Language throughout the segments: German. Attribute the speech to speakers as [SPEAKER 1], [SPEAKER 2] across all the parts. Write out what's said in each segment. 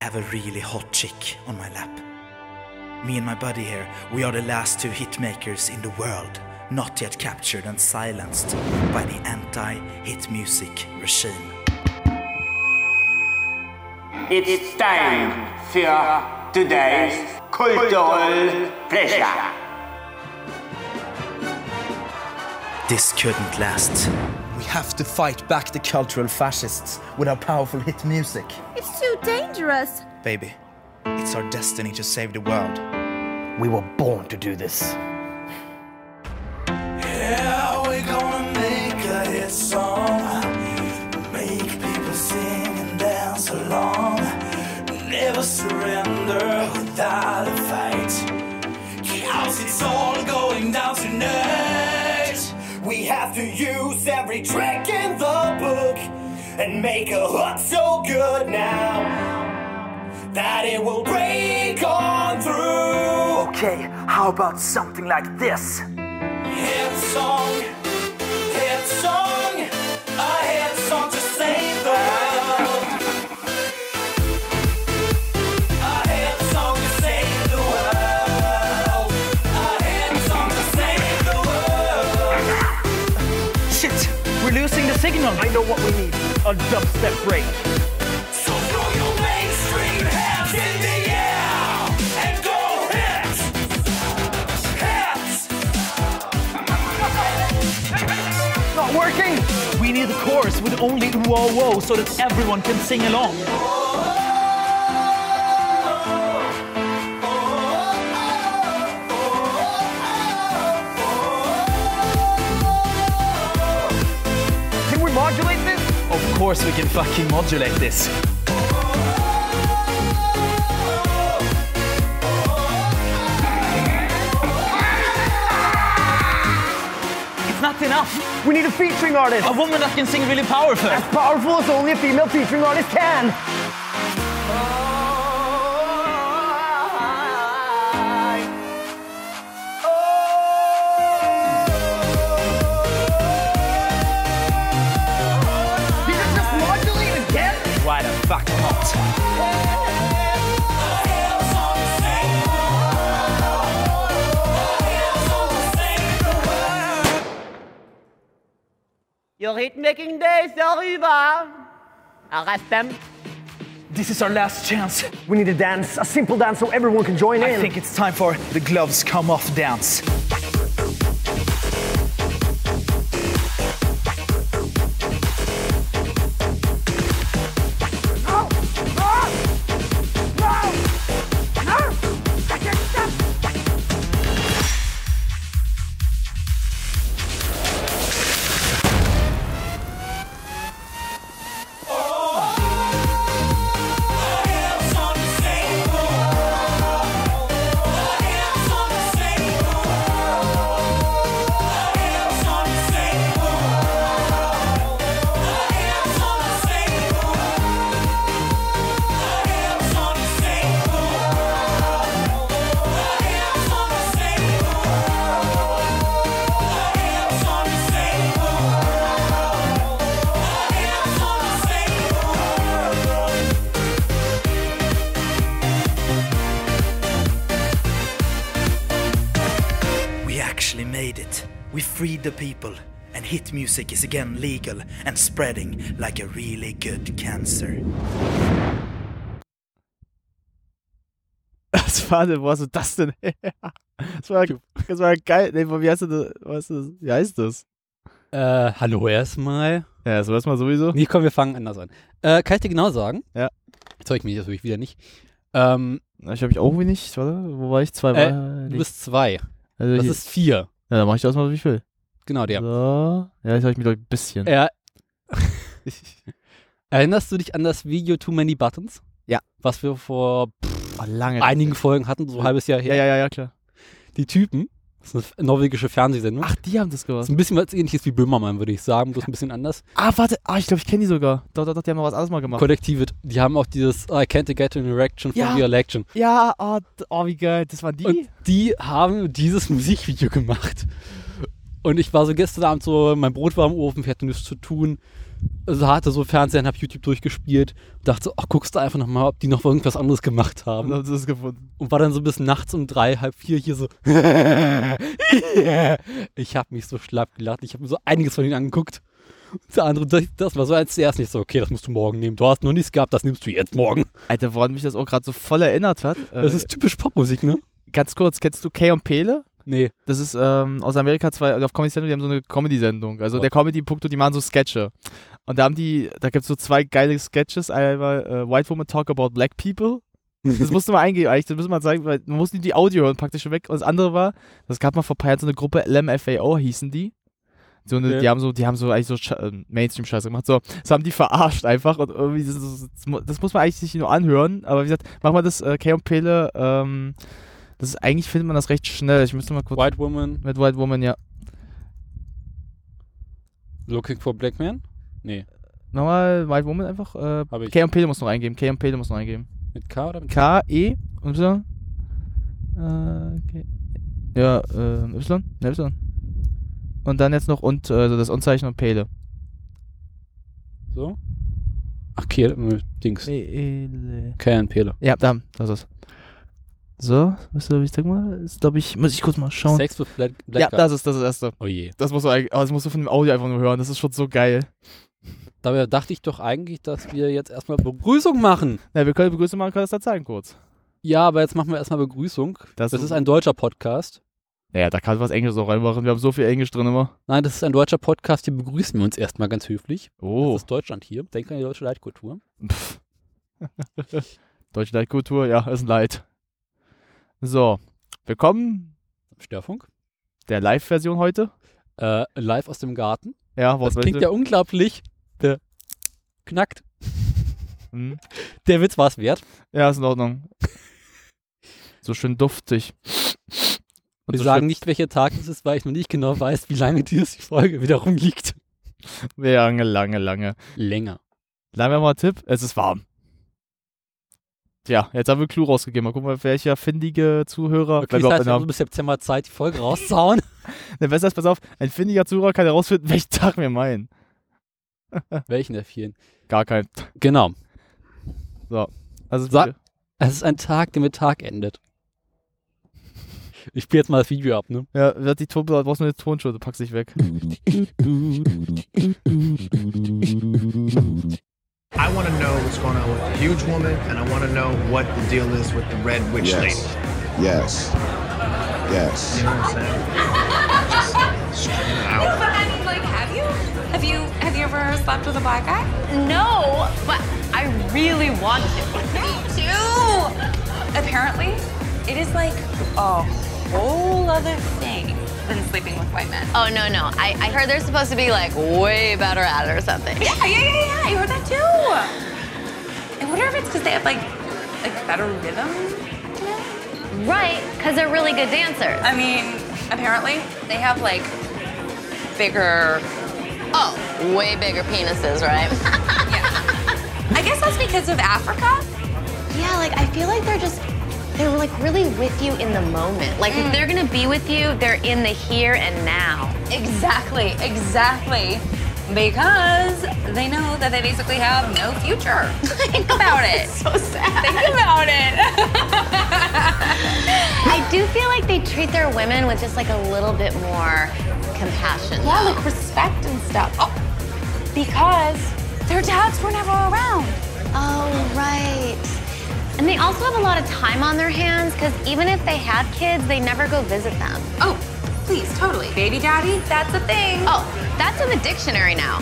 [SPEAKER 1] I have a really hot chick on my lap. Me and my buddy here, we are the last two hitmakers in the world not yet captured and silenced by the anti hit music regime.
[SPEAKER 2] It's time für today's cultural pleasure.
[SPEAKER 1] This couldn't last. We have to fight back the cultural fascists with our powerful hit music.
[SPEAKER 3] It's too dangerous.
[SPEAKER 1] Baby, it's our destiny to save the world.
[SPEAKER 4] We were born to do this.
[SPEAKER 5] Yeah, we're gonna make a hit song. Make people sing and dance along. Never surrender without a fight. Cause it's all going down tonight. We have to use every trick in the book and make a hook so good now that it will break on through.
[SPEAKER 6] Okay, how about something like this?
[SPEAKER 5] Hit song, hit song, a hit song to save the world. A hit song to save the world. A hit song to save the world.
[SPEAKER 4] Shit! We're losing the signal! I know what we need. A dubstep break.
[SPEAKER 5] So throw your mainstream hats in the air and go hits, hits.
[SPEAKER 4] Not working! We need a chorus with only whoa whoa so that everyone can sing along. Can we modulate this? Of course we can fucking modulate this. It's not enough.
[SPEAKER 7] We need a featuring artist.
[SPEAKER 4] A woman that can sing really powerful.
[SPEAKER 7] Powerful as only a female featuring artist can. Did it just modulate again?
[SPEAKER 4] Why the fuck not?
[SPEAKER 8] Your hitmaking days are over. Arrest them.
[SPEAKER 4] This is our last chance.
[SPEAKER 7] We need a dance, a simple dance so everyone can join
[SPEAKER 4] I
[SPEAKER 7] in.
[SPEAKER 4] think it's time for the gloves come off dance.
[SPEAKER 3] Oh,
[SPEAKER 1] We actually made it. We freed the people, and hit music is again legal and spreading like a really good cancer.
[SPEAKER 9] Was war denn, wo hast du das denn her? Das war, das war geil. Nee, wie heißt das? Was ist das? Wie heißt das?
[SPEAKER 10] Äh, hallo erstmal.
[SPEAKER 9] Ja, das weiß man sowieso.
[SPEAKER 10] Nee, komm, wir fangen anders an. Äh, kann ich dir genau sagen?
[SPEAKER 9] Ja.
[SPEAKER 10] Zeug mich natürlich wieder nicht. Ähm,
[SPEAKER 9] Na, Ich habe ich auch wenig. Warte, wo war ich? Zwei
[SPEAKER 10] Äh,
[SPEAKER 9] war
[SPEAKER 10] du
[SPEAKER 9] ich.
[SPEAKER 10] bist zwei.
[SPEAKER 9] Also
[SPEAKER 10] Das
[SPEAKER 9] ich,
[SPEAKER 10] ist vier.
[SPEAKER 9] ja, dann mach ich das mal, wie ich will.
[SPEAKER 10] Genau, der.
[SPEAKER 9] So. Ja, jetzt habe ich mich doch ein bisschen.
[SPEAKER 10] Äh, erinnerst du dich an das Video Too Many Buttons?
[SPEAKER 9] Ja.
[SPEAKER 10] Was wir vor
[SPEAKER 9] Oh, lange.
[SPEAKER 10] einigen Folgen hatten, so ein halbes Jahr her.
[SPEAKER 9] Ja, ja, ja, ja, klar.
[SPEAKER 10] Die Typen, das ist eine norwegische Fernsehsendung.
[SPEAKER 9] Ach, die haben das
[SPEAKER 10] Das
[SPEAKER 9] gemacht.
[SPEAKER 10] ist ein bisschen was ähnliches wie Böhmermann, würde ich sagen, bloß ein bisschen anders.
[SPEAKER 9] Ah, warte. Ah, ich glaube, ich kenne die sogar. Doch, doch, doch, die haben noch was anderes mal gemacht.
[SPEAKER 10] Kollektive, die haben auch dieses I can't get an erection from
[SPEAKER 9] Ja.
[SPEAKER 10] the election.
[SPEAKER 9] Ja, oh, d- oh, wie geil. Das waren die?
[SPEAKER 10] Und die haben dieses Musikvideo gemacht. Und ich war so gestern Abend so, mein Brot war im Ofen, ich hatte nichts zu tun.
[SPEAKER 11] also hatte so Fernsehen, hab YouTube durchgespielt und dachte so, ach, guckst du einfach nochmal, ob die noch irgendwas anderes gemacht haben.
[SPEAKER 10] Und haben sie das gefunden.
[SPEAKER 11] Und war dann so bis nachts um drei, halb vier hier so. ich habe mich so schlapp gelacht. Ich habe mir so einiges von ihnen angeguckt. Und der andere, das- das war so als erst nicht so, okay, das musst du morgen nehmen. Du hast noch nichts gehabt, das nimmst du jetzt morgen.
[SPEAKER 10] Alter, woran mich das auch gerade so voll erinnert hat. äh,
[SPEAKER 11] Das ist typisch Popmusik, ne?
[SPEAKER 10] ganz kurz, kennst du Kay und Pele?
[SPEAKER 11] Nee.
[SPEAKER 10] Das ist ähm, aus Amerika zwei, also auf Comedy Central, die haben so eine Comedy-Sendung. Also der Comedy-Punkto, die machen so Sketche. Und da haben die, da gibt es so zwei geile Sketches. Einmal äh, White Woman Talk About Black People. Das musste man eingeben, eigentlich. Das müssen wir zeigen, weil man musste die Audio hören, praktisch schon weg. Und das andere war, das gab mal vor ein paar Jahren so eine Gruppe LMFAO, hießen die. So eine,
[SPEAKER 11] Okay.
[SPEAKER 10] Die haben so, die haben so eigentlich so Scha- ähm, Mainstream-Scheiße gemacht. So, das haben die verarscht einfach. Und irgendwie, das, das, das, mu- das muss man eigentlich sich nur anhören. Aber wie gesagt, mach mal das äh, Kay und Pele, ähm, das ist eigentlich findet man das recht schnell. Ich müsste mal kurz.
[SPEAKER 11] White Woman
[SPEAKER 10] Mit White Woman, ja.
[SPEAKER 11] looking for Black Man? Nee.
[SPEAKER 10] Nochmal White Woman einfach. Äh,
[SPEAKER 11] Hab ich.
[SPEAKER 10] K und Pele muss noch eingeben. K und Pele muss noch eingeben.
[SPEAKER 11] Mit K oder mit
[SPEAKER 10] K, E und Y. Äh, K. Ja, äh, Y. Ne, Y. Und dann jetzt noch und äh, so das Unzeichen und Pele.
[SPEAKER 11] So? Ach, Kehl, äh, Dings.
[SPEAKER 10] Pele.
[SPEAKER 11] Kein Pele.
[SPEAKER 10] Ja, da, das ist. So, weißt du, wie ich sag mal, ist, glaube ich, muss ich kurz mal schauen.
[SPEAKER 11] Sex with Black, Black
[SPEAKER 10] ja, das ist das erste.
[SPEAKER 11] Oh je.
[SPEAKER 10] Das musst du, eigentlich- oh, das musst du von dem Audio einfach nur hören. Das ist schon so geil.
[SPEAKER 11] Dabei dachte ich doch eigentlich, dass wir jetzt erstmal Begrüßung machen.
[SPEAKER 10] Na, wir können Begrüßung machen, können das da zeigen kurz.
[SPEAKER 11] Ja, aber jetzt machen wir erstmal Begrüßung.
[SPEAKER 10] Das
[SPEAKER 11] Das,
[SPEAKER 10] ist-
[SPEAKER 11] ist ein deutscher Podcast.
[SPEAKER 10] Naja, da kann was Englisches auch reinmachen. Wir haben so viel Englisch drin immer.
[SPEAKER 11] Nein, das ist ein deutscher Podcast. Hier begrüßen wir uns erstmal ganz höflich.
[SPEAKER 10] Oh.
[SPEAKER 11] Das ist Deutschland hier. Denk an die deutsche Leitkultur.
[SPEAKER 10] Pff. Deutsche Leitkultur, ja, ist ein Leid. So, willkommen
[SPEAKER 11] Störfunk.
[SPEAKER 10] der Live-Version heute.
[SPEAKER 11] Äh, live aus dem Garten.
[SPEAKER 10] Ja,
[SPEAKER 11] Das klingt ja unglaublich. Der knackt.
[SPEAKER 10] Hm.
[SPEAKER 11] Der Witz war es wert.
[SPEAKER 10] ja, ist in Ordnung. so schön duftig. Und
[SPEAKER 11] Wir
[SPEAKER 10] so
[SPEAKER 11] sagen nicht, welcher Tag es ist, weil ich noch nicht genau weiß, wie lange diese Folge wieder rumliegt.
[SPEAKER 10] schön- Lange, lange, lange.
[SPEAKER 11] Länger.
[SPEAKER 10] Leihen wir mal einen Tipp. Es ist warm. Tja, jetzt haben wir einen Clou rausgegeben. Mal gucken, welcher findige Zuhörer.
[SPEAKER 11] Okay,
[SPEAKER 10] wenn
[SPEAKER 11] das heißt, wir
[SPEAKER 10] wir einen
[SPEAKER 11] haben so
[SPEAKER 10] haben.
[SPEAKER 11] bis September Zeit, die Folge rauszuhauen.
[SPEAKER 10] Ne, besser ist, pass auf, ein findiger Zuhörer kann herausfinden, welchen Tag wir meinen.
[SPEAKER 11] Welchen der vielen?
[SPEAKER 10] Gar kein.
[SPEAKER 11] Genau.
[SPEAKER 10] Also,
[SPEAKER 11] Sag- Es ist ein Tag, der mit Tag endet. Ich spiele jetzt mal das Video ab, ne?
[SPEAKER 10] Ja, wird die Ton, du brauchst nur eine Tonschuhe, du packst dich weg.
[SPEAKER 4] I want to know what's going on with the huge woman, and I want to know what the deal is with the red witch lady.
[SPEAKER 2] Yes. Yes.
[SPEAKER 4] You know what I'm
[SPEAKER 3] No, but I mean, like, have you? Have you have you ever slept with a black guy? No, but I really want to. Me too. Apparently, it is like a whole other thing than sleeping with white men.
[SPEAKER 8] Oh no no! I, I heard they're supposed to be like way better at it or something.
[SPEAKER 3] Yeah, yeah, yeah, yeah. I heard that too. I wonder if it's because they have like like better rhythm.
[SPEAKER 8] Right? Because they're really good dancers.
[SPEAKER 3] I mean, apparently they have like bigger.
[SPEAKER 8] Oh, way bigger penises, right?
[SPEAKER 3] I guess that's because of Africa.
[SPEAKER 8] yeah, like I feel like they're just they're like really with you in the moment. Like
[SPEAKER 3] Mm.
[SPEAKER 8] if they're gonna be with you, they're in the here and now.
[SPEAKER 3] Exactly, exactly. Because they know that they basically have no future. Think about it. so sad. Think about it.
[SPEAKER 8] I do feel like they treat their women with just like a little bit more compassion.
[SPEAKER 3] yeah, like respect and stuff. Oh, because their dads were never around.
[SPEAKER 8] Oh, right. And they also have a lot of time on their hands because even if they had kids, they never go visit them.
[SPEAKER 3] Oh, please, totally. Baby daddy, that's a thing.
[SPEAKER 8] Oh, that's in the dictionary now.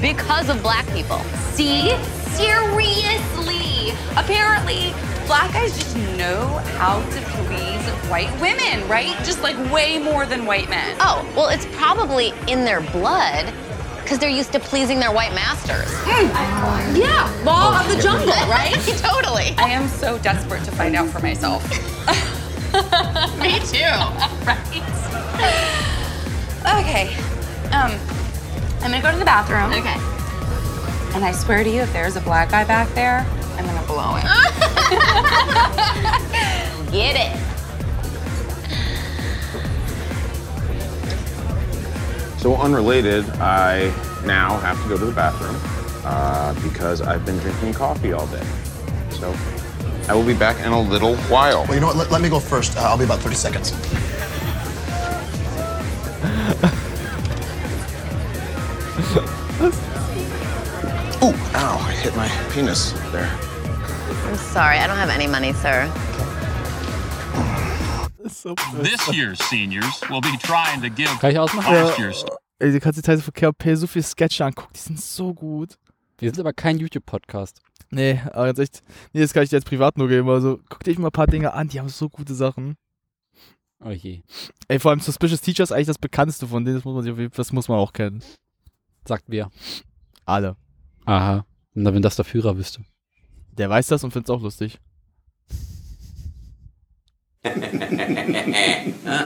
[SPEAKER 8] Because of black people.
[SPEAKER 3] See? Seriously. Apparently, black guys just know how to please white women, right? Just like way more than white men.
[SPEAKER 8] Oh, well, it's probably in their blood because they're used to pleasing their white masters.
[SPEAKER 3] Yeah, law of the jungle, right?
[SPEAKER 8] totally.
[SPEAKER 3] I am so desperate to find out for myself.
[SPEAKER 8] Me too.
[SPEAKER 3] Okay, um, I'm gonna go to the bathroom.
[SPEAKER 8] Okay.
[SPEAKER 3] And I swear to you, if there's a black guy back there, I'm gonna blow it.
[SPEAKER 8] Get it.
[SPEAKER 2] So unrelated, I now have to go to the bathroom uh, because I've been drinking coffee all day. So I will be back in a little while.
[SPEAKER 12] Well, you know what? Let, let me go first. Uh, I'll be about 30 seconds.
[SPEAKER 2] Ooh, ow, I hit my penis there.
[SPEAKER 13] I'm sorry, I don't have any money, sir.
[SPEAKER 14] This year's seniors will be trying to give
[SPEAKER 10] Kann ich ausmachen?
[SPEAKER 14] last year's
[SPEAKER 4] Ey, du kannst dir teilweise von KOP so viele Sketche angucken, die sind so gut.
[SPEAKER 10] Wir sind aber kein YouTube-Podcast.
[SPEAKER 4] Nee, aber ganz echt, nee, das kann ich dir jetzt privat nur geben. Also guck dir echt mal ein paar Dinge an, die haben so gute Sachen.
[SPEAKER 10] Oh je.
[SPEAKER 4] Ey, vor allem Suspicious Teacher ist eigentlich das bekannteste von denen, das muss man, sich auf jeden- das muss man auch kennen.
[SPEAKER 10] Sagt wer?
[SPEAKER 4] Alle.
[SPEAKER 10] Aha. Na, wenn das der Führer wüsste.
[SPEAKER 4] Der weiß das und find's auch lustig. War Ah,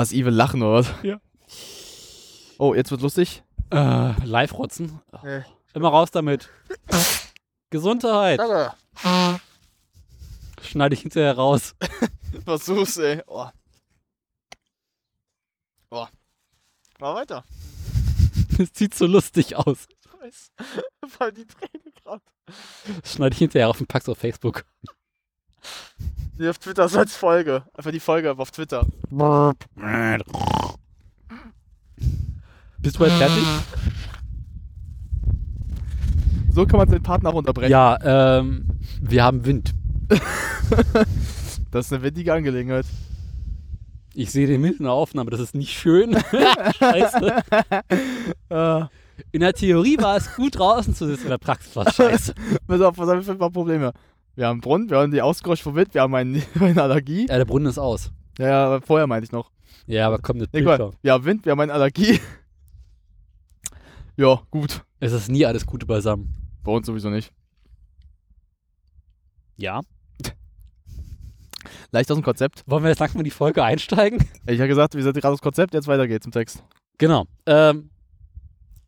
[SPEAKER 4] das Evil Lachen oder was?
[SPEAKER 10] Ja.
[SPEAKER 4] Oh, jetzt wird lustig.
[SPEAKER 10] Äh, Live-Rotzen. Immer raus damit. Gesundheit. Schneide ich hinterher raus.
[SPEAKER 4] Versuch's, ey. Oh. Oh. Mal weiter.
[SPEAKER 10] Das sieht so lustig aus.
[SPEAKER 4] Ich weiß. Voll die Träne gerade.
[SPEAKER 10] Das schneide ich hinterher auf und pack's auf Facebook.
[SPEAKER 4] Nee, auf Twitter so als Folge. Einfach die Folge aber auf Twitter.
[SPEAKER 10] Bist du bald fertig?
[SPEAKER 4] So kann man seinen Partner auch unterbrechen.
[SPEAKER 10] Ja, ähm, wir haben Wind.
[SPEAKER 4] Das ist eine windige Angelegenheit.
[SPEAKER 10] Ich sehe den mitten in der Aufnahme, das ist nicht schön. scheiße.
[SPEAKER 4] Ah.
[SPEAKER 10] In der Theorie war es gut draußen zu sitzen, in der Praxis war es scheiße.
[SPEAKER 4] Pass auf, was haben wir für ein paar Probleme? Wir haben einen Brunnen, wir haben die Ausgeräusche vom Wind, wir haben einen, eine Allergie.
[SPEAKER 10] Ja, der Brunnen ist aus.
[SPEAKER 4] Ja, ja, aber vorher meinte ich noch.
[SPEAKER 10] Ja, aber komm, das
[SPEAKER 4] Nee,
[SPEAKER 10] Bild
[SPEAKER 4] guck
[SPEAKER 10] doch.
[SPEAKER 4] mal, wir haben Wind, wir haben eine Allergie. ja, gut.
[SPEAKER 10] Es ist nie alles Gute beisammen.
[SPEAKER 4] Bei uns sowieso nicht.
[SPEAKER 10] Ja.
[SPEAKER 4] Leicht aus dem Konzept.
[SPEAKER 10] Wollen wir jetzt langsam in die Folge einsteigen?
[SPEAKER 4] Ich habe gesagt, wir sind gerade aus dem Konzept, jetzt weiter geht's im Text.
[SPEAKER 10] Genau. Ähm,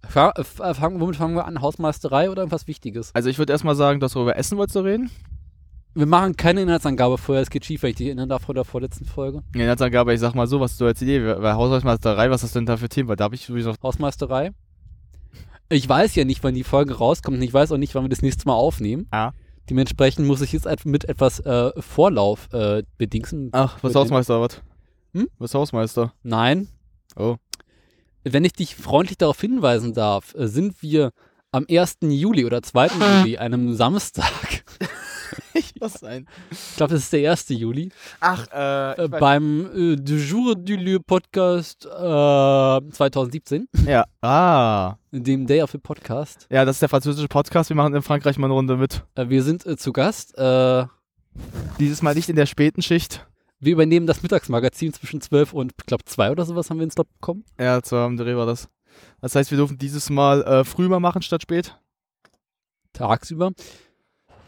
[SPEAKER 10] fa- äh, fangen- womit fangen wir an? Hausmeisterei oder irgendwas Wichtiges?
[SPEAKER 4] Also ich würde erstmal sagen, dass wir über Essen wolltest du reden.
[SPEAKER 10] Wir machen keine Inhaltsangabe vorher, es geht schief, wenn ich dich erinnern darf von der vorletzten Folge.
[SPEAKER 4] Ja, jetzt dann aber ich sag mal so, was du als Idee, weil Haushaltsmeisterei, was hast du denn da für Themen? Weil da habe ich sowieso
[SPEAKER 10] Hausmeisterei. Ich weiß ja nicht, wann die Folge rauskommt und ich weiß auch nicht, wann wir das nächste Mal aufnehmen. Dementsprechend muss ich jetzt et- mit etwas äh, Vorlauf äh, bedingsen.
[SPEAKER 4] Ach, was
[SPEAKER 10] Mit dem-
[SPEAKER 4] Hausmeister, was?
[SPEAKER 10] Hm?
[SPEAKER 4] Was Hausmeister?
[SPEAKER 10] Nein.
[SPEAKER 4] Oh.
[SPEAKER 10] Wenn ich dich freundlich darauf hinweisen darf, äh, sind wir am 1. Juli oder 2. Juli, einem Samstag,
[SPEAKER 4] Was sein?
[SPEAKER 10] ich glaube, das ist der 1. Juli,
[SPEAKER 4] Ach, äh, ich
[SPEAKER 10] äh,
[SPEAKER 4] weiß-
[SPEAKER 10] beim äh, De Jour du Lieu Podcast äh, 2017,
[SPEAKER 4] Ja. Ah.
[SPEAKER 10] dem Day of the Podcast.
[SPEAKER 4] Ja, das ist der französische Podcast. Wir machen in Frankreich mal eine Runde mit.
[SPEAKER 10] Äh, wir sind äh, zu Gast. Äh,
[SPEAKER 4] Dieses Mal nicht in der späten Schicht.
[SPEAKER 10] Wir übernehmen das Mittagsmagazin zwischen 12 und, ich glaube, 2 oder sowas haben wir in Slot bekommen.
[SPEAKER 4] Ja, zu am Dreh war das. Das heißt, wir dürfen dieses Mal äh, früh mal machen statt spät.
[SPEAKER 10] Tagsüber.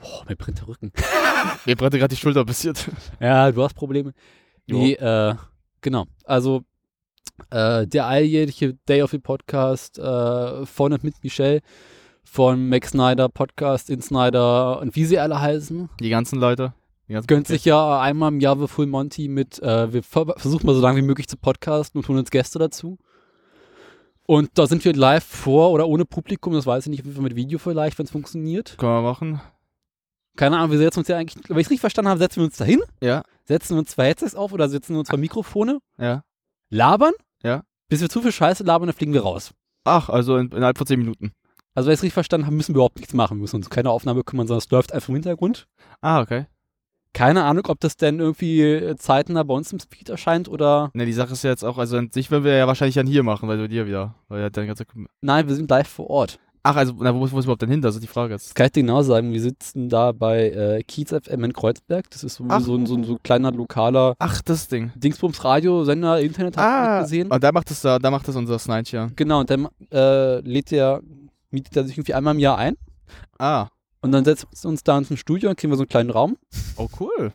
[SPEAKER 10] Boah, mir brennt der Rücken.
[SPEAKER 4] Mir brannte gerade die Schulter ein bisschen.
[SPEAKER 10] Ja, du hast Probleme.
[SPEAKER 4] Jo.
[SPEAKER 10] Nee, äh, genau. Also, äh, der alljährliche Day of the Podcast äh, von und mit Michelle von Max Snyder, Podcast in Snyder und wie sie alle heißen.
[SPEAKER 4] Die ganzen Leute. Die ganzen
[SPEAKER 10] Gönnt sich ja einmal im Jahr The Full Monty mit, äh, wir ver versuchen mal so lange wie möglich zu podcasten und holen uns Gäste dazu. Und da sind wir live vor oder ohne Publikum, das weiß ich nicht, mit Video vielleicht, wenn es funktioniert.
[SPEAKER 4] Können wir machen.
[SPEAKER 10] Keine Ahnung, wir setzen uns ja eigentlich, wenn ich es richtig verstanden habe, setzen wir uns da hin,
[SPEAKER 4] Ja, Ah.
[SPEAKER 10] setzen uns zwei Headsets auf oder setzen uns zwei Mikrofone,
[SPEAKER 4] ja,
[SPEAKER 10] labern,
[SPEAKER 4] ja.
[SPEAKER 10] bis wir zu viel Scheiße labern, dann fliegen wir raus.
[SPEAKER 4] Ach, also in, innerhalb von 10 Minuten.
[SPEAKER 10] Also wenn ich es richtig verstanden habe, müssen wir überhaupt nichts machen, wir müssen uns um keine Aufnahme kümmern, sondern es läuft einfach im Hintergrund.
[SPEAKER 4] Ah, okay.
[SPEAKER 10] Keine Ahnung, ob das denn irgendwie äh, zeitnah bei uns im Speed erscheint oder
[SPEAKER 4] Ne, die Sache ist ja jetzt auch, also an sich würden wir ja wahrscheinlich dann hier machen, weil du dir wieder. Weil ja dein ganzer.
[SPEAKER 10] Nein, wir sind live vor Ort.
[SPEAKER 4] Ach, also, na, wo, wo ist überhaupt denn hin? Das ist die Frage jetzt.
[SPEAKER 10] Das kann ich dir genau sagen. Wir sitzen da bei äh, Kiez FM in Kreuzberg. Das ist so,
[SPEAKER 4] Ach.
[SPEAKER 10] so, ein, so ein so ein kleiner lokaler
[SPEAKER 4] Ach, das Ding.
[SPEAKER 10] Dingsbums Radiosender, Internet hast du nicht gesehen.
[SPEAKER 4] Und da macht es da, da macht es unser Snitch, ja.
[SPEAKER 10] Genau, und dann äh, lädt der, mietet er sich irgendwie einmal im Jahr ein.
[SPEAKER 4] Ah.
[SPEAKER 10] Und dann setzen wir uns da ins Studio und kriegen wir so einen kleinen Raum.
[SPEAKER 4] Oh, cool.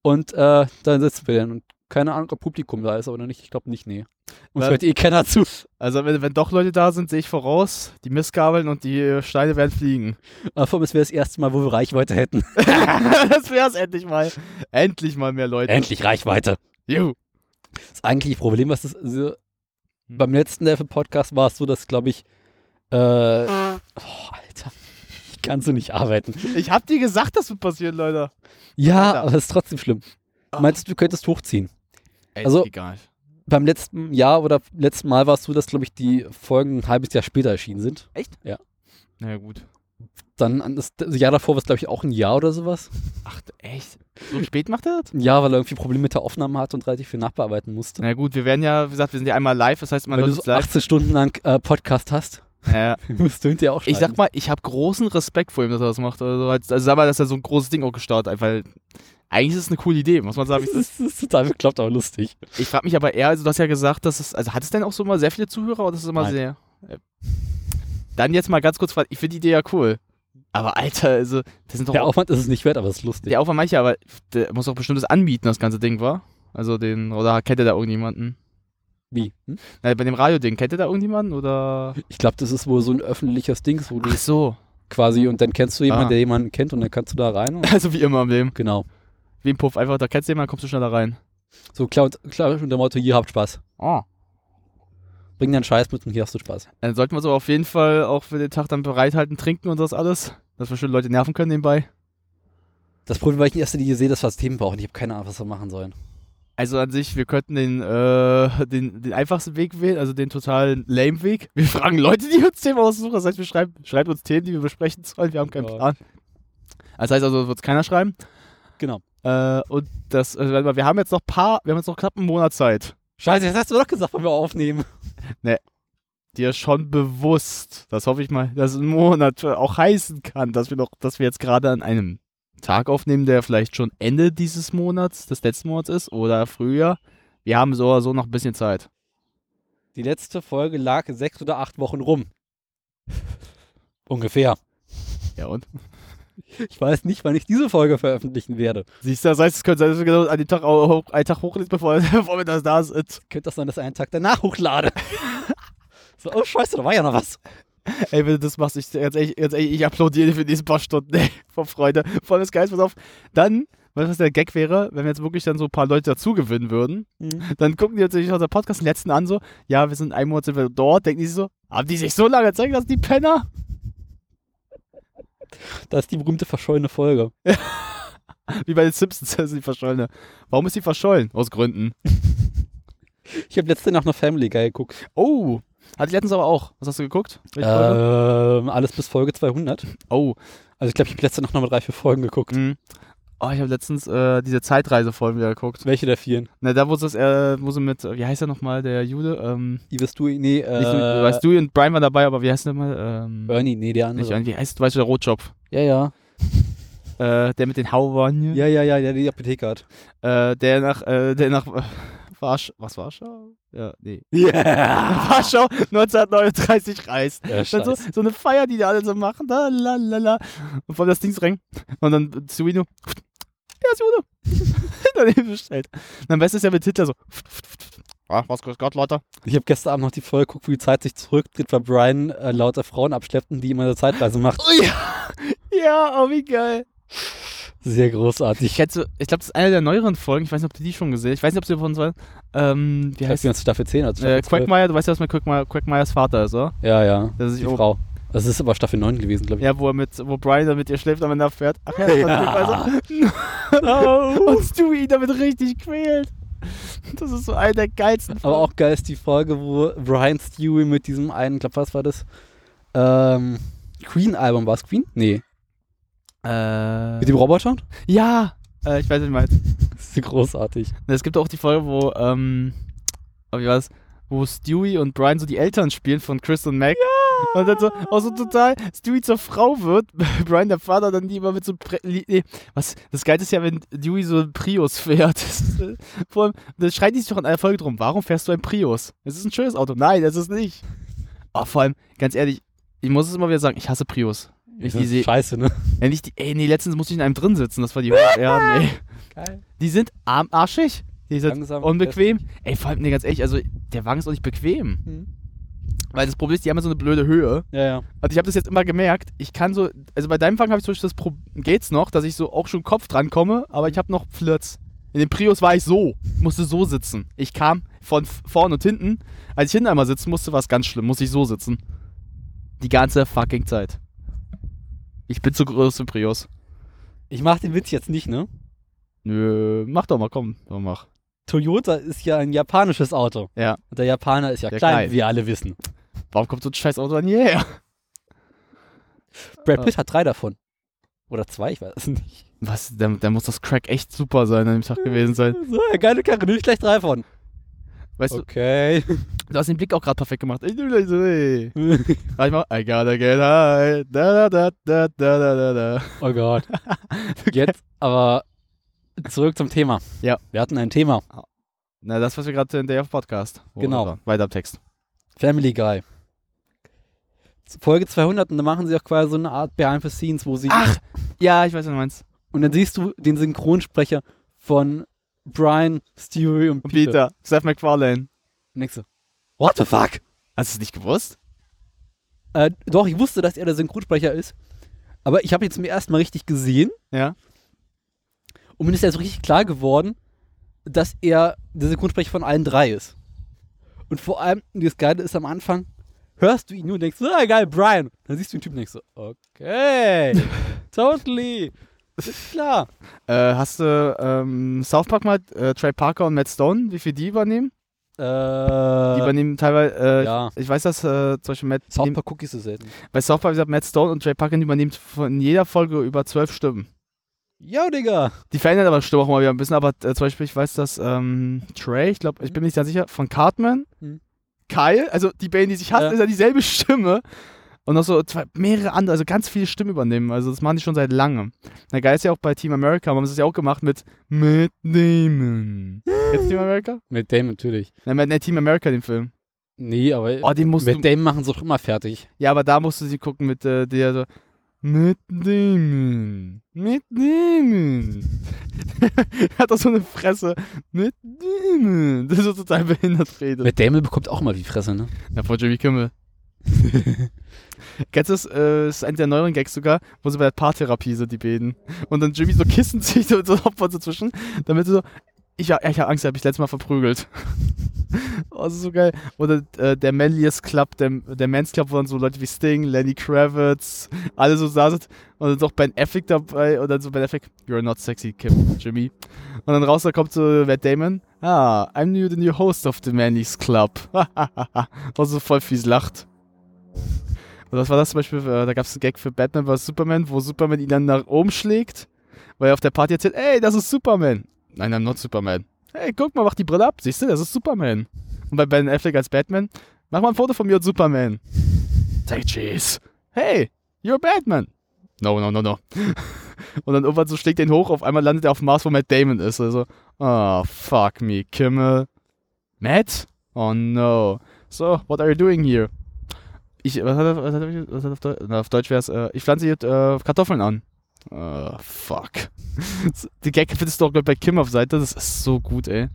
[SPEAKER 10] Und äh, dann sitzen wir dann. Und keine Ahnung, ob Publikum da ist oder nicht. Ich glaube nicht, nee. Uns
[SPEAKER 4] Na-
[SPEAKER 10] hört eh keiner zu.
[SPEAKER 4] Also, wenn, wenn doch Leute da sind, sehe ich voraus, die Mistgabeln und die äh, Steine werden fliegen.
[SPEAKER 10] Aber vor allem, es wäre das erste Mal, wo wir Reichweite hätten.
[SPEAKER 4] das wär's endlich mal. Endlich mal mehr Leute.
[SPEAKER 10] Endlich Reichweite.
[SPEAKER 4] Juhu. Hm.
[SPEAKER 10] Das eigentliche Problem, was das, also, Beim letzten Level-Podcast war es so, dass, glaube ich, äh, oh, Alter, ich kann so nicht arbeiten.
[SPEAKER 4] Ich hab dir gesagt, das wird passieren, Leute. Ah.
[SPEAKER 10] Ja, aber es ist trotzdem schlimm. Meinst du, du könntest hochziehen?
[SPEAKER 4] Ey,
[SPEAKER 10] also,
[SPEAKER 4] ist egal.
[SPEAKER 10] beim letzten Jahr oder letzten Mal war es so, dass, glaube ich, die Folgen ein halbes Jahr später erschienen sind.
[SPEAKER 4] Echt?
[SPEAKER 10] Ja.
[SPEAKER 4] Na ja, gut.
[SPEAKER 10] Dann, an das das Jahr davor war es, glaube ich, auch ein Jahr oder sowas.
[SPEAKER 4] Ach, echt? So spät macht er das?
[SPEAKER 10] Ja, weil er irgendwie Probleme mit der Aufnahme hatte und relativ viel nachbearbeiten musste.
[SPEAKER 4] Na gut, wir werden ja, wie gesagt, wir sind ja einmal live, das heißt, man
[SPEAKER 10] Wenn du
[SPEAKER 4] hört
[SPEAKER 10] so
[SPEAKER 4] uns live.
[SPEAKER 10] 18 Stunden lang äh, Podcast hast,
[SPEAKER 4] Ja.
[SPEAKER 10] musst du hinterher auch schreiben.
[SPEAKER 4] Ich sag mal, ich habe großen Respekt vor ihm, dass er das macht. Also, als- also sag mal, dass er so ein großes Ding auch gestartet hat, weil eigentlich ist es eine coole Idee, muss man sagen.
[SPEAKER 10] das ist, das ist total bekloppt, aber lustig.
[SPEAKER 4] Ich frage mich aber eher, also du hast ja gesagt, dass es, also hat es denn auch so immer sehr viele Zuhörer oder ist es immer
[SPEAKER 10] Nein.
[SPEAKER 4] sehr. Äh, Dann jetzt mal ganz kurz, weil ich finde die Idee ja cool. Aber Alter, also, das sind doch
[SPEAKER 10] Der Aufwand ist es nicht wert, aber es ist lustig.
[SPEAKER 4] Der Aufwand manche, aber der muss doch bestimmt das anbieten, das ganze Ding, war? Also den, oder kennt ihr da irgendjemanden?
[SPEAKER 10] Wie? Hm?
[SPEAKER 4] Na, bei dem Radio-Ding, kennt ihr da irgendjemanden oder?
[SPEAKER 10] Ich glaube, das ist wohl so ein öffentliches Ding, wo du
[SPEAKER 4] Ach so.
[SPEAKER 10] quasi und dann kennst du jemanden,
[SPEAKER 4] Ah.
[SPEAKER 10] der jemanden kennt und dann kannst du da rein. Und
[SPEAKER 4] Also wie immer im Leben.
[SPEAKER 10] Genau.
[SPEAKER 4] Wie im Puff, einfach, da kennst du jemanden, kommst du schneller rein.
[SPEAKER 10] So klar und, klar und der Motto, hier habt Spaß.
[SPEAKER 4] Oh.
[SPEAKER 10] Bring deinen Scheiß mit und hier hast du Spaß.
[SPEAKER 4] Dann sollten wir so auf jeden Fall auch für den Tag dann bereithalten, trinken und das alles. Dass wir schön Leute nerven können nebenbei.
[SPEAKER 10] Das Problem war, ich in erster Linie sehe, dass wir das Themen brauchen. Ich habe keine Ahnung, was wir machen sollen.
[SPEAKER 4] Also an sich, wir könnten den, äh, den, den einfachsten Weg wählen, also den total lame Weg. Wir fragen Leute, die uns Themen aussuchen. Das heißt, wir schreiben, schreiben uns Themen, die wir besprechen sollen. Wir haben keinen
[SPEAKER 10] Ja.
[SPEAKER 4] Plan. Das heißt also, wird es keiner schreiben.
[SPEAKER 10] Genau.
[SPEAKER 4] Äh, und das, also, warte mal, wir haben jetzt noch paar, wir haben jetzt noch knapp einen Monat Zeit.
[SPEAKER 10] Scheiße, das hast du doch gesagt, wenn wir aufnehmen.
[SPEAKER 4] Ne. Dir schon bewusst, das hoffe ich mal, dass ein Monat auch heißen kann, dass wir noch, dass wir jetzt gerade an einem Tag aufnehmen, der vielleicht schon Ende dieses Monats, des letzten Monats ist, oder früher. Wir haben so oder so noch ein bisschen Zeit.
[SPEAKER 10] Die letzte Folge lag sechs oder acht Wochen rum. Ungefähr.
[SPEAKER 4] Ja und?
[SPEAKER 10] Ich weiß nicht, wann ich diese Folge veröffentlichen werde.
[SPEAKER 4] Siehst du, das heißt, es könnte sein, dass wir genau an dem Tag auch auch einen Tag hochlesen, bevor, bevor wir das da sind.
[SPEAKER 10] Könnte das sein, dass ich einen Tag danach hochlade? so, oh Scheiße, da war ja noch was.
[SPEAKER 4] Ey, wenn du das machst, ich, ganz ehrlich, ganz ehrlich, ich applaudiere dir für diese paar Stunden, ey, vor Freude. Vor allem ist geil, pass auf. Dann, weißt du, was der Gag wäre, wenn wir jetzt wirklich dann so ein paar Leute dazu gewinnen würden, dann gucken die natürlich unseren Podcast den letzten an, so, ja, wir sind einen Monat sind wir dort, denken die sich so, haben die sich so lange zeigen lassen, die Penner?
[SPEAKER 10] Das ist die berühmte verschollene Folge.
[SPEAKER 4] Wie bei den Simpsons, das ist die verschollene. Warum ist die verschollen? Aus Gründen.
[SPEAKER 10] Ich habe letzte Nacht noch Family Guy geguckt.
[SPEAKER 4] Oh, hatte ich letztens aber auch. Was hast du geguckt? Welche Folge?
[SPEAKER 10] Ähm, alles bis Folge 200.
[SPEAKER 4] Oh.
[SPEAKER 10] Also ich glaube, ich habe letzte Nacht noch mal drei, vier Folgen geguckt.
[SPEAKER 4] Mhm. Oh, ich habe letztens äh, diese Zeitreisefolgen wieder geguckt.
[SPEAKER 10] Welche der vielen?
[SPEAKER 4] Na, da wo sie, das, äh, wo sie mit, wie heißt er nochmal, der Jude? Ähm,
[SPEAKER 10] Ives Dewey, nee, äh,
[SPEAKER 4] Nicht, du, weißt du und Brian waren dabei, aber wie heißt der mal? Ähm,
[SPEAKER 10] Bernie, nee, der andere.
[SPEAKER 4] nicht, irgendwie heißt, du weißt du, der Rotschopf.
[SPEAKER 10] ja, ja.
[SPEAKER 4] Äh, der mit den Hauern.
[SPEAKER 10] Ja, ja, ja, der die Apotheke hat.
[SPEAKER 4] Äh, der nach, äh, der nach äh, Warsch was Warschau? Ja, nee.
[SPEAKER 10] Yeah!
[SPEAKER 4] Warschau 1939 reist.
[SPEAKER 10] Ja,
[SPEAKER 4] dann so,
[SPEAKER 10] scheiße.
[SPEAKER 4] so eine Feier, die da alle so machen. Da, la, la, la. Und vor allem das Ding drängen. Und dann Suino. Ja, Suino. Daneben bestellt. Und am besten ist ja mit Hitler so. Ah, was grüß Gott, Leute.
[SPEAKER 10] Ich habe gestern Abend noch die Folge geguckt, wo die Zeit sich zurücktritt, weil Brian äh, lauter Frauen abschleppt und die immer eine Zeitreise macht.
[SPEAKER 4] Oh Ja, oh, wie geil.
[SPEAKER 10] Sehr großartig.
[SPEAKER 4] Ich schätze, ich glaube, das ist eine der neueren Folgen. Ich weiß nicht, ob du die schon gesehen hast. Ich weiß nicht, ob sie von uns waren. Ähm, wie
[SPEAKER 10] Ich
[SPEAKER 4] heißt
[SPEAKER 10] heißt
[SPEAKER 4] die?
[SPEAKER 10] uns Staffel 10 als Staffel
[SPEAKER 4] Äh,
[SPEAKER 10] 12.
[SPEAKER 4] Quackmeier, du weißt ja, was mein Quackmeier, Quackmeiers Vater ist, oder?
[SPEAKER 10] Ja, ja.
[SPEAKER 4] Das ist
[SPEAKER 10] die
[SPEAKER 4] auch-
[SPEAKER 10] Frau. Das ist aber Staffel 9 gewesen, glaube ich.
[SPEAKER 4] Ja, wo er mit, wo Brian dann mit ihr schläft, aber er fährt. Ach ja,
[SPEAKER 10] Ja.
[SPEAKER 4] das ist also, Und Stewie ihn damit richtig quält. Das ist so eine der geilsten
[SPEAKER 10] Aber auch geil ist die Folge, wo Brian Stewie mit diesem einen, ich glaube, was war das? Ähm, Queen-Album, war es Queen? Nee.
[SPEAKER 4] Äh,
[SPEAKER 10] Mit dem Roboter?
[SPEAKER 4] ja, äh, ich weiß nicht mal.
[SPEAKER 10] Das ist großartig.
[SPEAKER 4] Es gibt auch die Folge, wo, ähm, oh, wie war's? Wo Stewie und Brian so die Eltern spielen von Chris und Mac. Und dann so, auch so total, Stewie zur Frau wird, Brian der Vater dann die immer mit so, Pre li- nee, was, das Geile ist ja, wenn Stewie so einen Prius fährt. Das ist, äh, Vor allem, das schreit die sich doch in einer Folge drum, warum fährst du ein Prius? Es ist ein schönes Auto. Nein, es ist nicht. Oh, vor allem, ganz ehrlich, ich muss es immer wieder sagen, ich hasse Prius. Ich, die seh-
[SPEAKER 10] Scheiße, ne?
[SPEAKER 4] ja, nicht die, ey, nee, letztens musste ich in einem drin sitzen, das war die Hölle. Ja, nee.
[SPEAKER 10] Geil.
[SPEAKER 4] Die sind armarschig, die sind
[SPEAKER 10] Langsam,
[SPEAKER 4] unbequem. Ey, vor allem, nee, ganz ehrlich, also der Wagen ist auch nicht bequem. Weil das Problem ist, die haben ja so eine blöde Höhe.
[SPEAKER 10] Mhm. Ja, ja.
[SPEAKER 4] Also ich habe das jetzt immer gemerkt, ich kann so, also bei deinem Wagen habe ich zum Beispiel das Problem, geht's noch, dass ich so auch schon Kopf dran komme, aber ich habe noch Flirts. In dem Prius war ich so, musste so sitzen. Ich kam von f- vorn und hinten. Als ich hinten einmal sitzen musste, war es ganz schlimm. Musste ich so sitzen. Die ganze fucking Zeit. Ich bin zu groß im Prius.
[SPEAKER 10] Ich mach den Witz jetzt nicht, ne?
[SPEAKER 4] Nö, mach doch mal, komm, doch mach.
[SPEAKER 10] Toyota ist ja ein japanisches Auto.
[SPEAKER 4] Ja.
[SPEAKER 10] Und der Japaner ist ja
[SPEAKER 4] Der
[SPEAKER 10] klein,
[SPEAKER 4] klein.
[SPEAKER 10] wie wir alle wissen.
[SPEAKER 4] Warum kommt so ein scheiß Auto an hierher?
[SPEAKER 10] Brad Pitt hat drei davon. Oder zwei, ich weiß es nicht.
[SPEAKER 4] Was? Da, da muss das Crack echt super sein an dem Tag gewesen sein.
[SPEAKER 10] So, eine geile Karre, nicht gleich drei von.
[SPEAKER 4] Weißt
[SPEAKER 10] okay.
[SPEAKER 4] du? Du hast den Blick auch gerade perfekt gemacht. Ich nehme gleich so, ey. Sag ich mal, I gotta get high. Da, da, da, da, da, da, da.
[SPEAKER 10] Oh Gott. Jetzt aber zurück zum Thema.
[SPEAKER 4] Ja. Ah.
[SPEAKER 10] Wir hatten ein Thema.
[SPEAKER 4] Na, das, was wir gerade in Day of Podcast. wo
[SPEAKER 10] Genau.
[SPEAKER 4] wir waren. Weiter im Text.
[SPEAKER 10] Family Guy. Folge 200 und da machen sie auch quasi so eine Art Behind the Scenes, wo sie. Ach,
[SPEAKER 4] ja, ich weiß, was du meinst.
[SPEAKER 10] Und dann siehst du den Synchronsprecher von Brian, Stewie und Peter.
[SPEAKER 4] Peter, Seth MacFarlane.
[SPEAKER 10] Nächste. What the fuck?
[SPEAKER 4] Hast du es nicht gewusst?
[SPEAKER 10] Äh, doch, ich wusste, dass er der Synchronsprecher ist. Aber ich habe ihn zum ersten Mal richtig gesehen.
[SPEAKER 4] Ja.
[SPEAKER 10] Und mir ist jetzt richtig klar geworden, dass er der Synchronsprecher von allen drei ist. Und vor allem, das Geile ist am Anfang, hörst du ihn nur und denkst, ah, geil, Brian. Dann siehst du den Typen und denkst so, okay, totally. Ist klar.
[SPEAKER 4] Äh, hast du ähm, South Park mal äh, Trey Parker und Matt Stone, wie viel die übernehmen?
[SPEAKER 10] Äh,
[SPEAKER 4] Die übernehmen teilweise, äh,
[SPEAKER 10] ja.
[SPEAKER 4] ich, ich weiß, dass äh, zum Beispiel Matt,
[SPEAKER 10] South Park Cookies so selten.
[SPEAKER 4] bei South Park, wie gesagt, Matt Stone und Trey Parker übernehmen von jeder Folge über zwölf Stimmen.
[SPEAKER 10] Yo, Digga.
[SPEAKER 4] Die verändern aber Stimme auch mal wieder ein bisschen, aber äh, zum Beispiel, ich weiß, dass ähm, Trey, ich glaube, ich bin nicht ganz sicher, von Cartman,
[SPEAKER 10] Hm.
[SPEAKER 4] Kyle, also die Band, die sich hassen,
[SPEAKER 10] Ja.
[SPEAKER 4] ist ja dieselbe Stimme. Und noch so zwei, mehrere andere, also ganz viele Stimmen übernehmen. Also das machen die schon seit langem. Na geil ist ja auch bei Team America, haben sie es ja auch gemacht mit Matt Damon. Jetzt Team America?
[SPEAKER 10] Mit Damon natürlich.
[SPEAKER 4] Nein, Matt- nee, Team America, den Film.
[SPEAKER 10] Nee, aber
[SPEAKER 4] Oh, den musst
[SPEAKER 10] mit
[SPEAKER 4] du-
[SPEAKER 10] Damon machen sie doch immer fertig.
[SPEAKER 4] Ja, aber da musst du sie gucken mit äh, der so Matt Damon. Matt Damon. Hat doch so eine Fresse. Matt Damon. Das ist so total behindert redet.
[SPEAKER 10] Mit Damon bekommt auch immer die Fresse, ne?
[SPEAKER 4] Na, von Jimmy Kimmel. Kennst du das? Äh, das ist einer der neueren Gags sogar, wo sie bei der Paartherapie sind, die beiden. Und dann Jimmy so Kissen zieht und so Opfer so zwischen, damit sie so, ich, ja, ich habe Angst, ich habe mich letztes Mal verprügelt. oh, das ist so geil. Oder äh, der Manliest Club, der, der Men's Club, wo dann so Leute wie Sting, Lenny Kravitz, alle so da sind. Und dann ist auch Ben Affleck dabei. Und dann so Ben Affleck, you're not sexy, Kim, Jimmy. Und dann raus, da kommt so Matt Damon. Ah, I'm new, the new host of the Manly's Club. und so voll fies lacht. Und was war das zum Beispiel? äh, Da gab es einen Gag für Batman vs. Superman, wo Superman ihn dann nach oben schlägt, weil er auf der Party erzählt, ey, das ist Superman. Nein, I'm not Superman. Hey, guck mal, mach die Brille ab. Siehst du, das ist Superman. Und bei Ben Affleck als Batman, mach mal ein Foto von mir und Superman. Say cheese. Hey, you're Batman. No, no, no, no. und dann irgendwann so schlägt er ihn hoch, auf einmal landet er auf dem Mars, wo Matt Damon ist. Also, ah, fuck me, Kimmel. Matt? Oh no. So, what are you doing here? Ich, was hat er, was hat er, was hat er auf, Deu na, auf Deutsch wäre es, äh, ich pflanze hier äh, Kartoffeln an. Ah, fuck. Die Gag findest du auch glaub ich, bei Kim auf Seite, das ist so gut, ey.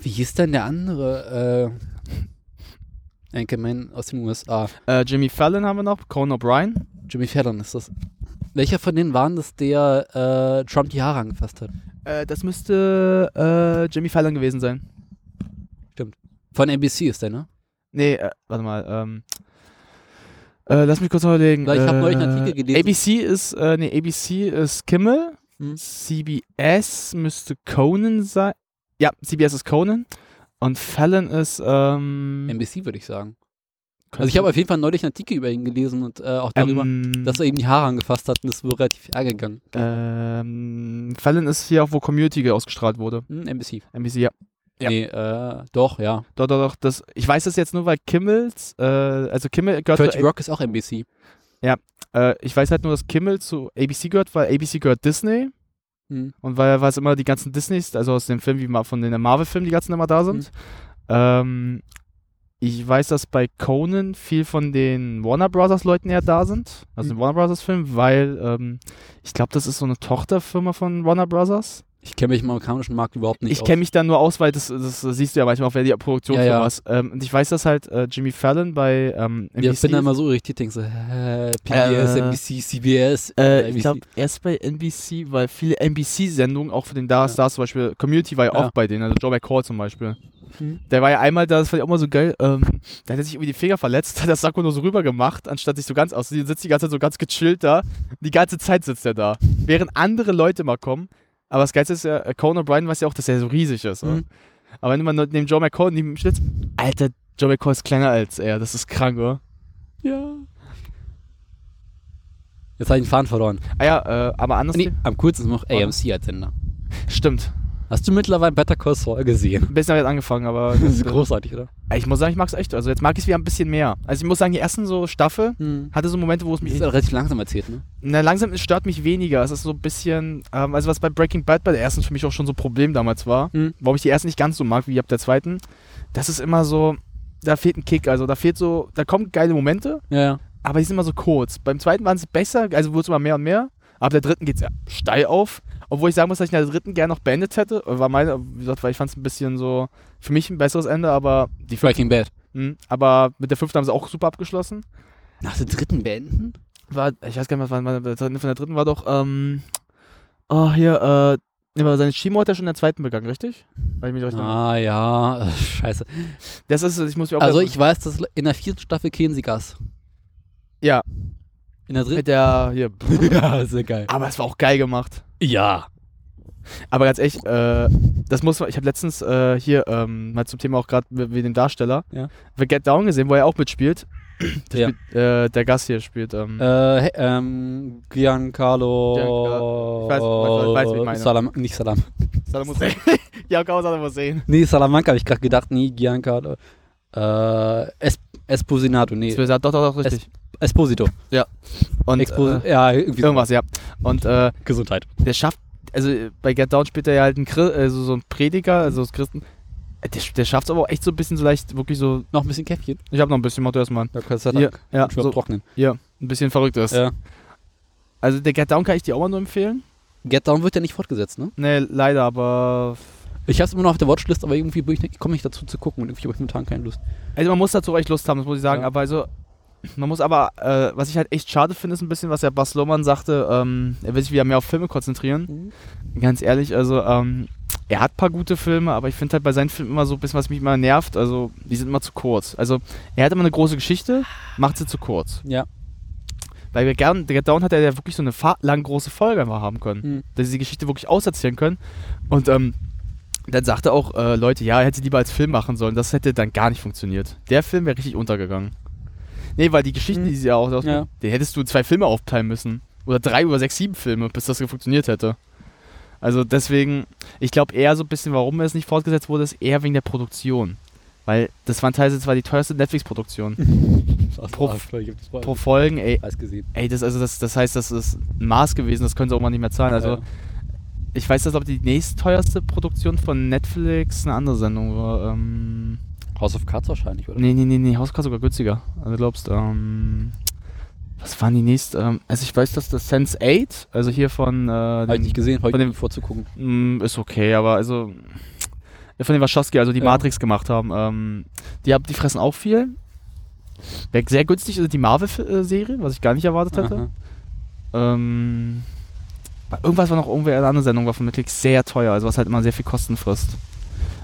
[SPEAKER 10] Wie hieß denn der andere äh, Anchorman aus den USA?
[SPEAKER 4] Äh, Jimmy Fallon haben wir noch, Conan O'Brien.
[SPEAKER 10] Jimmy Fallon ist das. Welcher von denen waren das, der äh, Trump die Haare angefasst hat?
[SPEAKER 4] Äh, das müsste äh, Jimmy Fallon gewesen sein.
[SPEAKER 10] Stimmt. Von NBC ist der, ne?
[SPEAKER 4] Nee, äh, warte mal. Ähm, äh, lass mich kurz überlegen.
[SPEAKER 10] Weil ich hab
[SPEAKER 4] äh,
[SPEAKER 10] neulich einen Artikel gelesen. Hm.
[SPEAKER 4] ABC ist, äh, nee, ABC ist Kimmel. CBS müsste Conan sein. Ja, CBS ist Conan. Und Fallon ist, ähm,
[SPEAKER 10] NBC würde ich sagen. Also ich habe auf jeden Fall neulich einen Artikel über ihn gelesen und äh, auch darüber,
[SPEAKER 4] Ähm.
[SPEAKER 10] dass er eben die Haare angefasst hat und das wurde relativ ärger gegangen.
[SPEAKER 4] ähm, Fallon ist hier auch, wo Community ausgestrahlt wurde.
[SPEAKER 10] Hm, NBC.
[SPEAKER 4] NBC, ja.
[SPEAKER 10] Nee, äh, doch, ja.
[SPEAKER 4] Doch, doch, doch. Das, ich weiß das jetzt nur, weil Kimmels, äh, also Kimmel gehört
[SPEAKER 10] Thirty
[SPEAKER 4] zu-
[SPEAKER 10] Rock ist auch NBC.
[SPEAKER 4] Ja, äh, ich weiß halt nur, dass Kimmel zu ABC gehört, weil ABC gehört Disney.
[SPEAKER 10] Hm.
[SPEAKER 4] Und weil weil es immer die ganzen Disneys, also aus den Filmen, wie ma- von den Marvel-Filmen, die ganzen immer da sind.
[SPEAKER 10] Hm.
[SPEAKER 4] Ähm, ich weiß, dass bei Conan viel von den Warner Brothers Leuten ja da sind,
[SPEAKER 10] Hm.
[SPEAKER 4] also den Warner Brothers Filmen, weil ähm, ich glaube, das ist so eine Tochterfirma von Warner Brothers.
[SPEAKER 10] Ich kenne mich im amerikanischen Markt überhaupt nicht
[SPEAKER 4] Ich kenne mich da nur aus, weil das, das siehst du ja manchmal, auf wer die Produktion
[SPEAKER 10] Ja,
[SPEAKER 4] für
[SPEAKER 10] ja.
[SPEAKER 4] was. Ähm, und ich weiß, dass halt äh, Jimmy Fallon bei ähm,
[SPEAKER 10] aus. Ja,
[SPEAKER 4] NBC.
[SPEAKER 10] ich bin da immer so irritiert, denke so, hä, PBS,
[SPEAKER 4] Äh,
[SPEAKER 10] NBC, CBS,
[SPEAKER 4] äh,
[SPEAKER 10] NBC.
[SPEAKER 4] ich glaube erst bei NBC, weil viele NBC-Sendungen, auch für den Dara Stars zum Beispiel, Community war ja auch
[SPEAKER 10] Ja.
[SPEAKER 4] bei denen, also Joe McCall zum Beispiel.
[SPEAKER 10] Mhm.
[SPEAKER 4] Der war ja einmal da, das fand ich auch mal so geil, ähm, da hat er sich irgendwie die Finger verletzt, hat das Sakko nur so rüber gemacht, anstatt sich so ganz auszusehen, sitzt die ganze Zeit so ganz gechillt da. Die ganze Zeit sitzt er da. Während andere Leute mal kommen, aber das Geilste ist ja, äh, Conan O'Brien weiß ja auch, dass er so riesig ist. oder? Aber wenn man neben Joe McCall neben ihm sitzt, Alter, Joe McCall ist kleiner als er, das ist krank, oder?
[SPEAKER 10] Ja. Jetzt habe ich den Faden verloren.
[SPEAKER 4] Ah ja, äh, aber anders.
[SPEAKER 10] Nee, am kurzesten noch AMC als Sender.
[SPEAKER 4] Stimmt.
[SPEAKER 10] Hast du mittlerweile Better Call Saul gesehen?
[SPEAKER 4] Ein bisschen habe ich jetzt angefangen, aber. Ah,
[SPEAKER 10] Das ist großartig, oder?
[SPEAKER 4] Ich muss sagen, ich mag es echt. Also jetzt mag ich es wieder ein bisschen mehr. Also ich muss sagen, die ersten so Staffel hatte so Momente, wo es mich.
[SPEAKER 10] Hm. Ist ja relativ langsam erzählt, ne?
[SPEAKER 4] Na, langsam es stört mich weniger. Es ist so ein bisschen, ähm, also was bei Breaking Bad bei der ersten für mich auch schon so ein Problem damals war,
[SPEAKER 10] Hm.
[SPEAKER 4] warum ich die erste nicht ganz so mag wie ab der zweiten, das ist immer so, da fehlt ein Kick, also da fehlt so, da kommen geile Momente,
[SPEAKER 10] Ja, ja.
[SPEAKER 4] aber die sind immer so kurz. Beim zweiten waren es besser, also wurde es immer mehr und mehr, aber der dritten geht es ja steil auf, obwohl ich sagen muss, dass ich in der dritten gerne noch beendet hätte, war meine, wie gesagt, weil ich fand es ein bisschen so, für mich ein besseres Ende, aber die
[SPEAKER 10] Breaking Bad.
[SPEAKER 4] Mhm. aber mit der fünften haben sie auch super abgeschlossen.
[SPEAKER 10] Nach der dritten beenden?
[SPEAKER 4] War, ich weiß gar nicht, was war, war, war von der dritten war doch, ähm, oh, hier, äh, nee, aber seine Schimo hat er schon in der zweiten begangen, richtig? Weil ich mich recht erinnere.
[SPEAKER 10] Ah ja, äh, scheiße.
[SPEAKER 4] Das ist, ich muss mich auch
[SPEAKER 10] Also ich weiß, dass in der vierten Staffel kehren sie Gas.
[SPEAKER 4] Ja.
[SPEAKER 10] In der dritten?
[SPEAKER 4] Mit der, hier.
[SPEAKER 10] ja, sehr geil.
[SPEAKER 4] Aber es war auch geil gemacht.
[SPEAKER 10] Ja.
[SPEAKER 4] Aber ganz ehrlich, äh, das muss man, ich habe letztens äh, hier, ähm, mal zum Thema auch gerade wie wie dem Darsteller,
[SPEAKER 10] Ja.
[SPEAKER 4] The Get Down gesehen, wo er auch mitspielt. Der,
[SPEAKER 10] Ja.
[SPEAKER 4] spielt, äh, der Gast hier spielt, ähm,
[SPEAKER 10] Äh, he- ähm,
[SPEAKER 4] Giancarlo-
[SPEAKER 10] Giancarlo.
[SPEAKER 4] ich weiß- weiß- weiß, wie ich meine.
[SPEAKER 10] Salam nicht Salam.
[SPEAKER 4] Saddam Hussein. ja, kann man Saddam Hussein.
[SPEAKER 10] Nee, Salamanca habe ich gerade gedacht. Nee, Giancarlo. Äh, es Esposinato. Nee.
[SPEAKER 4] Esposinato, doch, doch, doch, richtig.
[SPEAKER 10] Es Esposito.
[SPEAKER 4] Ja. Und,
[SPEAKER 10] Expo
[SPEAKER 4] äh,
[SPEAKER 10] ja, irgendwie so.
[SPEAKER 4] Irgendwas, ja. Und äh,
[SPEAKER 10] Gesundheit.
[SPEAKER 4] Der schafft, also äh, bei Get Down spielt er ja halt einen Chri- also so ein Prediger, also so Christen. Äh, Der, der schafft es aber auch echt so ein bisschen so leicht, wirklich so.
[SPEAKER 10] Noch ein bisschen Käffchen.
[SPEAKER 4] Ich hab noch ein bisschen, mach du erstmal.
[SPEAKER 10] Ja, Gott sei
[SPEAKER 4] Ja,
[SPEAKER 10] Dank.
[SPEAKER 4] ja,
[SPEAKER 10] Und schon Äh, trocknen.
[SPEAKER 4] Ja, ein bisschen verrückt ist.
[SPEAKER 10] Ja.
[SPEAKER 4] Also der Get Down kann ich dir auch mal nur empfehlen.
[SPEAKER 10] Get Down wird ja nicht fortgesetzt, ne?
[SPEAKER 4] Nee, leider, aber.
[SPEAKER 10] Ich hab's immer noch auf der Watchlist, aber irgendwie bin ich nicht- ich komme nicht dazu zu gucken und irgendwie habe ich momentan keine Lust.
[SPEAKER 4] Also man muss dazu echt Lust haben, das muss ich sagen.
[SPEAKER 10] Ja.
[SPEAKER 4] Aber also, man muss aber, äh, was ich halt echt schade finde, ist ein bisschen, was der Bas Lohmann sagte, ähm, er will sich wieder mehr auf Filme konzentrieren. Ganz ehrlich, also ähm, er hat ein paar gute Filme, aber ich finde halt bei seinen Filmen immer so ein bisschen, was mich immer nervt, also die sind immer zu kurz. Also er hat immer eine große Geschichte, macht sie zu kurz.
[SPEAKER 10] Ja.
[SPEAKER 4] Weil bei Get Down- Get Down hat er ja wirklich so eine fa- lang große Folge einfach haben können.
[SPEAKER 10] Hm.
[SPEAKER 4] Dass sie die Geschichte wirklich auserzählen können. Und ähm, dann sagte auch äh, Leute, ja, er hätte sie lieber als Film machen sollen. Das hätte dann gar nicht funktioniert. Der Film wäre richtig untergegangen. Nee, weil die Geschichten, die sie ja auch
[SPEAKER 10] Hm. Ja.
[SPEAKER 4] den hättest du in zwei Filme aufteilen müssen. Oder drei oder sechs, sieben Filme, bis das funktioniert hätte. Also deswegen, ich glaube eher so ein bisschen, warum es nicht fortgesetzt wurde, ist eher wegen der Produktion. Weil das waren teilweise zwar die teuerste Netflix-Produktion. pro,
[SPEAKER 10] Arschloch, ich hab's vorhin
[SPEAKER 4] pro Folgen, ey.
[SPEAKER 10] alles gesehen.
[SPEAKER 4] Ey, das, also das, das heißt, das ist ein Maß gewesen, das können sie auch mal nicht mehr zahlen. Also
[SPEAKER 10] Ja.
[SPEAKER 4] ich weiß, dass glaube ich, die nächstteuerste Produktion von Netflix eine andere Sendung war. Ähm,
[SPEAKER 10] House of Cards wahrscheinlich, oder?
[SPEAKER 4] Nee, nee, nee, nee, Hauskar sogar günstiger. Also glaubst, ähm, was waren die nächsten? Ähm, also ich weiß, dass das Sense 8, also hier von... Äh, Habe
[SPEAKER 10] ich nicht gesehen, hab ich
[SPEAKER 4] von dem
[SPEAKER 10] nicht vorzugucken.
[SPEAKER 4] Mm, ist okay, aber also... ja, Von den Wachowski, also die
[SPEAKER 10] Ja.
[SPEAKER 4] Matrix gemacht haben, ähm, die, hab, die fressen auch viel. Wer sehr günstig ist die Marvel-Serie, was ich gar nicht erwartet hätte. Ähm, irgendwas war noch irgendwer eine andere Sendung war von Netflix sehr teuer, also was halt immer sehr viel Kosten frisst.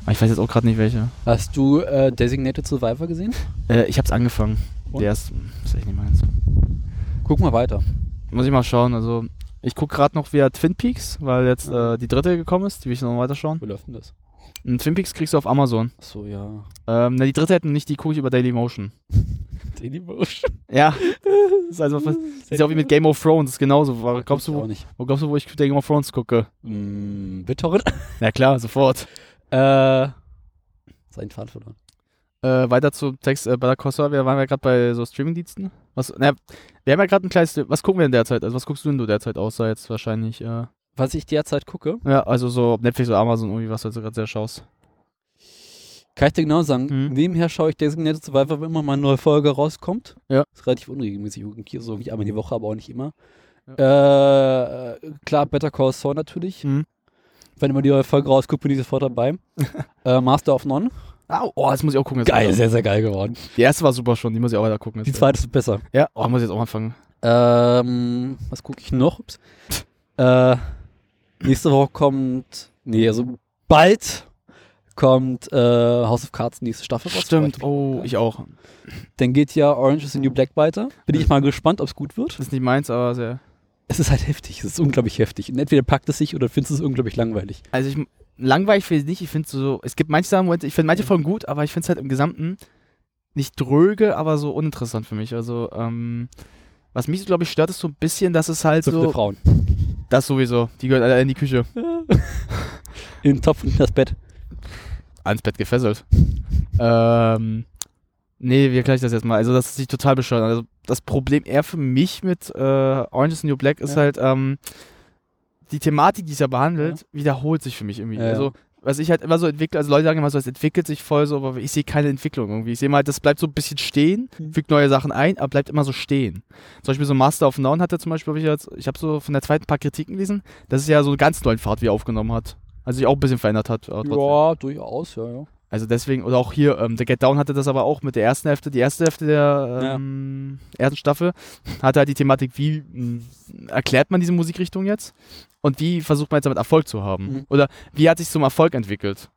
[SPEAKER 4] Aber ich weiß jetzt auch gerade nicht welche.
[SPEAKER 10] Hast du äh, Designated Survivor gesehen?
[SPEAKER 4] Äh, ich hab's angefangen.
[SPEAKER 10] Und?
[SPEAKER 4] Der ist, ist echt nicht meins.
[SPEAKER 10] Guck mal weiter.
[SPEAKER 4] Muss ich mal schauen. Also, ich guck gerade noch wieder Twin Peaks, weil jetzt äh, die dritte gekommen ist. Die will ich noch weiter schauen.
[SPEAKER 10] Wo läuft denn das?
[SPEAKER 4] Und Twin Peaks kriegst du auf Amazon.
[SPEAKER 10] Achso, ja.
[SPEAKER 4] Ähm, na, die dritte hätten nicht, die gucke ich über Dailymotion.
[SPEAKER 10] Dailymotion.
[SPEAKER 4] Ja. ist also fast, ist ja auch wie mit Game of Thrones, ist genauso. Wo glaubst, du,
[SPEAKER 10] ich
[SPEAKER 4] wo,
[SPEAKER 10] auch nicht.
[SPEAKER 4] wo glaubst du, wo ich Game of Thrones gucke?
[SPEAKER 10] Mm, BitTorrent?
[SPEAKER 4] Na klar, sofort.
[SPEAKER 10] äh. Sein Faden verloren.
[SPEAKER 4] Äh, weiter zum Text äh, bei der Corsair, wir waren ja gerade bei so Streamingdiensten. Was, na, wir haben ja gerade ein kleines, was gucken wir denn derzeit? Also was guckst du denn du derzeit außer jetzt wahrscheinlich? Äh,
[SPEAKER 10] Was ich derzeit gucke,
[SPEAKER 4] ja, also so ob Netflix oder Amazon irgendwie, was du jetzt gerade sehr schaust. Mhm.
[SPEAKER 10] kann ich dir genau sagen, nebenher schaue ich Designated Survivor, wenn immer mal eine neue Folge rauskommt.
[SPEAKER 4] Ja.
[SPEAKER 10] Ist relativ unregelmäßig, irgendwie so irgendwie einmal die
[SPEAKER 4] Mhm.
[SPEAKER 10] Woche, aber auch nicht immer. Äh, klar, Better Call Saul natürlich. Wenn immer die neue Folge rausguckt, bin ich sofort dabei. äh, Master of None.
[SPEAKER 4] Au, oh, das muss ich auch gucken. jetzt.
[SPEAKER 10] Geil, sehr, sehr geil geworden.
[SPEAKER 4] Die erste war super schon, die muss ich auch weiter gucken.
[SPEAKER 10] Die zweite ist besser.
[SPEAKER 4] Ja, oh, muss ich jetzt auch anfangen.
[SPEAKER 10] Ähm, was gucke ich noch? Ups. Äh, nächste Woche kommt, nee, also bald kommt äh, House of Cards nächste Staffel raus.
[SPEAKER 4] Stimmt, oh, ich auch.
[SPEAKER 10] Dann geht ja Orange is the New Black weiter. Bin ich mal gespannt, ob es gut wird.
[SPEAKER 4] Das ist nicht meins, aber sehr.
[SPEAKER 10] Es ist halt heftig, es ist unglaublich heftig. Und entweder packt es sich oder findest es unglaublich langweilig.
[SPEAKER 4] Also ich, langweilig finde ich nicht, ich finde so, es gibt manche Sachen, wo ich finde manche Folgen gut, aber ich finde es halt im Gesamten nicht dröge, aber so uninteressant für mich. Also, ähm, was mich, glaube ich, stört, ist so ein bisschen, dass es halt
[SPEAKER 10] Fünfte
[SPEAKER 4] so.
[SPEAKER 10] Frauen.
[SPEAKER 4] Das sowieso, die gehören alle in die Küche.
[SPEAKER 10] Im Topf und in das Bett.
[SPEAKER 4] ans Bett gefesselt. ähm, nee, wie erkläre ich das jetzt mal? Also, das ist sich total bescheuert. Also, das Problem eher für mich mit äh, Orange is the New Black ist
[SPEAKER 10] Ja.
[SPEAKER 4] halt, ähm, die Thematik, die es ja behandelt, wiederholt sich für mich irgendwie.
[SPEAKER 10] Ja, ja.
[SPEAKER 4] Also, was ich halt immer so entwickle, also Leute sagen immer so, es entwickelt sich voll so, aber ich sehe keine Entwicklung irgendwie. Ich sehe mal, halt, das bleibt so ein bisschen stehen, fügt neue Sachen ein, aber bleibt immer so stehen. Zum Beispiel so Master of None hat er zum Beispiel, hab ich jetzt, ich habe so von der zweiten paar Kritiken gelesen, dass es ja so einen ganz neuen Pfad wieder aufgenommen hat. Also sich auch ein bisschen verändert hat. aber trotzdem.
[SPEAKER 10] Ja, durchaus, ja, ja.
[SPEAKER 4] Also deswegen, oder auch hier, ähm, The Get Down hatte das aber auch mit der ersten Hälfte, die erste Hälfte der ähm, ersten Staffel, hatte halt die Thematik, wie m, erklärt man diese Musikrichtung jetzt und wie versucht man jetzt damit Erfolg zu haben?
[SPEAKER 10] Mhm.
[SPEAKER 4] Oder wie hat sich zum Erfolg entwickelt?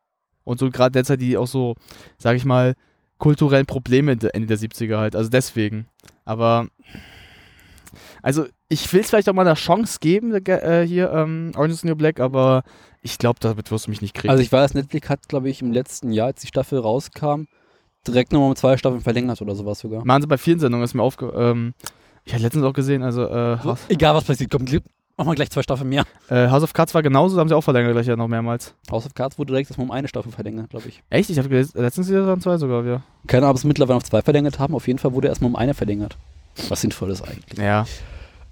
[SPEAKER 4] Und so gerade derzeit die auch so, sag ich mal, kulturellen Probleme de- Ende der 70er halt, also deswegen. Aber, also ich will es vielleicht auch mal eine Chance geben, The Ge- äh, hier, ähm, Orange is the New Black, aber ich glaube, damit wirst du mich nicht kriegen.
[SPEAKER 10] Also ich weiß, Netflix hat, glaube ich, im letzten Jahr, als die Staffel rauskam, direkt nochmal um zwei Staffeln verlängert oder sowas sogar.
[SPEAKER 4] Machen sie bei vielen Sendungen, ist mir aufge... Ähm, ich hatte letztens auch gesehen, also äh,
[SPEAKER 10] So,
[SPEAKER 4] House,
[SPEAKER 10] egal was passiert, kommt, machen wir gleich zwei Staffeln mehr.
[SPEAKER 4] äh, House of Cards war genauso, da haben sie auch verlängert gleich ja noch mehrmals.
[SPEAKER 10] House of Cards wurde direkt erstmal um eine Staffel verlängert, glaube ich.
[SPEAKER 4] Echt? Ich habe letztens wieder waren zwei sogar wieder.
[SPEAKER 10] Keine Ahnung, ob es mittlerweile auf zwei verlängert haben. Auf jeden Fall wurde erstmal um eine verlängert. Was sinnvoll ist eigentlich.
[SPEAKER 4] Ja.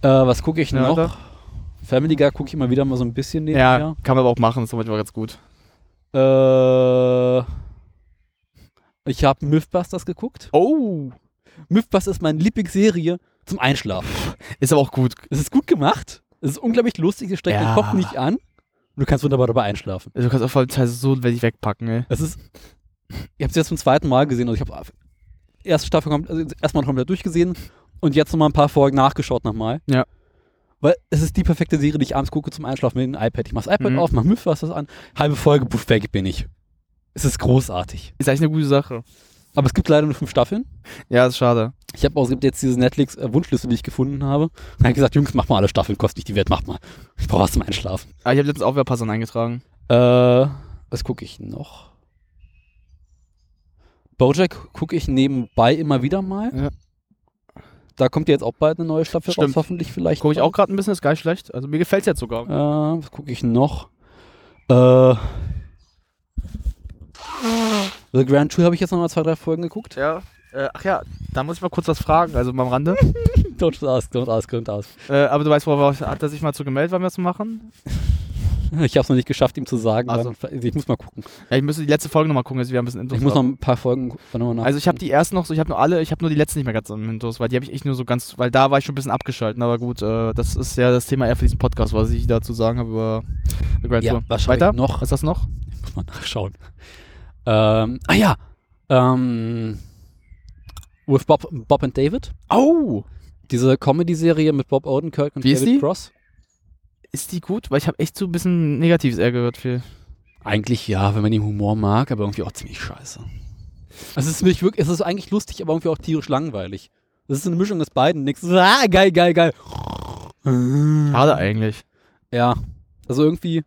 [SPEAKER 10] Äh, was gucke ich
[SPEAKER 4] Ja,
[SPEAKER 10] noch?
[SPEAKER 4] weiter.
[SPEAKER 10] Family Guy gucke ich immer wieder mal so ein bisschen
[SPEAKER 4] Ja,
[SPEAKER 10] nebenher.
[SPEAKER 4] kann man aber auch machen, ist manchmal ganz gut.
[SPEAKER 10] Ja. Äh, ich habe Mythbusters geguckt.
[SPEAKER 4] Oh!
[SPEAKER 10] Mythbusters ist meine Lieblingsserie zum Einschlafen.
[SPEAKER 4] Ist aber auch gut.
[SPEAKER 10] Es ist gut gemacht. Es ist unglaublich lustig. Es streckt
[SPEAKER 4] Ja.
[SPEAKER 10] den Kopf nicht an. Und du kannst wunderbar dabei einschlafen.
[SPEAKER 4] Also du kannst auch voll Teil so wenn ich wegpacken, ey.
[SPEAKER 10] Es ist. Ich habe es jetzt zum zweiten Mal gesehen. Also ich habe erste Staffel kom- also erstmal komplett durchgesehen und jetzt nochmal ein paar Folgen nachgeschaut nochmal.
[SPEAKER 4] Ja.
[SPEAKER 10] Weil es ist die perfekte Serie, die ich abends gucke zum Einschlafen mit dem iPad. Ich mach's iPad
[SPEAKER 4] Mhm.
[SPEAKER 10] auf, mach Müff was das an, halbe Folge, puff, weg bin ich. Es ist großartig.
[SPEAKER 4] Ist eigentlich eine gute Sache.
[SPEAKER 10] Aber es gibt leider nur fünf Staffeln.
[SPEAKER 4] Ja, ist schade.
[SPEAKER 10] Ich habe auch, es gibt jetzt diese Netflix-Wunschliste, die ich gefunden habe. Dann habe ich gesagt, Jungs, mach mal alle Staffeln, kostet nicht die Welt, mach mal. Ich brauche was zum Einschlafen.
[SPEAKER 4] Aber Ah, ich habe letztens auch wieder Passern eingetragen.
[SPEAKER 10] Äh, was gucke ich noch? Bojack gucke ich nebenbei immer wieder mal. Da kommt ja jetzt auch bald eine neue Staffel raus,
[SPEAKER 4] Stimmt.
[SPEAKER 10] hoffentlich vielleicht.
[SPEAKER 4] Gucke ich auch gerade ein bisschen, ist gar nicht schlecht. Also mir gefällt es jetzt sogar.
[SPEAKER 10] Äh, was gucke ich noch? Äh, The Grand Tour habe ich jetzt noch mal zwei, drei Folgen geguckt.
[SPEAKER 4] Ja. Äh, ach ja, da muss ich mal kurz was fragen, also mal am Rande.
[SPEAKER 10] Don't ask, don't ask, don't ask.
[SPEAKER 4] äh, aber du weißt, worauf hat er sich mal zu gemeldet, wann wir es machen?
[SPEAKER 10] Ich habe es noch nicht geschafft, ihm zu sagen.
[SPEAKER 4] Also.
[SPEAKER 10] wann- Ich muss mal gucken.
[SPEAKER 4] Ja, ich müsste die letzte Folge nochmal gucken, dass wir ein bisschen Infos
[SPEAKER 10] Ich muss noch
[SPEAKER 4] haben.
[SPEAKER 10] ein paar Folgen wann noch mal nach.
[SPEAKER 4] Also ich habe die ersten noch so, ich habe nur alle, ich habe nur die letzten nicht mehr ganz im Windows, weil die habe ich echt nur so ganz, weil da war ich schon ein bisschen abgeschalten, aber gut, äh, das ist ja das Thema eher für diesen Podcast, was ich dazu sagen habe über The Grand
[SPEAKER 10] Ja,
[SPEAKER 4] Tour.
[SPEAKER 10] was schau ich
[SPEAKER 4] Weiter? Also
[SPEAKER 10] noch?
[SPEAKER 4] Was ist das noch?
[SPEAKER 10] Muss man nachschauen. Ähm, ah ja. Ähm, with Bob, Bob and David.
[SPEAKER 4] Oh!
[SPEAKER 10] Diese Comedy-Serie mit Bob Odenkirk und
[SPEAKER 4] Wie ist
[SPEAKER 10] David
[SPEAKER 4] die?
[SPEAKER 10] Cross.
[SPEAKER 4] Ist die gut? Weil ich habe echt so ein bisschen Negatives eher gehört viel.
[SPEAKER 10] Eigentlich ja, wenn man den Humor mag, aber irgendwie auch ziemlich scheiße. Also Es ist nicht wirklich, es ist eigentlich lustig, aber irgendwie auch tierisch langweilig. Das ist eine Mischung aus beiden. Nix. so, Ah, geil, geil, geil.
[SPEAKER 4] Schade eigentlich.
[SPEAKER 10] Ja. Also irgendwie.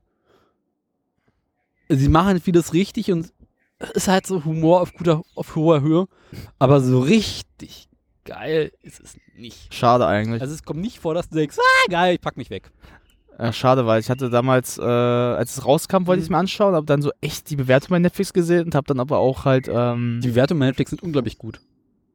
[SPEAKER 10] Sie machen halt vieles richtig und es ist halt so Humor auf guter, auf hoher Höhe. Aber so richtig geil ist es nicht.
[SPEAKER 4] Schade eigentlich.
[SPEAKER 10] Also es kommt nicht vor, dass du denkst, ah geil, ich pack mich weg.
[SPEAKER 4] Ja, schade, weil ich hatte damals, äh, als es rauskam, wollte ich es mir anschauen, habe dann so echt die Bewertung bei Netflix gesehen und habe dann aber auch halt, ähm,
[SPEAKER 10] Die Bewertungen bei Netflix sind unglaublich gut.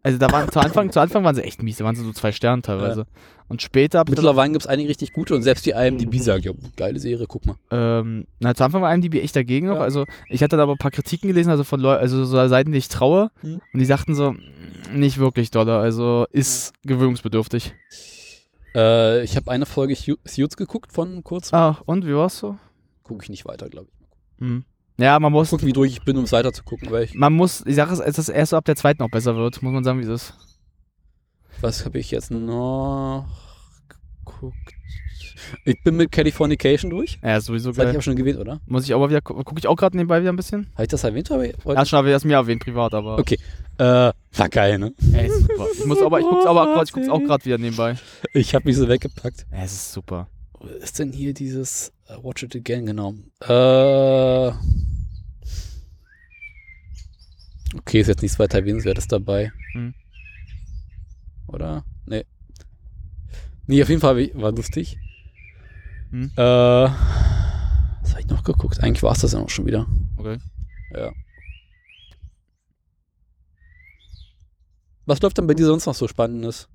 [SPEAKER 4] also da waren zu Anfang, zu Anfang waren sie echt mies, da waren sie so zwei Sterne teilweise. Und später hab ich dann-
[SPEAKER 10] Mittlerweile gibt es einige richtig gute und selbst die IMDb
[SPEAKER 4] Mhm.
[SPEAKER 10] sagt, ja, geile Serie, guck mal.
[SPEAKER 4] Ähm, na, zu Anfang war IMDb echt dagegen noch. Also, ich hatte da aber ein paar Kritiken gelesen, also von Leu also so Seiten, die ich traue.
[SPEAKER 10] Mhm.
[SPEAKER 4] Und die sagten so, "Mm, nicht wirklich doller. Also, ist gewöhnungsbedürftig.
[SPEAKER 10] Äh, ich habe eine Folge Su- Suits geguckt von kurz.
[SPEAKER 4] Ah, und wie war's so?
[SPEAKER 10] gucke ich nicht weiter, glaube ich.
[SPEAKER 4] Mhm. Ja, man muss.
[SPEAKER 10] Gucken, wie durch ich bin, um es weiter zu gucken. Weil ich,
[SPEAKER 4] Man muss, die Sache ist, dass es erst so ab der zweiten auch besser wird, muss man sagen, wie es ist.
[SPEAKER 10] was habe ich jetzt noch geguckt? Ich bin mit Californication durch.
[SPEAKER 4] Ja, ist sowieso
[SPEAKER 10] Das hatte
[SPEAKER 4] geil.
[SPEAKER 10] ich auch schon gewählt, oder?
[SPEAKER 4] Muss ich auch mal wieder, gu- gucke ich auch gerade nebenbei wieder ein bisschen?
[SPEAKER 10] Habe ich das erwähnt? Oder?
[SPEAKER 4] Ja, schon habe ich das mir erwähnt, privat, aber.
[SPEAKER 10] Okay. Äh, war geil, ne?
[SPEAKER 4] Ey, super. Ich muss aber, ich guck's aber, grad- ich guck's auch gerade wieder nebenbei.
[SPEAKER 10] Ich habe mich so weggepackt.
[SPEAKER 4] Ja, es ist super.
[SPEAKER 10] Wo ist denn hier dieses äh, Watch It Again genau? Äh, okay, ist jetzt nichts weiter Erwähnenswertes dabei.
[SPEAKER 4] Hm.
[SPEAKER 10] Oder? Nee. Nee, auf jeden Fall hab ich- war lustig.
[SPEAKER 4] Hm.
[SPEAKER 10] Äh, was habe ich noch geguckt? Eigentlich war es das ja auch schon wieder.
[SPEAKER 4] Okay.
[SPEAKER 10] Ja. Was läuft denn bei dir sonst noch so Spannendes?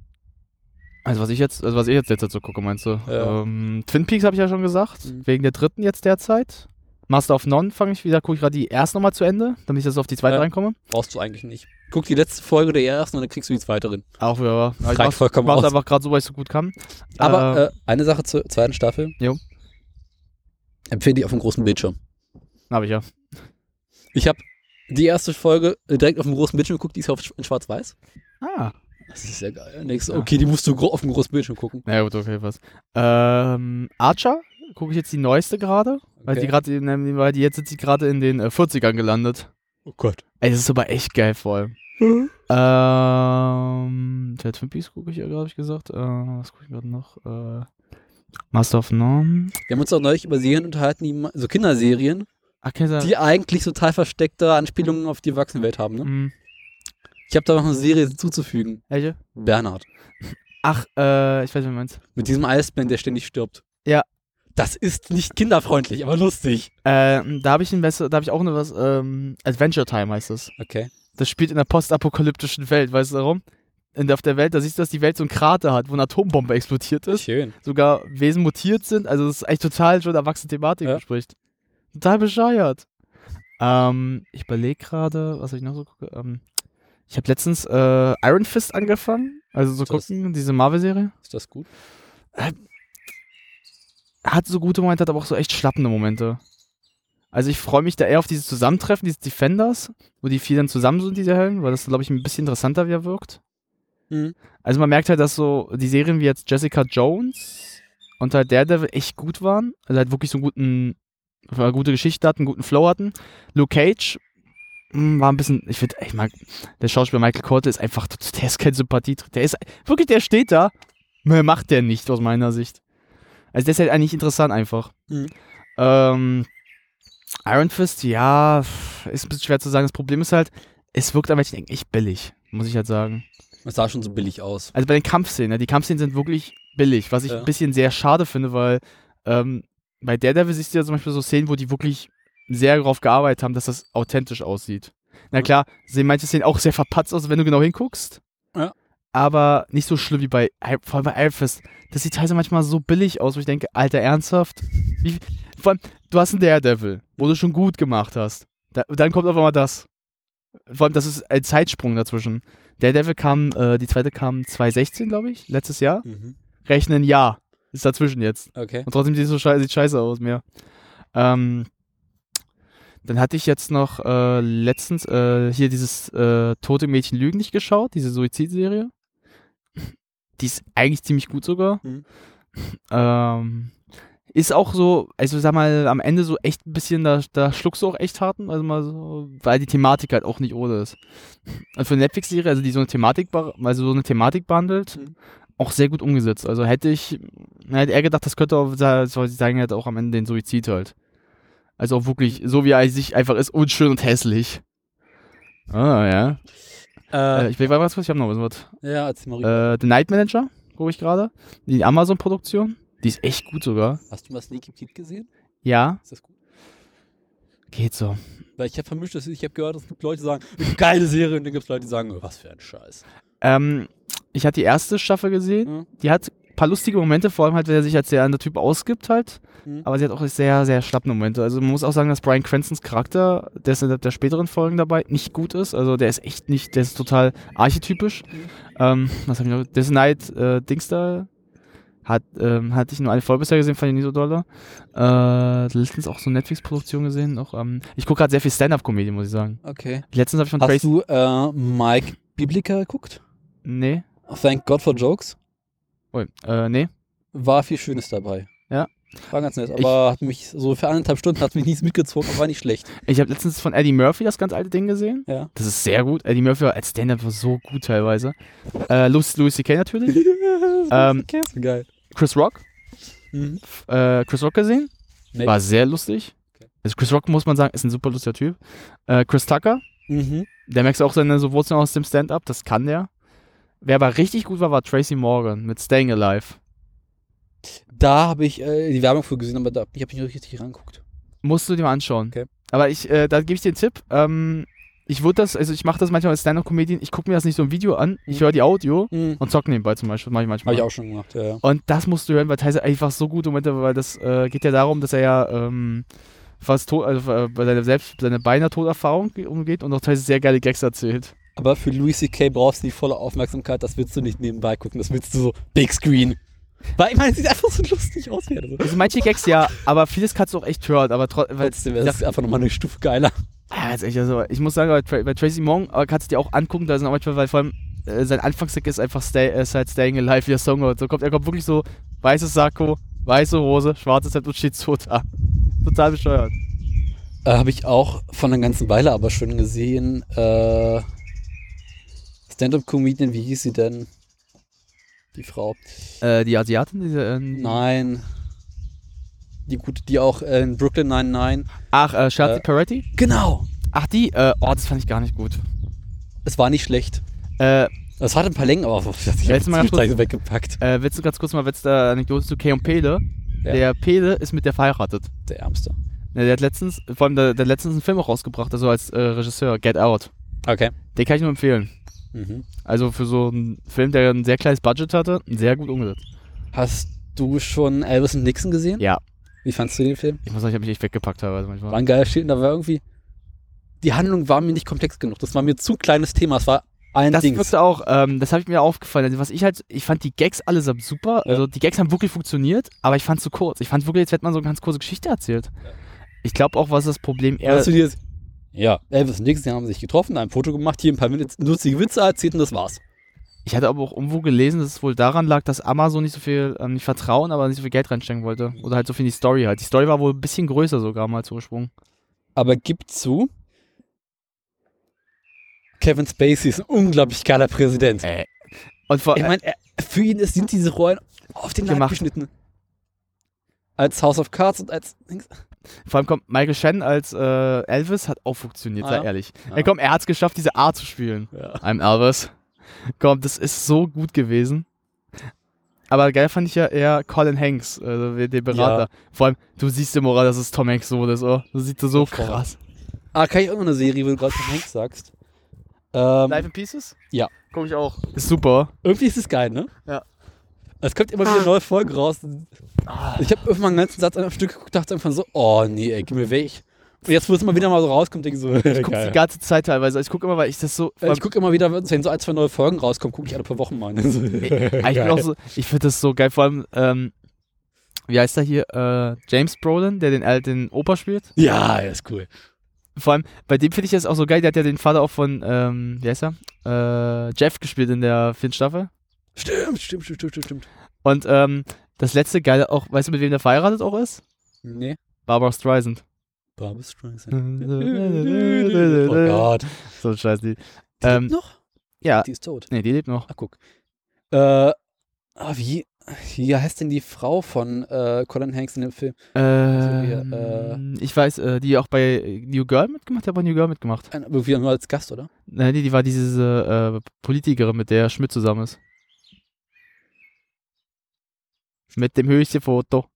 [SPEAKER 4] Also was ich jetzt, also was ich jetzt derzeit so gucke, meinst du?
[SPEAKER 10] Ja. Mhm.
[SPEAKER 4] Ähm, Twin Peaks habe ich ja schon gesagt, wegen der dritten jetzt derzeit. Master of None fange ich wieder, gucke ich gerade die erste nochmal zu Ende, damit ich jetzt auf die zweite reinkomme.
[SPEAKER 10] Brauchst du eigentlich nicht. Guck die letzte Folge der ersten und dann kriegst du die zweite drin.
[SPEAKER 4] Auch wieder, aber
[SPEAKER 10] Reicht
[SPEAKER 4] ich mach's-
[SPEAKER 10] vollkommen
[SPEAKER 4] mach's
[SPEAKER 10] aus.
[SPEAKER 4] einfach gerade so, weil ich so gut kann.
[SPEAKER 10] Aber
[SPEAKER 4] Äh,
[SPEAKER 10] äh, eine Sache zur zweiten Staffel.
[SPEAKER 4] Jo.
[SPEAKER 10] Empfehle die auf dem großen Bildschirm.
[SPEAKER 4] Hab ich ja.
[SPEAKER 10] Ich habe die erste Folge äh, direkt auf dem großen Bildschirm geguckt, die ist auf, sch- in schwarz-weiß.
[SPEAKER 4] Ah.
[SPEAKER 10] Das ist ja geil. Nächste,
[SPEAKER 4] Ja.
[SPEAKER 10] okay, die musst du gro- auf dem großen Bildschirm gucken.
[SPEAKER 4] Na gut, okay, was. Ähm, Archer gucke ich jetzt die neueste gerade, weil
[SPEAKER 10] Okay.
[SPEAKER 4] die gerade, ne, weil die jetzt sind die gerade in den äh, 40ern gelandet.
[SPEAKER 10] Oh Gott.
[SPEAKER 4] Ey, das ist aber echt geil voll.
[SPEAKER 10] Mhm.
[SPEAKER 4] ähm, der Twin Peaks gucke ich ja, glaube ich, gesagt. Äh, was gucke ich gerade noch? Äh, Master of None.
[SPEAKER 10] Wir haben uns auch neulich über Serien unterhalten, die, ma- so Kinderserien,
[SPEAKER 4] Ach, kennst du-
[SPEAKER 10] die eigentlich total versteckte Anspielungen auf die Erwachsenenwelt haben. Ne? Ich habe da noch eine Serie zuzufügen.
[SPEAKER 4] Mhm. Welche?
[SPEAKER 10] Bernhard.
[SPEAKER 4] Ach, äh, ich weiß, wen du meinst.
[SPEAKER 10] Mit diesem Eisbären, der ständig stirbt.
[SPEAKER 4] Ja.
[SPEAKER 10] Das ist nicht kinderfreundlich, aber lustig.
[SPEAKER 4] Ähm, da habe ich ein besser, da habe ich auch noch was. Ähm, Adventure Time heißt es.
[SPEAKER 10] Okay.
[SPEAKER 4] Das spielt in der postapokalyptischen Welt, weißt du warum? In der, auf der Welt, da siehst du, dass die Welt so einen Krater hat, wo eine Atombombe explodiert ist.
[SPEAKER 10] Schön.
[SPEAKER 4] Sogar Wesen mutiert sind. Also das ist echt total schon erwachsene Thematik bespricht. Total bescheuert. Ähm, ich überlege gerade, was hab ich noch so gucke. Ähm, ich habe letztens äh, Iron Fist angefangen. Also so gucken, diese Marvel-Serie. Äh,
[SPEAKER 10] Ist das gut?
[SPEAKER 4] hat so gute Momente, hat aber auch so echt schlappende Momente. Also ich freue mich da eher auf dieses Zusammentreffen, diese Defenders, wo die vier dann zusammen sind, diese Helden, weil das, glaube ich, ein bisschen interessanter wieder wirkt.
[SPEAKER 10] Mhm.
[SPEAKER 4] Also man merkt halt, dass so die Serien wie jetzt Jessica Jones und halt Daredevil echt gut waren. Also halt wirklich so einen guten, eine gute Geschichte hatten, einen guten Flow hatten. Luke Cage mh, war ein bisschen, ich finde, ich mag, der Schauspieler Michael Corte ist einfach, der ist kein Sympathie, der ist, wirklich, der steht da, mehr macht der nicht aus meiner Sicht. Also der ist halt eigentlich interessant einfach.
[SPEAKER 10] Mhm.
[SPEAKER 4] Ähm, Iron Fist, ja, ist ein bisschen schwer zu sagen. Das Problem ist halt, es wirkt aber echt billig, muss ich halt sagen.
[SPEAKER 10] Es sah schon so billig aus.
[SPEAKER 4] Also bei den Kampfszenen, ne? die Kampfszenen sind wirklich billig, was ich
[SPEAKER 10] Ja.
[SPEAKER 4] ein bisschen sehr schade finde, weil ähm, bei Daredevil siehst du ja zum Beispiel so Szenen, wo die wirklich sehr darauf gearbeitet haben, dass das authentisch aussieht.
[SPEAKER 10] Mhm.
[SPEAKER 4] Na klar, sehen manche Szenen auch sehr verpatzt aus, wenn du genau hinguckst.
[SPEAKER 10] Ja.
[SPEAKER 4] Aber nicht so schlimm wie bei, Iron- vor allem bei Iron Fist. Das sieht teilweise manchmal so billig aus, wo ich denke, Alter, ernsthaft? Wie, vor allem, du hast einen Daredevil, wo du schon gut gemacht hast. Da, dann kommt auf einmal das. Vor allem, das ist ein Zeitsprung dazwischen. Daredevil kam, äh, die zweite kam 2016, glaube ich, letztes Jahr.
[SPEAKER 10] Mhm.
[SPEAKER 4] Rechnen Jahr. Ist dazwischen jetzt.
[SPEAKER 10] Okay.
[SPEAKER 4] Und trotzdem sieht es so scheiße, sieht scheiße aus mehr. Ähm, dann hatte ich jetzt noch äh, letztens äh, hier dieses äh, Tote Mädchen Lügen nicht geschaut, diese Suizidserie. Die ist eigentlich ziemlich gut sogar.
[SPEAKER 10] Mhm.
[SPEAKER 4] Ähm, ist auch so, also sag mal, am Ende so echt ein bisschen, da, da schluckst du auch echt harten, also mal so, weil die Thematik halt auch nicht ohne ist. Und für eine Netflix-Serie, also die so eine Thematik, beh- also so eine Thematik behandelt, auch sehr gut umgesetzt. Also hätte ich, hätte eher gedacht, das könnte auch, sa- soll sie sagen, halt auch am Ende den Suizid halt. Also auch wirklich, so wie er sich einfach ist, unschön und hässlich. Ah, ja.
[SPEAKER 10] Äh,
[SPEAKER 4] ich bin was kurz, ich habe noch was.
[SPEAKER 10] Ja, erzähl mal
[SPEAKER 4] Äh, The Night Manager, gucke ich gerade. Die Amazon-Produktion. Die ist echt gut sogar.
[SPEAKER 10] Hast du mal Sneaky Pete gesehen?
[SPEAKER 4] Ja.
[SPEAKER 10] Ist das gut?
[SPEAKER 4] Geht so.
[SPEAKER 10] Weil ich habe vermischt, dass ich habe gehört, es gibt Leute, die sagen, geile Serie, und dann gibt es Leute, die sagen, was für ein Scheiß. Hm?
[SPEAKER 4] Ähm, ich hatte die erste Staffel gesehen. Die hat ein paar lustige Momente, vor allem halt, wenn er sich als der andere Typ ausgibt halt.
[SPEAKER 10] Mhm.
[SPEAKER 4] Aber sie hat auch sehr, sehr schlappe Momente. Also man muss auch sagen, dass Brian Cranstons Charakter, der ist in der späteren Folgen dabei, nicht gut ist. Also der ist echt nicht, der ist
[SPEAKER 10] Mhm.
[SPEAKER 4] total archetypisch. Ähm, was hab ich noch? This Night äh, Dings da. Hat, ähm, hatte ich nur eine Folge bisher gesehen, fand ich nie so dolle. Äh, letztens auch so Netflix-Produktion gesehen. Auch, ähm, ich gucke gerade sehr viel Stand-Up-Comedy, muss ich sagen.
[SPEAKER 10] Okay.
[SPEAKER 4] Letztens habe ich von
[SPEAKER 10] Hast
[SPEAKER 4] Tracy.
[SPEAKER 10] du äh, Mike Biblica geguckt?
[SPEAKER 4] Nee.
[SPEAKER 10] Thank God for Jokes?
[SPEAKER 4] Ui, äh, nee.
[SPEAKER 10] War viel Schönes dabei.
[SPEAKER 4] Ja.
[SPEAKER 10] War ganz nett, aber hat mich so für anderthalb Stunden hat mich nichts mitgezogen, aber war nicht schlecht.
[SPEAKER 4] Ich habe letztens von Eddie Murphy das ganz alte Ding gesehen.
[SPEAKER 10] Ja.
[SPEAKER 4] Das ist sehr gut. Eddie Murphy als Stand-Up war so gut teilweise. Äh, Louis, Louis C.K. natürlich. ähm,
[SPEAKER 10] geil.
[SPEAKER 4] Chris Rock. F- Äh, Chris Rock gesehen.
[SPEAKER 10] Nee.
[SPEAKER 4] War sehr lustig. Also Chris Rock, muss man sagen, ist ein super lustiger Typ. Äh, Chris Tucker.
[SPEAKER 10] Mhm.
[SPEAKER 4] Der merkst du auch seine so Wurzeln aus dem Stand-Up. Das kann der. Wer aber richtig gut war, war Tracy Morgan mit Staying Alive.
[SPEAKER 10] Da habe ich äh, die Werbung für gesehen, aber da, ich habe nicht richtig rangeguckt.
[SPEAKER 4] Musst du dir mal anschauen. Aber ich, äh, da gebe ich dir einen Tipp. Ähm, ich würde das, also ich mache das manchmal als Stand-Up-Comedian, ich gucke mir das nicht so im Video an, ich höre die Audio und zocke nebenbei zum Beispiel, mache ich manchmal.
[SPEAKER 10] Habe Mhm. ich auch schon gemacht, ja, ja.
[SPEAKER 4] Und das musst du hören, weil teilweise einfach so gut Momente, weil das äh, geht ja darum, dass er ja ähm, fast tot, also äh, bei seiner selbst, seine beinahe Toderfahrung ge- umgeht und auch teilweise sehr geile Gags erzählt.
[SPEAKER 10] Aber für Louis C.K. brauchst du die volle Aufmerksamkeit, das willst du nicht nebenbei gucken, das willst du so Big Screen. Weil ich meine, es sieht einfach so lustig aus. wie er so-
[SPEAKER 4] Also manche Gags ja, aber vieles kannst du auch echt hören, aber trotzdem.
[SPEAKER 10] Trotzdem, das ist einfach nochmal eine Stufe geiler.
[SPEAKER 4] Ja, ganz ehrlich, also ich muss sagen, bei, Tra bei Tracy Morgan äh, kannst du dir auch angucken, da sind auch manchmal, weil vor allem äh, sein Anfangssack ist einfach stay, äh, ist halt Staying Alive, wie der Song hört. So kommt, er kommt wirklich so, weißes Sakko, weiße Hose, schwarzes Hemd und steht so da. Total bescheuert.
[SPEAKER 10] Äh, habe ich auch von einer ganzen Weile aber schon gesehen. Äh, Stand-up-Comedian, wie hieß sie denn? Die Frau.
[SPEAKER 4] Äh, die Asiatin? Diese,
[SPEAKER 10] Nein. Die gute, die auch äh, in Brooklyn 99.
[SPEAKER 4] Ach, äh, Shirley Peretti?
[SPEAKER 10] Genau.
[SPEAKER 4] Ach, die? Äh, oh, das fand ich gar nicht gut.
[SPEAKER 10] Es war nicht schlecht.
[SPEAKER 4] Äh,
[SPEAKER 10] es hatte ein paar Längen, aber ich habe
[SPEAKER 4] Willst du mal ganz kurz-
[SPEAKER 10] Zeit weggepackt.
[SPEAKER 4] Äh, willst du ganz kurz mal willst du eine Anekdote zu Kay und Pele?
[SPEAKER 10] Ja.
[SPEAKER 4] Der Pele ist mit der verheiratet.
[SPEAKER 10] Der Ärmste.
[SPEAKER 4] Ne, der hat letztens, vor allem der, der hat letztens einen Film auch rausgebracht, also als äh, Regisseur, Get Out.
[SPEAKER 10] Okay.
[SPEAKER 4] Den kann ich nur empfehlen.
[SPEAKER 10] Mhm.
[SPEAKER 4] Also für so einen Film, der ein sehr kleines Budget hatte, sehr gut umgesetzt.
[SPEAKER 10] Hast du schon Elvis und Nixon gesehen?
[SPEAKER 4] Ja.
[SPEAKER 10] Wie fandst du den Film?
[SPEAKER 4] Ich muss sagen, ich habe mich echt weggepackt teilweise manchmal.
[SPEAKER 10] War ein geiler Schild, da war irgendwie. Die Handlung war mir nicht komplex genug. Das war mir zu kleines Thema. Es war ein
[SPEAKER 4] das
[SPEAKER 10] Ding.
[SPEAKER 4] wirkte auch, ähm, das habe ich mir aufgefallen. Also was ich halt, ich fand die Gags alle so super. Also die Gags haben wirklich funktioniert, aber ich fand zu kurz. Ich fand wirklich, jetzt hätte man so eine ganz kurze Geschichte erzählt. Ich glaube auch, was das Problem eher.
[SPEAKER 10] Hast du dieses, ja, Elvis und Nixon haben sich getroffen, ein Foto gemacht, hier ein paar Minuten lustige Witze erzählt und das war's.
[SPEAKER 4] Ich hatte aber auch irgendwo gelesen, dass es wohl daran lag, dass Amazon nicht so viel, ähm, nicht vertrauen, aber nicht so viel Geld reinstecken wollte. Oder halt so viel in die Story halt. Die Story war wohl ein bisschen größer sogar mal zugesprungen.
[SPEAKER 10] Aber gib zu, Kevin Spacey ist ein unglaublich geiler Präsident.
[SPEAKER 4] Äh, Und vor, äh,
[SPEAKER 10] ich meine, er- für ihn ist, sind diese Rollen auf den Leib
[SPEAKER 4] Gemacht.
[SPEAKER 10] geschnitten. Als House of Cards und als.
[SPEAKER 4] Vor allem kommt Michael Shannon als äh, Elvis hat auch funktioniert,
[SPEAKER 10] Ah,
[SPEAKER 4] sei
[SPEAKER 10] ja.
[SPEAKER 4] ehrlich.
[SPEAKER 10] Ja.
[SPEAKER 4] Ey, komm, er hat es geschafft, diese A zu spielen. I'm Elvis. Komm, das ist so gut gewesen. Aber geil fand ich ja eher Colin Hanks, also den Berater. Vor allem, du siehst im Oral, dass es Tom Hanks Sohn ist, oh. Das sieht so krass.
[SPEAKER 10] Ah, kann ich auch noch eine Serie, wo du gerade von Hanks sagst? Ähm,
[SPEAKER 4] Life in Pieces?
[SPEAKER 10] Ja.
[SPEAKER 4] Guck ich auch. Ist super.
[SPEAKER 10] Irgendwie ist es geil, ne?
[SPEAKER 4] Ja.
[SPEAKER 10] Es kommt immer wieder neue Folgen raus.
[SPEAKER 4] Ah.
[SPEAKER 10] Ich habe irgendwann einen ganzen Satz an einem Stück geguckt, dachte einfach so, oh nee, ey, geh mir weg. Und jetzt, wo es mal wieder mal so rauskommt, denke ich so,
[SPEAKER 4] Ich guck's die ganze Zeit teilweise. Ich guck immer, weil ich das so.
[SPEAKER 10] Ich gucke immer wieder, wenn so ein, zwei neue Folgen rauskommen, gucke ich alle paar Wochen mal. So,
[SPEAKER 4] Ey,
[SPEAKER 10] Ah,
[SPEAKER 4] aber ich bin auch so, ich finde das so geil. Vor allem, ähm, wie heißt er hier? Äh, James Brolin, der den alten Opa spielt.
[SPEAKER 10] Ja, er ist cool.
[SPEAKER 4] Vor allem, bei dem finde ich das auch so geil. Der hat ja den Vater auch von, ähm, wie heißt er? Äh, Jeff gespielt in der vierten Staffel.
[SPEAKER 10] Stimmt, stimmt, stimmt, stimmt, stimmt.
[SPEAKER 4] Und ähm, das letzte geile auch, weißt du, mit wem der verheiratet auch ist?
[SPEAKER 10] Nee.
[SPEAKER 4] Barbara Streisand.
[SPEAKER 10] Barbara Streisand.
[SPEAKER 4] Oh
[SPEAKER 10] Gott.
[SPEAKER 4] So ein Scheiß. Die,
[SPEAKER 10] lebt noch?
[SPEAKER 4] Ja.
[SPEAKER 10] Die ist tot.
[SPEAKER 4] Nee, die lebt noch.
[SPEAKER 10] Ach, guck. Äh, ah, wie, wie heißt denn die Frau von äh, Colin Hanks in dem Film? Also
[SPEAKER 4] Ähm,
[SPEAKER 10] äh,
[SPEAKER 4] ich weiß, äh, die auch bei New Girl mitgemacht hat, bei New Girl mitgemacht.
[SPEAKER 10] Ein- Irgendwie nur als Gast, oder?
[SPEAKER 4] Nein, die, die war diese äh, Politikerin, mit der Schmidt zusammen ist. Mit dem höchsten Foto.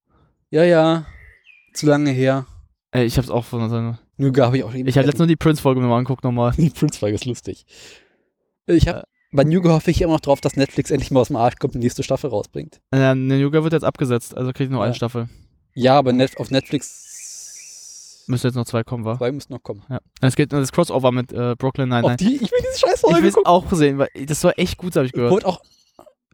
[SPEAKER 10] Ja, ja. Zu lange her.
[SPEAKER 4] Ey, ich hab's auch von seiner.
[SPEAKER 10] Nur gab ich auch
[SPEAKER 4] Ich hab letztens nur die Prince-Folge mir mal angeguckt nochmal.
[SPEAKER 10] Die Prince-Folge ist lustig. Ich
[SPEAKER 4] Äh.
[SPEAKER 10] hab, bei New Girl hoffe ich immer noch drauf, dass Netflix endlich mal aus dem Arsch kommt und die nächste Staffel rausbringt.
[SPEAKER 4] Äh, ne, New Girl wird jetzt abgesetzt, also krieg ich nur
[SPEAKER 10] Ja.
[SPEAKER 4] eine Staffel.
[SPEAKER 10] Ja, aber Net auf Netflix
[SPEAKER 4] Müsste jetzt noch zwei kommen, wa?
[SPEAKER 10] Zwei müssen noch kommen.
[SPEAKER 4] Ja. Und Es gibt das Crossover mit äh, Brooklyn
[SPEAKER 10] Auf
[SPEAKER 4] Nine-Nine.
[SPEAKER 10] die, ich will diese scheiß
[SPEAKER 4] Ich
[SPEAKER 10] Folge
[SPEAKER 4] will's
[SPEAKER 10] gucken.
[SPEAKER 4] auch sehen, weil das war echt gut, habe ich gehört.
[SPEAKER 10] Wurde auch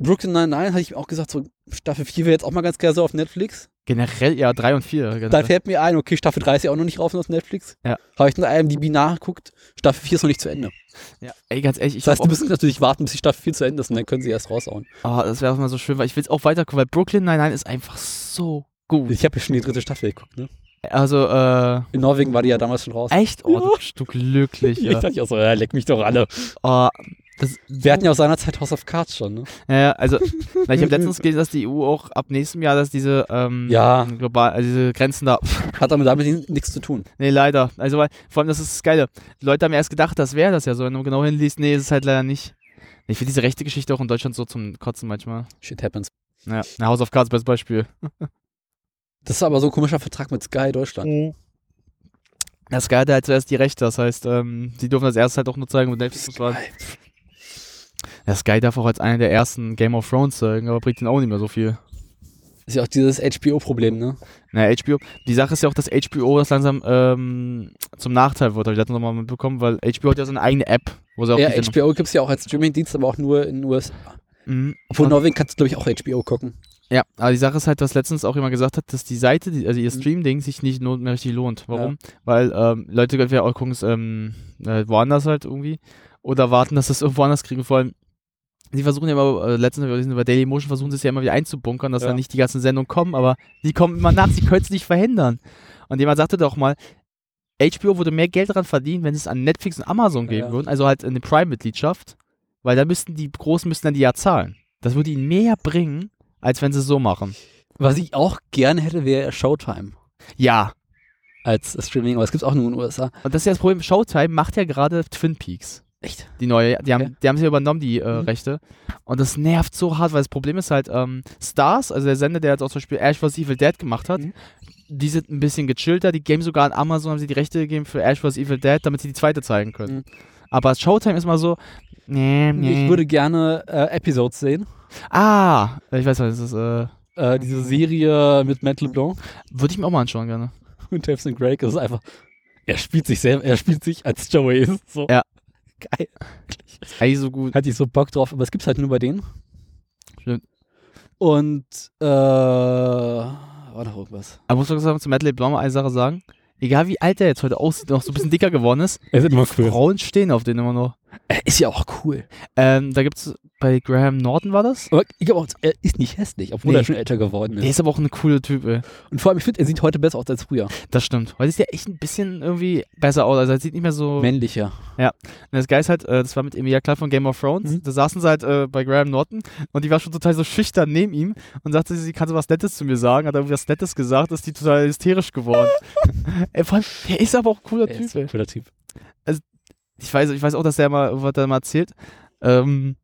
[SPEAKER 10] Brooklyn 99 hatte ich auch gesagt, so Staffel 4 wäre jetzt auch mal ganz gerne so auf Netflix.
[SPEAKER 4] Generell, ja, 3 und 4. Generell.
[SPEAKER 10] Da fällt mir ein, okay, Staffel 3 ist ja auch noch nicht rauf auf Netflix.
[SPEAKER 4] Ja.
[SPEAKER 10] Habe ich in einem DB nachgeguckt, Staffel 4 ist noch nicht zu Ende.
[SPEAKER 4] Ja, ey, ganz ehrlich, ich
[SPEAKER 10] Das heißt,
[SPEAKER 4] glaub
[SPEAKER 10] die
[SPEAKER 4] auch-
[SPEAKER 10] müssen natürlich warten, bis die Staffel 4 zu Ende ist und dann können sie erst raushauen.
[SPEAKER 4] Ah, das wäre auch mal so schön, weil ich will es auch weiter gucken, weil Brooklyn Nine-Nine ist einfach so gut.
[SPEAKER 10] Ich habe ja schon die dritte Staffel geguckt, ne?
[SPEAKER 4] Also, äh.
[SPEAKER 10] In Norwegen war die ja damals schon raus.
[SPEAKER 4] Echt? Oh, du bist du glücklich.
[SPEAKER 10] Ja. Ich dachte auch so, ja, leck mich doch alle.
[SPEAKER 4] Oh,
[SPEAKER 10] Wir hatten ja aus seiner Zeit House of Cards schon, ne?
[SPEAKER 4] Ja, ja, also na, ich habe letztens gelesen, dass die EU auch ab nächstem Jahr, dass diese ähm,
[SPEAKER 10] Ja.
[SPEAKER 4] global, also diese Grenzen da
[SPEAKER 10] hat aber damit nichts zu tun.
[SPEAKER 4] Nee, leider. Also weil, vor allem das ist das Geile. Die Leute haben erst gedacht, das wäre das ja so, wenn du genau hinliest, nee, ist es halt leider nicht. Ich finde diese rechte Geschichte auch in Deutschland so zum Kotzen manchmal.
[SPEAKER 10] Shit happens.
[SPEAKER 4] Ja, na, House of Cards bestes Beispiel.
[SPEAKER 10] Das ist aber so ein komischer Vertrag mit Sky Deutschland.
[SPEAKER 4] Das Sky hatte halt zuerst die Rechte, das heißt, ähm, die dürfen das erst halt auch nur zeigen, wo Netflix das war. Ja, Sky darf auch als einer der ersten Game of Thrones zeigen, aber bringt ihnen auch nicht mehr so viel.
[SPEAKER 10] Ist ja auch dieses HBO-Problem, ne?
[SPEAKER 4] Na, HBO, die Sache ist ja auch, dass HBO das langsam ähm, zum Nachteil wird, habe ich letztens nochmal mitbekommen, weil HBO hat ja seine eigene App, wo sie auch
[SPEAKER 10] Ja,
[SPEAKER 4] die Sendung-
[SPEAKER 10] HBO gibt es ja auch als Streaming-Dienst, aber auch nur in den USA.
[SPEAKER 4] Mhm.
[SPEAKER 10] Obwohl Norwegen kannst du, glaube ich, auch HBO gucken.
[SPEAKER 4] Ja, aber die Sache ist halt, was letztens auch jemand gesagt hat, dass die Seite, die, also ihr
[SPEAKER 10] Mhm.
[SPEAKER 4] Stream-Ding, sich nicht not mehr richtig lohnt. Warum? Weil ähm, Leute entweder auch gucken es ähm, äh, woanders halt irgendwie oder warten, dass sie es irgendwo anders kriegen. Vor allem, sie versuchen ja immer, äh, letztens hab ich gelesen, bei Daily Motion versuchen sie es ja immer wieder einzubunkern, dass
[SPEAKER 10] Ja.
[SPEAKER 4] dann nicht die ganzen Sendungen kommen, aber die kommen immer nach, sie können es nicht verhindern. Und jemand sagte doch mal, HBO würde mehr Geld daran verdienen, wenn es an Netflix und Amazon geben
[SPEAKER 10] Ja.
[SPEAKER 4] würden, also halt in eine Prime-Mitgliedschaft, weil da müssten die Großen müssten dann die ja zahlen. Das würde ihnen mehr bringen, als wenn sie es so machen.
[SPEAKER 10] Was ich auch gerne hätte, wäre Showtime.
[SPEAKER 4] Ja.
[SPEAKER 10] Als Streaming, aber es gibt es auch nur in den USA.
[SPEAKER 4] Und das ist ja das Problem, Showtime macht ja gerade Twin Peaks.
[SPEAKER 10] Echt? Mhm.
[SPEAKER 4] Die neue, die haben, die haben sie übernommen, die äh, Rechte. Und das nervt so hart, weil das Problem ist halt, ähm, Stars, also der Sender, der jetzt auch zum Beispiel Ash vs. Evil Dead gemacht
[SPEAKER 10] Mhm.
[SPEAKER 4] hat, die sind ein bisschen gechillter, die geben sogar an Amazon, haben sie die Rechte gegeben für Ash vs. Evil Dead, damit sie die zweite zeigen können. Aber Showtime ist mal so, nee, nee.
[SPEAKER 10] Mhm. Ich würde gerne äh, Episodes sehen.
[SPEAKER 4] Ah, ich weiß was, das ist, äh,
[SPEAKER 10] diese Serie mit Matt LeBlanc.
[SPEAKER 4] Würde ich mir auch mal anschauen, gerne.
[SPEAKER 10] Und Tevson Craig ist einfach, er spielt sich selber, er spielt sich als Joey. So.
[SPEAKER 4] Ja.
[SPEAKER 10] Geil.
[SPEAKER 4] Eigentlich so gut.
[SPEAKER 10] Hatte ich so Bock drauf, aber es gibt's halt nur bei denen.
[SPEAKER 4] Stimmt.
[SPEAKER 10] Und, äh, war noch irgendwas.
[SPEAKER 4] Aber muss doch sagen, zu Matt LeBlanc mal eine Sache sagen. Egal wie alt er jetzt heute aussieht, noch so ein bisschen dicker geworden ist,
[SPEAKER 10] Er ist immer cool.
[SPEAKER 4] Frauen stehen auf den immer noch.
[SPEAKER 10] Er ist ja auch cool.
[SPEAKER 4] Ähm, da gibt's bei Graham Norton war das?
[SPEAKER 10] Aber ich glaube auch, er ist nicht hässlich, obwohl
[SPEAKER 4] Nee.
[SPEAKER 10] er schon älter geworden ist.
[SPEAKER 4] Der ist aber auch ein cooler Typ, ey.
[SPEAKER 10] Und vor allem, ich finde, er sieht heute besser aus als früher.
[SPEAKER 4] Das stimmt. Heute sieht er echt ein bisschen irgendwie besser aus. Also er sieht nicht mehr so.
[SPEAKER 10] Männlicher.
[SPEAKER 4] Ja. Und das Geil ist halt, äh, das war mit Emilia Clarke von Game of Thrones. Da saßen sie halt äh, bei Graham Norton und die war schon total so schüchtern neben ihm und sagte, sie kann so was Nettes zu mir sagen. Hat irgendwie was Nettes gesagt, ist die total hysterisch geworden. ey, vor allem, der ist aber auch ein cooler Typ, ey.
[SPEAKER 10] Cooler Typ.
[SPEAKER 4] also ich weiß, ich weiß auch, dass der mal was der mal erzählt. Ähm,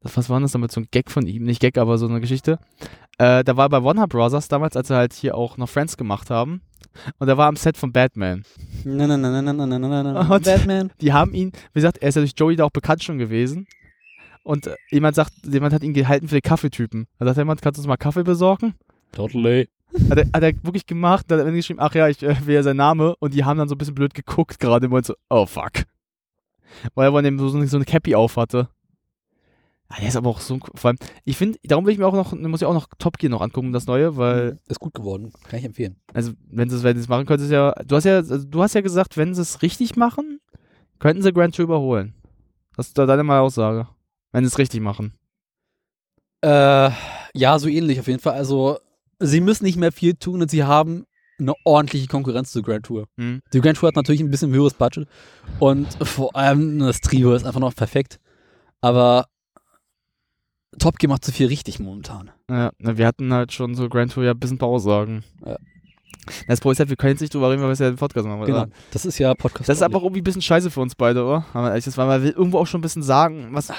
[SPEAKER 4] was war denn das damit? So ein Gag von ihm, nicht Gag, aber so eine Geschichte. Äh, da war er bei Warner Brothers damals, als er halt hier auch noch Friends gemacht haben. Und er war am Set von Batman.
[SPEAKER 10] Nein, nein, nein, nein, nein, nein, nein, nein, nein.
[SPEAKER 4] Und
[SPEAKER 10] Batman.
[SPEAKER 4] Die haben ihn, wie gesagt, er ist ja durch Joey da auch bekannt schon gewesen. Und äh, jemand sagt, jemand hat ihn gehalten für den Kaffeetypen. Da sagt jemand, kannst du uns mal Kaffee besorgen?
[SPEAKER 10] Totally.
[SPEAKER 4] Hat er, hat er wirklich gemacht, dann hat er geschrieben, ach ja, ich äh, will ja sein Name. Und die haben dann so ein bisschen blöd geguckt gerade und so, oh fuck. Weil er von dem so, so eine- so eine Cappy auf hatte. Ah, der ist aber auch so ein, vor allem, ich finde, darum will ich mir auch noch, muss ich auch noch Top Gear noch angucken, das neue, weil,
[SPEAKER 10] Mhm. Ist gut geworden. Kann ich empfehlen.
[SPEAKER 4] also, wenn sie es, wenn sie es machen, könnte es ja, du hast ja, also, du hast ja gesagt, wenn sie es richtig machen, könnten sie Grand Tour überholen. Das ist da deine mal Aussage. Wenn sie es richtig machen.
[SPEAKER 10] Äh, ja, so ähnlich auf jeden Fall. Also, sie müssen nicht mehr viel tun und sie haben eine ordentliche Konkurrenz zur Grand Tour.
[SPEAKER 4] Mhm.
[SPEAKER 10] Die Grand Tour hat natürlich ein bisschen höheres Budget und vor allem das Trio ist einfach noch perfekt. Aber Top Gear macht zu viel richtig momentan.
[SPEAKER 4] Ja, na, wir hatten halt schon so Grand Tour ja ein bisschen Pausagen.
[SPEAKER 10] Ja.
[SPEAKER 4] Das Problem ist halt, wir können jetzt nicht drüber reden, weil wir es ja im Podcast machen.
[SPEAKER 10] Genau.
[SPEAKER 4] Oder?
[SPEAKER 10] Das ist ja Podcast.
[SPEAKER 4] Das ist aber auch irgendwie ein bisschen scheiße für uns beide, oder? Aber ehrlich, das war, man will irgendwo auch schon ein bisschen sagen, was.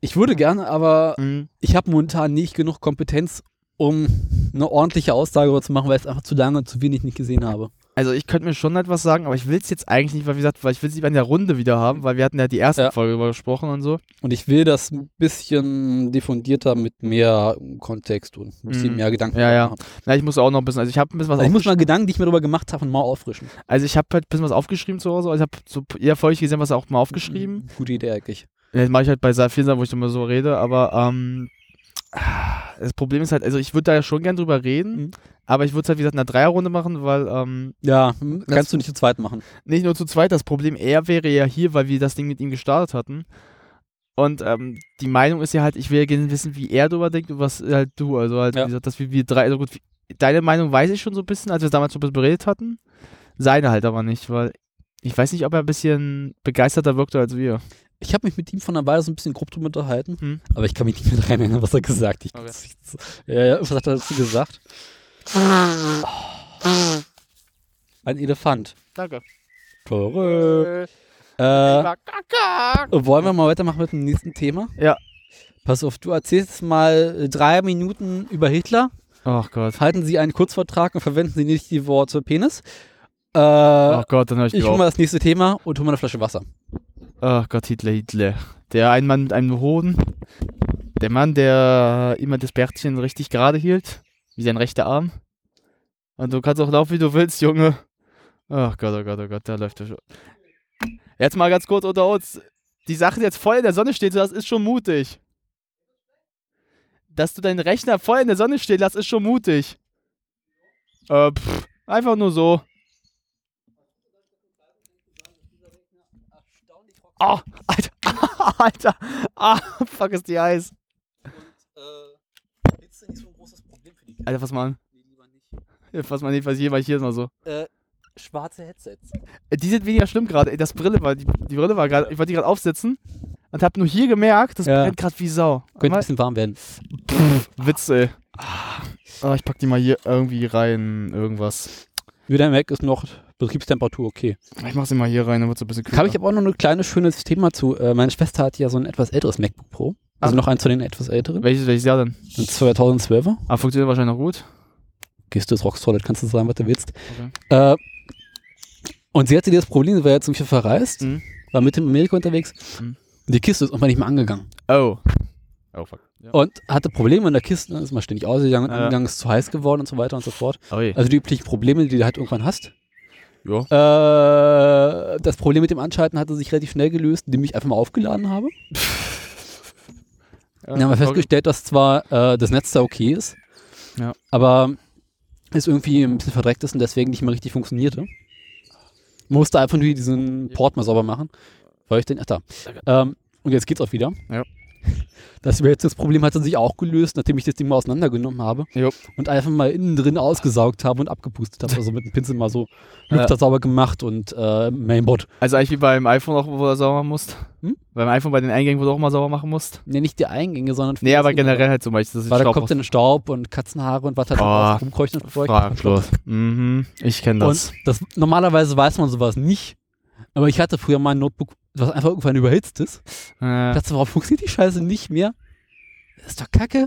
[SPEAKER 10] Ich würde gerne, aber
[SPEAKER 4] Mhm.
[SPEAKER 10] ich habe momentan nicht genug Kompetenz, um eine ordentliche Aussage darüber zu machen, weil ich es einfach zu lange und zu wenig nicht gesehen habe.
[SPEAKER 4] Also ich könnte mir schon etwas sagen, aber ich will es jetzt eigentlich nicht, weil wie gesagt, weil ich will es lieber in der Runde wieder haben, weil wir hatten ja die erste Folge darüber gesprochen und so.
[SPEAKER 10] Und ich will das ein bisschen diffundierter mit mehr Kontext und ein bisschen
[SPEAKER 4] Mhm.
[SPEAKER 10] mehr Gedanken.
[SPEAKER 4] Ja, ja.
[SPEAKER 10] machen.
[SPEAKER 4] Na, ich muss auch noch ein bisschen, also ich habe ein bisschen was
[SPEAKER 10] Also ich muss
[SPEAKER 4] aufgesch-
[SPEAKER 10] mal Gedanken, die ich mir darüber gemacht habe, mal auffrischen.
[SPEAKER 4] Also ich habe halt ein bisschen was aufgeschrieben zu Hause, also ich habe so jeder Folge gesehen, was auch mal aufgeschrieben.
[SPEAKER 10] Hm, Gute Idee eigentlich.
[SPEAKER 4] Ja, Das mache ich halt bei sehr vielen Sachen, wo ich immer so rede, aber ähm, Das Problem ist halt, also ich würde da ja schon gern drüber reden,
[SPEAKER 10] Hm.
[SPEAKER 4] aber ich würde es halt, wie gesagt, in einer Dreierrunde machen, weil. Ähm,
[SPEAKER 10] ja, hm, kannst du nicht zu zweit machen.
[SPEAKER 4] Nicht nur zu zweit, das Problem eher wäre ja hier, weil wir das Ding mit ihm gestartet hatten. Und ähm, die Meinung ist ja halt, ich will ja gerne wissen, wie er drüber denkt und was halt du. Also halt, wie gesagt, dass wir, wir drei, also gut, wie, deine Meinung weiß ich schon so ein bisschen, als wir es damals schon ein bisschen beredet hatten. Seine halt aber nicht, weil ich weiß nicht, ob er ein bisschen begeisterter wirkte als wir. Hm.
[SPEAKER 10] Ich habe mich mit ihm von einer Weile so ein bisschen grob drüber unterhalten, aber ich kann mich nicht mehr daran erinnern, was er gesagt hat. Ich, ich, ja, ja, was hat er dazu gesagt? Ein Elefant.
[SPEAKER 4] Danke.
[SPEAKER 10] Tore. Äh, wollen wir mal weitermachen mit dem nächsten Thema?
[SPEAKER 4] Ja.
[SPEAKER 10] Pass auf, du erzählst mal äh, drei Minuten über Hitler.
[SPEAKER 4] Ach Gott.
[SPEAKER 10] Halten Sie einen Kurzvertrag und verwenden Sie nicht die Worte Penis. Äh,
[SPEAKER 4] Ach Oh Gott, dann hab ich
[SPEAKER 10] Ich hole
[SPEAKER 4] geraucht.
[SPEAKER 10] mal das nächste Thema und hole mal eine Flasche Wasser.
[SPEAKER 4] Ach Gott, Hitler, Hitler. Der ein Mann mit einem Hoden. Der Mann, der immer das Bärtchen richtig gerade hielt. Wie sein rechter Arm. Und du kannst auch laufen, wie du willst, Junge. Ach Gott, oh Gott, oh Gott, da läuft er schon. Jetzt mal ganz kurz unter uns. Die Sache, die jetzt voll in der Sonne steht, das ist schon mutig. Dass du deinen Rechner voll in der Sonne stehen lässt, ist schon mutig. Äh, pff, einfach nur so. Oh, Alter, Alter. Ah, fuck ist die Eis. Alter, fass mal an. Ja, Fass mal nicht, was hier, weil hier ist mal so.
[SPEAKER 10] Äh, schwarze Headsets.
[SPEAKER 4] Äh, Die sind weniger schlimm gerade. Ey, Das Brille war, die, die Brille war gerade, ich wollte die gerade aufsetzen und hab nur hier gemerkt, das brennt gerade wie Sau.
[SPEAKER 10] Könnte
[SPEAKER 4] Einmal-
[SPEAKER 10] ein bisschen warm werden.
[SPEAKER 4] Pff, Witz, ey. Ah, Ah, ich pack die mal hier irgendwie rein, irgendwas.
[SPEAKER 10] Wie dein Mac ist noch Betriebstemperatur okay.
[SPEAKER 4] Ich mach sie mal hier rein, dann wird's ein bisschen kühler.
[SPEAKER 10] Habe ich aber auch noch ein kleines schönes Thema zu. Äh, meine Schwester hat ja so ein etwas älteres MacBook Pro. Also
[SPEAKER 4] Ah.
[SPEAKER 10] noch eins von den etwas älteren.
[SPEAKER 4] Welches, welches Jahr denn?
[SPEAKER 10] Ein 2012er.
[SPEAKER 4] Ah, funktioniert wahrscheinlich noch gut.
[SPEAKER 10] Gehst du jetzt Rock Solid, kannst du sagen, was du willst.
[SPEAKER 4] Okay.
[SPEAKER 10] Äh, und sie hatte das Problem, sie war jetzt irgendwie verreist, war mit in Amerika unterwegs.
[SPEAKER 4] Mhm.
[SPEAKER 10] Und die Kiste ist irgendwann nicht mehr angegangen.
[SPEAKER 4] Oh. Oh, fuck.
[SPEAKER 10] Und hatte Probleme in der Kiste, ne? ist mal ständig ausgegangen, und
[SPEAKER 4] Ja. Oh
[SPEAKER 10] angegangen ist zu heiß geworden und so weiter und so fort.
[SPEAKER 4] Ui.
[SPEAKER 10] Also die üblichen Probleme, die du halt irgendwann hast.
[SPEAKER 4] Ja.
[SPEAKER 10] Äh, das Problem mit dem Anschalten hatte sich relativ schnell gelöst, indem ich einfach mal aufgeladen habe.
[SPEAKER 4] Ja,
[SPEAKER 10] Dann haben wir
[SPEAKER 4] sorry.
[SPEAKER 10] festgestellt, dass zwar äh, das Netz da okay ist,
[SPEAKER 4] Ja.
[SPEAKER 10] aber es irgendwie ein bisschen verdreckt ist und deswegen nicht mehr richtig funktionierte. Musste einfach nur diesen Port mal sauber machen. Weil ich den, ach da. Ähm, und jetzt geht's auch wieder. Das Überhitzungsproblem hatte sich auch gelöst, nachdem ich das Ding mal auseinandergenommen habe und einfach mal innen drin ausgesaugt habe und abgepustet habe. Also mit dem Pinsel mal so Lüfter
[SPEAKER 4] Ja.
[SPEAKER 10] sauber gemacht und äh, Mainboard. Hm?
[SPEAKER 4] Also eigentlich wie beim iPhone auch, wo du sauber machen musst. Beim iPhone bei den Eingängen, wo du auch mal sauber machen musst.
[SPEAKER 10] Nee, nicht die Eingänge, sondern.
[SPEAKER 4] Nee, aber generell halt zum Beispiel. dass
[SPEAKER 10] Weil da
[SPEAKER 4] Staub
[SPEAKER 10] kommt dann Staub und Katzenhaare und was halt
[SPEAKER 4] Oh,
[SPEAKER 10] alles rumkreucht und
[SPEAKER 4] fraglos. Mhm, ich kenne das.
[SPEAKER 10] Und das, normalerweise weiß man sowas nicht. Aber ich hatte früher mal ein Notebook, was einfach irgendwann überhitzt ist.
[SPEAKER 4] Äh.
[SPEAKER 10] Ich dachte, warum funktioniert die Scheiße nicht mehr? Das ist doch kacke.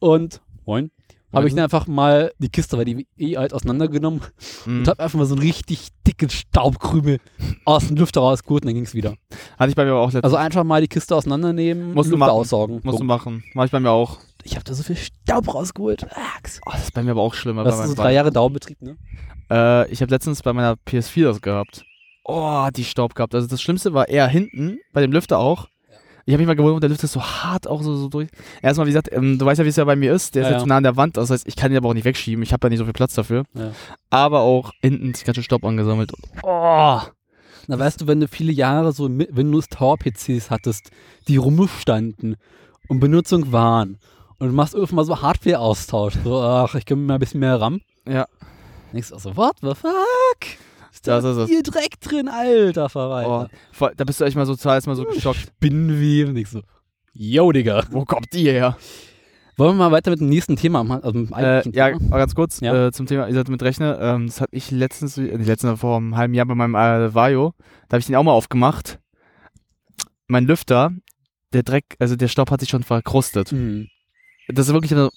[SPEAKER 10] Und, moin, habe ich dann einfach mal die Kiste, weil die eh alt auseinandergenommen
[SPEAKER 4] Mhm.
[SPEAKER 10] und habe einfach mal so einen richtig dicken Staubkrümel aus dem Lüfter rausgeholt und dann ging es wieder.
[SPEAKER 4] Hatte ich bei mir aber auch letztens.
[SPEAKER 10] Also einfach mal die Kiste auseinandernehmen,
[SPEAKER 4] musst du
[SPEAKER 10] Lüfter
[SPEAKER 4] machen.
[SPEAKER 10] aussaugen.
[SPEAKER 4] Musst du machen. Mach ich bei mir auch.
[SPEAKER 10] Ich habe da so viel Staub rausgeholt. Ah,
[SPEAKER 4] Oh, das ist bei mir aber auch schlimmer.
[SPEAKER 10] Das ist so drei Jahre Dauerbetrieb, ne?
[SPEAKER 4] Äh, ich habe letztens bei meiner PS4 das gehabt. Oh, hat die Staub gehabt. Also das Schlimmste war eher hinten, bei dem Lüfter auch. Ich habe mich mal gewundert, der Lüfter ist so hart auch so, so durch. Erstmal, wie gesagt, ähm, du weißt ja, wie es ja bei mir ist. Der ist
[SPEAKER 10] Ja,
[SPEAKER 4] jetzt
[SPEAKER 10] ja.
[SPEAKER 4] nah an der Wand. Das heißt, ich kann ihn aber auch nicht wegschieben. Ich habe ja nicht so viel Platz dafür.
[SPEAKER 10] Ja.
[SPEAKER 4] Aber auch hinten ist ganz schön Staub angesammelt.
[SPEAKER 10] Oh. Na, weißt du, wenn du viele Jahre so Mi- Windows Tower PCs hattest, die rumstanden und Benutzung waren und du machst irgendwann mal so Hardware-Austausch, so, ach, ich gebe mir mal ein bisschen mehr RAM.
[SPEAKER 4] Ja.
[SPEAKER 10] Nix, also, what the fuck? Ist da
[SPEAKER 4] Das ist es.
[SPEAKER 10] viel Dreck drin, alter
[SPEAKER 4] Oh,
[SPEAKER 10] Verwalter. Hm,
[SPEAKER 4] voll- da bist du echt mal so total erstmal so geschockt.
[SPEAKER 10] Bin wie, und ich so, yo, Digga.
[SPEAKER 4] Wo kommt die her?
[SPEAKER 10] Wollen wir mal weiter mit dem nächsten Thema machen? Also mit dem
[SPEAKER 4] Äh,
[SPEAKER 10] eigentlichen
[SPEAKER 4] ja,
[SPEAKER 10] Thema?
[SPEAKER 4] aber ganz kurz
[SPEAKER 10] Ja.
[SPEAKER 4] äh, zum Thema, ihr seid mit Rechner. Ähm, das hatte ich letztens, äh, nicht letztens, vor einem halben Jahr bei meinem äh, Vario. Da habe ich den auch mal aufgemacht. Mein Lüfter, der Dreck, also der Staub hat sich schon verkrustet.
[SPEAKER 10] Hm,
[SPEAKER 4] Das ist wirklich so.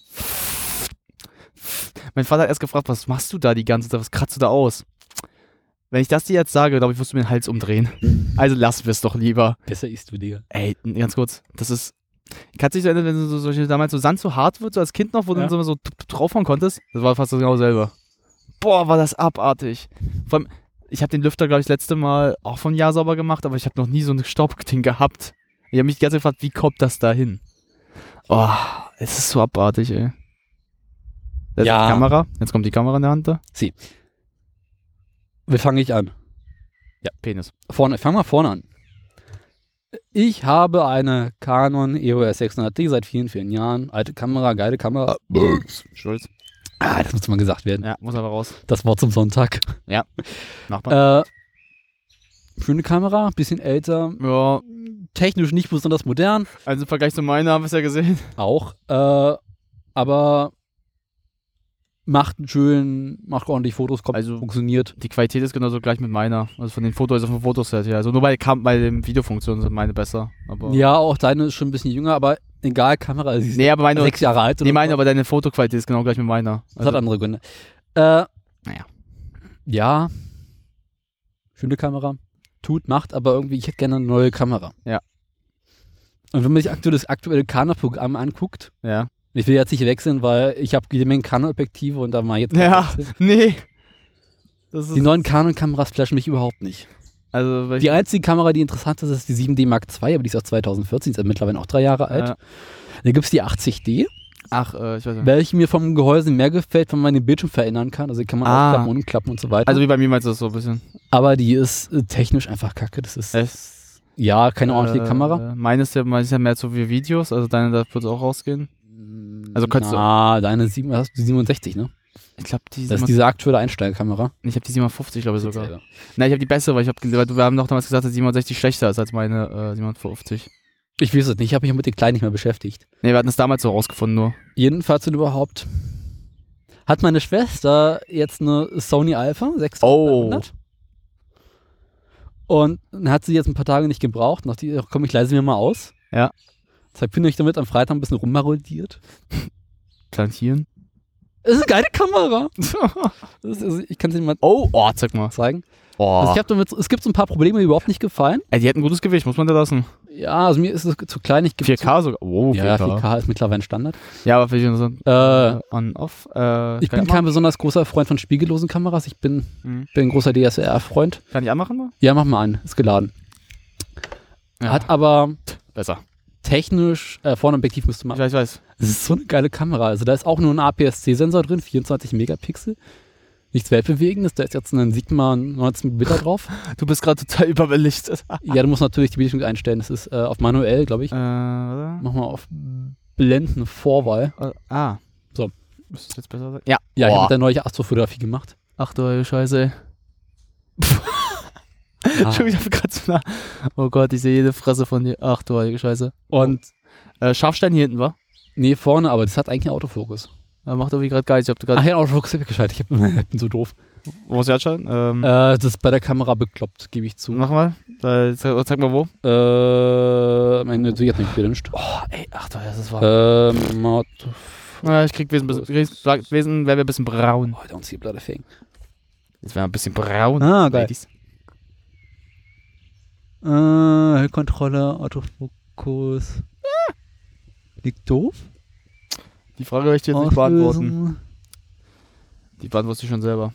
[SPEAKER 4] Mein Vater hat erst gefragt, was machst du da die ganze Zeit? Was kratzt du da aus? Wenn ich das dir jetzt sage, glaube ich, wirst du mir den Hals umdrehen. Also lass es doch lieber.
[SPEAKER 10] Besser ist du, Digga.
[SPEAKER 4] Ey, n- ganz kurz, das ist. Kannst du dich so erinnern, wenn du so, solche, damals so Sand so hart wird, so als Kind noch, wo du
[SPEAKER 10] Ja.
[SPEAKER 4] dann so, so t- t- draufhauen konntest? Das war fast genau selber. Boah, war das abartig. Vor allem, ich habe den Lüfter, glaube ich, das letzte Mal auch von Jahr sauber gemacht, aber ich habe noch nie so ein Staubding gehabt. Ich habe mich die ganze Zeit gefragt, wie kommt das da hin? Oh, es ist so abartig, ey. Da ist
[SPEAKER 10] Ja.
[SPEAKER 4] die Kamera. Jetzt kommt die Kamera in der Hand da.
[SPEAKER 10] Sie. Wie fange ich an?
[SPEAKER 4] Ja, Penis.
[SPEAKER 10] Vorne, fang mal vorne an. Ich habe eine Canon E EOS 600D seit vielen, vielen Jahren. Alte Kamera, geile Kamera.
[SPEAKER 4] Schulz.
[SPEAKER 10] Ah, das muss mal gesagt werden.
[SPEAKER 4] Ja, muss aber raus.
[SPEAKER 10] Das Wort zum Sonntag.
[SPEAKER 4] Ja. Mach
[SPEAKER 10] Äh, schöne Kamera, bisschen älter.
[SPEAKER 4] Ja.
[SPEAKER 10] Technisch nicht besonders modern.
[SPEAKER 4] Also im Vergleich zu meiner haben wir es ja gesehen.
[SPEAKER 10] Auch. Äh, aber macht einen schönen, macht ordentlich Fotos, kommt, funktioniert.
[SPEAKER 4] Also Die Qualität ist genauso gleich mit meiner. Also von den Fotos, also vom Fotoset her. Also nur bei, der Kam bei den Videofunktionen sind meine besser. Aber
[SPEAKER 10] Ja, auch deine ist schon ein bisschen jünger, aber egal, Kamera ist
[SPEAKER 4] Nee, aber meine.
[SPEAKER 10] sechs Jahre alt.
[SPEAKER 4] Nee, meine, aber deine Fotoqualität ist genau gleich mit meiner.
[SPEAKER 10] Das hat andere Gründe. Äh,
[SPEAKER 4] naja.
[SPEAKER 10] Ja. Schöne Kamera. Tut, macht, aber irgendwie, ich hätte gerne eine neue Kamera.
[SPEAKER 4] Ja.
[SPEAKER 10] Und wenn man sich aktuell das aktuelle Canon-Programm anguckt,
[SPEAKER 4] Ja.
[SPEAKER 10] ich will jetzt nicht wechseln, weil ich habe jede Menge Canon-Objektive und da mal jetzt.
[SPEAKER 4] Ja, nee. Das
[SPEAKER 10] Die neuen Canon-Kameras flashen mich überhaupt nicht.
[SPEAKER 4] Also, weil
[SPEAKER 10] Die einzige Kamera, die interessant ist, ist die 7D Mark II, aber die ist aus 2014, ist ja mittlerweile auch drei Jahre alt.
[SPEAKER 4] Ja.
[SPEAKER 10] Dann gibt es die 80D.
[SPEAKER 4] Ach, äh, ich weiß nicht.
[SPEAKER 10] Welche mir vom Gehäuse mehr gefällt, weil man den Bildschirm verändern kann. Also die kann man
[SPEAKER 4] Ah.
[SPEAKER 10] aufklappen, umklappen und so weiter.
[SPEAKER 4] Also wie bei mir meinst du das so ein bisschen.
[SPEAKER 10] Aber die ist äh, technisch einfach kacke. Das ist. Ja, keine ordentliche
[SPEAKER 4] Äh,
[SPEAKER 10] Kamera.
[SPEAKER 4] Meine ist ja, meine ist ja mehr so wie Videos, also deine darf wird auch rausgehen. Also könntest du.
[SPEAKER 10] Ah, deine sieben- hast du die 67, ne?
[SPEAKER 4] Ich glaube, die
[SPEAKER 10] Das ist diese aktuelle Einsteigerkamera.
[SPEAKER 4] Ich habe die 750, glaube ich sogar. Nein, ich habe die bessere, weil ich habe, weil du- wir haben doch damals gesagt, dass 760 schlechter ist als meine äh, 750.
[SPEAKER 10] Ich weiß es nicht, ich habe mich mit den Kleinen nicht mehr beschäftigt.
[SPEAKER 4] Nee, wir hatten es damals so rausgefunden nur.
[SPEAKER 10] Jedenfalls und überhaupt hat meine Schwester jetzt eine Sony Alpha 600.
[SPEAKER 4] Oh.
[SPEAKER 10] Und dann hat sie jetzt ein paar Tage nicht gebraucht. Nach die, komm, ich leise mir mal aus.
[SPEAKER 4] Ja.
[SPEAKER 10] Deshalb bin ich damit am Freitag ein bisschen rummarodiert.
[SPEAKER 4] Plantieren.
[SPEAKER 10] Das ist eine geile Kamera. das ist, also ich kann sie mal
[SPEAKER 4] oh, oh, zeig mal.
[SPEAKER 10] zeigen.
[SPEAKER 4] Oh.
[SPEAKER 10] Also ich hab damit, es gibt so ein paar Probleme, die mir überhaupt nicht gefallen.
[SPEAKER 4] Ey, die hat ein gutes Gewicht, muss man da lassen.
[SPEAKER 10] Ja, also mir ist es zu klein. Ich geb
[SPEAKER 4] 4K
[SPEAKER 10] zu,
[SPEAKER 4] sogar. Oh,
[SPEAKER 10] Ja,
[SPEAKER 4] 4K.
[SPEAKER 10] 4K ist mittlerweile ein Standard.
[SPEAKER 4] Ja, aber vielleicht so ein
[SPEAKER 10] äh,
[SPEAKER 4] On-Off. Äh,
[SPEAKER 10] Ich
[SPEAKER 4] kann
[SPEAKER 10] bin
[SPEAKER 4] ich
[SPEAKER 10] kein
[SPEAKER 4] anmachen?
[SPEAKER 10] besonders großer Freund von spiegellosen Kameras. Ich bin,
[SPEAKER 4] Mhm.
[SPEAKER 10] bin ein großer DSLR-Freund.
[SPEAKER 4] Kann ich anmachen? Mal?
[SPEAKER 10] Ja, mach mal an. Ist geladen. Hat aber
[SPEAKER 4] Besser.
[SPEAKER 10] technisch, äh, vorne Objektiv müsste man. Ich
[SPEAKER 4] weiß, ich weiß.
[SPEAKER 10] Das ist so eine geile Kamera. Also da ist auch nur ein APS-C-Sensor drin, 24 Megapixel. Nichts Weltbewegendes. Da ist jetzt ein Sigma 19 Bitter drauf.
[SPEAKER 4] Du bist gerade total überbelichtet.
[SPEAKER 10] ja, du musst natürlich die Belichtung einstellen. Das ist äh, auf manuell, glaube ich.
[SPEAKER 4] Äh, warte.
[SPEAKER 10] Mach mal auf Blenden Vorwahl.
[SPEAKER 4] ah.
[SPEAKER 10] So.
[SPEAKER 4] Müsste es jetzt besser sein? Ja.
[SPEAKER 10] Ja, ich
[SPEAKER 4] Boah.
[SPEAKER 10] habe da neue Astrofotografie gemacht.
[SPEAKER 4] Ach du heilige Scheiße. Ah. Schon wieder gerade zu nah. Oh Gott, ich sehe jede Fresse von dir. Ach du heilige Scheiße.
[SPEAKER 10] Und
[SPEAKER 4] äh, Scharfstein hier hinten, war?
[SPEAKER 10] Nee, vorne, aber das hat eigentlich einen Autofokus.
[SPEAKER 4] Ja, macht irgendwie gerade geil. Ich hab du
[SPEAKER 10] Ach
[SPEAKER 4] gerade.
[SPEAKER 10] ja, Autofokus hab ich geschaltet. Ich, hab, ich bin so doof.
[SPEAKER 4] Wo ist der Scharfstein? Ähm,
[SPEAKER 10] Äh, das ist bei der Kamera bekloppt, gebe ich zu.
[SPEAKER 4] Mach mal. Äh, zeig, zeig mal wo.
[SPEAKER 10] Äh, meine, du hast mich gewünscht.
[SPEAKER 4] Oh, ey, ach du, das ist wahr.
[SPEAKER 10] Ähm, Auto-
[SPEAKER 4] Ja, ich krieg wesen, bisschen- krieg, sag- wesen wäre ein bisschen braun.
[SPEAKER 10] Oh, I don't see a bloody thing.
[SPEAKER 4] Jetzt wäre ein bisschen braun.
[SPEAKER 10] Ah, geil.
[SPEAKER 4] Ladies.
[SPEAKER 10] Äh, Hellkontrolle, Autofokus. Ah. Liegt doof?
[SPEAKER 4] Die Frage möchte ich jetzt nicht
[SPEAKER 10] Auslösung.
[SPEAKER 4] beantworten. Die beantwortest du schon selber.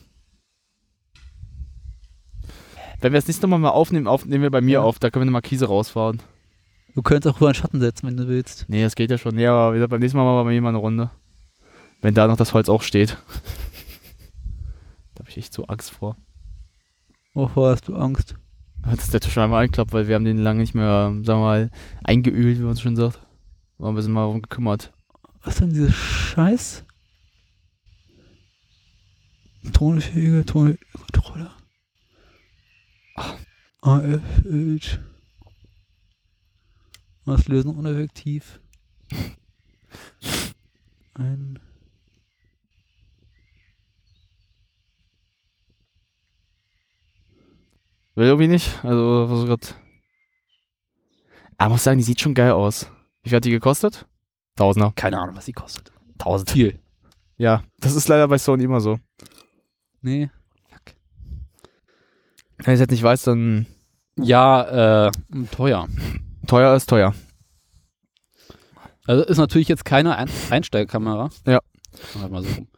[SPEAKER 4] Wenn wir das nächste Mal mal aufnehmen, auf, nehmen wir bei mir auf. Da können wir eine Markise rausfahren.
[SPEAKER 10] Du könntest auch rüber einen Schatten setzen, wenn du willst.
[SPEAKER 4] Nee, das geht ja schon. Nee, aber wie gesagt, beim nächsten Mal machen wir bei mir mal eine Runde. Wenn da noch das Holz auch steht. da habe ich echt so Angst vor.
[SPEAKER 10] Wovor hast du Angst?
[SPEAKER 4] Dass der Tisch einmal einklappt, weil wir haben den lange nicht mehr, sagen wir mal, eingeölt, wie man so schön sagt. War ein bisschen mal darum gekümmert.
[SPEAKER 10] Was denn dieses Scheiß? Tonfähige, Tonkontrolle.
[SPEAKER 4] Ah.
[SPEAKER 10] AF-Ölt. Auslösen uneffektiv. Ein.
[SPEAKER 4] Will irgendwie nicht. Also, was grad. Aber muss sagen, die sieht schon geil aus. Wie viel hat die gekostet? Tausender.
[SPEAKER 10] Keine Ahnung, was die kostet.
[SPEAKER 4] 1000.
[SPEAKER 10] Viel.
[SPEAKER 4] Ja, das ist leider bei Sony immer so.
[SPEAKER 10] Nee.
[SPEAKER 4] Wenn ich es jetzt nicht weiß, dann
[SPEAKER 10] Ja, äh, teuer.
[SPEAKER 4] teuer ist teuer.
[SPEAKER 10] Also ist natürlich jetzt keine Ein Einsteigerkamera.
[SPEAKER 4] Ja.
[SPEAKER 10] Sagen wir halt Mal so rum.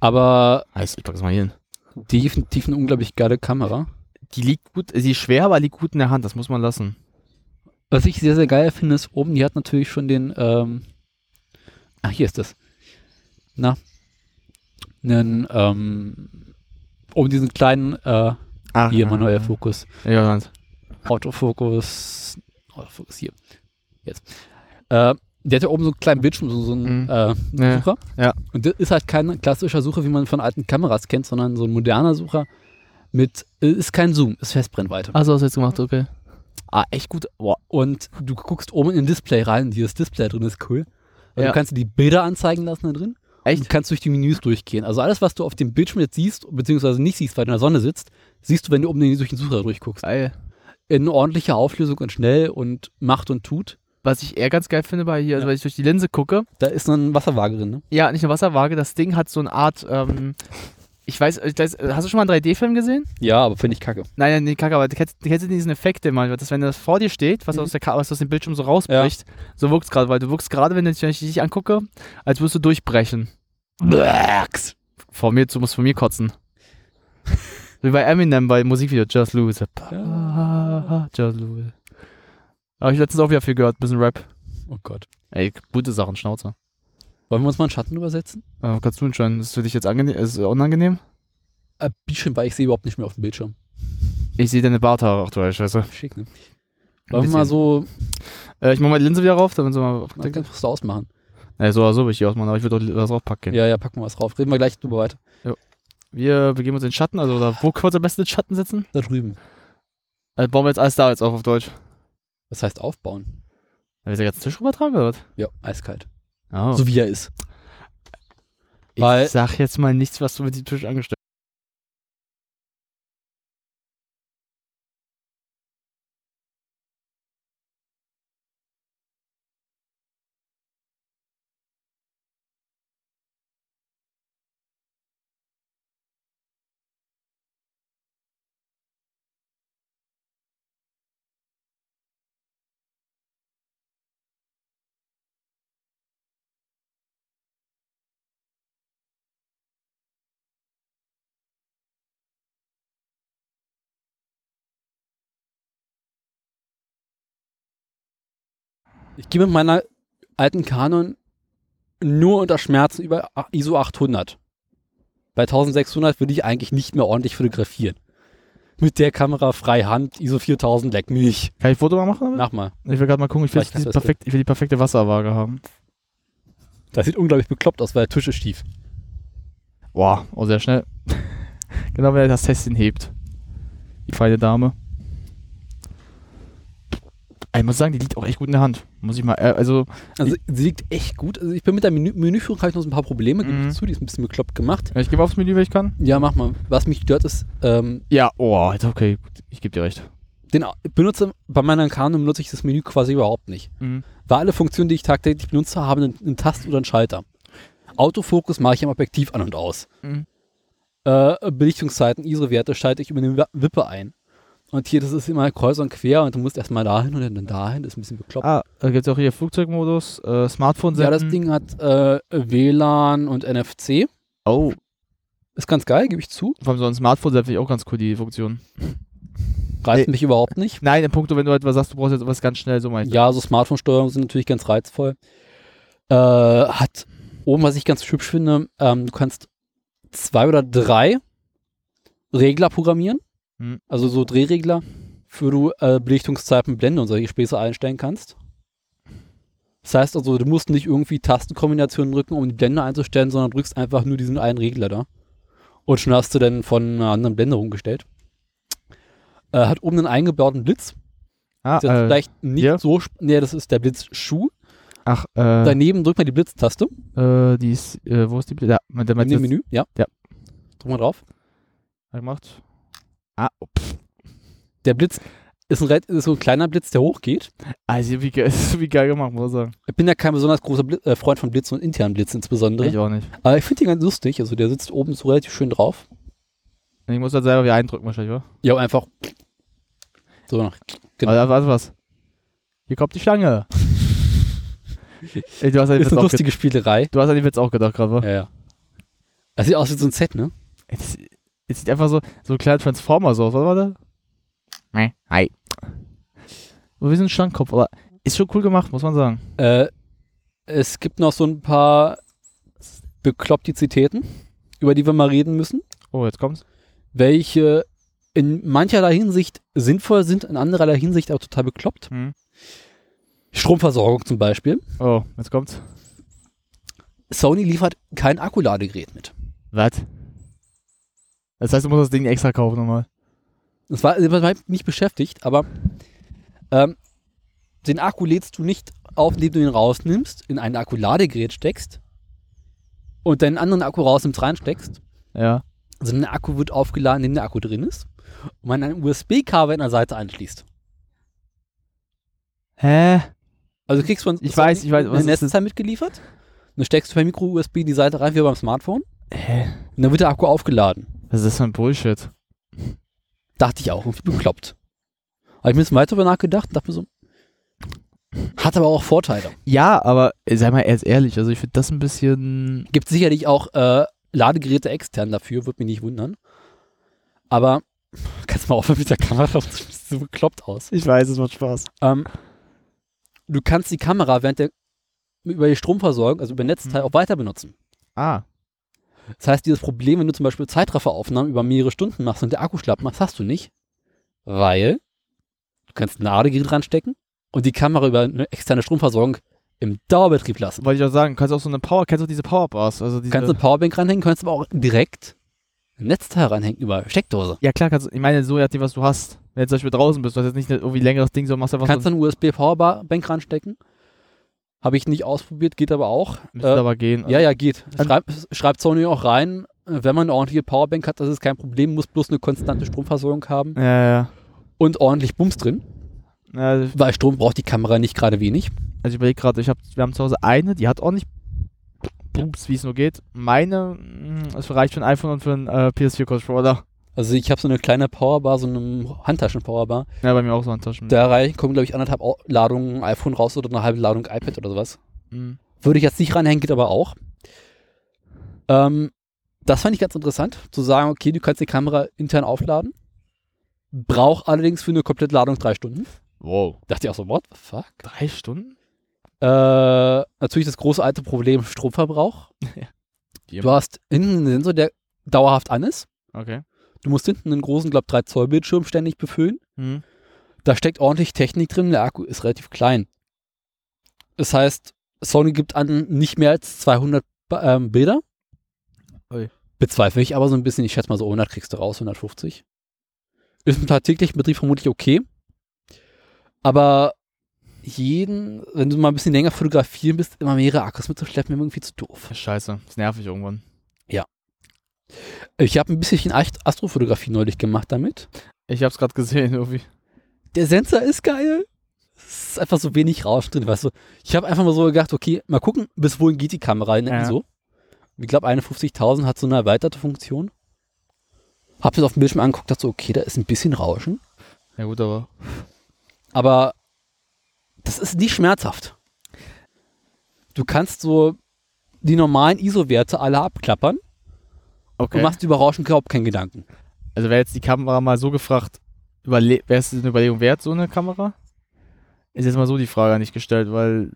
[SPEAKER 10] Aber
[SPEAKER 4] Also, ich pack's mal hier hin.
[SPEAKER 10] definitiv eine unglaublich geile Kamera.
[SPEAKER 4] Die liegt gut, sie ist schwer, aber liegt gut in der Hand, das muss man lassen.
[SPEAKER 10] Was ich sehr, sehr geil finde, ist oben, die hat natürlich schon den, ähm, ah, hier ist das. Na, einen, ähm, oben diesen kleinen, äh,
[SPEAKER 4] Ach,
[SPEAKER 10] hier,
[SPEAKER 4] ja,
[SPEAKER 10] manueller
[SPEAKER 4] ja.
[SPEAKER 10] Fokus.
[SPEAKER 4] Ah, Ja, ganz.
[SPEAKER 10] Autofokus, Autofokus hier. Jetzt. Äh, der hat ja oben so einen kleinen Bildschirm, so, so einen äh,
[SPEAKER 4] Mhm. Ja,
[SPEAKER 10] Sucher.
[SPEAKER 4] ja.
[SPEAKER 10] Und das ist halt kein klassischer Sucher, wie man von alten Kameras kennt, sondern so ein moderner Sucher mit, äh, ist kein Zoom, ist Festbrennweite.
[SPEAKER 4] Also hast du jetzt gemacht, okay.
[SPEAKER 10] Ah, echt gut. Boah. Und du guckst oben in ein Display rein, dieses Display drin ist cool. Und
[SPEAKER 4] Ja.
[SPEAKER 10] Du kannst dir die Bilder anzeigen lassen da drin.
[SPEAKER 4] Echt?
[SPEAKER 10] Und kannst durch die Menüs durchgehen. Also alles, was du auf dem Bildschirm jetzt siehst, beziehungsweise nicht siehst, weil du in der Sonne sitzt, siehst du, wenn du oben durch den Sucher durchguckst.
[SPEAKER 4] Geil.
[SPEAKER 10] In ordentlicher Auflösung und schnell und macht und tut.
[SPEAKER 4] Was ich eher ganz geil finde bei hier, also wenn ich durch die Linse gucke.
[SPEAKER 10] Da ist noch ein Wasserwaage drin, ne?
[SPEAKER 4] Ja, nicht eine Wasserwaage, das Ding hat so eine Art, ähm, ich weiß, ich weiß- hast du schon mal einen 3D-Film gesehen?
[SPEAKER 10] Ja, aber finde ich kacke.
[SPEAKER 4] Nein, nein, nee, kacke, aber du kennst, du kennst diesen Effekt, den manchmal, dass wenn das vor dir steht,
[SPEAKER 10] Mhm.
[SPEAKER 4] was, aus, der, Ka- was aus dem Bildschirm so rausbricht, so wirkt es gerade, weil du wirkst gerade, wenn, ich- wenn ich dich angucke, als würdest du durchbrechen. Blacks. Vor mir, du musst vor mir kotzen. Wie bei Eminem bei Musikvideo, Just Lose. Just Lose. Aber ich letztens auch wieder viel gehört, bisschen Rap.
[SPEAKER 10] Oh Gott.
[SPEAKER 4] Ey, gute Sachen, Schnauze.
[SPEAKER 10] Wollen wir uns mal einen Schatten übersetzen?
[SPEAKER 4] Äh, kannst du entscheiden, ist es für dich jetzt angene- ist es unangenehm?
[SPEAKER 10] Ein bisschen, weil ich sehe überhaupt nicht mehr auf dem Bildschirm.
[SPEAKER 4] Ich sehe deine Barthaare, ach du Scheiße.
[SPEAKER 10] Schick, ne? Wollen wir mal so.
[SPEAKER 4] Äh, ich mach mal die Linse wieder rauf, damit sie mal.
[SPEAKER 10] Dann kannst du ausmachen.
[SPEAKER 4] Äh, so oder so will ich die ausmachen, aber ich würde auch was draufpacken.
[SPEAKER 10] Ja, ja, packen wir was drauf. Reden wir gleich drüber weiter.
[SPEAKER 4] Wir begeben uns in den Schatten, also oder wo können wir uns am besten in den Schatten setzen?
[SPEAKER 10] Da drüben.
[SPEAKER 4] Also bauen wir jetzt alles da jetzt auf auf Deutsch.
[SPEAKER 10] Was heißt aufbauen?
[SPEAKER 4] Dann wir den ganzen Tisch rübertragen oder was?
[SPEAKER 10] Ja, eiskalt.
[SPEAKER 4] Oh.
[SPEAKER 10] So wie er ist.
[SPEAKER 4] ich sag jetzt mal nichts, was du mit dem Tisch angestellt
[SPEAKER 10] Ich gehe mit meiner alten Canon nur unter Schmerzen über ISO 800. Bei 1600 würde ich eigentlich nicht mehr ordentlich fotografieren. Mit der Kamera freihand, ISO 4000, leck mich.
[SPEAKER 4] Kann ich Foto mal machen?
[SPEAKER 10] Mach mal.
[SPEAKER 4] Ich will gerade mal gucken, ich will,
[SPEAKER 10] Vielleicht kannst
[SPEAKER 4] die
[SPEAKER 10] du das
[SPEAKER 4] perfekt, ich will die perfekte Wasserwaage haben.
[SPEAKER 10] Das sieht unglaublich bekloppt aus, weil der Tisch ist stief.
[SPEAKER 4] Boah, oh, sehr schnell. genau, wenn er das Häschen hebt. Die feine Dame. Ey, Ich muss sagen, die liegt auch echt gut in der Hand. Muss ich mal, äh, also.
[SPEAKER 10] Also sie liegt echt gut. Also ich bin mit der Menü Menüführung habe ich noch so ein paar Probleme, gebe ich zu, die ist ein bisschen bekloppt gemacht.
[SPEAKER 4] Ich gebe aufs Menü, wenn ich kann.
[SPEAKER 10] Ja, mach mal. Was mich stört ist, ähm,
[SPEAKER 4] Ja, oh, jetzt okay, gut, ich gebe dir recht.
[SPEAKER 10] den benutze, bei meiner Canon benutze ich das Menü quasi überhaupt nicht.
[SPEAKER 4] Mhm.
[SPEAKER 10] Weil alle Funktionen, die ich tagtäglich benutze, haben einen, einen Tast oder einen Schalter. Autofokus mache ich am Objektiv an und aus.
[SPEAKER 4] Mhm.
[SPEAKER 10] Äh, Belichtungszeiten, ISO-Werte schalte ich über eine Wa- Wippe ein. Und hier, das ist immer kreuz und quer und du musst erstmal dahin und dann dahin, das ist ein bisschen bekloppt.
[SPEAKER 4] Ah, da gibt es auch hier Flugzeugmodus, äh, Smartphone
[SPEAKER 10] ja,
[SPEAKER 4] senden.
[SPEAKER 10] das Ding hat äh, WLAN und NFC.
[SPEAKER 4] Oh.
[SPEAKER 10] Ist ganz geil, gebe ich zu.
[SPEAKER 4] Vor allem so ein Smartphone senden finde ich auch ganz cool, die Funktion.
[SPEAKER 10] Reizt mich überhaupt nicht.
[SPEAKER 4] Nein, im Punkt, wenn du etwas sagst, du brauchst jetzt etwas ganz schnell, so meinst
[SPEAKER 10] Ja, so Smartphone-Steuerungen sind natürlich ganz reizvoll. Äh, hat oben, was ich ganz hübsch finde, ähm, du kannst zwei oder drei Regler programmieren,
[SPEAKER 4] Hm.
[SPEAKER 10] also so Drehregler, für du äh, Belichtungszeiten, Blende und solche Späße einstellen kannst. Das heißt also, du musst nicht irgendwie Tastenkombinationen drücken, um die Blende einzustellen, sondern drückst einfach nur diesen einen Regler da. Und schon hast du dann von einer anderen Blende rumgestellt. Äh, hat oben einen eingebauten Blitz.
[SPEAKER 4] Ah,
[SPEAKER 10] ist jetzt
[SPEAKER 4] äh,
[SPEAKER 10] vielleicht nicht
[SPEAKER 4] hier?
[SPEAKER 10] so. sp- Nee, das ist der Blitzschuh.
[SPEAKER 4] Ach, äh,
[SPEAKER 10] Daneben drückt man die Blitztaste
[SPEAKER 4] äh, die ist, äh, wo ist die, Bl- da, mit,
[SPEAKER 10] in dem Menü. Ja.
[SPEAKER 4] Ja.
[SPEAKER 10] Drück mal drauf.
[SPEAKER 4] gemacht. Ah, oh, pff.
[SPEAKER 10] Der Blitz ist, ein, red- ist so ein kleiner Blitz, der hochgeht.
[SPEAKER 4] also wie, ge- ist wie geil gemacht, muss ich sagen.
[SPEAKER 10] Ich bin ja kein besonders großer Bli äh, Freund von Blitzen und internen Blitzen insbesondere.
[SPEAKER 4] Ich auch nicht.
[SPEAKER 10] Aber ich finde den ganz lustig. Also der sitzt oben so relativ schön drauf.
[SPEAKER 4] Ich muss das selber wieder eindrücken wahrscheinlich, oder?
[SPEAKER 10] Ja, aber einfach so nach. Genau.
[SPEAKER 4] Also, also was? Hier kommt die Schlange. Ey, du hast an den
[SPEAKER 10] ist
[SPEAKER 4] Witz
[SPEAKER 10] eine
[SPEAKER 4] auch
[SPEAKER 10] lustige
[SPEAKER 4] ge-
[SPEAKER 10] Spielerei.
[SPEAKER 4] du hast an den Witz auch gedacht gerade, wa?
[SPEAKER 10] Ja, ja. Das sieht aus wie so ein Set, ne?
[SPEAKER 4] Ey, das, es sieht einfach so, so ein kleiner Transformer so aus, oder? Hi. So ein bisschen Standkopf, aber ist schon cool gemacht, muss man sagen.
[SPEAKER 10] Äh, es gibt noch so ein paar Beklopptizitäten, über die wir mal reden müssen.
[SPEAKER 4] Oh, jetzt kommt's.
[SPEAKER 10] Welche in mancherlei Hinsicht sinnvoll sind, in andererlei Hinsicht aber total bekloppt.
[SPEAKER 4] Hm.
[SPEAKER 10] Stromversorgung zum Beispiel.
[SPEAKER 4] Oh, jetzt kommt's.
[SPEAKER 10] Sony liefert kein Akkuladegerät mit.
[SPEAKER 4] Was? Das heißt, du musst das Ding extra kaufen nochmal.
[SPEAKER 10] Das war, das war nicht beschäftigt, aber ähm, den Akku lädst du nicht auf, indem du ihn rausnimmst, in ein Akkuladegerät steckst und deinen anderen Akku rausnimmst, reinsteckst,
[SPEAKER 4] Ja.
[SPEAKER 10] sondern der Akku wird aufgeladen, indem der Akku drin ist und man ein USB-Kabel an der Seite anschließt.
[SPEAKER 4] Hä?
[SPEAKER 10] Also kriegst du ein-
[SPEAKER 4] Ich weiß, ich weiß, was
[SPEAKER 10] eine
[SPEAKER 4] ist das?
[SPEAKER 10] Netzteil mitgeliefert, dann steckst du per Micro-USB die Seite rein, wie beim Smartphone,
[SPEAKER 4] Hä?
[SPEAKER 10] und dann wird der Akku aufgeladen.
[SPEAKER 4] Was ist das für ein Bullshit?
[SPEAKER 10] Dachte ich auch, irgendwie bekloppt. Habe ich mir jetzt weiter darüber nachgedacht und dachte mir so, hat aber auch Vorteile.
[SPEAKER 4] Ja, aber äh, sei mal erst ehrlich, also ich finde das ein bisschen.
[SPEAKER 10] Gibt sicherlich auch äh, Ladegeräte extern dafür, würde mich nicht wundern. Aber kannst du mal aufhören mit der Kamera, das sieht so bekloppt aus.
[SPEAKER 4] Ich weiß, es macht Spaß.
[SPEAKER 10] Ähm, du kannst die Kamera während der über die Stromversorgung, also über Netzteil,
[SPEAKER 4] Mhm.
[SPEAKER 10] auch weiter benutzen.
[SPEAKER 4] Ah.
[SPEAKER 10] Das heißt, dieses Problem, wenn du zum Beispiel Zeitrafferaufnahmen über mehrere Stunden machst und der Akku schlapp macht, hast du nicht. Weil du kannst ein Ladegerät ranstecken und die Kamera über eine externe Stromversorgung im Dauerbetrieb lassen.
[SPEAKER 4] Wollte ich auch sagen, kannst auch so eine Power, kannst auch diese Powerbars, also diese.
[SPEAKER 10] Du kannst eine Powerbank ranhängen, kannst aber auch direkt ein Netzteil ranhängen über Steckdose.
[SPEAKER 4] ja klar, kannst. Ich meine, so je nachdem, was du hast. Wenn jetzt zum Beispiel draußen bist, du hast jetzt nicht ein irgendwie längeres Ding, sondern machst einfach
[SPEAKER 10] Kannst
[SPEAKER 4] so.
[SPEAKER 10] dann USB-Powerbank ranstecken. Habe ich nicht ausprobiert, geht aber auch. äh,
[SPEAKER 4] Müsste aber gehen.
[SPEAKER 10] Ja, ja, geht. Schreib, schreibt Sony auch rein, äh, wenn man eine ordentliche Powerbank hat, das ist kein Problem, muss bloß eine konstante Stromversorgung haben.
[SPEAKER 4] Ja, ja.
[SPEAKER 10] Und ordentlich Bums drin.
[SPEAKER 4] Ja,
[SPEAKER 10] Weil Strom braucht die Kamera nicht gerade wenig.
[SPEAKER 4] Also ich überlege gerade, ich hab, wir haben zu Hause eine, die hat ordentlich Pups, wie es nur geht. Meine, mm, es reicht für ein iPhone und für einen äh, PS4-Controller.
[SPEAKER 10] Also ich habe so eine kleine Powerbar, so eine Handtaschen-Powerbar.
[SPEAKER 4] Ja, bei mir auch so an Taschen.
[SPEAKER 10] Da rein kommen, glaube ich, anderthalb Au- Ladungen iPhone raus oder eine halbe Ladung iPad oder sowas.
[SPEAKER 4] Mhm.
[SPEAKER 10] Würde ich jetzt nicht ranhängen, geht aber auch. Ähm, das fand ich ganz interessant, zu sagen, okay, du kannst die Kamera intern aufladen. Braucht allerdings für eine komplette Ladung drei Stunden.
[SPEAKER 4] Wow.
[SPEAKER 10] Dachte ich auch so, what the fuck?
[SPEAKER 4] Drei Stunden?
[SPEAKER 10] Äh, natürlich das große alte Problem Stromverbrauch. Du hast hinten einen Sensor, der dauerhaft an ist.
[SPEAKER 4] Okay.
[SPEAKER 10] Du musst hinten einen großen, glaube 3 Zoll Bildschirm ständig befüllen.
[SPEAKER 4] Mhm.
[SPEAKER 10] Da steckt ordentlich Technik drin, der Akku ist relativ klein. Das heißt, Sony gibt an nicht mehr als 200 Ba- ähm, Bilder.
[SPEAKER 4] Ui.
[SPEAKER 10] Bezweifle ich aber so ein bisschen. Ich schätze mal so 100 kriegst du raus, 150. Ist im tagtäglichen Betrieb vermutlich okay. Aber jeden, wenn du mal ein bisschen länger fotografieren bist, immer mehrere Akkus mitzuschleppen, immer irgendwie zu doof.
[SPEAKER 4] Scheiße, ist nervig irgendwann.
[SPEAKER 10] Ja. Ich habe ein bisschen Ast- Astrofotografie neulich gemacht damit.
[SPEAKER 4] Ich hab's gerade gesehen, irgendwie.
[SPEAKER 10] Der Sensor ist geil. Es ist einfach so wenig Rauschen drin, weißt du. Ich habe einfach mal so gedacht, okay, mal gucken, bis wohin geht die Kamera in der
[SPEAKER 4] Ja.
[SPEAKER 10] ISO. Ich glaube, eine 50.000 hat so eine erweiterte Funktion. Hab das auf dem Bildschirm angeguckt, dachte so, okay, da ist ein bisschen Rauschen.
[SPEAKER 4] Ja gut, aber.
[SPEAKER 10] Aber das ist nicht schmerzhaft. Du kannst so die normalen ISO-Werte alle abklappern
[SPEAKER 4] Okay.
[SPEAKER 10] und machst über Rauschen überhaupt keinen Gedanken.
[SPEAKER 4] Also wäre jetzt die Kamera mal so gefragt, überle- wäre es eine Überlegung wert, so eine Kamera? Ist jetzt mal so die Frage nicht gestellt, weil.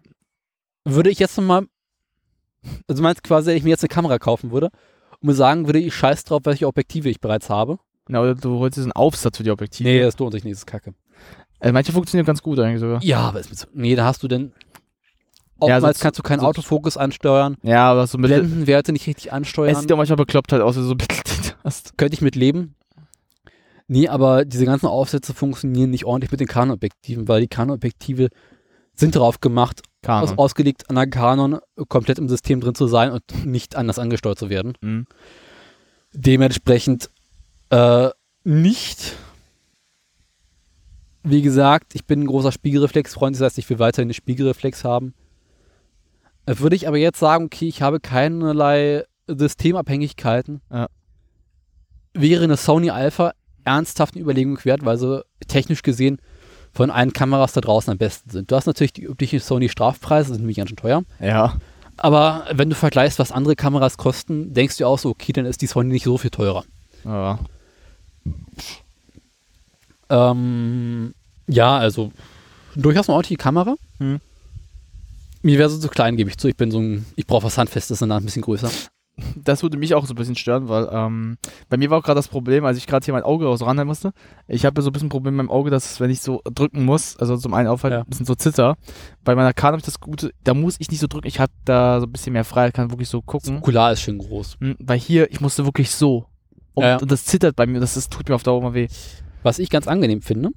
[SPEAKER 10] würde ich jetzt nochmal, also du meinst quasi, wenn ich mir jetzt eine Kamera kaufen würde und mir sagen würde, ich scheiß drauf, welche Objektive ich bereits habe.
[SPEAKER 4] Na, oder du holst dir so einen Aufsatz für die Objektive.
[SPEAKER 10] Nee, das lohnt sich nicht, das ist kacke.
[SPEAKER 4] Also manche funktionieren ganz gut eigentlich sogar.
[SPEAKER 10] Ja, aber ist mit so, nee, da hast du denn,
[SPEAKER 4] Ja,
[SPEAKER 10] oftmals
[SPEAKER 4] so-
[SPEAKER 10] kannst du keinen
[SPEAKER 4] so-
[SPEAKER 10] Autofokus ansteuern,
[SPEAKER 4] Ja, aber so ein bisschen.
[SPEAKER 10] Blendenwerte nicht richtig ansteuern.
[SPEAKER 4] Es sieht auch manchmal bekloppt halt aus, wenn du so ein bisschen hast.
[SPEAKER 10] Könnte ich mit leben. Nee, aber diese ganzen Aufsätze funktionieren nicht ordentlich mit den Kanonobjektiven, weil die Kanonobjektive sind darauf gemacht,
[SPEAKER 4] Canon.
[SPEAKER 10] aus, ausgelegt an der Kanon komplett im System drin zu sein und nicht anders angesteuert zu werden.
[SPEAKER 4] Mhm.
[SPEAKER 10] Dementsprechend äh, nicht. Wie gesagt, ich bin ein großer Spiegelreflex-Freund, das heißt, ich will weiterhin eine Spiegelreflex haben. Äh, Würde ich aber jetzt sagen, okay, ich habe keinerlei Systemabhängigkeiten.
[SPEAKER 4] Ja.
[SPEAKER 10] Wäre eine Sony Alpha ernsthaft eine Überlegung wert, weil sie technisch gesehen von allen Kameras da draußen am besten sind. Du hast natürlich die üblichen Sony Strafpreise, sind nämlich ganz schön teuer.
[SPEAKER 4] Ja.
[SPEAKER 10] Aber wenn du vergleichst, was andere Kameras kosten, denkst du auch so, okay, dann ist die Sony nicht so viel teurer.
[SPEAKER 4] Ja.
[SPEAKER 10] Ähm, ja, also durchaus eine ordentliche Kamera.
[SPEAKER 4] Hm.
[SPEAKER 10] Mir wäre sie zu klein, gebe ich zu. Ich bin so ein, ich brauche was Handfestes, danach ein bisschen größer.
[SPEAKER 4] Das würde mich auch so ein bisschen stören, weil ähm, bei mir war auch gerade das Problem, als ich gerade hier mein Auge aus so ranhalten musste, ich habe so ein bisschen ein Problem mit meinem Auge, dass wenn ich so drücken muss, also zum einen aufhalten, ein bisschen so zitter. Bei meiner Karte habe ich das Gute, da muss ich nicht so drücken, ich habe da so ein bisschen mehr Freiheit, kann wirklich so gucken.
[SPEAKER 10] Das Okular ist schön groß.
[SPEAKER 4] Hm, Weil hier, ich musste wirklich so. um Und
[SPEAKER 10] Ja.
[SPEAKER 4] das zittert bei mir, das, das tut mir auf Dauer immer weh.
[SPEAKER 10] Was ich ganz angenehm finde,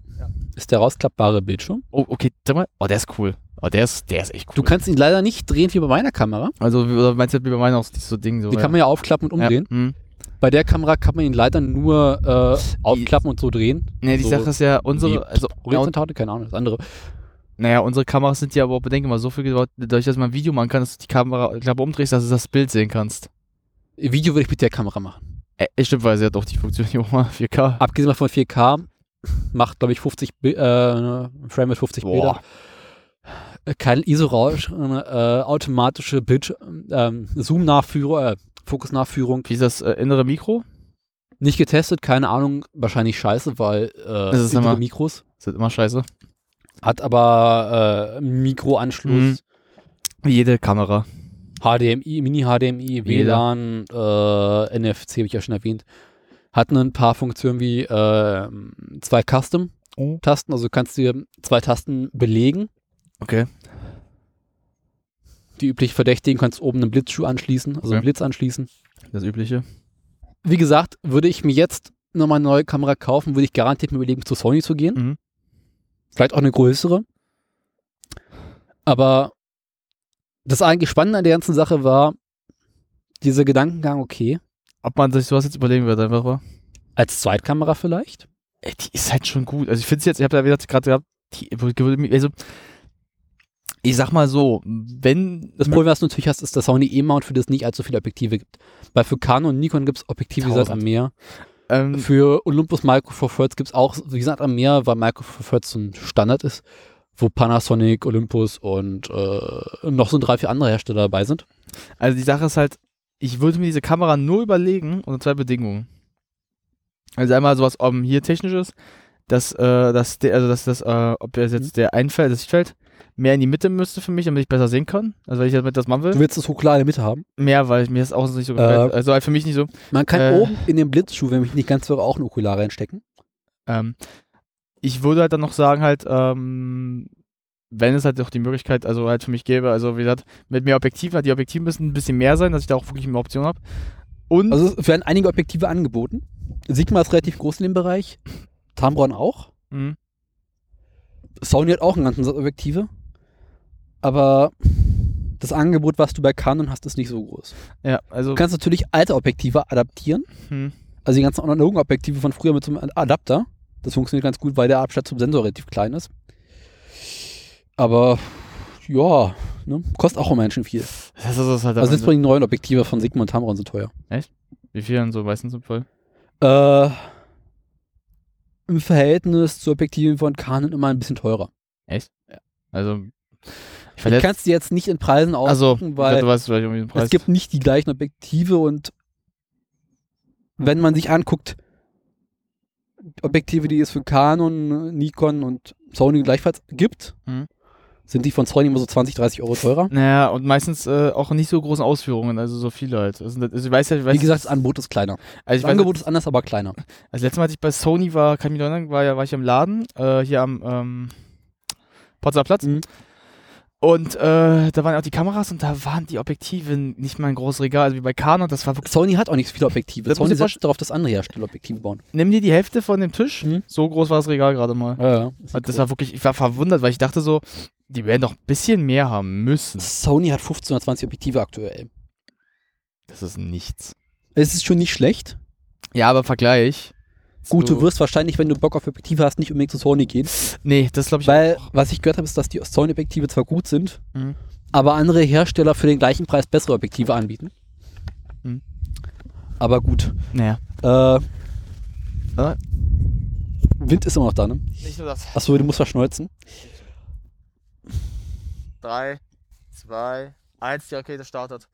[SPEAKER 10] ist der rausklappbare Bildschirm.
[SPEAKER 4] Oh, okay, sag mal, oh, der ist cool. Oh, der ist, der ist echt cool.
[SPEAKER 10] Du kannst ihn leider nicht drehen wie bei meiner Kamera.
[SPEAKER 4] Also, wie- oder meinst du wie bei meiner auch so Ding so?
[SPEAKER 10] Die kann man ja aufklappen und
[SPEAKER 4] Ja,
[SPEAKER 10] umdrehen.
[SPEAKER 4] hm.
[SPEAKER 10] Bei der Kamera kann man ihn leider nur äh, aufklappen und so drehen.
[SPEAKER 4] Nee, die
[SPEAKER 10] so
[SPEAKER 4] Sache ist ja, unsere-
[SPEAKER 10] wie
[SPEAKER 4] also-
[SPEAKER 10] horizontale, keine Ahnung, das andere.
[SPEAKER 4] Naja, unsere Kameras sind ja aber auch, bedenke mal, so viel gebaut, dadurch, dass man ein Video machen kann, dass du die Kamera, Klappe umdrehst, dass du das Bild sehen kannst.
[SPEAKER 10] Video würde ich mit der Kamera machen.
[SPEAKER 4] Äh, stimmt, weil sie ja doch die Funktion hier auch mal 4K.
[SPEAKER 10] Abgesehen mal von 4K macht, glaube ich, 50 Bi- äh, Frame mit 50
[SPEAKER 4] Boah.
[SPEAKER 10] Bilder. Kein ISO-Rausch, äh, automatische Bildsch- ähm, Zoom-Nachführung, äh, Fokus-Nachführung.
[SPEAKER 4] Wie ist das äh, innere Mikro?
[SPEAKER 10] Nicht getestet, keine Ahnung, wahrscheinlich scheiße, weil äh,
[SPEAKER 4] Das ist
[SPEAKER 10] innere
[SPEAKER 4] immer-
[SPEAKER 10] Mikros.
[SPEAKER 4] Sind immer scheiße.
[SPEAKER 10] Hat aber äh, Mikroanschluss.
[SPEAKER 4] Mhm. Wie jede Kamera.
[SPEAKER 10] HDMI, Mini-HDMI, WLAN, äh, NFC habe ich ja schon erwähnt. Hat ein paar Funktionen wie äh, zwei
[SPEAKER 4] Oh.
[SPEAKER 10] Custom-Tasten, also kannst du zwei Tasten belegen.
[SPEAKER 4] Okay.
[SPEAKER 10] Die üblich Verdächtigen kannst oben einen Blitzschuh anschließen, also
[SPEAKER 4] Okay.
[SPEAKER 10] einen Blitz anschließen.
[SPEAKER 4] Das übliche.
[SPEAKER 10] Wie gesagt, würde ich mir jetzt nochmal eine neue Kamera kaufen, würde ich garantiert mir überlegen, zu Sony zu gehen.
[SPEAKER 4] Mhm.
[SPEAKER 10] Vielleicht auch eine größere. Aber das eigentlich Spannende an der ganzen Sache war, dieser Gedankengang, okay,
[SPEAKER 4] Ob man sich sowas jetzt überlegen würde, einfach mal.
[SPEAKER 10] als Zweitkamera vielleicht?
[SPEAKER 4] Ey, die ist halt schon gut. Also ich finde es jetzt, ich habe ja wieder gerade gehabt, die würde mich, also ich sag mal so, wenn
[SPEAKER 10] Das Problem, was du natürlich hast, ist, dass Sony E-Mount für das nicht allzu viele Objektive gibt. Weil für Canon und Nikon gibt es Objektive, wie gesagt, am
[SPEAKER 4] Tausend.
[SPEAKER 10] Meer.
[SPEAKER 4] Ähm,
[SPEAKER 10] für Olympus Micro Four Thirds gibt es auch, wie gesagt, am Meer, weil Micro Four Thirds so ein Standard ist, wo Panasonic, Olympus und äh, noch so drei, vier andere Hersteller dabei sind.
[SPEAKER 4] Also die Sache ist halt, ich würde mir diese Kamera nur überlegen unter zwei Bedingungen. Also einmal sowas um, hier technisches, dass, äh, dass der, also dass das, äh, ob das jetzt der einfällt, das Sichtfeld, mehr in die Mitte müsste für mich, damit ich besser sehen kann. Also weil ich damit das machen will.
[SPEAKER 10] Du willst das Hokular in der Mitte haben?
[SPEAKER 4] Mehr, weil mir das auch nicht so
[SPEAKER 10] Äh,
[SPEAKER 4] gefällt. also halt für mich nicht so.
[SPEAKER 10] Man kann
[SPEAKER 4] Äh,
[SPEAKER 10] oben in den Blitzschuh, wenn mich nicht ganz irre, auch ein Okular reinstecken.
[SPEAKER 4] Ähm, ich würde halt dann noch sagen, halt, ähm, wenn es halt auch die Möglichkeit, also halt für mich gäbe, also wie gesagt, mit mehr Objektiven, halt die Objektive müssen ein bisschen mehr sein, dass ich da auch wirklich eine Option habe. Und
[SPEAKER 10] Also es werden einige Objektive angeboten. Sigma ist relativ groß in dem Bereich. Tamron auch.
[SPEAKER 4] Mhm.
[SPEAKER 10] Sony hat auch einen ganzen Satz Objektive. Aber das Angebot, was du bei Canon hast, ist nicht so groß.
[SPEAKER 4] ja, also
[SPEAKER 10] Du kannst natürlich alte Objektive adaptieren.
[SPEAKER 4] Hm.
[SPEAKER 10] Also die ganzen analogen Objektive von früher mit so einem Adapter. Das funktioniert ganz gut, weil der Abstand zum Sensor relativ klein ist. Aber ja, ne? kostet auch immer ganz schön viel.
[SPEAKER 4] Das ist es halt am
[SPEAKER 10] also jetzt
[SPEAKER 4] Ende.
[SPEAKER 10] die neuen Objektive von Sigma und Tamron sind teuer.
[SPEAKER 4] Echt? Wie viel denn so meistens im Fall?
[SPEAKER 10] Äh, Im Verhältnis zu Objektiven von Canon immer ein bisschen teurer.
[SPEAKER 4] Echt? Also, ich
[SPEAKER 10] Ich kann es dir jetzt nicht in Preisen
[SPEAKER 4] Also,
[SPEAKER 10] ausdrücken,
[SPEAKER 4] ich
[SPEAKER 10] weil
[SPEAKER 4] dachte, du weißt vielleicht irgendwie den Preis.
[SPEAKER 10] es gibt nicht die gleichen Objektive und wenn man sich anguckt, Objektive, die es für Canon, Nikon und Sony gleichfalls gibt,
[SPEAKER 4] Mhm.
[SPEAKER 10] sind die von Sony immer so 20, 30 Euro teurer.
[SPEAKER 4] Naja, und meistens äh, auch nicht so großen Ausführungen, also so viele halt. Also, das- also ich weiß ja, ich weiß,
[SPEAKER 10] Wie gesagt, das Angebot ist kleiner.
[SPEAKER 4] also ich
[SPEAKER 10] das
[SPEAKER 4] weiß,
[SPEAKER 10] Angebot ist anders, aber kleiner.
[SPEAKER 4] Also letztes Mal, als ich bei Sony war, kann ich mich noch erinnern, war, ja- war ich im Laden, äh, hier am ähm, Potsdamer Platz. Und äh, da waren auch die Kameras und da waren die Objektive nicht mal ein großes Regal, also wie bei Canon, das war wirklich...
[SPEAKER 10] Sony hat auch nicht so viele Objektive.
[SPEAKER 4] Das muss
[SPEAKER 10] Sony
[SPEAKER 4] ich vorst-
[SPEAKER 10] setzt darauf, dass andere Hersteller Objektive bauen. Hm?
[SPEAKER 4] Nimm dir die Hälfte von dem Tisch, so groß war das Regal gerade mal.
[SPEAKER 10] Ja, ja.
[SPEAKER 4] Und das war wirklich, ich war verwundert, weil ich dachte so, die werden doch ein bisschen mehr haben müssen.
[SPEAKER 10] Sony hat 15 oder 20 Objektive aktuell.
[SPEAKER 4] Das ist nichts.
[SPEAKER 10] Es ist schon nicht schlecht.
[SPEAKER 4] Ja, aber Vergleich.
[SPEAKER 10] Gut,
[SPEAKER 4] So-
[SPEAKER 10] du wirst wahrscheinlich, wenn du Bock auf Objektive hast, nicht unbedingt zu Sony gehen.
[SPEAKER 4] Nee, das glaube ich
[SPEAKER 10] Weil, was ich gehört habe, ist, dass die Sony-Objektive zwar gut sind,
[SPEAKER 4] Mhm.
[SPEAKER 10] aber andere Hersteller für den gleichen Preis bessere Objektive anbieten.
[SPEAKER 4] Mhm.
[SPEAKER 10] Aber gut.
[SPEAKER 4] Naja.
[SPEAKER 10] Äh,
[SPEAKER 4] Ah.
[SPEAKER 10] Wind ist immer noch da, ne?
[SPEAKER 4] Nicht nur das.
[SPEAKER 10] Achso, du musst verschneuzen.
[SPEAKER 4] Drei, zwei, eins, die Rakete startet.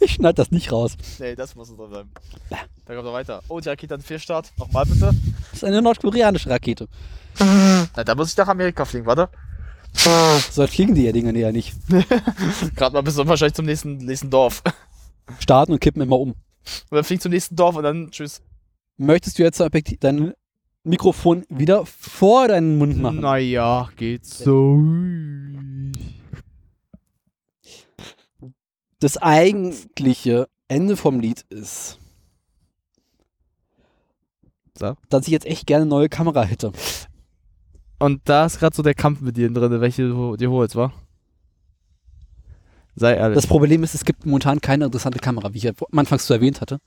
[SPEAKER 10] Ich schneide das nicht raus.
[SPEAKER 4] Nee, das muss drin bleiben. Da kommt er weiter. Oh, die Rakete hat einen Fehlstart. Nochmal bitte.
[SPEAKER 10] Das ist eine nordkoreanische Rakete.
[SPEAKER 4] Na, da muss ich nach Amerika fliegen, warte.
[SPEAKER 10] So weit fliegen die ja Dinger ja nicht.
[SPEAKER 4] Gerade mal bis zum- wahrscheinlich zum nächsten, nächsten Dorf.
[SPEAKER 10] Starten und kippen immer um.
[SPEAKER 4] Und dann fliegt zum nächsten Dorf und dann tschüss.
[SPEAKER 10] Möchtest du jetzt dein Objektiv- dein Mikrofon wieder vor deinen Mund machen?
[SPEAKER 4] Ah, Naja, geht so.
[SPEAKER 10] Das eigentliche Ende vom Lied ist, dass ich jetzt echt gerne eine neue Kamera hätte.
[SPEAKER 4] Und da ist gerade so der Kampf mit dir drin, welche du dir holst, wa? Sei ehrlich.
[SPEAKER 10] Das Problem ist, es gibt momentan keine interessante Kamera, wie ich ja vor- anfangs zu erwähnt hatte.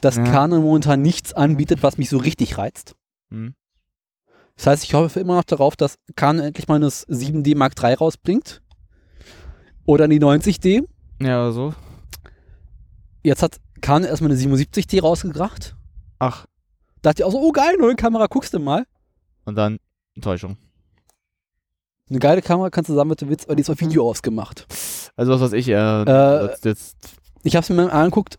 [SPEAKER 10] Dass
[SPEAKER 4] Ja.
[SPEAKER 10] Canon momentan nichts anbietet, was mich so richtig reizt.
[SPEAKER 4] Hm.
[SPEAKER 10] Das heißt, ich hoffe immer noch darauf, dass Canon endlich mal das 7D Mark III rausbringt. Oder die 90D.
[SPEAKER 4] Ja, oder so.
[SPEAKER 10] Jetzt hat Canon erstmal eine 77D rausgebracht.
[SPEAKER 4] Ach.
[SPEAKER 10] Dachte ich auch so, oh geil, neue Kamera, guckst du mal.
[SPEAKER 4] Und dann Enttäuschung.
[SPEAKER 10] Eine geile Kamera kannst du sagen, was du willst, aber die ist auf Video ausgemacht.
[SPEAKER 4] Also was weiß ich, äh,
[SPEAKER 10] Äh,
[SPEAKER 4] jetzt- jetzt
[SPEAKER 10] Ich habe es mir mal angeguckt.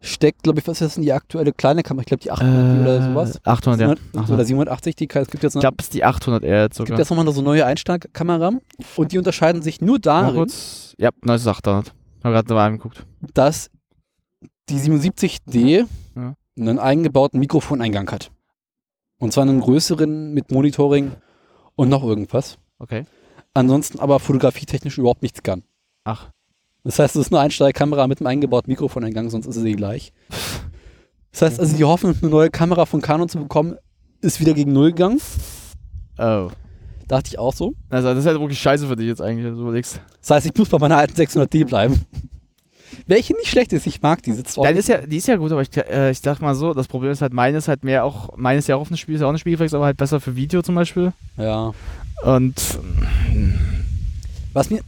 [SPEAKER 10] Steckt, glaube ich, was ist denn die aktuelle kleine Kamera? Ich glaube, die 800
[SPEAKER 4] Äh,
[SPEAKER 10] oder sowas.
[SPEAKER 4] 800, ja.
[SPEAKER 10] 700 Oder 780, die es gibt jetzt
[SPEAKER 4] Ich glaube, es ist die 800 R jetzt
[SPEAKER 10] Es gibt
[SPEAKER 4] sogar.
[SPEAKER 10] jetzt nochmal so neue Einsteigerkamera und die unterscheiden sich nur
[SPEAKER 4] Mal
[SPEAKER 10] darin,
[SPEAKER 4] kurz. Ja, neues 800. Hab gerade mal angeguckt.
[SPEAKER 10] dass die 77D
[SPEAKER 4] Ja.
[SPEAKER 10] einen eingebauten Mikrofoneingang hat. Und zwar einen größeren mit Monitoring und noch irgendwas.
[SPEAKER 4] Okay.
[SPEAKER 10] Ansonsten aber fotografietechnisch überhaupt nichts kann.
[SPEAKER 4] Ach.
[SPEAKER 10] Das heißt, es ist eine Einsteigerkamera mit einem eingebauten Mikrofoneingang, sonst ist sie gleich. Das heißt also, die Hoffnung, eine neue Kamera von Canon zu bekommen, ist wieder gegen Null gegangen.
[SPEAKER 4] Oh.
[SPEAKER 10] Dachte ich auch so.
[SPEAKER 4] Also das ist halt wirklich scheiße für dich jetzt eigentlich, wenn du überlegst.
[SPEAKER 10] Das heißt, ich muss bei meiner alten 600D bleiben. Welche nicht schlecht ist, ich mag die. Sitzt
[SPEAKER 4] Ja, die, ist ja, die ist ja gut, aber ich, äh, ich sag mal so, das Problem ist halt, meine ist halt mehr auch, meine ist ja auch auf einem Spiel, ist ja auch eine Spiegelreflex, aber halt besser für Video zum Beispiel.
[SPEAKER 10] Ja.
[SPEAKER 4] Und
[SPEAKER 10] Was mir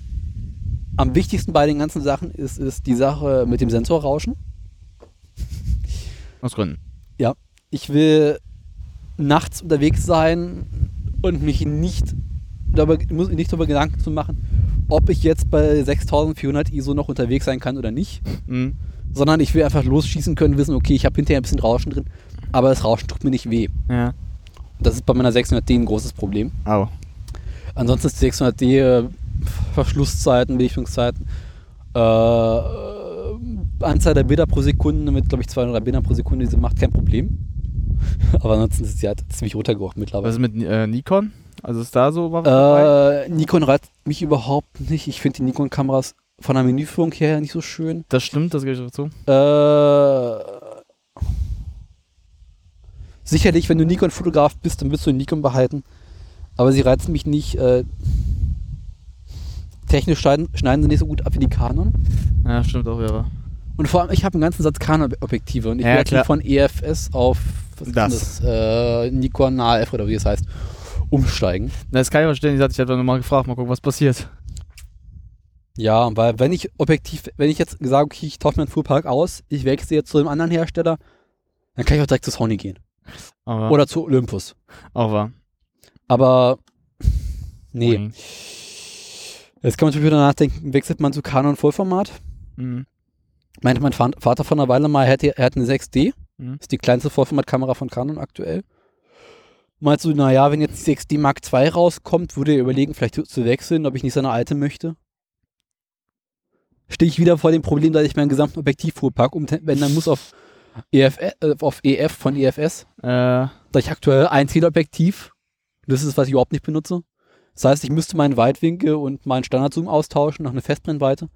[SPEAKER 10] am wichtigsten bei den ganzen Sachen ist, ist die Sache mit dem Sensorrauschen.
[SPEAKER 4] aus Gründen.
[SPEAKER 10] Ja, ich will nachts unterwegs sein und mich nicht darüber, muss nicht darüber Gedanken zu machen, ob ich jetzt bei 6400 ISO noch unterwegs sein kann oder nicht.
[SPEAKER 4] Mhm.
[SPEAKER 10] Sondern ich will einfach losschießen können, wissen, okay, ich habe hinterher ein bisschen Rauschen drin, aber das Rauschen tut mir nicht weh.
[SPEAKER 4] Ja.
[SPEAKER 10] Das ist bei meiner 600D ein großes Problem.
[SPEAKER 4] Au.
[SPEAKER 10] Ansonsten ist die 600D äh, Verschlusszeiten, Belichtungszeiten, äh, äh, Anzahl der Bilder pro Sekunde mit, glaube ich, 200 Bildern pro Sekunde, diese macht kein Problem. Aber ansonsten ist sie halt ziemlich runtergekocht mittlerweile.
[SPEAKER 4] Was ist mit äh, Nikon? Also ist da so was dabei?
[SPEAKER 10] Äh, Nikon reizt mich überhaupt nicht. Ich finde die Nikon-Kameras von der Menüführung her nicht so schön.
[SPEAKER 4] Das stimmt, das gebe ich dir zu.
[SPEAKER 10] Äh, sicherlich, wenn du Nikon-Fotograf bist, dann wirst du den Nikon behalten. Aber sie reizen mich nicht. Äh, technisch schneiden, schneiden sie nicht so gut ab wie die Canon.
[SPEAKER 4] Ja, stimmt auch, ja. aber-
[SPEAKER 10] Und vor allem, ich habe einen ganzen Satz Canon-Objektive und ich
[SPEAKER 4] Ja,
[SPEAKER 10] wechsle
[SPEAKER 4] klar.
[SPEAKER 10] von EFS auf was ist denn
[SPEAKER 4] Das.
[SPEAKER 10] das? Äh, Nikon AF oder wie es heißt, umsteigen.
[SPEAKER 4] Na, das kann ich verstehen. Ich hatte ich einfach nur mal gefragt, mal gucken, was passiert.
[SPEAKER 10] Ja, weil wenn ich objektiv, wenn ich jetzt sage, okay, ich tausche meinen Fuhrpark aus, ich wechsle jetzt zu einem anderen Hersteller, dann kann ich auch direkt zu Sony gehen.
[SPEAKER 4] Aber-
[SPEAKER 10] Oder zu Olympus.
[SPEAKER 4] Auch wahr.
[SPEAKER 10] Aber nee. Jetzt kann man natürlich wieder nachdenken, wechselt man zu Canon Vollformat?
[SPEAKER 4] Mhm.
[SPEAKER 10] Meinte mein Fa- Vater vor einer Weile mal, er hätte, er hat eine 6D.
[SPEAKER 4] Mhm.
[SPEAKER 10] Ist die kleinste Vollformatkamera von Canon aktuell. Meinst du, naja, wenn jetzt die 6D Mark II rauskommt, würde er überlegen, vielleicht zu- zu wechseln, ob ich nicht seine alte möchte? Stehe ich wieder vor dem Problem, dass ich meinen gesamten Objektivfuhrpark umändern muss auf, EF, äh, auf EF von EFS?
[SPEAKER 4] Äh.
[SPEAKER 10] Da ich aktuell ein Teleobjektiv, das ist, was ich überhaupt nicht benutze. Das heißt, ich müsste meinen Weitwinkel und meinen Standardzoom austauschen nach einer Festbrennweite.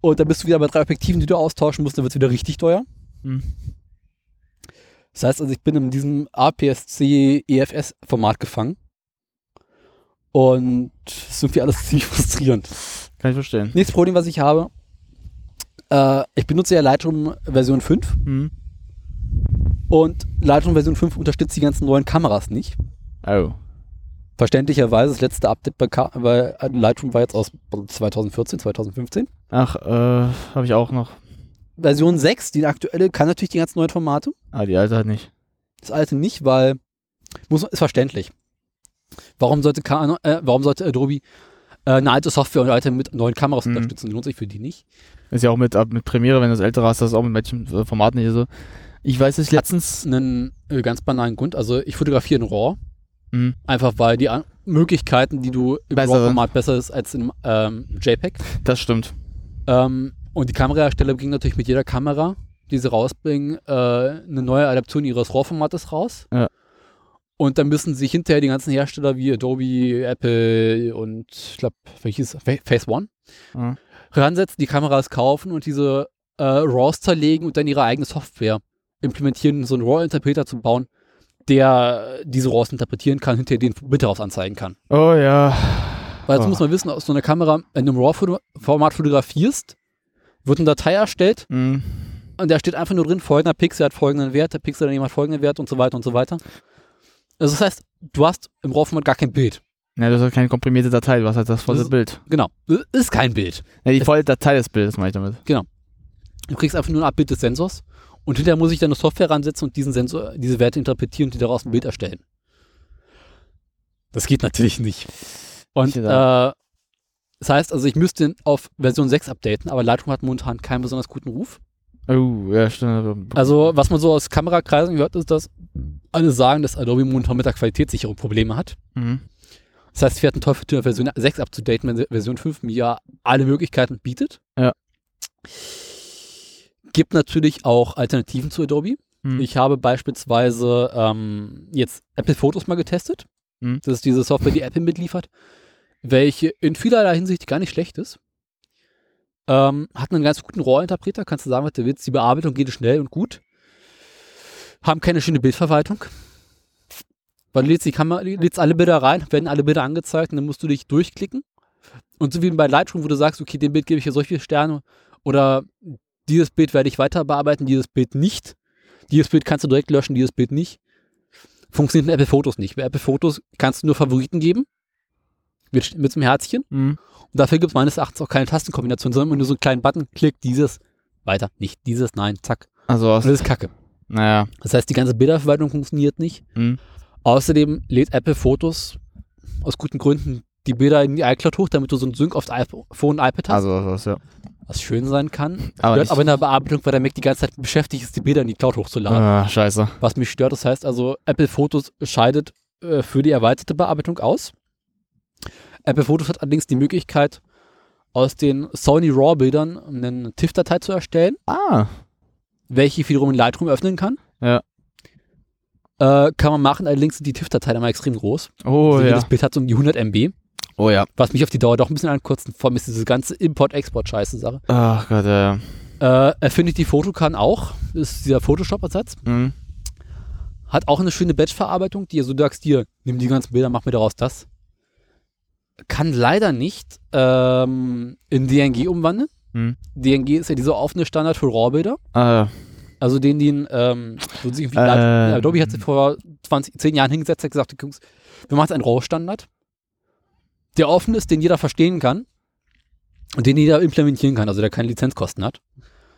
[SPEAKER 10] Und dann bist du wieder bei drei Objektiven, die du austauschen musst, dann wird es wieder richtig teuer.
[SPEAKER 4] Mhm.
[SPEAKER 10] Das heißt also, ich bin in diesem E APS-C-EFS-Format gefangen. Und es ist irgendwie alles ziemlich frustrierend.
[SPEAKER 4] Kann ich verstehen.
[SPEAKER 10] Nächstes Problem, was ich habe, äh, ich benutze ja Lightroom Version 5.
[SPEAKER 4] Mhm.
[SPEAKER 10] Und Lightroom Version 5 unterstützt die ganzen neuen Kameras nicht.
[SPEAKER 4] Oh.
[SPEAKER 10] Verständlicherweise, das letzte Update bei, Ka bei äh, Lightroom war jetzt aus 2014, 2015.
[SPEAKER 4] Ach, äh, habe ich auch noch.
[SPEAKER 10] Version 6, die aktuelle, kann natürlich die ganzen neuen Formate.
[SPEAKER 4] Ah, die alte halt nicht.
[SPEAKER 10] Das alte nicht, weil muss, ist verständlich. Warum sollte, Canon- äh, warum sollte Adobe äh, eine alte Software und alte mit neuen Kameras unterstützen. Lohnt sich für die nicht.
[SPEAKER 4] Ist ja auch mit, ab- mit Premiere, wenn du das ältere hast, das ist auch mit welchem äh, Format nicht so. Ich weiß, dass ich letztens.
[SPEAKER 10] Einen äh, ganz banalen Grund. Also ich fotografiere in RAW.
[SPEAKER 4] Mhm.
[SPEAKER 10] Einfach weil die An Möglichkeiten, die du im
[SPEAKER 4] Bessere.
[SPEAKER 10] RAW-Format besser ist als im ähm, JPEG.
[SPEAKER 4] Das stimmt.
[SPEAKER 10] Ähm, und die Kamerahersteller bringen natürlich mit jeder Kamera, die sie rausbringen, äh, eine neue Adaption ihres RAW-Formates raus.
[SPEAKER 4] Ja.
[SPEAKER 10] Und dann müssen sich hinterher die ganzen Hersteller wie Adobe, Apple und ich glaube, welches? Fa- Phase One
[SPEAKER 4] Mhm.
[SPEAKER 10] ransetzen, die Kameras kaufen und diese äh, RAWs zerlegen und dann ihre eigene Software implementieren, um so einen RAW-Interpreter zu bauen, der diese RAWs interpretieren kann, hinterher den Bild daraus anzeigen kann.
[SPEAKER 4] Oh ja.
[SPEAKER 10] Weil jetzt
[SPEAKER 4] Oh.
[SPEAKER 10] muss man wissen, aus so einer Kamera in einem RAW-Format fotografierst, wird eine Datei erstellt
[SPEAKER 4] Mhm.
[SPEAKER 10] und da steht einfach nur drin, folgender Pixel hat folgenden Wert, der Pixel daneben hat folgenden Wert und so weiter und so weiter. Also das heißt, du hast im RAW-Format gar kein Bild.
[SPEAKER 4] Ja, du hast halt keine komprimierte Datei, du hast halt das volle
[SPEAKER 10] Das ist-
[SPEAKER 4] Bild.
[SPEAKER 10] Genau, das ist kein Bild.
[SPEAKER 4] Ja, die volle Datei des Bildes, meine ich damit.
[SPEAKER 10] Genau. Du kriegst einfach nur ein Abbild des Sensors und hinterher muss ich dann eine Software ransetzen und diesen Sensor, diese Werte interpretieren und die daraus ein Bild erstellen. Das geht natürlich nicht. Und äh, das heißt, also ich müsste auf Version 6 updaten, aber Lightroom hat momentan keinen besonders guten Ruf.
[SPEAKER 4] Oh, ja, stimmt.
[SPEAKER 10] Also, was man so aus Kamerakreisen gehört, ist, dass alle sagen, dass Adobe momentan mit der Qualitätssicherung Probleme hat.
[SPEAKER 4] Mhm.
[SPEAKER 10] Das heißt, fährt ein Teufel tun, Version 6 abzudaten, wenn Version 5 mir ja alle Möglichkeiten bietet.
[SPEAKER 4] Ja.
[SPEAKER 10] Gibt natürlich auch Alternativen zu Adobe.
[SPEAKER 4] Mhm.
[SPEAKER 10] Ich habe beispielsweise ähm, jetzt Apple Fotos mal getestet.
[SPEAKER 4] Mhm.
[SPEAKER 10] Das ist diese Software, die Apple mitliefert, welche in vielerlei Hinsicht gar nicht schlecht ist. Ähm, hat einen ganz guten RAW-Interpreter, kannst du sagen, was du willst. Die Bearbeitung geht schnell und gut. Haben keine schöne Bildverwaltung. Weil du lädst, die Kamera, lädst alle Bilder rein, werden alle Bilder angezeigt und dann musst du dich durchklicken. Und so wie bei Lightroom, wo du sagst, okay, dem Bild gebe ich ja solche Sterne oder dieses Bild werde ich weiter bearbeiten, dieses Bild nicht. Dieses Bild kannst du direkt löschen, dieses Bild nicht. Funktioniert in Apple Fotos nicht. Bei Apple Fotos kannst du nur Favoriten geben. Mit, mit einem Herzchen.
[SPEAKER 4] Mhm.
[SPEAKER 10] Und dafür gibt es meines Erachtens auch keine Tastenkombination, sondern immer nur so einen kleinen Button, klick dieses, weiter, nicht dieses, nein, zack.
[SPEAKER 4] Also
[SPEAKER 10] Und
[SPEAKER 4] aus,
[SPEAKER 10] das ist kacke.
[SPEAKER 4] Naja.
[SPEAKER 10] Das heißt, die ganze Bilderverwaltung funktioniert nicht.
[SPEAKER 4] Mhm.
[SPEAKER 10] Außerdem lädt Apple Fotos aus guten Gründen die Bilder in die iCloud hoch, damit du so einen Sync auf das iPhone und iPad hast.
[SPEAKER 4] Also, was, ja.
[SPEAKER 10] was schön sein kann.
[SPEAKER 4] Aber
[SPEAKER 10] Aber,
[SPEAKER 4] nicht-
[SPEAKER 10] stört aber in der Bearbeitung, weil der Mac die ganze Zeit beschäftigt ist, die Bilder in die Cloud hochzuladen.
[SPEAKER 4] Ah, scheiße.
[SPEAKER 10] Was mich stört, das heißt also, Apple Fotos scheidet äh, für die erweiterte Bearbeitung aus. Apple Fotos hat allerdings die Möglichkeit, aus den Sony RAW-Bildern eine TIFF-Datei zu erstellen,
[SPEAKER 4] Ah.
[SPEAKER 10] welche ich wiederum in Lightroom öffnen kann.
[SPEAKER 4] Ja.
[SPEAKER 10] Äh, kann man machen, allerdings sind die TIFF-Dateien immer extrem groß.
[SPEAKER 4] Oh,
[SPEAKER 10] also
[SPEAKER 4] ja.
[SPEAKER 10] Jedes Bild hat so um die 100 MB.
[SPEAKER 4] Oh ja.
[SPEAKER 10] Was mich auf die Dauer doch ein bisschen ankürzt, vor allem ist diese ganze Import-Export-Scheiße-Sache.
[SPEAKER 4] Ach Gott, ja. ja.
[SPEAKER 10] Äh, Affinity Photo kann auch, ist dieser Photoshop-Ersatz.
[SPEAKER 4] Mhm.
[SPEAKER 10] Hat auch eine schöne Batch-Verarbeitung, die also du sagst dir, nimm die ganzen Bilder, mach mir daraus das. Kann leider nicht ähm, in DNG umwandeln.
[SPEAKER 4] Mhm.
[SPEAKER 10] DNG ist ja dieser offene Standard für RAW-Bilder.
[SPEAKER 4] Ah, ja.
[SPEAKER 10] Also den, den, ähm, wo sich irgendwie
[SPEAKER 4] Ähm.
[SPEAKER 10] Adobe hat sich vor 20, 10 Jahren hingesetzt hat gesagt, Jungs, wir machen jetzt einen RAW-Standard, der offen ist, den jeder verstehen kann und den jeder implementieren kann, also der keine Lizenzkosten hat.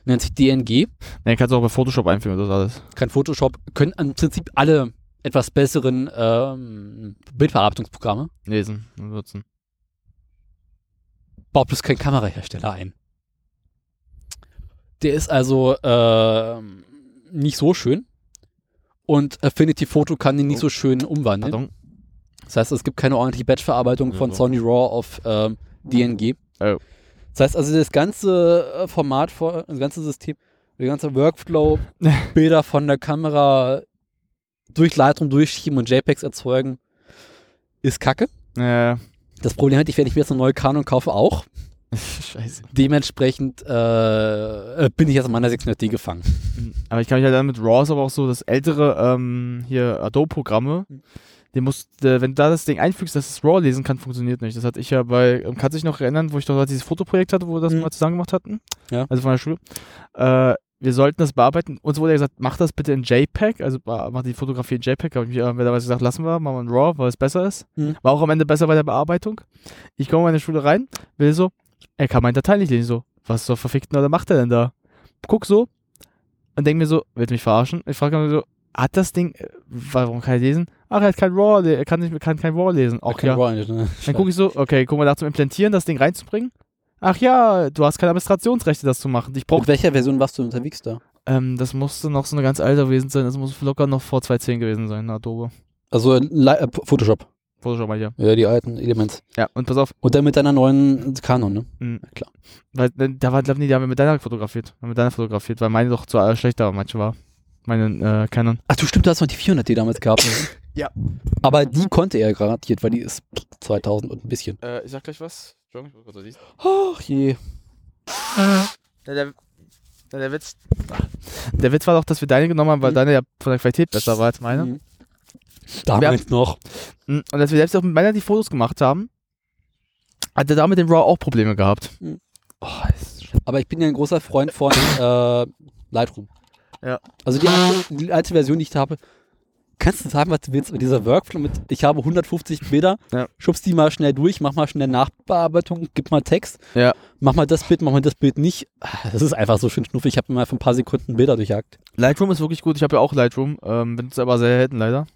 [SPEAKER 10] Nennt sich DNG.
[SPEAKER 4] Nee, kannst du auch bei Photoshop einfügen, das alles.
[SPEAKER 10] kein Photoshop, können im Prinzip alle etwas besseren ähm, Bildverarbeitungsprogramme.
[SPEAKER 4] Lesen und nutzen.
[SPEAKER 10] Baut bloß kein Kamerahersteller ein. Der ist also ähm, nicht so schön. Und Affinity Photo kann den nicht
[SPEAKER 4] Oh.
[SPEAKER 10] so schön umwandeln.
[SPEAKER 4] Achtung.
[SPEAKER 10] Das heißt, es gibt keine ordentliche Batch-Verarbeitung von
[SPEAKER 4] so. Oh.
[SPEAKER 10] Sony RAW auf ähm, DNG. Das heißt also, das ganze äh, Format, vor- das ganze System, der ganze Workflow, Bilder von der Kamera durch Lightroom durchschieben und JPEGs erzeugen, ist kacke.
[SPEAKER 4] Ja.
[SPEAKER 10] Das Problem hat, ich, wenn ich mir jetzt eine neue Canon kaufe, auch.
[SPEAKER 4] Scheiße.
[SPEAKER 10] Dementsprechend äh, äh, bin ich jetzt an meiner 600D gefangen.
[SPEAKER 4] Aber ich kann mich halt dann mit RAW ist aber auch so, das ältere ähm, hier Adobe-Programme, den musst, äh, wenn du da das Ding einfügst, dass es RAW lesen kann, funktioniert nicht. Das hatte ich ja bei, ähm, kannst du dich noch erinnern, wo ich doch dieses Fotoprojekt hatte, wo wir das mal zusammen gemacht hatten?
[SPEAKER 10] Mhm. Ja.
[SPEAKER 4] Also von der Schule. Äh, wir sollten das bearbeiten. Uns wurde ja gesagt, mach das bitte in JPEG, also ba- mach die Fotografie in JPEG. Habe ich äh, mir mittlerweile gesagt, lassen wir, machen wir in RAW, weil es besser ist.
[SPEAKER 10] Mhm.
[SPEAKER 4] War auch am Ende besser bei der Bearbeitung. Ich komme in meine Schule rein, will so, er kann meine Datei nicht lesen. Ich So, was zur verfickten oder macht er denn da? Guck so, und denke mir so, willst du mich verarschen? Ich frage mich so, hat das Ding, äh, warum kann ich lesen? Ach, er hat kein Raw, le- er kann, nicht, kann kein Raw lesen. Ach,
[SPEAKER 10] kein
[SPEAKER 4] ja.
[SPEAKER 10] Raw lesen, ne?
[SPEAKER 4] Dann gucke ich so, okay, guck mal nach zum Implantieren, das Ding reinzubringen. Ach ja, du hast keine Administrationsrechte, das zu machen. Ich brauch,
[SPEAKER 10] Mit welcher Version warst du unterwegs da?
[SPEAKER 4] ähm, das musste noch so eine ganz alte gewesen sein. Das muss locker noch vor 2010 gewesen sein, na, Adobe.
[SPEAKER 10] Also äh, Li- äh, Photoshop.
[SPEAKER 4] Photoshop mal hier.
[SPEAKER 10] Ja, die alten Elements.
[SPEAKER 4] Ja, und pass auf.
[SPEAKER 10] Und dann mit deiner neuen Canon, ne?
[SPEAKER 4] Mhm.
[SPEAKER 10] Klar.
[SPEAKER 4] Weil, äh, da war, glaube ich, die haben wir mit deiner fotografiert. Haben wir Mit deiner fotografiert, weil meine doch zu äh, schlechter manche war. Meine äh, Canon.
[SPEAKER 10] Ach du stimmt, du hast noch die 400 die damals gehabt. ne?
[SPEAKER 4] Ja.
[SPEAKER 10] Aber die konnte er garantiert, weil die ist 2000 und ein bisschen.
[SPEAKER 4] Äh, ich sag gleich was. Entschuldigung, ich kurz
[SPEAKER 10] Ach je.
[SPEAKER 4] Ja, der, ja, der Witz. Der Witz war doch, dass wir deine genommen haben, Genau, weil deine ja von der Qualität besser war als meine.
[SPEAKER 10] Mhm. Damals noch.
[SPEAKER 4] Mm, Und als wir selbst auch mit meiner die Fotos gemacht haben, hat er da mit dem RAW auch Probleme gehabt.
[SPEAKER 10] Aber ich bin ja ein großer Freund von äh, Lightroom.
[SPEAKER 4] Ja.
[SPEAKER 10] Also die alte, die alte Version, die ich da habe, kannst du sagen, was du willst mit dieser Workflow mit, ich habe 150 Bilder,
[SPEAKER 4] Ja.
[SPEAKER 10] schubst die mal schnell durch, mach mal schnell Nachbearbeitung, gib mal Text,
[SPEAKER 4] Ja.
[SPEAKER 10] mach mal das Bild, mach mal das Bild nicht. Ah, Das ist einfach so schön schnuffig, ich habe mir mal für ein paar Sekunden Bilder durchjagt.
[SPEAKER 4] Lightroom ist wirklich gut. Ich habe ja auch Lightroom, ähm, benutze aber sehr selten leider.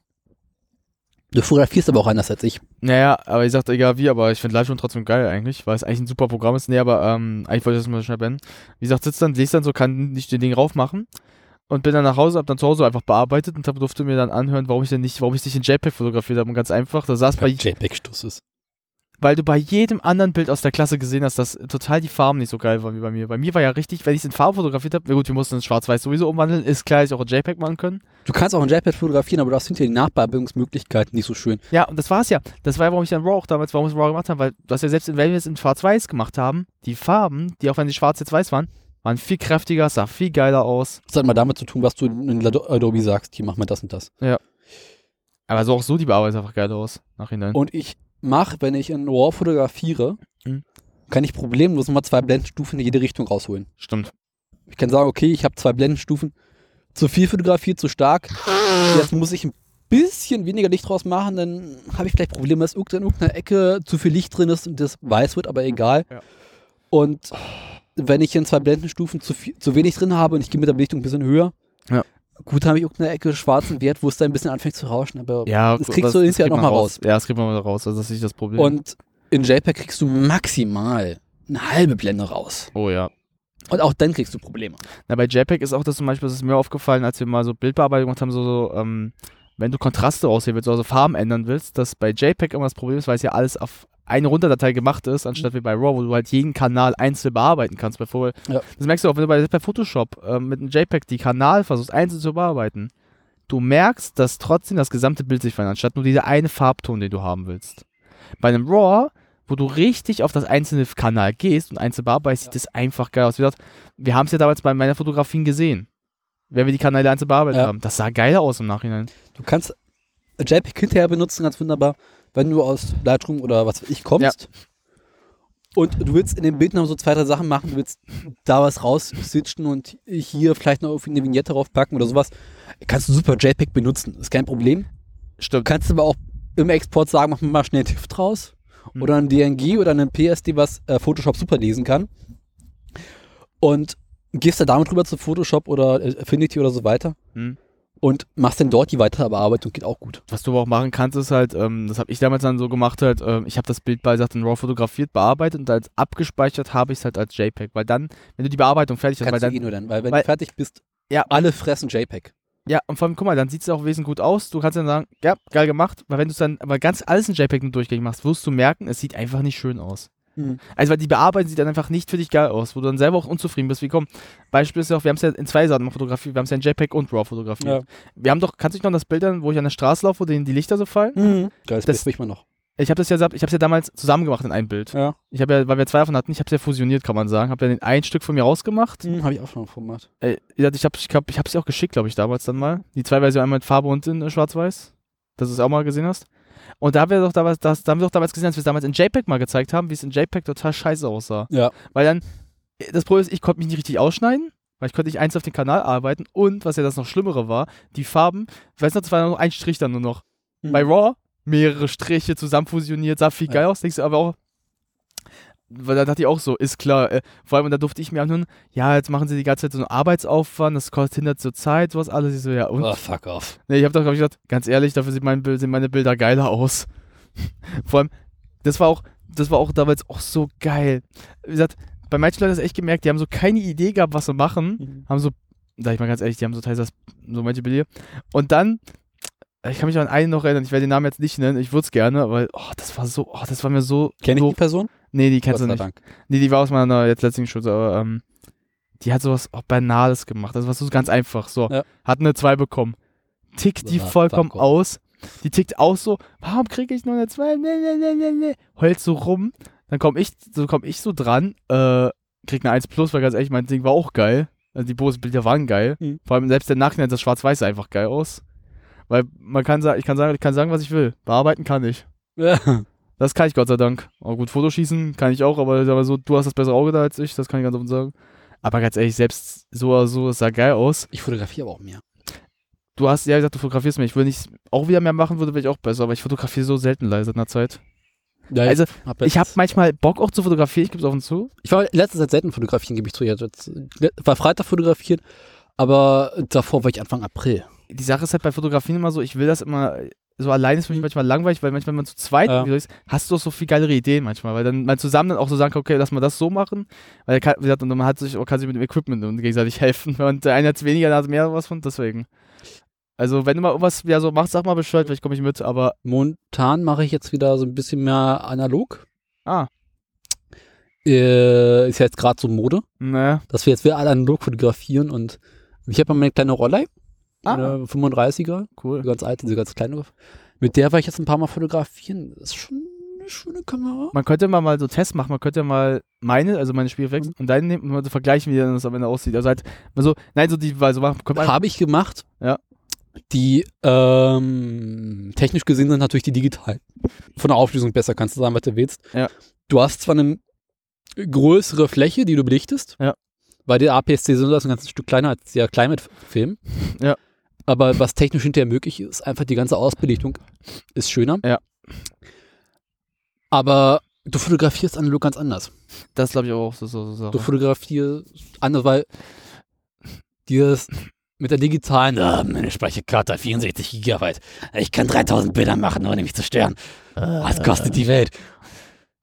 [SPEAKER 10] Du fotografierst aber auch anders als ich.
[SPEAKER 4] Naja, aber ich sagte, egal wie, aber ich finde Lightroom trotzdem geil eigentlich, weil es eigentlich ein super Programm ist. Nee, aber ähm, eigentlich wollte ich das mal schnell beenden. Wie gesagt, sitzt dann, lest dann so, kann nicht den Ding raufmachen und bin dann nach Hause, hab dann zu Hause einfach bearbeitet und hab, durfte mir dann anhören, warum ich denn nicht, warum ich nicht in JPEG fotografiert habe. Und ganz einfach, da saß bei,
[SPEAKER 10] JPEG-Stuss ist.
[SPEAKER 4] weil du bei jedem anderen Bild aus der Klasse gesehen hast, dass total die Farben nicht so geil waren wie bei mir. Bei mir war ja richtig, wenn ich es in Farbe fotografiert habe, na gut, wir mussten es schwarz-weiß sowieso umwandeln, ist klar, hätte ich auch in JPEG machen können.
[SPEAKER 10] Du kannst auch ein JPEG E fotografieren, aber du hast hinterher die Nachbearbeitungsmöglichkeiten nicht so schön.
[SPEAKER 4] Ja, und das war's ja. Das war ja, warum ich dann Raw auch damals, warum wir es Raw gemacht haben, weil was wir selbst in Wellness in Schwarz-Weiß gemacht haben, die Farben, die auch wenn sie schwarz jetzt weiß waren, waren viel kräftiger, sah viel geiler aus.
[SPEAKER 10] Das hat mal damit zu tun, was du in Ado- Adobe sagst, hier mach mal das und das.
[SPEAKER 4] Ja. Aber so auch so die Bearbeitung einfach geil aus, nachhinein.
[SPEAKER 10] Und ich mache, wenn ich in RAW fotografiere,
[SPEAKER 4] Mhm.
[SPEAKER 10] kann ich problemlos mal zwei Blendenstufen in jede Richtung rausholen.
[SPEAKER 4] Stimmt.
[SPEAKER 10] Ich kann sagen, okay, ich habe zwei Blendenstufen. Zu viel fotografiert, zu stark. Jetzt muss ich ein bisschen weniger Licht draus machen, dann habe ich vielleicht Probleme, dass irgend- in irgendeiner Ecke zu viel Licht drin ist und das weiß wird, aber egal. Und wenn ich in zwei Blendenstufen zu, viel, zu wenig drin habe und ich gehe mit der Belichtung ein bisschen höher,
[SPEAKER 4] Ja.
[SPEAKER 10] gut habe ich irgendeine Ecke schwarzen Wert, wo es dann ein bisschen anfängt zu rauschen, aber
[SPEAKER 4] Ja,
[SPEAKER 10] das kriegst du insgesamt
[SPEAKER 4] kriegt
[SPEAKER 10] nochmal
[SPEAKER 4] man
[SPEAKER 10] raus.
[SPEAKER 4] Ja, das kriegt man mal raus, also das ist nicht das Problem.
[SPEAKER 10] Und in JPEG kriegst du maximal eine halbe Blende raus.
[SPEAKER 4] oh ja.
[SPEAKER 10] Und auch dann kriegst du Probleme.
[SPEAKER 4] Na, bei JPEG ist auch das zum Beispiel, das ist mir aufgefallen, als wir mal so Bildbearbeitung gemacht haben, so, so ähm, wenn du Kontraste ausheben willst, also Farben ändern willst, dass bei JPEG immer das Problem ist, weil es ja alles auf eine Runterdatei gemacht ist, anstatt wie bei RAW, wo du halt jeden Kanal einzeln bearbeiten kannst. Bevor,
[SPEAKER 10] Ja.
[SPEAKER 4] Das merkst du auch, wenn du bei, bei Photoshop ähm, mit einem JPEG die Kanal versuchst, einzeln zu bearbeiten. Du merkst, dass trotzdem das gesamte Bild sich verändert, anstatt nur dieser eine Farbton, den du haben willst. Bei einem RAW, wo du richtig auf das einzelne Kanal gehst und einzeln bearbeitest, sieht das einfach geil aus. Wie gesagt, wir haben es ja damals bei meiner Fotografien gesehen. Wenn wir die Kanäle einzeln bearbeitet
[SPEAKER 10] Ja.
[SPEAKER 4] haben. Das sah geil aus im Nachhinein.
[SPEAKER 10] Du kannst JPEG hinterher benutzen, ganz wunderbar, wenn du aus Lightroom oder was weiß ich kommst. Und du willst in den Bildern noch so zwei, drei Sachen machen, du willst da was raussitchen und hier vielleicht noch irgendwie eine Vignette draufpacken oder sowas. Kannst du super JPEG benutzen, ist kein Problem.
[SPEAKER 4] Stimmt.
[SPEAKER 10] Kannst aber auch im Export sagen, mach mir mal schnell TIFF draus oder ein DNG oder einen PSD, was äh, Photoshop super lesen kann. Und gehst dann damit rüber zu Photoshop oder äh, Affinity oder so weiter
[SPEAKER 4] Mhm.
[SPEAKER 10] und machst dann dort die weitere Bearbeitung, geht auch gut.
[SPEAKER 4] Was du aber auch machen kannst, ist halt, ähm, das habe ich damals dann so gemacht, halt, ähm, ich habe das Bild bei gesagt, in RAW fotografiert, bearbeitet und als abgespeichert habe ich es halt als JPEG. Weil dann, wenn du die Bearbeitung fertig hast,
[SPEAKER 10] Kannst
[SPEAKER 4] weil
[SPEAKER 10] du
[SPEAKER 4] dann
[SPEAKER 10] eh nur dann, weil wenn
[SPEAKER 4] weil-
[SPEAKER 10] du fertig bist,
[SPEAKER 4] Ja.
[SPEAKER 10] alle fressen JPEG.
[SPEAKER 4] Ja, und vor allem, guck mal, dann sieht es auch wesentlich gut aus. Du kannst dann sagen, ja, geil gemacht. Weil wenn du es dann aber ganz alles in JPEG nur durchgängig machst, wirst du merken, es sieht einfach nicht schön aus.
[SPEAKER 10] Mhm.
[SPEAKER 4] Also, weil die Bearbeitung sieht dann einfach nicht für dich geil aus, wo du dann selber auch unzufrieden bist. Wie komm, Beispiel ist ja auch, wir haben es ja in zwei Sachen fotografiert. Wir haben es ja in JPEG und RAW fotografiert. Wir haben doch, kannst du dich noch an das Bild erinnern, wo ich an der Straße laufe, wo denen die Lichter so fallen?
[SPEAKER 10] Mhm. Geiles
[SPEAKER 4] Das-
[SPEAKER 10] Bild will ich mal noch.
[SPEAKER 4] Ich habe das ja, ich hab's ja damals zusammen gemacht in einem Bild.
[SPEAKER 10] Ja.
[SPEAKER 4] Ich habe ja, weil wir zwei davon hatten, ich habe es ja fusioniert, kann man sagen. Habe ja den ein Stück von mir rausgemacht.
[SPEAKER 10] Habe Mhm, ich auch schon Format.
[SPEAKER 4] Ey, ich habe ich hab, ich glaub, ich hab's ja auch geschickt, glaube ich, damals dann mal. Die zwei Versionen, einmal in Farbe und in äh, Schwarz-Weiß. Dass du es auch mal gesehen hast. Und da haben wir doch damals, das, da haben wir doch damals gesehen, als wir es damals in JPEG mal gezeigt haben, wie es in JPEG total scheiße aussah.
[SPEAKER 10] Ja.
[SPEAKER 4] Weil dann, äh, das Problem ist, ich konnte mich nicht richtig ausschneiden, weil ich konnte nicht eins auf den Kanal arbeiten und, was ja das noch Schlimmere war, die Farben, ich weiß noch, es war nur noch ein Strich dann nur noch.
[SPEAKER 10] Mhm.
[SPEAKER 4] Bei Raw, mehrere Striche zusammenfusioniert, sah viel geil aus, denkst du aber auch, weil da dachte ich auch so, ist klar. Äh, vor allem, und da durfte ich mir anhören, ja, jetzt machen sie die ganze Zeit so einen Arbeitsaufwand, das kostet hindert so Zeit, sowas alles. Ich so, ja, und?
[SPEAKER 10] Oh, fuck off.
[SPEAKER 4] Nee, ich habe doch, glaube ich, gedacht, ganz ehrlich, dafür sieht mein, Bild- sehen meine Bilder geiler aus. vor allem, das war auch, das war auch damals auch so geil. Wie gesagt, bei manchen Leuten hast du echt gemerkt, die haben so keine Idee gehabt, was sie machen,
[SPEAKER 10] Mhm.
[SPEAKER 4] haben so, sag ich mal ganz ehrlich, die haben so teils das, so manche Bilder. Und dann, ich kann mich an einen noch erinnern, ich werde den Namen jetzt nicht nennen, ich würde es gerne, aber oh, das war so, oh, das war mir so.
[SPEAKER 10] Kenn ich
[SPEAKER 4] so,
[SPEAKER 10] die Person?
[SPEAKER 4] Nee, die kennst du
[SPEAKER 10] Gott sei
[SPEAKER 4] nicht.
[SPEAKER 10] Dank.
[SPEAKER 4] Nee, die war aus meiner jetzt letzten Schule, aber ähm, die hat sowas auch Banales gemacht. Das war so ganz einfach. So, hat eine 2 bekommen. Tickt die
[SPEAKER 10] Ah,
[SPEAKER 4] vollkommen
[SPEAKER 10] fuck off.
[SPEAKER 4] aus. Die tickt aus so, warum kriege ich nur eine 2? Nee, nee, nee, nee, nee. Heult so rum. Dann komme ich, so komme ich so dran, äh, krieg eine 1 plus, weil ganz ehrlich, mein Ding war auch geil. Also die Bose-Bilder waren geil.
[SPEAKER 10] Mhm.
[SPEAKER 4] Vor allem selbst der Nachhinein, das Schwarz-Weiß sah einfach geil aus. Weil man kann sagen, ich kann sagen, ich kann sagen, was ich will. Bearbeiten kann ich. Das kann ich Gott sei Dank. Auch gut, Fotoschießen kann ich auch, aber, aber so, du hast das bessere Auge da als ich, das kann ich ganz offen sagen. Aber ganz ehrlich, selbst so oder so, es sah geil aus.
[SPEAKER 10] Ich fotografiere aber auch mehr.
[SPEAKER 4] Du hast ja gesagt, du fotografierst mehr. Ich würde nicht auch wieder mehr machen, würde wäre ich auch besser, aber ich fotografiere so selten leider seit einer Zeit.
[SPEAKER 10] Ja, ich
[SPEAKER 4] also,
[SPEAKER 10] hab jetzt-
[SPEAKER 4] ich habe manchmal Bock auch zu fotografieren, ich gebe es offen zu.
[SPEAKER 10] Ich war letzte Zeit selten fotografieren, gebe ich zu. Ich hatte jetzt- war Freitag fotografiert, aber davor war ich Anfang April.
[SPEAKER 4] die Sache ist halt bei Fotografien immer so, ich will das immer, so allein ist für mich manchmal langweilig, weil manchmal, wenn man zu zweit,
[SPEAKER 10] Ja.
[SPEAKER 4] wie soll ich's, hast du auch so viel geilere Ideen manchmal, weil dann man zusammen dann auch so sagen kann, okay, lass mal das so machen, weil kann, wie gesagt, und man hat sich, man kann sich mit dem Equipment und gegenseitig helfen und der eine hat weniger, der hat mehr was von, deswegen. Also, wenn du mal irgendwas wieder so machst, sag mal Bescheid, vielleicht komme ich mit, aber
[SPEAKER 10] Momentan mache ich jetzt wieder so ein bisschen mehr analog.
[SPEAKER 4] Ah.
[SPEAKER 10] Äh, ist ja jetzt gerade so Mode,
[SPEAKER 4] Naja.
[SPEAKER 10] dass wir jetzt wieder alle analog fotografieren und ich habe mal meine kleine Rollei, eine 35er,
[SPEAKER 4] cool.
[SPEAKER 10] ganz alte, diese ganz kleine. Mit der war ich jetzt ein paar Mal fotografieren. Das ist schon eine schöne Kamera.
[SPEAKER 4] man könnte mal, mal so Tests machen, man könnte mal meine, also meine Spielreflex und deine nehmen und mal so vergleichen, wie das am Ende aussieht. Also halt, also, nein, so die, also machen, könnte man-
[SPEAKER 10] Habe ich gemacht.
[SPEAKER 4] Ja.
[SPEAKER 10] Die ähm, technisch gesehen sind natürlich die digital. Von der Auflösung besser kannst du sagen, was du willst. Du hast zwar eine größere Fläche, die du belichtest, weil die APS-C-Sensor ist ein ganzes Stück kleiner als der Climate-Film.
[SPEAKER 4] Ja.
[SPEAKER 10] Aber was technisch hinterher möglich ist, einfach die ganze Ausbelichtung ist schöner.
[SPEAKER 4] Ja.
[SPEAKER 10] Aber du fotografierst analog ganz anders.
[SPEAKER 4] Das glaube ich aber auch so, so, so Sache.
[SPEAKER 10] Du fotografierst anders, weil dieses mit der digitalen, ah, meine Speicherkarte hat 64 Gigabyte, ich kann 3000 Bilder machen, ohne mich zu stören.
[SPEAKER 4] Ah.
[SPEAKER 10] Was kostet die Welt?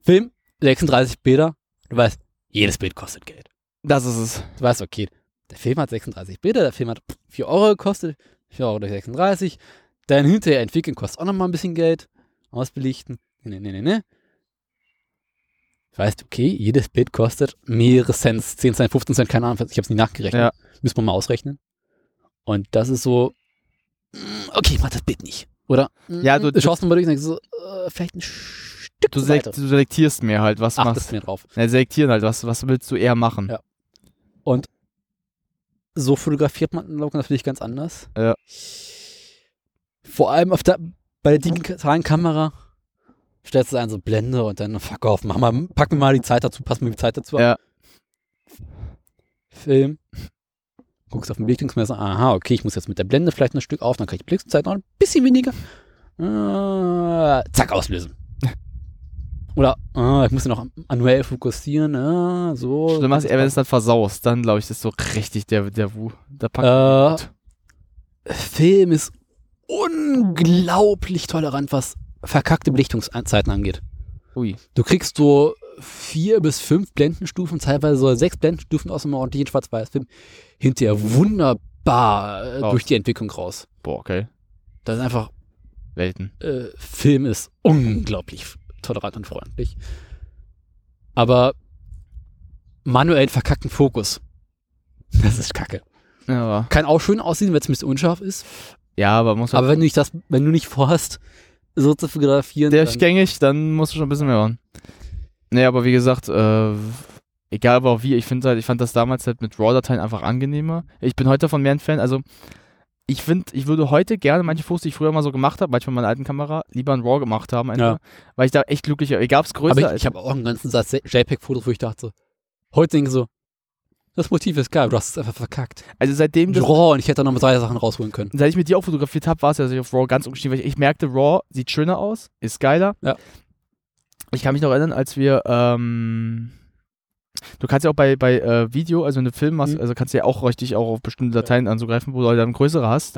[SPEAKER 10] Film, 36 Bilder, du weißt, jedes Bild kostet Geld.
[SPEAKER 4] Das ist es.
[SPEAKER 10] Du weißt, okay, der Film hat 36 Bilder, der Film hat pff, 4 Euro gekostet, 4 Euro durch 36, dann hinterher entwickeln kostet auch nochmal ein bisschen Geld, ausbelichten, ne, ne, ne, ne. Du weißt, okay, jedes Bild kostet mehrere Cent, 10 Cent, 15 Cent, keine Ahnung, ich habe es nicht nachgerechnet.
[SPEAKER 4] Ja.
[SPEAKER 10] Müssen wir mal ausrechnen. Und das ist so, mm, okay, ich mach das Bild nicht. Oder?
[SPEAKER 4] Ja, du-
[SPEAKER 10] mm, schaust nochmal durch und denkst so, äh, vielleicht ein Stück
[SPEAKER 4] du,
[SPEAKER 10] zu
[SPEAKER 4] selek
[SPEAKER 10] weit.
[SPEAKER 4] du selektierst mehr halt, was
[SPEAKER 10] Achtest
[SPEAKER 4] machst.
[SPEAKER 10] mehr drauf.
[SPEAKER 4] Ja, selektieren halt, was, was willst du eher machen?
[SPEAKER 10] Ja. Und so fotografiert man analog natürlich ganz anders.
[SPEAKER 4] Ja.
[SPEAKER 10] Vor allem auf der, bei der digitalen Kamera stellst du ein so Blende und dann fuck off, mach mal, pack mir mal die Zeit dazu, pass mir die Zeit dazu an.
[SPEAKER 4] Ja.
[SPEAKER 10] Film. Guckst auf dem Belichtungsmesser, aha, okay, ich muss jetzt mit der Blende vielleicht ein Stück auf, dann kann ich die Belichtungszeit noch ein bisschen weniger. Äh, zack, auslösen. Oder ah, ich muss noch manuell fokussieren, ah, so.
[SPEAKER 4] Schlimmer ist eher, wenn es dann versaust, dann glaube ich, das ist so richtig der, der Wu. Da
[SPEAKER 10] äh, Film ist unglaublich tolerant, was verkackte Belichtungszeiten angeht.
[SPEAKER 4] Ui.
[SPEAKER 10] Du kriegst so vier bis fünf Blendenstufen, teilweise sogar sechs Blendenstufen aus einem ordentlichen Schwarz-Weiß-Film hinterher wunderbar äh,
[SPEAKER 4] Raus.
[SPEAKER 10] durch die Entwicklung raus.
[SPEAKER 4] Boah, okay.
[SPEAKER 10] Das ist einfach
[SPEAKER 4] Welten.
[SPEAKER 10] äh, Film ist unglaublich f- tolerant und freundlich. Aber manuell verkackten Fokus. Das ist kacke.
[SPEAKER 4] Ja.
[SPEAKER 10] Kann auch schön aussehen, wenn es ein bisschen unscharf ist.
[SPEAKER 4] Ja, aber muss
[SPEAKER 10] Aber wenn du nicht das, wenn du nicht vorhast, so zu fotografieren,
[SPEAKER 4] der
[SPEAKER 10] dann-
[SPEAKER 4] ist gängig, dann musst du schon ein bisschen mehr machen. Nee, aber wie gesagt, äh, egal aber auch wie, ich finde halt, ich fand das damals halt mit RAW-Dateien einfach angenehmer. Ich bin heute davon mehr ein Fan, also ich finde, ich würde heute gerne manche Fotos, die ich früher mal so gemacht habe, manchmal mit meiner alten Kamera, lieber in RAW gemacht haben, einfach,
[SPEAKER 10] Ja.
[SPEAKER 4] weil ich da echt glücklicher, egal ob es größer
[SPEAKER 10] aber ich, ich habe auch einen ganzen Satz JPEG-Fotos, wo ich dachte, so, heute denke ich so, das Motiv ist geil, du hast es einfach verkackt.
[SPEAKER 4] Also seitdem das-
[SPEAKER 10] Draw, und ich hätte da noch mal drei Sachen rausholen können.
[SPEAKER 4] seit ich mit dir auch fotografiert habe, war es ja, dass ich auf Raw ganz umgestiegen weil ich, ich merkte, Raw sieht schöner aus, ist geiler. Ich kann mich noch erinnern, als wir, ähm, du kannst ja auch bei, bei äh, Video, also wenn du Film
[SPEAKER 10] Mhm.
[SPEAKER 4] machst, also kannst du ja auch richtig auch auf bestimmte Dateien anzugreifen, wo du dann größere hast.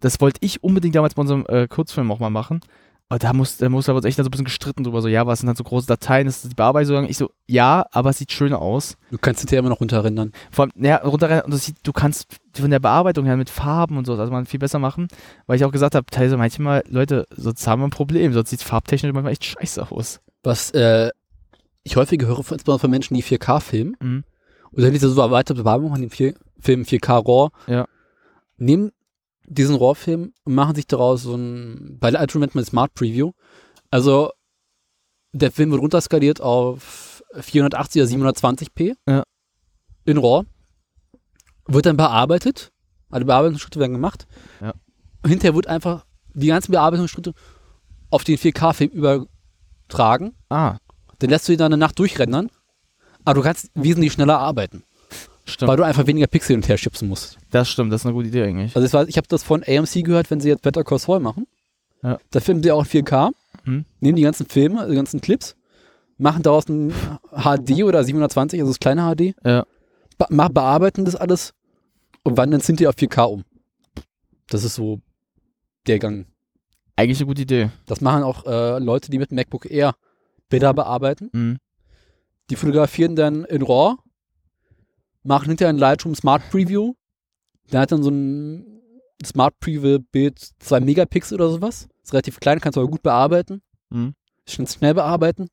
[SPEAKER 4] Das wollte ich unbedingt damals bei unserem äh, Kurzfilm auch mal machen. Aber Oh, da muss, da muss aber echt dann so ein bisschen gestritten drüber, so, ja, was sind dann so große Dateien, ist das die Bearbeitung? so lang? Ich so, ja, aber es sieht schön aus.
[SPEAKER 10] Du kannst es ja immer noch runterrendern.
[SPEAKER 4] Vor allem, ja, runterrennen und das sieht, du kannst von der Bearbeitung her mit Farben und so, also man viel besser machen, weil ich auch gesagt habe, teilweise manchmal, Leute, sonst haben wir ein Problem, sonst sieht es farbtechnisch manchmal echt scheiße aus.
[SPEAKER 10] Was äh, ich häufiger höre, von- insbesondere von Menschen, die 4K filmen,
[SPEAKER 4] Mhm.
[SPEAKER 10] und dann diese so erweiterte Bewerbung an dem 4, Film 4K RAW,
[SPEAKER 4] Ja.
[SPEAKER 10] nehmen diesen RAW-Film und machen sich daraus so ein, bei Lightroom nennt man das Smart Preview, also der Film wird runterskaliert auf 480 oder 720p
[SPEAKER 4] Ja.
[SPEAKER 10] in RAW, wird dann bearbeitet, alle Bearbeitungsschritte werden gemacht,
[SPEAKER 4] Ja.
[SPEAKER 10] Und hinterher wird einfach die ganzen Bearbeitungsschritte auf den 4K-Film übertragen.
[SPEAKER 4] Ah.
[SPEAKER 10] Den lässt du dir dann eine Nacht durchrendern, aber du kannst wesentlich schneller arbeiten.
[SPEAKER 4] Stimmt.
[SPEAKER 10] Weil du einfach weniger Pixel hin und her schipsen musst.
[SPEAKER 4] Das stimmt, das ist eine gute Idee eigentlich.
[SPEAKER 10] Also ich, weiß, ich habe das von AMC gehört, wenn sie jetzt Better Call Saul machen.
[SPEAKER 4] Ja.
[SPEAKER 10] Da filmen sie auch in 4K,
[SPEAKER 4] Mhm.
[SPEAKER 10] nehmen die ganzen Filme, die ganzen Clips, machen daraus ein HD oder 720, also das kleine HD,
[SPEAKER 4] Ja.
[SPEAKER 10] be ma- bearbeiten das alles und wandeln sind die auf 4K um. Das ist so der Gang.
[SPEAKER 4] Eigentlich eine gute Idee.
[SPEAKER 10] Das machen auch äh, Leute, die mit dem MacBook Air Bilder bearbeiten.
[SPEAKER 4] Mhm.
[SPEAKER 10] Die fotografieren dann in RAW, machen hinterher ein Lightroom Smart Preview. Der hat dann so ein Smart Preview-Bild, 2 Megapixel oder sowas. Ist relativ klein, kannst du aber gut bearbeiten.
[SPEAKER 4] Mhm.
[SPEAKER 10] Schnell, schnell bearbeiten.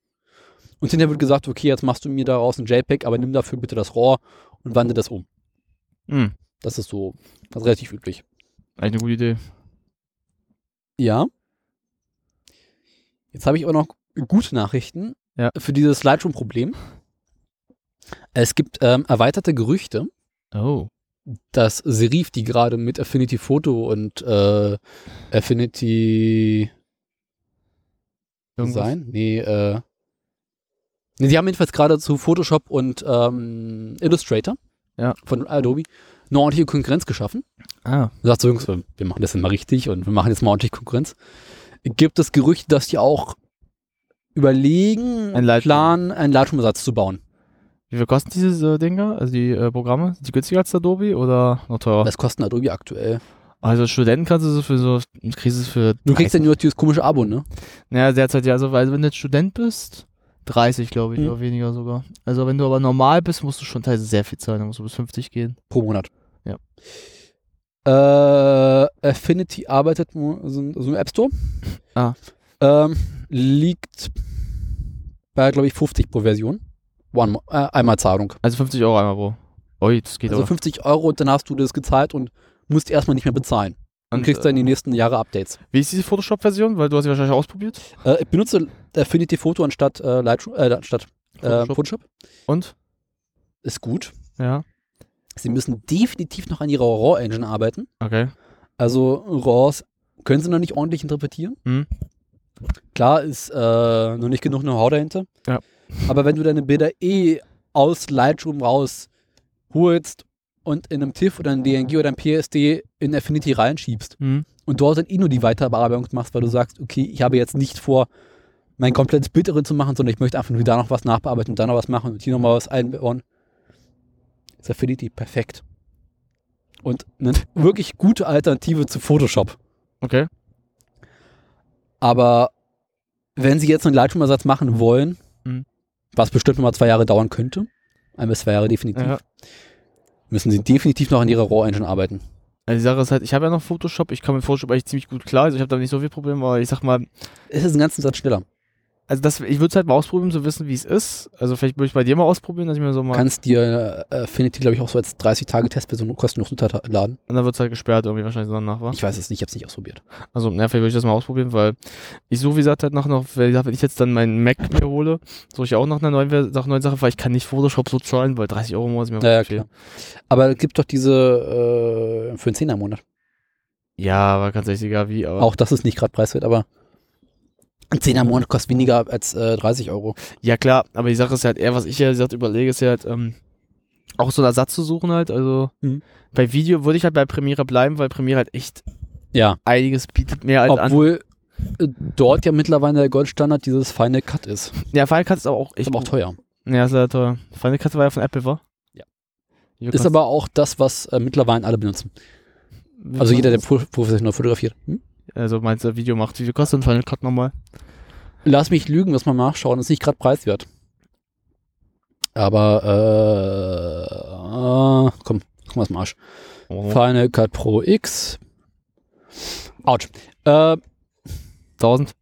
[SPEAKER 10] Und hinterher wird gesagt, okay, jetzt machst du mir daraus ein JPEG, aber nimm dafür bitte das RAW und wandle das um.
[SPEAKER 4] Mhm.
[SPEAKER 10] Das ist so das ist relativ üblich.
[SPEAKER 4] Eigentlich eine gute Idee.
[SPEAKER 10] Ja. Jetzt habe ich aber noch gute Nachrichten für dieses Lightroom-Problem. Es gibt ähm, erweiterte Gerüchte,
[SPEAKER 4] oh.
[SPEAKER 10] dass Serif, die gerade mit Affinity Photo und äh, Affinity
[SPEAKER 4] Irgendwas?
[SPEAKER 10] Design? Nee, äh, nee, die haben jedenfalls gerade zu Photoshop und ähm, Illustrator
[SPEAKER 4] Ja.
[SPEAKER 10] von Adobe eine ordentliche Konkurrenz geschaffen.
[SPEAKER 4] Ah.
[SPEAKER 10] Und sagt so, Jungs, wir wir machen das immer richtig und wir machen jetzt mal ordentlich Konkurrenz. Gibt es Gerüchte, dass die auch überlegen,
[SPEAKER 4] Ein Lightroom.
[SPEAKER 10] planen, einen Lightroom-Ersatz zu bauen?
[SPEAKER 4] Wie viel kosten diese äh, Dinger, also die äh, Programme? Sind die günstiger als Adobe oder noch teurer?
[SPEAKER 10] Was kosten Adobe aktuell?
[SPEAKER 4] Also als Studenten kannst du so für so, kriegst es für...
[SPEAKER 10] Du kriegst ja nur dieses komische Abo, ne?
[SPEAKER 4] Ja, derzeit ja, also weil wenn du jetzt Student bist, 30 glaube ich,
[SPEAKER 10] Mhm.
[SPEAKER 4] oder weniger sogar. Also wenn du aber normal bist, musst du schon teilweise sehr viel zahlen, da musst du bis 50 gehen.
[SPEAKER 10] Pro Monat.
[SPEAKER 4] Ja.
[SPEAKER 10] Äh, Affinity arbeitet mo- so ein, so ein App Store.
[SPEAKER 4] Ah.
[SPEAKER 10] Ähm, liegt bei, glaube ich, 50 pro Version. One, mo- äh, einmal Zahlung.
[SPEAKER 4] Also 50 Euro einmal pro. Ui, das geht
[SPEAKER 10] Also
[SPEAKER 4] aber.
[SPEAKER 10] 50 Euro und dann hast du das gezahlt und musst erstmal nicht mehr bezahlen.
[SPEAKER 4] Und,
[SPEAKER 10] Und,
[SPEAKER 4] äh,
[SPEAKER 10] kriegst dann die nächsten Jahre Updates.
[SPEAKER 4] Wie ist diese Photoshop-Version? Weil du hast sie wahrscheinlich ausprobiert.
[SPEAKER 10] Äh, ich benutze Affinity Photo anstatt äh, Lightroom, äh, anstatt äh,
[SPEAKER 4] Photoshop.
[SPEAKER 10] Photoshop.
[SPEAKER 4] Und?
[SPEAKER 10] Ist gut.
[SPEAKER 4] Ja.
[SPEAKER 10] Sie müssen definitiv noch an ihrer RAW-Engine arbeiten.
[SPEAKER 4] Okay.
[SPEAKER 10] Also RAWs können sie noch nicht ordentlich interpretieren.
[SPEAKER 4] Mhm.
[SPEAKER 10] Klar ist äh, noch nicht genug Know-how dahinter.
[SPEAKER 4] Ja.
[SPEAKER 10] Aber wenn du deine Bilder eh aus Lightroom raus holst und in einem TIFF oder einem DNG oder einem PSD in Affinity reinschiebst
[SPEAKER 4] Mhm.
[SPEAKER 10] und dort dann eh nur die Weiterbearbeitung machst, weil du sagst, okay, ich habe jetzt nicht vor, mein komplettes Bild darin zu machen, sondern ich möchte einfach nur da noch was nachbearbeiten und da noch was machen und hier nochmal was einbauen. Ist Affinity perfekt. Und eine wirklich gute Alternative zu Photoshop.
[SPEAKER 4] Okay.
[SPEAKER 10] Aber wenn sie jetzt einen Lightroom-Ersatz machen wollen,
[SPEAKER 4] Mhm.
[SPEAKER 10] was bestimmt nochmal zwei Jahre dauern könnte, ein bis zwei Jahre definitiv,
[SPEAKER 4] Ja.
[SPEAKER 10] müssen sie definitiv noch an ihrer RAW-Engine arbeiten.
[SPEAKER 4] Also die Sache ist halt, ich habe ja noch Photoshop, ich komme mit Photoshop eigentlich ziemlich gut klar, also ich habe da nicht so viel Probleme, aber ich sag mal,
[SPEAKER 10] Es ist ein ganzen Satz schneller.
[SPEAKER 4] also das, ich würde es halt mal ausprobieren, so wissen, wie es ist. Also vielleicht würde ich bei dir mal ausprobieren, dass ich mir so mal...
[SPEAKER 10] Kannst dir äh, Affinity, glaube ich, auch so als 30-Tage-Testversion kostenlos runterladen.
[SPEAKER 4] Und dann wird es halt gesperrt irgendwie wahrscheinlich danach, war.
[SPEAKER 10] Ich weiß es nicht, ich habe es nicht ausprobiert.
[SPEAKER 4] Also, na, vielleicht würde ich das mal ausprobieren, weil ich so wie gesagt halt noch, noch weil wenn ich jetzt dann meinen Mac mir hole, suche ich auch nach einer neuen, Vers- nach einer neuen Sache, weil ich kann nicht Photoshop so zahlen, weil 30 Euro im Monat ist mir
[SPEAKER 10] Ja, ja,
[SPEAKER 4] zu viel.
[SPEAKER 10] klar. Aber es gibt doch diese äh, für einen Zehner im Monat.
[SPEAKER 4] Ja, aber ganz ehrlich, egal wie, aber.
[SPEAKER 10] Auch das ist nicht gerade preiswert, aber ein Zehner im Monat kostet weniger als äh, 30 Euro.
[SPEAKER 4] Ja, klar, aber die Sache ist halt eher, was ich ja gesagt überlege, ist ja halt, ähm, auch so einen Ersatz zu suchen halt. Also,
[SPEAKER 10] Mhm.
[SPEAKER 4] bei Video würde ich halt bei Premiere bleiben, weil Premiere halt echt
[SPEAKER 10] Ja.
[SPEAKER 4] einiges bietet mehr als an-
[SPEAKER 10] Obwohl äh, dort ja mittlerweile der Goldstandard dieses Final Cut ist.
[SPEAKER 4] Ja, Final Cut ist aber auch echt.
[SPEAKER 10] Ist aber auch teuer.
[SPEAKER 4] Ja, ist ja teuer. Final Cut war ja von Apple, war?
[SPEAKER 10] Ja. Ist aber auch das, was äh, mittlerweile alle benutzen. Also jeder, der pro- professionell fotografiert. Hm?
[SPEAKER 4] Also meinst du, Video macht. Wie viel kostet ein Final Cut nochmal?
[SPEAKER 10] Lass mich lügen, muss man nachschauen. Ist nicht gerade preiswert. Aber, äh, äh, komm, komm aus dem Arsch.
[SPEAKER 4] Oh.
[SPEAKER 10] Final Cut Pro X. Autsch. Äh,
[SPEAKER 4] 1000?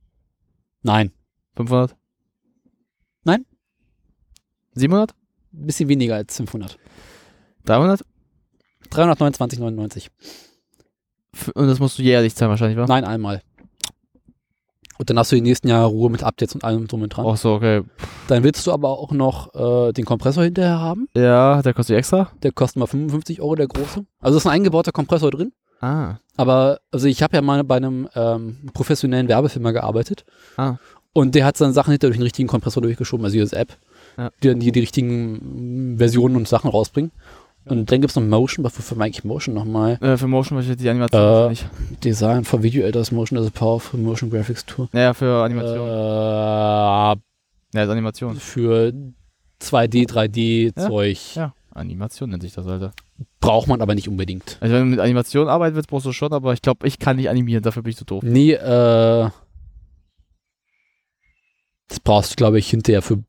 [SPEAKER 10] Nein.
[SPEAKER 4] 500?
[SPEAKER 10] Nein.
[SPEAKER 4] 700?
[SPEAKER 10] Bisschen weniger als 500.
[SPEAKER 4] 300?
[SPEAKER 10] 329,99.
[SPEAKER 4] F- Und das musst du jährlich zahlen wahrscheinlich, wa?
[SPEAKER 10] Nein, einmal. Und dann hast du die nächsten Jahre Ruhe mit Updates und allem drum und dran.
[SPEAKER 4] Ach so, okay.
[SPEAKER 10] Dann willst du aber auch noch äh, den Kompressor hinterher haben.
[SPEAKER 4] Ja, der kostet extra?
[SPEAKER 10] Der kostet mal 55 Euro, der große. Also ist ein eingebauter Kompressor drin.
[SPEAKER 4] Ah.
[SPEAKER 10] Aber also ich habe ja mal bei einem ähm, professionellen Werbefilmer gearbeitet.
[SPEAKER 4] Ah.
[SPEAKER 10] Und der hat seine Sachen hinter durch den richtigen Kompressor durchgeschoben, also US App,
[SPEAKER 4] Ja.
[SPEAKER 10] die dann die, die richtigen Versionen und Sachen rausbringen. Und dann gibt es noch Motion, was wofür meine ich Motion nochmal?
[SPEAKER 4] Äh, für Motion möchte ich die Animation
[SPEAKER 10] Äh,
[SPEAKER 4] nicht.
[SPEAKER 10] Design for Video Editors Motion, also Powerful Motion Graphics Tool.
[SPEAKER 4] Naja, für Animation.
[SPEAKER 10] Äh,
[SPEAKER 4] ja, ist Animation.
[SPEAKER 10] für 2D, 3D
[SPEAKER 4] Ja,
[SPEAKER 10] Zeug.
[SPEAKER 4] ja. Animation nennt sich das, Alter.
[SPEAKER 10] Braucht man aber nicht unbedingt.
[SPEAKER 4] Also wenn du mit Animation arbeiten willst, brauchst du schon, aber ich glaube, ich kann nicht animieren, dafür bin ich zu doof.
[SPEAKER 10] Nee, äh. Das brauchst du, glaube ich, hinterher für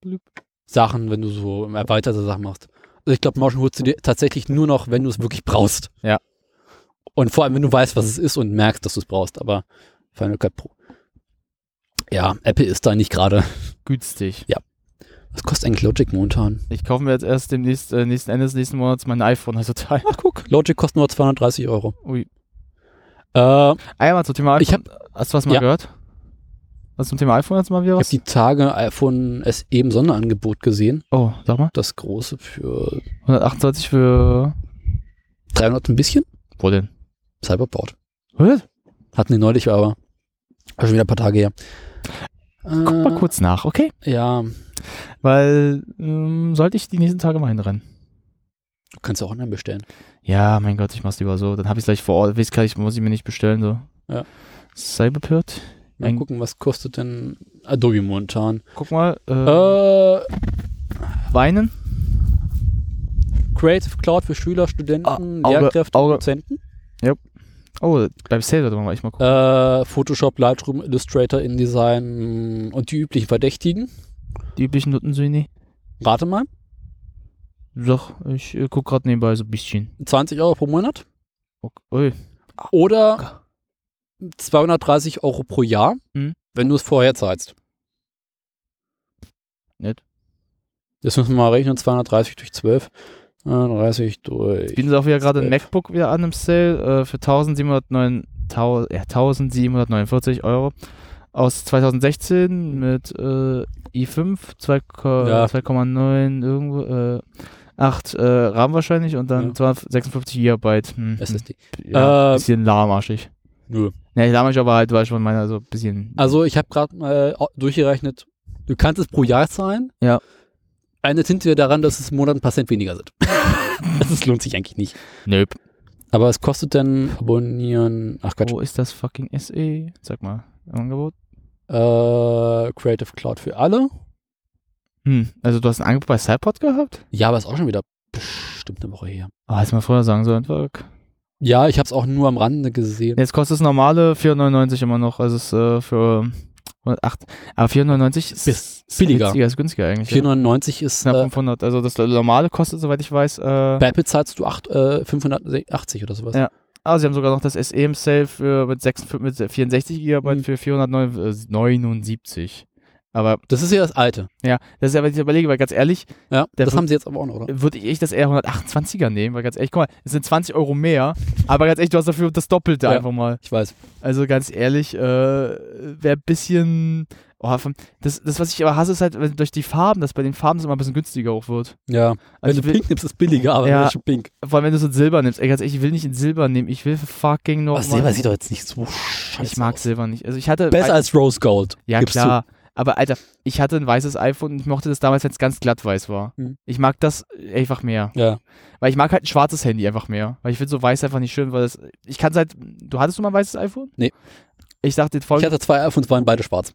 [SPEAKER 4] Blüp.
[SPEAKER 10] Sachen, wenn du so erweiterte Sachen machst. Also ich glaube, Motion holst du dir tatsächlich nur noch, wenn du es wirklich brauchst.
[SPEAKER 4] Ja.
[SPEAKER 10] Und vor allem, wenn du weißt, was es ist und merkst, dass du es brauchst. Aber Final Cut Pro. Ja, Apple ist da nicht gerade.
[SPEAKER 4] Günstig.
[SPEAKER 10] Ja. Was kostet eigentlich Logic momentan?
[SPEAKER 4] Ich kaufe mir jetzt erst demnächst, äh, nächsten Ende des nächsten Monats mein iPhone, also teil.
[SPEAKER 10] Ach, guck. Logic kostet nur 230 Euro.
[SPEAKER 4] Ui.
[SPEAKER 10] Äh,
[SPEAKER 4] Einmal zum Thema iPhone.
[SPEAKER 10] Ich
[SPEAKER 4] Hast du was mal
[SPEAKER 10] Ja.
[SPEAKER 4] gehört? Was zum Thema iPhone jetzt mal wieder
[SPEAKER 10] Ich habe
[SPEAKER 4] was?
[SPEAKER 10] die Tage iPhone SE im Sonderangebot gesehen.
[SPEAKER 4] Oh, sag mal.
[SPEAKER 10] Das große für
[SPEAKER 4] 128 für.
[SPEAKER 10] 300 ein bisschen.
[SPEAKER 4] Wo denn?
[SPEAKER 10] Cyberport.
[SPEAKER 4] Was?
[SPEAKER 10] Hatten die neulich, aber schon wieder ein paar Tage her.
[SPEAKER 4] Guck mal kurz nach, okay?
[SPEAKER 10] Ja,
[SPEAKER 4] Weil, ähm, sollte ich die nächsten Tage mal hinrennen.
[SPEAKER 10] du kannst ja auch online bestellen.
[SPEAKER 4] Ja, mein Gott, ich mach's lieber so. Dann habe ich gleich vor Ort. Weiß gar nicht, muss ich mir nicht bestellen, so.
[SPEAKER 10] Ja.
[SPEAKER 4] Cyberport.
[SPEAKER 10] Mal
[SPEAKER 4] Ein-
[SPEAKER 10] gucken, was kostet denn Adobe momentan?
[SPEAKER 4] Guck mal, äh,
[SPEAKER 10] Äh,
[SPEAKER 4] Weinen.
[SPEAKER 10] Creative Cloud für Schüler, Studenten,
[SPEAKER 4] Ah, Auge,
[SPEAKER 10] Lehrkräfte,
[SPEAKER 4] Auge.
[SPEAKER 10] Dozenten.
[SPEAKER 4] Oh, beim Sale sollte man mal echt mal gucken.
[SPEAKER 10] Äh, Photoshop, Lightroom, Illustrator, InDesign und die üblichen Verdächtigen.
[SPEAKER 4] Die üblichen Noten sind nicht.
[SPEAKER 10] Rate mal,
[SPEAKER 4] Doch, ich äh, guck gerade nebenbei so ein bisschen.
[SPEAKER 10] 20 Euro pro Monat
[SPEAKER 4] Okay. Ui. Ah.
[SPEAKER 10] oder 230 Euro pro Jahr,
[SPEAKER 4] Mhm.
[SPEAKER 10] wenn du es vorher zahlst.
[SPEAKER 4] Nett.
[SPEAKER 10] Das müssen wir mal rechnen, 230 durch 12. 30 durch.
[SPEAKER 4] Bieten sie auch wieder gerade ein
[SPEAKER 10] Zwölf.
[SPEAKER 4] MacBook wieder an im Sale äh, für 1709, tau, ja, 1749 Euro aus 2016 mit äh, i5 zwei Ko-
[SPEAKER 10] Ja.
[SPEAKER 4] 2,9 irgendwo äh, 8 äh, RAM wahrscheinlich und dann
[SPEAKER 10] Ja.
[SPEAKER 4] 256 GB. Hm,
[SPEAKER 10] SSD.
[SPEAKER 4] hm. Ja,
[SPEAKER 10] Äh,
[SPEAKER 4] bisschen lahmarschig.
[SPEAKER 10] Nö.
[SPEAKER 4] Ne, lahmarschig aber halt, weil schon meiner so ein bisschen.
[SPEAKER 10] Also ich habe gerade mal au- durchgerechnet, du kannst es pro Jahr zahlen.
[SPEAKER 4] Ja.
[SPEAKER 10] Eine Tinte wir daran, dass es im Monat ein paar Cent weniger sind. das lohnt sich eigentlich nicht.
[SPEAKER 4] Nöp.
[SPEAKER 10] Aber was kostet denn abonnieren? Ach Quatsch.
[SPEAKER 4] Wo ist das fucking SE? Sag mal, im Angebot.
[SPEAKER 10] Äh, Creative Cloud für alle.
[SPEAKER 4] Hm, also du hast ein Angebot bei Cypod gehabt?
[SPEAKER 10] Ja, aber ist auch schon wieder bestimmt eine Woche her.
[SPEAKER 4] Ah, hätte man vorher sagen sollen, fuck.
[SPEAKER 10] Ja, ich habe es auch nur am Rande gesehen.
[SPEAKER 4] Jetzt kostet das normale 4,99 immer noch. Also es ist äh, für 108. Aber 4,99 ist,
[SPEAKER 10] Bis billiger.
[SPEAKER 4] Günstiger, ist günstiger eigentlich. ja.
[SPEAKER 10] 4,99 ist
[SPEAKER 4] Knapp
[SPEAKER 10] äh,
[SPEAKER 4] 500. Also das normale kostet, soweit ich weiß. Äh,
[SPEAKER 10] bei Apple zahlst du acht, äh, 580 oder sowas.
[SPEAKER 4] Ja. ah, sie haben sogar noch das SE im Sale für, mit, 6, mit 64 GB
[SPEAKER 10] Mhm.
[SPEAKER 4] für äh, 479. Aber
[SPEAKER 10] Das ist ja das alte.
[SPEAKER 4] ja, das ist ja, wenn ich überlege, weil ganz ehrlich,
[SPEAKER 10] Ja,
[SPEAKER 4] Der
[SPEAKER 10] das
[SPEAKER 4] wird-
[SPEAKER 10] haben sie jetzt aber auch noch, oder?
[SPEAKER 4] würde ich echt das eher 128er nehmen, weil ganz ehrlich, guck mal, es sind 20 Euro mehr, aber ganz ehrlich, du hast dafür das Doppelte
[SPEAKER 10] Ja.
[SPEAKER 4] einfach mal.
[SPEAKER 10] Ich weiß.
[SPEAKER 4] Also ganz ehrlich, äh, wäre ein bisschen. Oh, vom- das, das, was ich aber hasse, ist halt wenn durch die Farben, dass bei den Farben es immer ein bisschen günstiger auch wird.
[SPEAKER 10] Ja. Wenn
[SPEAKER 4] Also
[SPEAKER 10] du
[SPEAKER 4] wir-
[SPEAKER 10] Pink nimmst, ist billiger, aber
[SPEAKER 4] Ja.
[SPEAKER 10] ja. schon Pink.
[SPEAKER 4] Vor allem, wenn du so ein Silber nimmst. Ey, ganz ehrlich, ich will nicht in Silber nehmen. Ich will fucking noch.
[SPEAKER 10] Aber
[SPEAKER 4] mal-
[SPEAKER 10] Silber sieht doch jetzt nicht so scheiße
[SPEAKER 4] Ich mag
[SPEAKER 10] aus.
[SPEAKER 4] Silber nicht. Also ich hatte.
[SPEAKER 10] Besser als Rose Gold.
[SPEAKER 4] Ja,
[SPEAKER 10] gibst
[SPEAKER 4] klar. Aber Alter, ich hatte ein weißes iPhone und ich mochte das damals, wenn es ganz glatt weiß war.
[SPEAKER 10] Mhm.
[SPEAKER 4] Ich mag das einfach mehr.
[SPEAKER 10] Du. Ja.
[SPEAKER 4] Weil ich mag halt ein schwarzes Handy einfach mehr. Weil ich finde so weiß einfach nicht schön, weil das. Ich kann es halt. Du hattest du mal ein weißes iPhone?
[SPEAKER 10] Nee.
[SPEAKER 4] Ich sag dir
[SPEAKER 10] Ich hatte zwei auf und waren beide schwarz.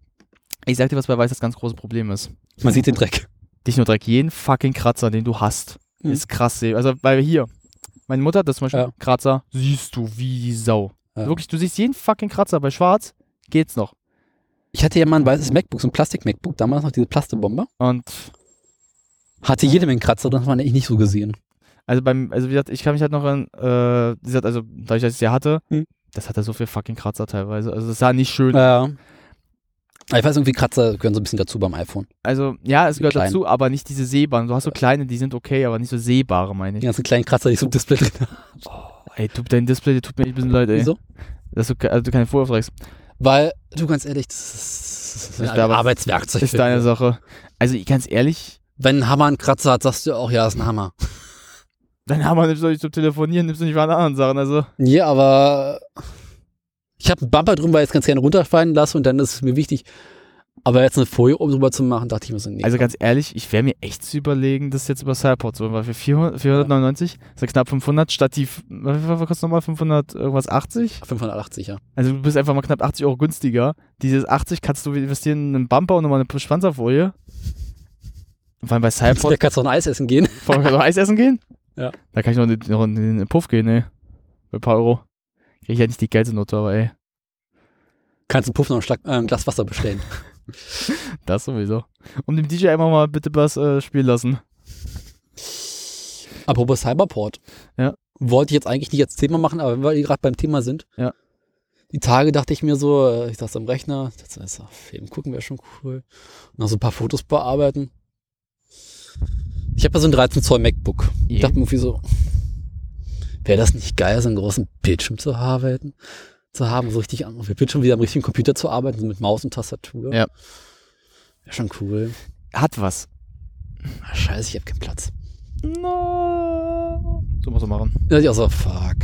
[SPEAKER 4] Ich sag dir, was bei Weiß das ganz große Problem ist.
[SPEAKER 10] Man sieht den Dreck.
[SPEAKER 4] Nicht nur Dreck, jeden fucking Kratzer, den du hast,
[SPEAKER 10] Mhm.
[SPEAKER 4] ist krass. seh- Also, weil hier, meine Mutter hat das zum Beispiel, Kratzer, siehst du wie die Sau. Wirklich, du siehst jeden fucking Kratzer. Bei Schwarz geht's noch.
[SPEAKER 10] Ich hatte ja mal ein weißes MacBook, so ein Plastik-MacBook, damals noch diese Plastebomber.
[SPEAKER 4] Und
[SPEAKER 10] hatte jede Menge Kratzer, das hat man eigentlich nicht so gesehen.
[SPEAKER 4] Also beim, also wie gesagt, ich kann mich halt noch an, äh, wie gesagt, also dadurch, dass ich sie hatte,
[SPEAKER 10] Hm.
[SPEAKER 4] das hatte so viel fucking Kratzer teilweise. Also das sah nicht schön.
[SPEAKER 10] Ja. Ich weiß irgendwie, Kratzer gehören so ein bisschen dazu beim iPhone.
[SPEAKER 4] Also ja, es
[SPEAKER 10] Die
[SPEAKER 4] gehört
[SPEAKER 10] kleinen.
[SPEAKER 4] dazu, aber nicht diese sehbaren. Du hast so kleine, die sind okay, aber nicht so sehbare, meine ich.
[SPEAKER 10] Die ganzen kleinen Kratzer, die ich so im Display drin
[SPEAKER 4] Oh, ey, du, dein Display, der tut mir echt ein bisschen leid, ey.
[SPEAKER 10] Wieso?
[SPEAKER 4] Dass du, ke- also du keine Fotos trägst.
[SPEAKER 10] Weil, du ganz ehrlich, das ist, das ist ein Arbeitswerkzeug.
[SPEAKER 4] Ist deine Sache. Also ich- ganz ehrlich.
[SPEAKER 10] Wenn ein Hammer einen Kratzer hat, sagst du auch, ja, ist ein Hammer.
[SPEAKER 4] Dein Hammer nimmst du nicht zum Telefonieren, nimmst du nicht für alle anderen Sachen. Also
[SPEAKER 10] Ja, aber ich habe einen Bumper drin, weil ich es ganz gerne runterfallen lasse und dann ist es mir wichtig. Aber jetzt eine Folie oben drüber zu machen, dachte ich mir so, nee.
[SPEAKER 4] Also ganz ehrlich, ich wäre mir echt zu überlegen, das jetzt über Cyport zu machen, weil für 400, 499, das ist knapp 500, statt die, f- was kostet nochmal 500, irgendwas 80?
[SPEAKER 10] 580, ja.
[SPEAKER 4] Also du bist einfach mal knapp 80 Euro günstiger. Dieses 80 kannst du investieren in einen Bumper und nochmal eine Spanzerfolie. Und vor allem bei Cyport.
[SPEAKER 10] Da kannst du auch ein Eis essen gehen.
[SPEAKER 4] Vor allem kannst du auch Eis essen gehen?
[SPEAKER 10] Ja.
[SPEAKER 4] Da kann ich noch in den, noch in den Puff gehen, ey. Für ein paar Euro. Krieg ich ja nicht die geilste Note, aber ey.
[SPEAKER 10] Kannst du Puff noch ein, Schlag, äh, ein Glas Wasser bestellen.
[SPEAKER 4] Das sowieso. Um dem DJ einfach mal bitte was äh, spielen lassen.
[SPEAKER 10] Apropos Cyberport.
[SPEAKER 4] Ja.
[SPEAKER 10] Wollte ich jetzt eigentlich nicht als Thema machen, aber wenn wir gerade beim Thema sind.
[SPEAKER 4] Ja.
[SPEAKER 10] Die Tage dachte ich mir so, äh, ich saß am Rechner, das ist auf Film gucken wäre schon cool. Und noch so ein paar Fotos bearbeiten. Ich habe ja so ein 13 Zoll MacBook. Ich dachte mir irgendwie so, wäre das nicht geil, so einen großen Bildschirm zu arbeiten, zu haben, so richtig am auf dem Bildschirm wieder am richtigen Computer zu arbeiten, so mit Maus und Tastatur.
[SPEAKER 4] Ja.
[SPEAKER 10] Wäre schon cool.
[SPEAKER 4] Hat was.
[SPEAKER 10] Ah, Scheiße, ich habe keinen Platz.
[SPEAKER 4] No. So muss man machen.
[SPEAKER 10] Da dachte ich auch so, fuck.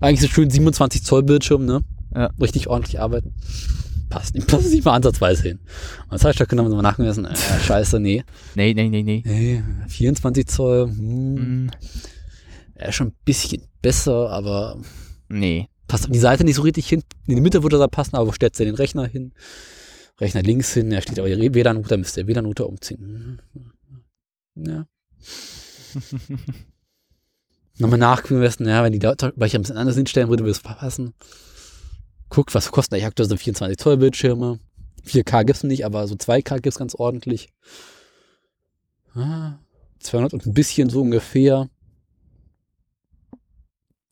[SPEAKER 10] Eigentlich so schön 27 Zoll Bildschirm, ne?
[SPEAKER 4] Ja.
[SPEAKER 10] Richtig ordentlich arbeiten. Passt nicht, passt nicht mal ansatzweise hin. Und das habe ich doch genommen und mal nachgemessen. Äh, scheiße, nee.
[SPEAKER 4] Nee, nee, nee, nee.
[SPEAKER 10] nee 24 Zoll, hm. Ja, schon ein bisschen besser, aber.
[SPEAKER 4] Nee.
[SPEAKER 10] Passt auf die Seite nicht so richtig hin. In die Mitte würde da passen, aber wo stellst du den Rechner hin? Rechner links hin, da steht aber die WLAN-Router, müsste der WLAN-Router umziehen. Hm. Ja. nochmal nachgucken müssen, ja, wenn die Leute, weil ich ein bisschen anders hinstellen würde, würde es passen. Guckt, was kosten eigentlich aktuell so 24 Zoll Bildschirme. 4K gibt's nicht, aber so 2K gibt's ganz ordentlich. Ah, 200 und ein bisschen so ungefähr.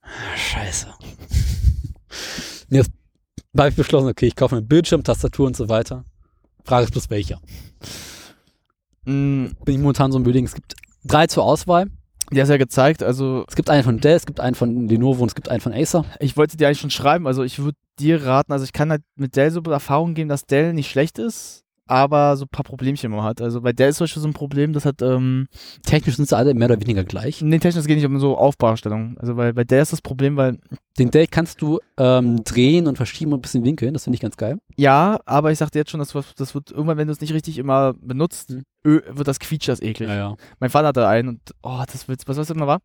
[SPEAKER 10] Ah, Scheiße. Und Jetzt habe ich beschlossen, okay, ich kaufe mir einen Bildschirm, Tastatur und so weiter. Frage ist bloß welcher.
[SPEAKER 4] Mm.
[SPEAKER 10] Bin ich momentan so im Überlegen, es gibt drei zur Auswahl.
[SPEAKER 4] Der ist ja gezeigt, also.
[SPEAKER 10] Es gibt einen von Dell, es gibt einen von Lenovo und es gibt einen von Acer.
[SPEAKER 4] Ich wollte dir eigentlich schon schreiben, also ich würde dir raten, also ich kann halt mit Dell so Erfahrung geben, dass Dell nicht schlecht ist, aber so ein paar Problemchen immer hat. Also bei Dell ist zum Beispiel so ein Problem, das hat. Ähm,
[SPEAKER 10] technisch sind sie alle mehr oder weniger gleich.
[SPEAKER 4] Nee, technisch geht nicht um so Aufbaustellung. Also bei, bei Dell ist das Problem, weil.
[SPEAKER 10] Den Dell kannst du ähm, drehen und verschieben und ein bisschen winkeln, das finde ich ganz geil.
[SPEAKER 4] Ja, aber ich sagte jetzt schon, das, wird- das wird irgendwann, wenn du es nicht richtig immer benutzt,
[SPEAKER 10] Hm.
[SPEAKER 4] ö, wird das Quietsch das eklig. Mein Vater hatte einen und oh, das wird, was was immer war?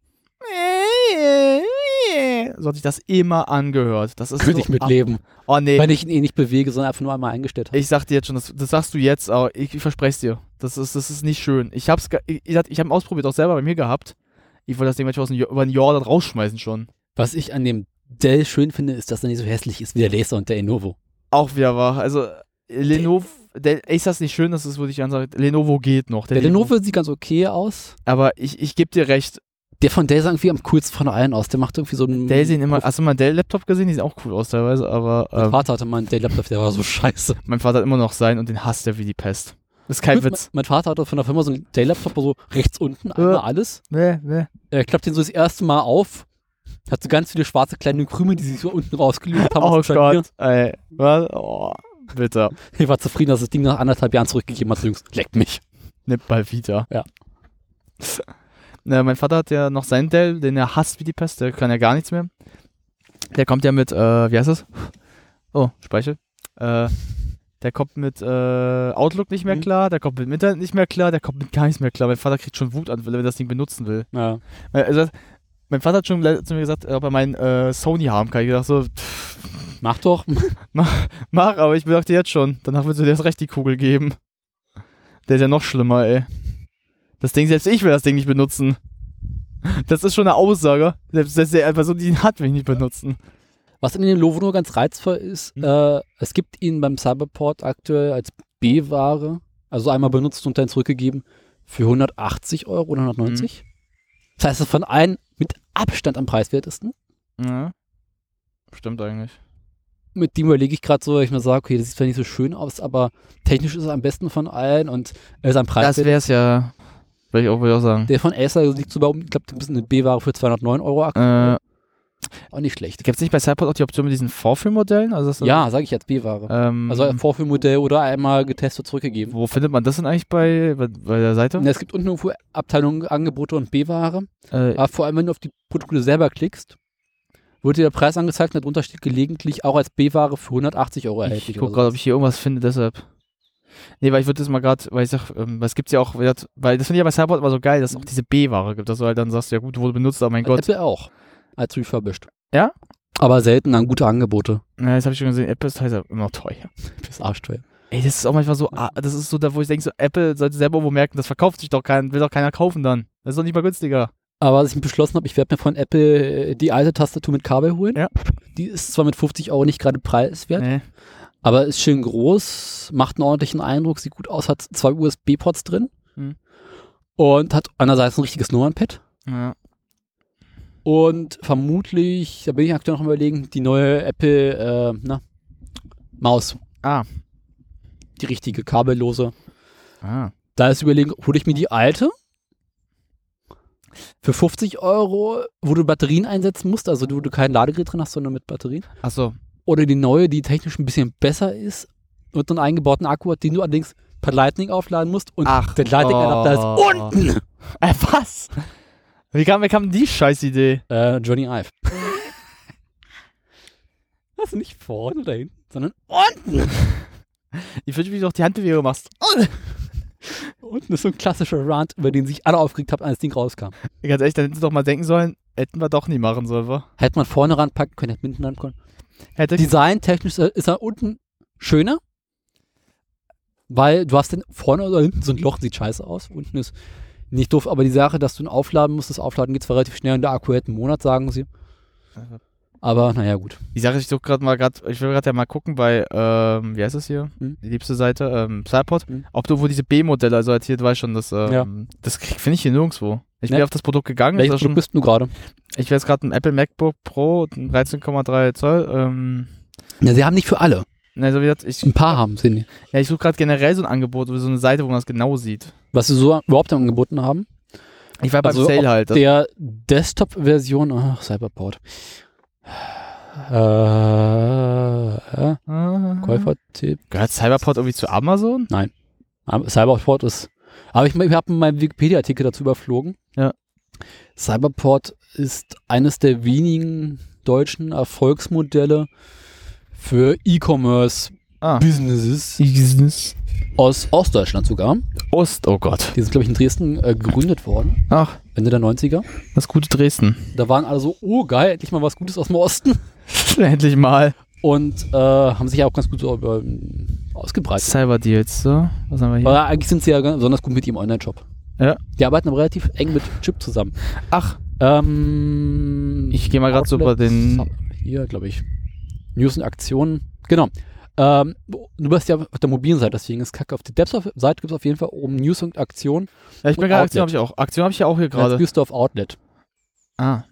[SPEAKER 4] So hat sich das immer angehört. Das ist
[SPEAKER 10] Könnte
[SPEAKER 4] so,
[SPEAKER 10] ich mitleben.
[SPEAKER 4] leben. Oh nee.
[SPEAKER 10] Wenn ich ihn eh nicht bewege, sondern einfach nur einmal eingestellt habe.
[SPEAKER 4] Ich sag dir jetzt schon, das, das sagst du jetzt, oh, aber ich, ich verspreche es dir. Das ist, das ist nicht schön. Ich hab's, ge- ich, ich, hab- ich hab'n ausprobiert, auch selber bei mir gehabt. Ich wollte das Ding manchmal aus dem, Jo- über ein Jahr dann rausschmeißen schon.
[SPEAKER 10] Was ich an dem Dell schön finde, ist, dass er nicht so hässlich ist wie der Laser und der Lenovo.
[SPEAKER 4] Auch wieder wahr. Also, äh, Lenovo, der Acer ist nicht schön, das ist, würde ich sagen, Lenovo geht noch.
[SPEAKER 10] Der, Lenovo sieht ganz okay aus.
[SPEAKER 4] Aber ich, ich gebe dir recht.
[SPEAKER 10] Der von Dell sah irgendwie am coolsten von allen aus. Der macht irgendwie so einen.
[SPEAKER 4] Dell sehen immer, hast du mal einen Dell-Laptop gesehen? Die sehen auch cool aus teilweise, aber. ähm,
[SPEAKER 10] Mein Vater hatte mal einen Dell-Laptop, der war so scheiße.
[SPEAKER 4] Mein Vater hat immer noch seinen und den hasst er wie die Pest. Das ist kein
[SPEAKER 10] Gut,
[SPEAKER 4] Witz.
[SPEAKER 10] Mein, mein Vater hatte von der Firma so einen Dell-Laptop, so rechts unten, einmal alles.
[SPEAKER 4] Nee, nee.
[SPEAKER 10] Er klappt den so das erste Mal auf, hat so ganz viele schwarze kleine Krümel, die sich so unten rausgelöst haben.
[SPEAKER 4] Oh
[SPEAKER 10] aus dem Scharnier.
[SPEAKER 4] Gott, ey. Was? Oh, bitte.
[SPEAKER 10] Ich war zufrieden, dass das Ding nach anderthalb Jahren zurückgegeben hat. Jungs, leckt mich.
[SPEAKER 4] Nimmt mal wieder.
[SPEAKER 10] Ja.
[SPEAKER 4] Na, mein Vater hat ja noch seinen Dell, den er hasst wie die Pest, der kann ja gar nichts mehr. Der kommt ja mit, äh, wie heißt das? Oh, Speichel. Äh, der kommt mit äh, Outlook nicht mehr klar, der kommt mit dem Internet nicht mehr klar, der kommt mit gar nichts mehr klar. Mein Vater kriegt schon Wutanfälle, wenn er das Ding benutzen will.
[SPEAKER 10] Ja.
[SPEAKER 4] äh, Also, mein Vater hat schon le- zu mir gesagt, ob er meinen äh, Sony haben kann. Ich dachte so, pff,
[SPEAKER 10] Mach doch.
[SPEAKER 4] mach, mach, aber ich bedachte jetzt schon. Danach willst du dir erst recht die Kugel geben. Der ist ja noch schlimmer, ey. Das Ding, selbst ich will das Ding nicht benutzen. Das ist schon eine Aussage. Selbst, selbst der Person, die ihn hat, will ich nicht benutzen.
[SPEAKER 10] Was in dem Lovono ganz reizvoll ist,
[SPEAKER 4] Mhm.
[SPEAKER 10] äh, es gibt ihn beim Cyberport aktuell als B-Ware, also einmal benutzt und dann zurückgegeben, für 180 Euro oder 190.
[SPEAKER 4] Mhm.
[SPEAKER 10] Das heißt, es ist von allen mit Abstand am preiswertesten.
[SPEAKER 4] Ja. Stimmt eigentlich.
[SPEAKER 10] Mit dem überlege ich gerade so, weil ich mir sage, okay, das sieht zwar nicht so schön aus, aber technisch ist er am besten von allen und er ist am
[SPEAKER 4] Das
[SPEAKER 10] preiswertesten.
[SPEAKER 4] wär's ja. Würde ich auch, würde ich auch sagen.
[SPEAKER 10] Der von Acer liegt so bei, um- ich glaube, ein bisschen eine B-Ware für 209 Euro aktuell.
[SPEAKER 4] Äh,
[SPEAKER 10] auch nicht schlecht.
[SPEAKER 4] Gibt es nicht bei Cyberport auch die Option mit diesen Vorführmodellen? Also das
[SPEAKER 10] Ja, sage ich jetzt B-Ware.
[SPEAKER 4] Ähm,
[SPEAKER 10] also ein Vorführmodell oder einmal getestet zurückgegeben.
[SPEAKER 4] Wo findet man das denn eigentlich bei, bei, bei der Seite?
[SPEAKER 10] Na, es gibt unten irgendwo Abteilung Angebote und B-Ware.
[SPEAKER 4] Äh,
[SPEAKER 10] aber vor allem, wenn du auf die Produkte selber klickst, wird dir der Preis angezeigt und darunter steht gelegentlich auch als B-Ware für 180 Euro erhältlich.
[SPEAKER 4] Ich
[SPEAKER 10] oder
[SPEAKER 4] gucke
[SPEAKER 10] so.
[SPEAKER 4] gerade, ob ich hier irgendwas finde, deshalb. Nee, weil ich würde das mal gerade, weil ich sag, ähm, was gibt's ja auch, weil das weil das finde ich ja bei Cyberport immer so geil, dass es auch diese B-Ware gibt, dass du halt dann sagst, ja gut, wurde benutzt, aber mein Gott.
[SPEAKER 10] Apple auch, als refurbished.
[SPEAKER 4] Ja?
[SPEAKER 10] Aber selten an gute Angebote.
[SPEAKER 4] Ja, jetzt habe ich schon gesehen, Apple ist halt immer teuer.
[SPEAKER 10] Apple ist arschteuer.
[SPEAKER 4] Ey, das ist auch manchmal so, ah, das ist so da, wo ich denke, so, Apple sollte selber irgendwo merken, das verkauft sich doch kein, will doch keiner kaufen dann. Das ist doch nicht mal günstiger.
[SPEAKER 10] Aber was ich beschlossen habe, ich werde mir von Apple äh, die alte Tastatur mit Kabel holen. Die ist zwar mit 50 Euro nicht gerade preiswert, aber ist schön groß, macht einen ordentlichen Eindruck, sieht gut aus, hat zwei USB-Ports drin
[SPEAKER 4] Hm.
[SPEAKER 10] und hat einerseits ein richtiges Nummernpad.
[SPEAKER 4] Ja.
[SPEAKER 10] Und vermutlich, da bin ich aktuell noch am überlegen, die neue Apple äh, na, Maus.
[SPEAKER 4] Ah.
[SPEAKER 10] Die richtige kabellose.
[SPEAKER 4] Ah.
[SPEAKER 10] Da ist überlegen, hole ich mir die alte? Für 50 Euro, wo du Batterien einsetzen musst, also wo du kein Ladegerät drin hast, sondern mit Batterien.
[SPEAKER 4] Achso.
[SPEAKER 10] Oder die neue, die technisch ein bisschen besser ist und einen eingebauten Akku hat, den du allerdings per Lightning aufladen musst und der Lightning-Adapter
[SPEAKER 4] oh.
[SPEAKER 10] ist unten.
[SPEAKER 4] Äh, was? Wie kam, wie kam die Scheißidee?
[SPEAKER 10] Äh, Johnny Ive. Also nicht vorne oder hinten, sondern unten.
[SPEAKER 4] Ich wünsche wie du auch die Handbewegung machst.
[SPEAKER 10] Unten ist so ein klassischer Rant, über den sich alle aufgeregt haben, als das Ding rauskam.
[SPEAKER 4] Ganz ehrlich, dann hätten sie doch mal denken sollen, hätten wir doch nie machen sollen, wa?
[SPEAKER 10] Hätte man vorne ranpacken können, hätte hinten ranpacken können.
[SPEAKER 4] Hätte
[SPEAKER 10] Design technisch ist er unten schöner, weil du hast dann vorne oder hinten so ein Loch, sieht scheiße aus. Unten ist nicht doof, aber die Sache, dass du ihn aufladen musst, das Aufladen geht zwar relativ schnell und der Akku hält einen Monat, sagen sie. Aber naja, gut.
[SPEAKER 4] Die Sache, ich suche gerade mal gerade, ich will gerade ja mal gucken bei, ähm, wie heißt das hier?
[SPEAKER 10] Hm?
[SPEAKER 4] Die liebste Seite, ähm, Cypod, ob du wo diese B-Modelle, also halt hier, du weißt schon, das, ähm,
[SPEAKER 10] Ja.
[SPEAKER 4] das krieg- finde ich hier nirgendwo. Ich bin
[SPEAKER 10] Ne?
[SPEAKER 4] auf das Produkt gegangen.
[SPEAKER 10] Welches
[SPEAKER 4] das war schon-
[SPEAKER 10] Produkt bist du gerade?
[SPEAKER 4] Ich wäre jetzt gerade ein Apple MacBook Pro, ein 13,3 Zoll, ähm,
[SPEAKER 10] Na, sie haben nicht für alle.
[SPEAKER 4] ne, so wie gesagt, ich,
[SPEAKER 10] Ein paar haben sie nicht.
[SPEAKER 4] ja, ich suche gerade generell so ein Angebot, so eine Seite, wo man das genau sieht.
[SPEAKER 10] Was sie so überhaupt angeboten haben.
[SPEAKER 4] Ich war beim Sale
[SPEAKER 10] auf
[SPEAKER 4] halt, das-
[SPEAKER 10] Der Desktop-Version, ach, Cyberport. Äh, äh,
[SPEAKER 4] Ah.
[SPEAKER 10] Käufertipp.
[SPEAKER 4] Gehört Cyberport irgendwie zu Amazon?
[SPEAKER 10] Nein. Am- Cyberport ist. Aber ich, ich habe meinen Wikipedia-Artikel dazu überflogen.
[SPEAKER 4] Ja.
[SPEAKER 10] Cyberport ist eines der wenigen deutschen Erfolgsmodelle für E-Commerce Businesses. Aus Ostdeutschland sogar.
[SPEAKER 4] Ost, oh Gott.
[SPEAKER 10] Die sind, glaube ich, in Dresden äh, gegründet worden.
[SPEAKER 4] Ach.
[SPEAKER 10] Ende der 90er.
[SPEAKER 4] Das gute Dresden.
[SPEAKER 10] Da waren alle so, oh geil, endlich mal was Gutes aus dem Osten.
[SPEAKER 4] Endlich mal.
[SPEAKER 10] Und äh, haben sich ja auch ganz gut so, ähm, ausgebreitet.
[SPEAKER 4] Cyberdeals, so. Was haben wir hier?
[SPEAKER 10] Aber eigentlich sind sie ja ganz- besonders gut mit ihrem Online-Shop.
[SPEAKER 4] Ja.
[SPEAKER 10] Die arbeiten aber relativ eng mit Chip zusammen.
[SPEAKER 4] Ach.
[SPEAKER 10] Ähm,
[SPEAKER 4] ich gehe mal gerade so bei
[SPEAKER 10] Outlets,
[SPEAKER 4] den.
[SPEAKER 10] Hier, glaube ich. News und Aktionen. Genau. Ähm, du bist ja auf der mobilen Seite, deswegen ist Kacke. Auf der Desktop-Seite gibt es auf jeden Fall oben News und Aktionen.
[SPEAKER 4] Ja, ich bin
[SPEAKER 10] und
[SPEAKER 4] gerade Aktion habe ich
[SPEAKER 10] Outlet.
[SPEAKER 4] auch. Aktion habe ich ja auch hier gerade.
[SPEAKER 10] Jetzt gehst du auf Outlet.
[SPEAKER 4] Ah.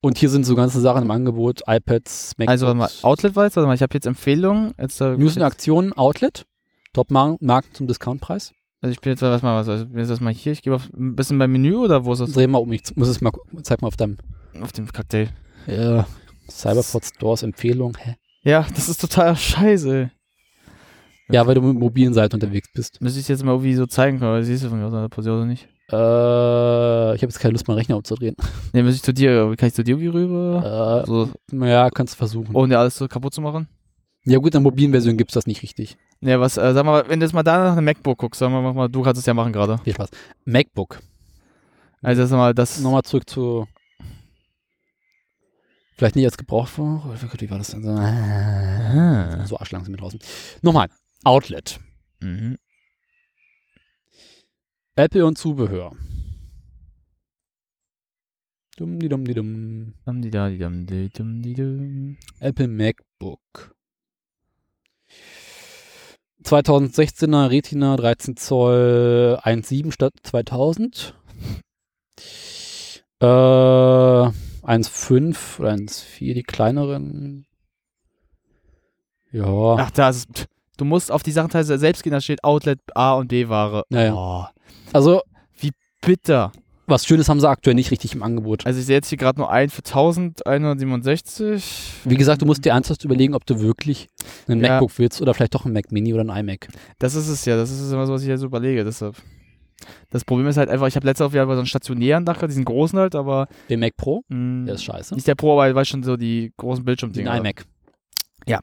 [SPEAKER 10] Und hier sind so ganze Sachen im Angebot, iPads, MacBooks.
[SPEAKER 4] Also warte mal, Outlet war jetzt, warte mal, ich habe jetzt Empfehlungen. Jetzt, äh,
[SPEAKER 10] News und Aktionen, Outlet, Top-Marken zum Discountpreis.
[SPEAKER 4] also ich bin jetzt, warte mal, was, also ich bin jetzt erstmal hier, ich gehe auf ein bisschen beim Menü oder wo ist das?
[SPEAKER 10] Dreh mal um, ich muss es mal, gu- zeig mal auf deinem.
[SPEAKER 4] Auf dem Cocktail.
[SPEAKER 10] Ja, Cyberport Stores Empfehlung, hä?
[SPEAKER 4] Ja, das ist total scheiße.
[SPEAKER 10] Ja, weil du mit mobilen Seite unterwegs bist.
[SPEAKER 4] Müsste ich jetzt mal irgendwie so zeigen können, aber siehst du von mir aus einer Position oder nicht?
[SPEAKER 10] Äh, ich habe Äh, jetzt keine Lust, meinen Rechner umzudrehen.
[SPEAKER 4] Ne, müsste ich zu dir, kann ich zu dir irgendwie rüber?
[SPEAKER 10] Äh,
[SPEAKER 4] so,
[SPEAKER 10] naja, kannst du versuchen.
[SPEAKER 4] ohne alles so kaputt zu machen?
[SPEAKER 10] Ja gut, in der mobilen Version gibt es das nicht richtig.
[SPEAKER 4] Ne, was, äh, sag mal, wenn du jetzt mal da nach einem MacBook guckst, sag mal, mach mal, du kannst es ja machen gerade.
[SPEAKER 10] Viel Spaß. MacBook.
[SPEAKER 4] Also, sag mal, das.
[SPEAKER 10] Nochmal zurück zu Vielleicht nicht als Gebrauchtware. oder Wie war das denn? So, so arschlang sind wir draußen. Nochmal. Outlet.
[SPEAKER 4] Mhm.
[SPEAKER 10] Apple und Zubehör. Dum -di -dum -di -dum.
[SPEAKER 4] Dum-di-da-di-dum-di-dum-di-dum.
[SPEAKER 10] Apple MacBook. 2016er Retina 13 Zoll 1,7 statt 2000. Äh, 1,5 oder 1,4, die kleineren. Ja.
[SPEAKER 4] Ach, da ist. pff, Du musst auf die Sachen teilweise selbst gehen, da steht Outlet A und B Ware.
[SPEAKER 10] Naja.
[SPEAKER 4] Oh,
[SPEAKER 10] Also,
[SPEAKER 4] wie bitter.
[SPEAKER 10] Was Schönes haben sie aktuell nicht richtig im Angebot.
[SPEAKER 4] Also ich sehe jetzt hier gerade nur einen für 1167.
[SPEAKER 10] Wie gesagt, du musst dir ernsthaft überlegen, ob du wirklich einen
[SPEAKER 4] Ja.
[SPEAKER 10] MacBook willst oder vielleicht doch einen Mac Mini oder einen iMac.
[SPEAKER 4] Das ist es ja, das ist es immer so, was ich ja so überlege, deshalb. Das Problem ist halt einfach, ich habe letztes Jahr wieder über so einen stationären Dach gehabt, diesen großen halt, aber
[SPEAKER 10] Den Mac Pro,
[SPEAKER 4] mh,
[SPEAKER 10] der ist scheiße.
[SPEAKER 4] Mm. nicht der Pro, aber war schon so die großen Bildschirmdinger.
[SPEAKER 10] Den iMac.
[SPEAKER 4] Ja.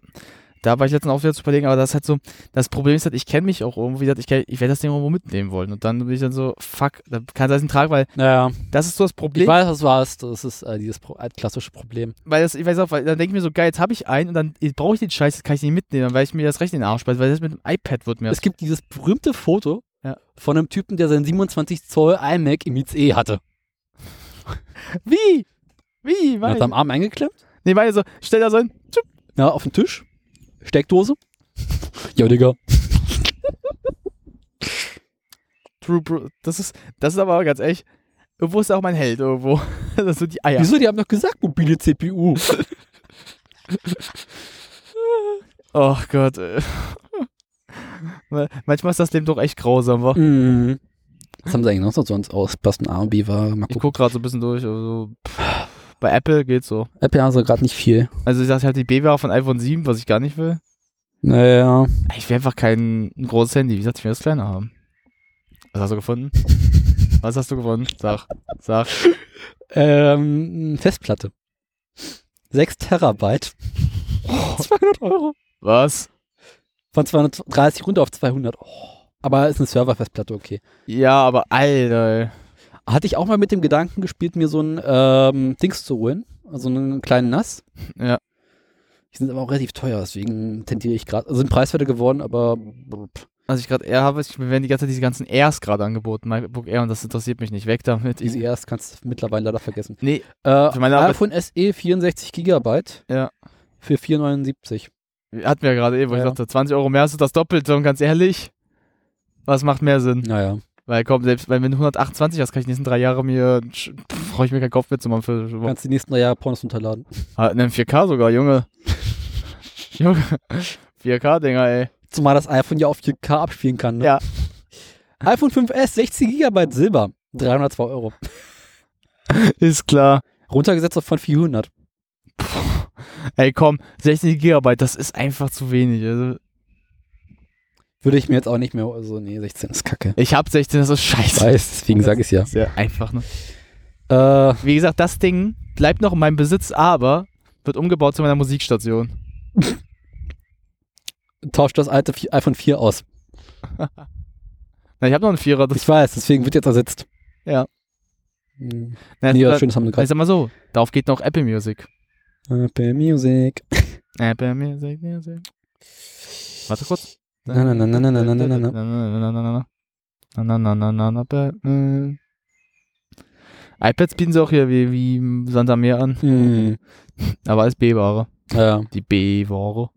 [SPEAKER 4] Da war ich letztens auch wieder zu überlegen, aber das ist halt so, das Problem ist halt, ich kenne mich auch irgendwo, wie gesagt, ich, kenn- ich werde das Ding irgendwo mitnehmen wollen. Und dann bin ich dann so, fuck, da kann es nicht tragen, weil
[SPEAKER 10] Naja.
[SPEAKER 4] das ist so das Problem.
[SPEAKER 10] Ich weiß, was war es. Das ist äh, dieses Pro klassische Problem.
[SPEAKER 4] weil das, ich weiß auch, weil dann denke ich mir so, geil, jetzt habe ich einen und dann brauche ich den Scheiß, jetzt kann ich den mitnehmen, dann werde ich mir das Recht in den Arsch speisen, weil das mit dem iPad wird mir
[SPEAKER 10] Es gibt dieses berühmte Foto
[SPEAKER 4] Ja.
[SPEAKER 10] von einem Typen, der seinen 27 Zoll iMac im ICE hatte.
[SPEAKER 4] Wie? Wie?
[SPEAKER 10] Den Hat er am Arm eingeklemmt?
[SPEAKER 4] Nee, meine so, stell da so hin, tschupp,
[SPEAKER 10] Ja, auf den Tisch. Steckdose. ja, Digga.
[SPEAKER 4] True Bro. Das ist, das ist aber ganz ehrlich, irgendwo ist auch mein Held irgendwo. Das sind so die Eier.
[SPEAKER 10] Wieso? Die haben doch gesagt, mobile CPU.
[SPEAKER 4] Oh Gott. ey. Weil Manchmal ist das Leben doch echt grausam, wa?
[SPEAKER 10] Mhm. Was haben sie eigentlich noch so sonst aus? Passt ein A und B war. Mal
[SPEAKER 4] Ich
[SPEAKER 10] gucken.
[SPEAKER 4] guck gerade so ein bisschen durch. Also, pff, bei Apple geht's so.
[SPEAKER 10] Apple haben sie gerade nicht viel.
[SPEAKER 4] Also ich sag, ich habe die B-Ware von iPhone 7, was ich gar nicht will.
[SPEAKER 10] Naja.
[SPEAKER 4] Ich will einfach kein großes Handy. Wie gesagt, ich will das kleine haben. Was hast du gefunden? Was hast du gefunden? Sag, sag.
[SPEAKER 10] Ähm, Festplatte. 6 Terabyte. 200 Euro.
[SPEAKER 4] Oh. Was?
[SPEAKER 10] Von 230 runter auf 200. Oh. Aber ist eine Serverfestplatte, okay.
[SPEAKER 4] Ja, aber Alter. ey.
[SPEAKER 10] Hatte ich auch mal mit dem Gedanken gespielt, mir so ein ähm, Dings zu holen. Also einen kleinen Nass.
[SPEAKER 4] Ja.
[SPEAKER 10] Die sind aber auch relativ teuer, deswegen tendiere ich gerade. Also sind preiswerter geworden, aber pff,
[SPEAKER 4] Was ich gerade eher habe, ist, mir werden die ganze Zeit diese ganzen Airs gerade angeboten. MacBook Air und das interessiert mich nicht. Weg damit.
[SPEAKER 10] diese erst kannst du mittlerweile leider vergessen.
[SPEAKER 4] Nee,
[SPEAKER 10] Äh,
[SPEAKER 4] Für meine Arbeit-
[SPEAKER 10] iPhone SE 64 GB
[SPEAKER 4] ja.
[SPEAKER 10] für 479.
[SPEAKER 4] Hatten wir ja gerade eben, wo ich
[SPEAKER 10] Ja.
[SPEAKER 4] dachte, 20 Euro mehr ist das Doppelte und ganz ehrlich, was macht mehr Sinn?
[SPEAKER 10] Naja.
[SPEAKER 4] Weil komm, selbst wenn wenn du 128 hast, kann ich die nächsten drei Jahre mir, sch- pff, brauche ich mir keinen Kopf mehr zu machen für
[SPEAKER 10] Kannst die nächsten drei Jahre Pornos runterladen.
[SPEAKER 4] ah, ne, 4K sogar, Junge. Junge, 4K-Dinger, ey.
[SPEAKER 10] Zumal das iPhone ja auf 4K abspielen kann. Ne?
[SPEAKER 4] Ja.
[SPEAKER 10] iPhone 5S, 60 GB Silber, 302 Euro.
[SPEAKER 4] Ist klar.
[SPEAKER 10] Runtergesetzt auf von 400.
[SPEAKER 4] Ey, komm, 60 Gigabyte, das ist einfach zu wenig. Also,
[SPEAKER 10] Würde ich mir jetzt auch nicht mehr, also nee, 16 ist kacke.
[SPEAKER 4] ich hab 16, das ist
[SPEAKER 10] Ich
[SPEAKER 4] scheiße.
[SPEAKER 10] weiß, deswegen sage ich es ja.
[SPEAKER 4] Ist ja einfach, ne?
[SPEAKER 10] Äh,
[SPEAKER 4] Wie gesagt, das Ding bleibt noch in meinem Besitz, aber wird umgebaut zu meiner Musikstation.
[SPEAKER 10] tauscht das alte Vi- iPhone 4 aus.
[SPEAKER 4] Na, ich habe noch einen Vierer. Das,
[SPEAKER 10] Ich weiß, deswegen wird jetzt ersetzt.
[SPEAKER 4] Ja.
[SPEAKER 10] Hm.
[SPEAKER 4] na,
[SPEAKER 10] Nee,
[SPEAKER 4] da-
[SPEAKER 10] das Schönes haben wir
[SPEAKER 4] Ich
[SPEAKER 10] gerade.
[SPEAKER 4] sag mal so, darauf geht noch Apple Music. also
[SPEAKER 10] Apple Music.
[SPEAKER 4] Apple Music, Music. Warte kurz.
[SPEAKER 10] Na, na, na, na, na, na, na, na, na, na.
[SPEAKER 4] na. Na, na, na, na, na, na, Batman. iPads bieten sie auch hier wie, wie Santa Meer an.
[SPEAKER 10] Hm.
[SPEAKER 4] Aber als B-Ware.
[SPEAKER 10] Ja.
[SPEAKER 4] Die B-Ware.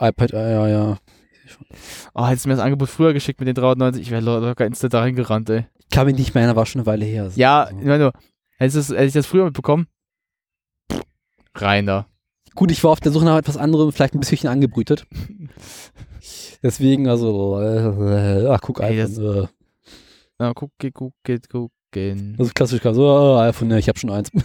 [SPEAKER 10] iPad, ja, ja, ja.
[SPEAKER 4] Oh, hättest du mir das Angebot früher geschickt mit den 390, ich wäre locker instant da reingerannt, ey.
[SPEAKER 10] Ich kann mich nicht mehr erinnern, war schon eine Weile her.
[SPEAKER 4] Ja, ich
[SPEAKER 10] Also.
[SPEAKER 4] meine, hättest du das- hätte ich das früher mitbekommen? Rein da.
[SPEAKER 10] Gut, ich war auf der Suche nach etwas anderem, vielleicht ein bisschen angebrütet. Deswegen, also, äh, äh, ach, guck,
[SPEAKER 4] Ey, das-
[SPEAKER 10] iPhone. Äh,
[SPEAKER 4] Na, guck, guck, guck, gucken.
[SPEAKER 10] also klassisch, so, äh, iPhone, ja, ich habe schon eins.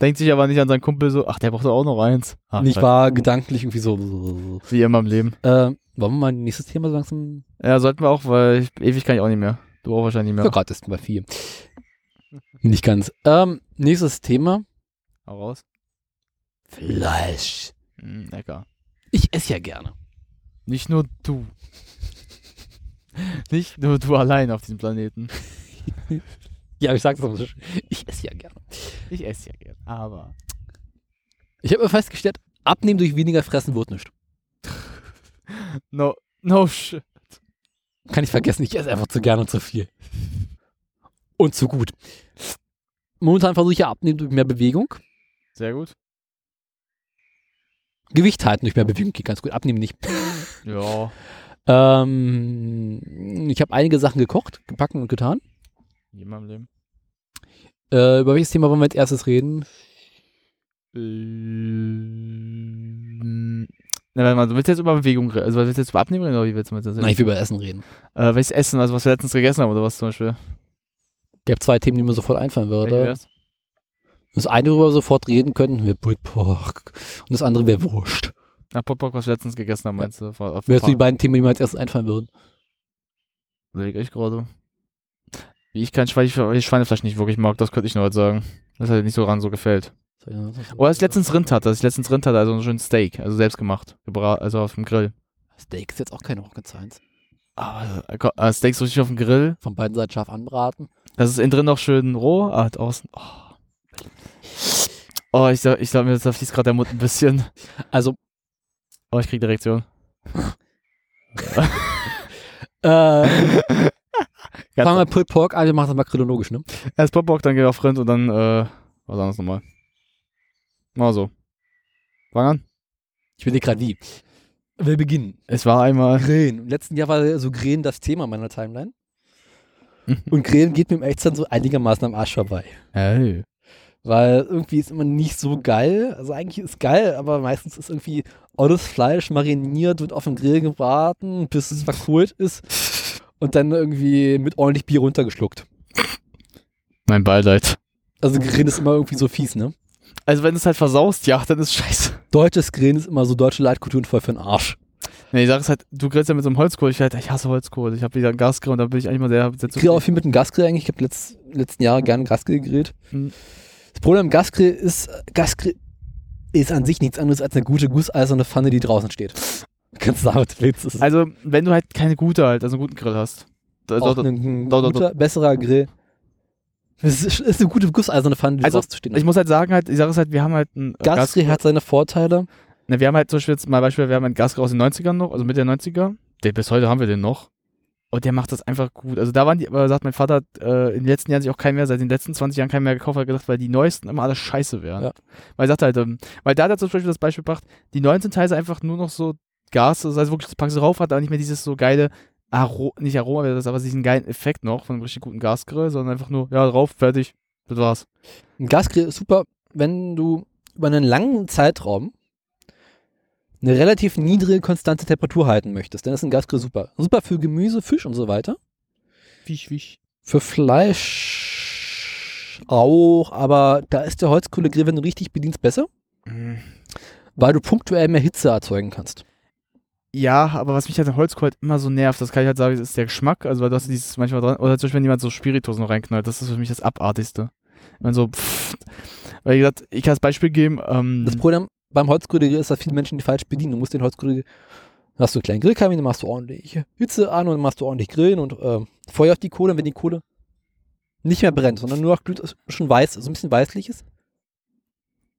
[SPEAKER 4] Denkt sich aber nicht an seinen Kumpel so, ach, der braucht doch auch noch eins. Ach,
[SPEAKER 10] Und ich
[SPEAKER 4] scheiße.
[SPEAKER 10] war gedanklich irgendwie so. so, so.
[SPEAKER 4] Wie immer im Leben.
[SPEAKER 10] Äh, wollen wir mal nächstes Thema so langsam?
[SPEAKER 4] Ja, sollten wir auch, weil ich, ewig kann ich auch nicht mehr. Du auch wahrscheinlich nicht
[SPEAKER 10] Ja,
[SPEAKER 4] mehr.
[SPEAKER 10] gerade ist bei vier. Nicht ganz. Ähm, nächstes Thema:
[SPEAKER 4] Hau raus.
[SPEAKER 10] Fleisch.
[SPEAKER 4] Mm, lecker.
[SPEAKER 10] Ich esse ja gerne.
[SPEAKER 4] Nicht nur du. nicht nur du allein auf diesem Planeten.
[SPEAKER 10] Ja, ich sag's nochmal. Ich esse ja gerne.
[SPEAKER 4] Ich esse ja gerne, aber.
[SPEAKER 10] Ich habe mir festgestellt, abnehmen durch weniger fressen wird nicht.
[SPEAKER 4] No, no shit.
[SPEAKER 10] Kann ich vergessen, ich esse einfach zu gerne und zu viel. Und zu gut. Momentan versuche ich ja abnehmen durch mehr Bewegung.
[SPEAKER 4] Sehr gut.
[SPEAKER 10] Gewicht halten durch mehr Bewegung geht ganz gut. Abnehmen nicht.
[SPEAKER 4] Ja.
[SPEAKER 10] Ähm, ich habe einige Sachen gekocht, gepackt und getan.
[SPEAKER 4] In meinem Leben.
[SPEAKER 10] Äh, über welches Thema wollen wir als erstes reden?
[SPEAKER 4] Äh, Ähm, na, warte mal, du willst jetzt über Bewegung reden, also willst du jetzt über Abnehmen reden oder wie willst du mit das
[SPEAKER 10] Nein, ich will über Essen reden.
[SPEAKER 4] Äh, welches Essen, also was wir letztens gegessen haben oder was zum Beispiel?
[SPEAKER 10] Gäbe zwei Themen, die mir sofort einfallen würde.
[SPEAKER 4] Welches?
[SPEAKER 10] Das eine, worüber wir sofort reden könnten, wäre Pulled Pork. Und das andere wäre Wurst.
[SPEAKER 4] Nach Popcorn, was wir letztens gegessen haben, meinst du? Auf- auf
[SPEAKER 10] Wärst du die
[SPEAKER 4] Park.
[SPEAKER 10] beiden Themen, die mir als erstes einfallen würden?
[SPEAKER 4] Überleg ich gerade. Wie ich kein Schweine, Schweinefleisch nicht wirklich mag, das könnte ich nur halt sagen. Das hat mir nicht so ran so gefällt. Oder als ich letztens Rind hatte, als ich letztens Rind hatte, also ein schönes Steak, also selbst gemacht, gebra also auf dem Grill.
[SPEAKER 10] Steak ist jetzt auch keine Hochgezeins.
[SPEAKER 4] Aber äh, ko- äh, Steaks richtig auf dem Grill,
[SPEAKER 10] Von beiden Seiten scharf anbraten.
[SPEAKER 4] das ist innen drin noch schön roh, aber außen, oh. Oh, ich sag, ich sag mir, da fließt gerade der Mund ein bisschen.
[SPEAKER 10] Also,
[SPEAKER 4] Oh, ich krieg eine Reaktion.
[SPEAKER 10] äh, fangen wir Pulled Pork an, wir machen das mal chronologisch, ne?
[SPEAKER 4] Erst Popcorn, dann gehen wir auf Rind und dann, äh, was anderes nochmal. Mal so. Fang an.
[SPEAKER 10] Ich bin gerade wie. Wir beginnen.
[SPEAKER 4] Es war einmal.
[SPEAKER 10] Grillen. Im letzten Jahr war so Grillen das Thema meiner Timeline. Und Grillen geht mir im Echtzeit so einigermaßen am Arsch vorbei.
[SPEAKER 4] Hey.
[SPEAKER 10] Weil irgendwie ist immer nicht so geil. Also eigentlich ist geil, aber meistens ist irgendwie alles Fleisch mariniert, wird auf dem Grill gebraten, bis es verkohlt ist und dann irgendwie mit ordentlich Bier runtergeschluckt.
[SPEAKER 4] Mein Beileid.
[SPEAKER 10] Also Grillen ist immer irgendwie so fies, ne?
[SPEAKER 4] Also wenn du es halt versaust, ja, dann ist scheiße.
[SPEAKER 10] Deutsches Grillen ist immer so deutsche Leitkulturen voll für den Arsch.
[SPEAKER 4] Nee, die Sache ist halt, du grillst ja mit so einem Holzkohle. Ich halt, ich hasse Holzkohle. Ich habe wieder einen Gasgrill und da bin ich eigentlich mal sehr, sehr
[SPEAKER 10] Ich grill auch viel mit dem Gasgrill eigentlich. Ich habe letzt, letzten Jahre gerne Gasgrill gegrillt.
[SPEAKER 4] Hm.
[SPEAKER 10] Das Problem am Gasgrill ist, äh, Gasgrill ist an sich nichts anderes als eine gute gusseiserne Pfanne, die draußen steht. Kannst du sagen, was du willst. Das ist
[SPEAKER 4] Also, wenn du halt keine gute halt, also einen guten Grill hast. Da-
[SPEAKER 10] auch
[SPEAKER 4] da-
[SPEAKER 10] ein, ein
[SPEAKER 4] da- da- da-
[SPEAKER 10] guter, besserer Grill. Es ist, ist eine gute gusseiserne Pfanne, die
[SPEAKER 4] Also,
[SPEAKER 10] draußen steht.
[SPEAKER 4] ich muss halt sagen, halt, die Sache ist halt, wir haben halt einen äh,
[SPEAKER 10] Gasgrill hat seine Vorteile.
[SPEAKER 4] Ne, wir haben halt zum Beispiel jetzt mal Beispiel, wir haben einen Gasgrill aus den 90ern noch, also mit der 90er. Den, bis heute haben wir den noch. Und der macht das einfach gut. Also da waren die, aber sagt mein Vater, hat, äh, in den letzten Jahren sich auch kein mehr, seit den letzten 20 Jahren kein mehr gekauft, hat gesagt, weil die neuesten immer alle scheiße wären.
[SPEAKER 10] Ja.
[SPEAKER 4] Weil er sagt halt, ähm, weil da hat er zum Beispiel das Beispiel gebracht, die 19 Teile einfach nur noch so Gas, das heißt wirklich, du packst sie rauf, hat aber nicht mehr dieses so geile Aro nicht Aroma, aber das- aber diesen geilen Effekt noch von einem richtig guten Gasgrill, sondern einfach nur, ja, drauf, fertig, das war's.
[SPEAKER 10] Ein Gasgrill ist super, wenn du über einen langen Zeitraum eine relativ niedrige, konstante Temperatur halten möchtest. Dann ist ein Gasgrill super. Super für Gemüse, Fisch und so weiter.
[SPEAKER 4] Wisch, wisch.
[SPEAKER 10] Für Fleisch auch, aber da ist der Holzkohlegrill, wenn du richtig bedienst, besser, weil du punktuell mehr Hitze erzeugen kannst.
[SPEAKER 4] Ja, aber was mich halt an Holzkohl halt immer so nervt, das kann ich halt sagen, ist der Geschmack. Also, weil du hast dieses manchmal dran. Oder zum Beispiel, wenn jemand so Spiritus noch reinknallt, das ist für mich das Abartigste. Wenn so, pfft. Weil, wie gesagt, ich kann das Beispiel geben. Ähm,
[SPEAKER 10] Das Problem beim Holzkohlegrill ist, dass viele Menschen die falsch bedienen. Du musst den Holzkohlegrill, dann hast du einen kleinen Grillkamin, dann machst du ordentlich Hitze an und dann machst du ordentlich Grillen und ähm, Feuer auf die Kohle. Und wenn die Kohle nicht mehr brennt, sondern nur noch glüht, ist schon weiß, so ein bisschen weißlich ist,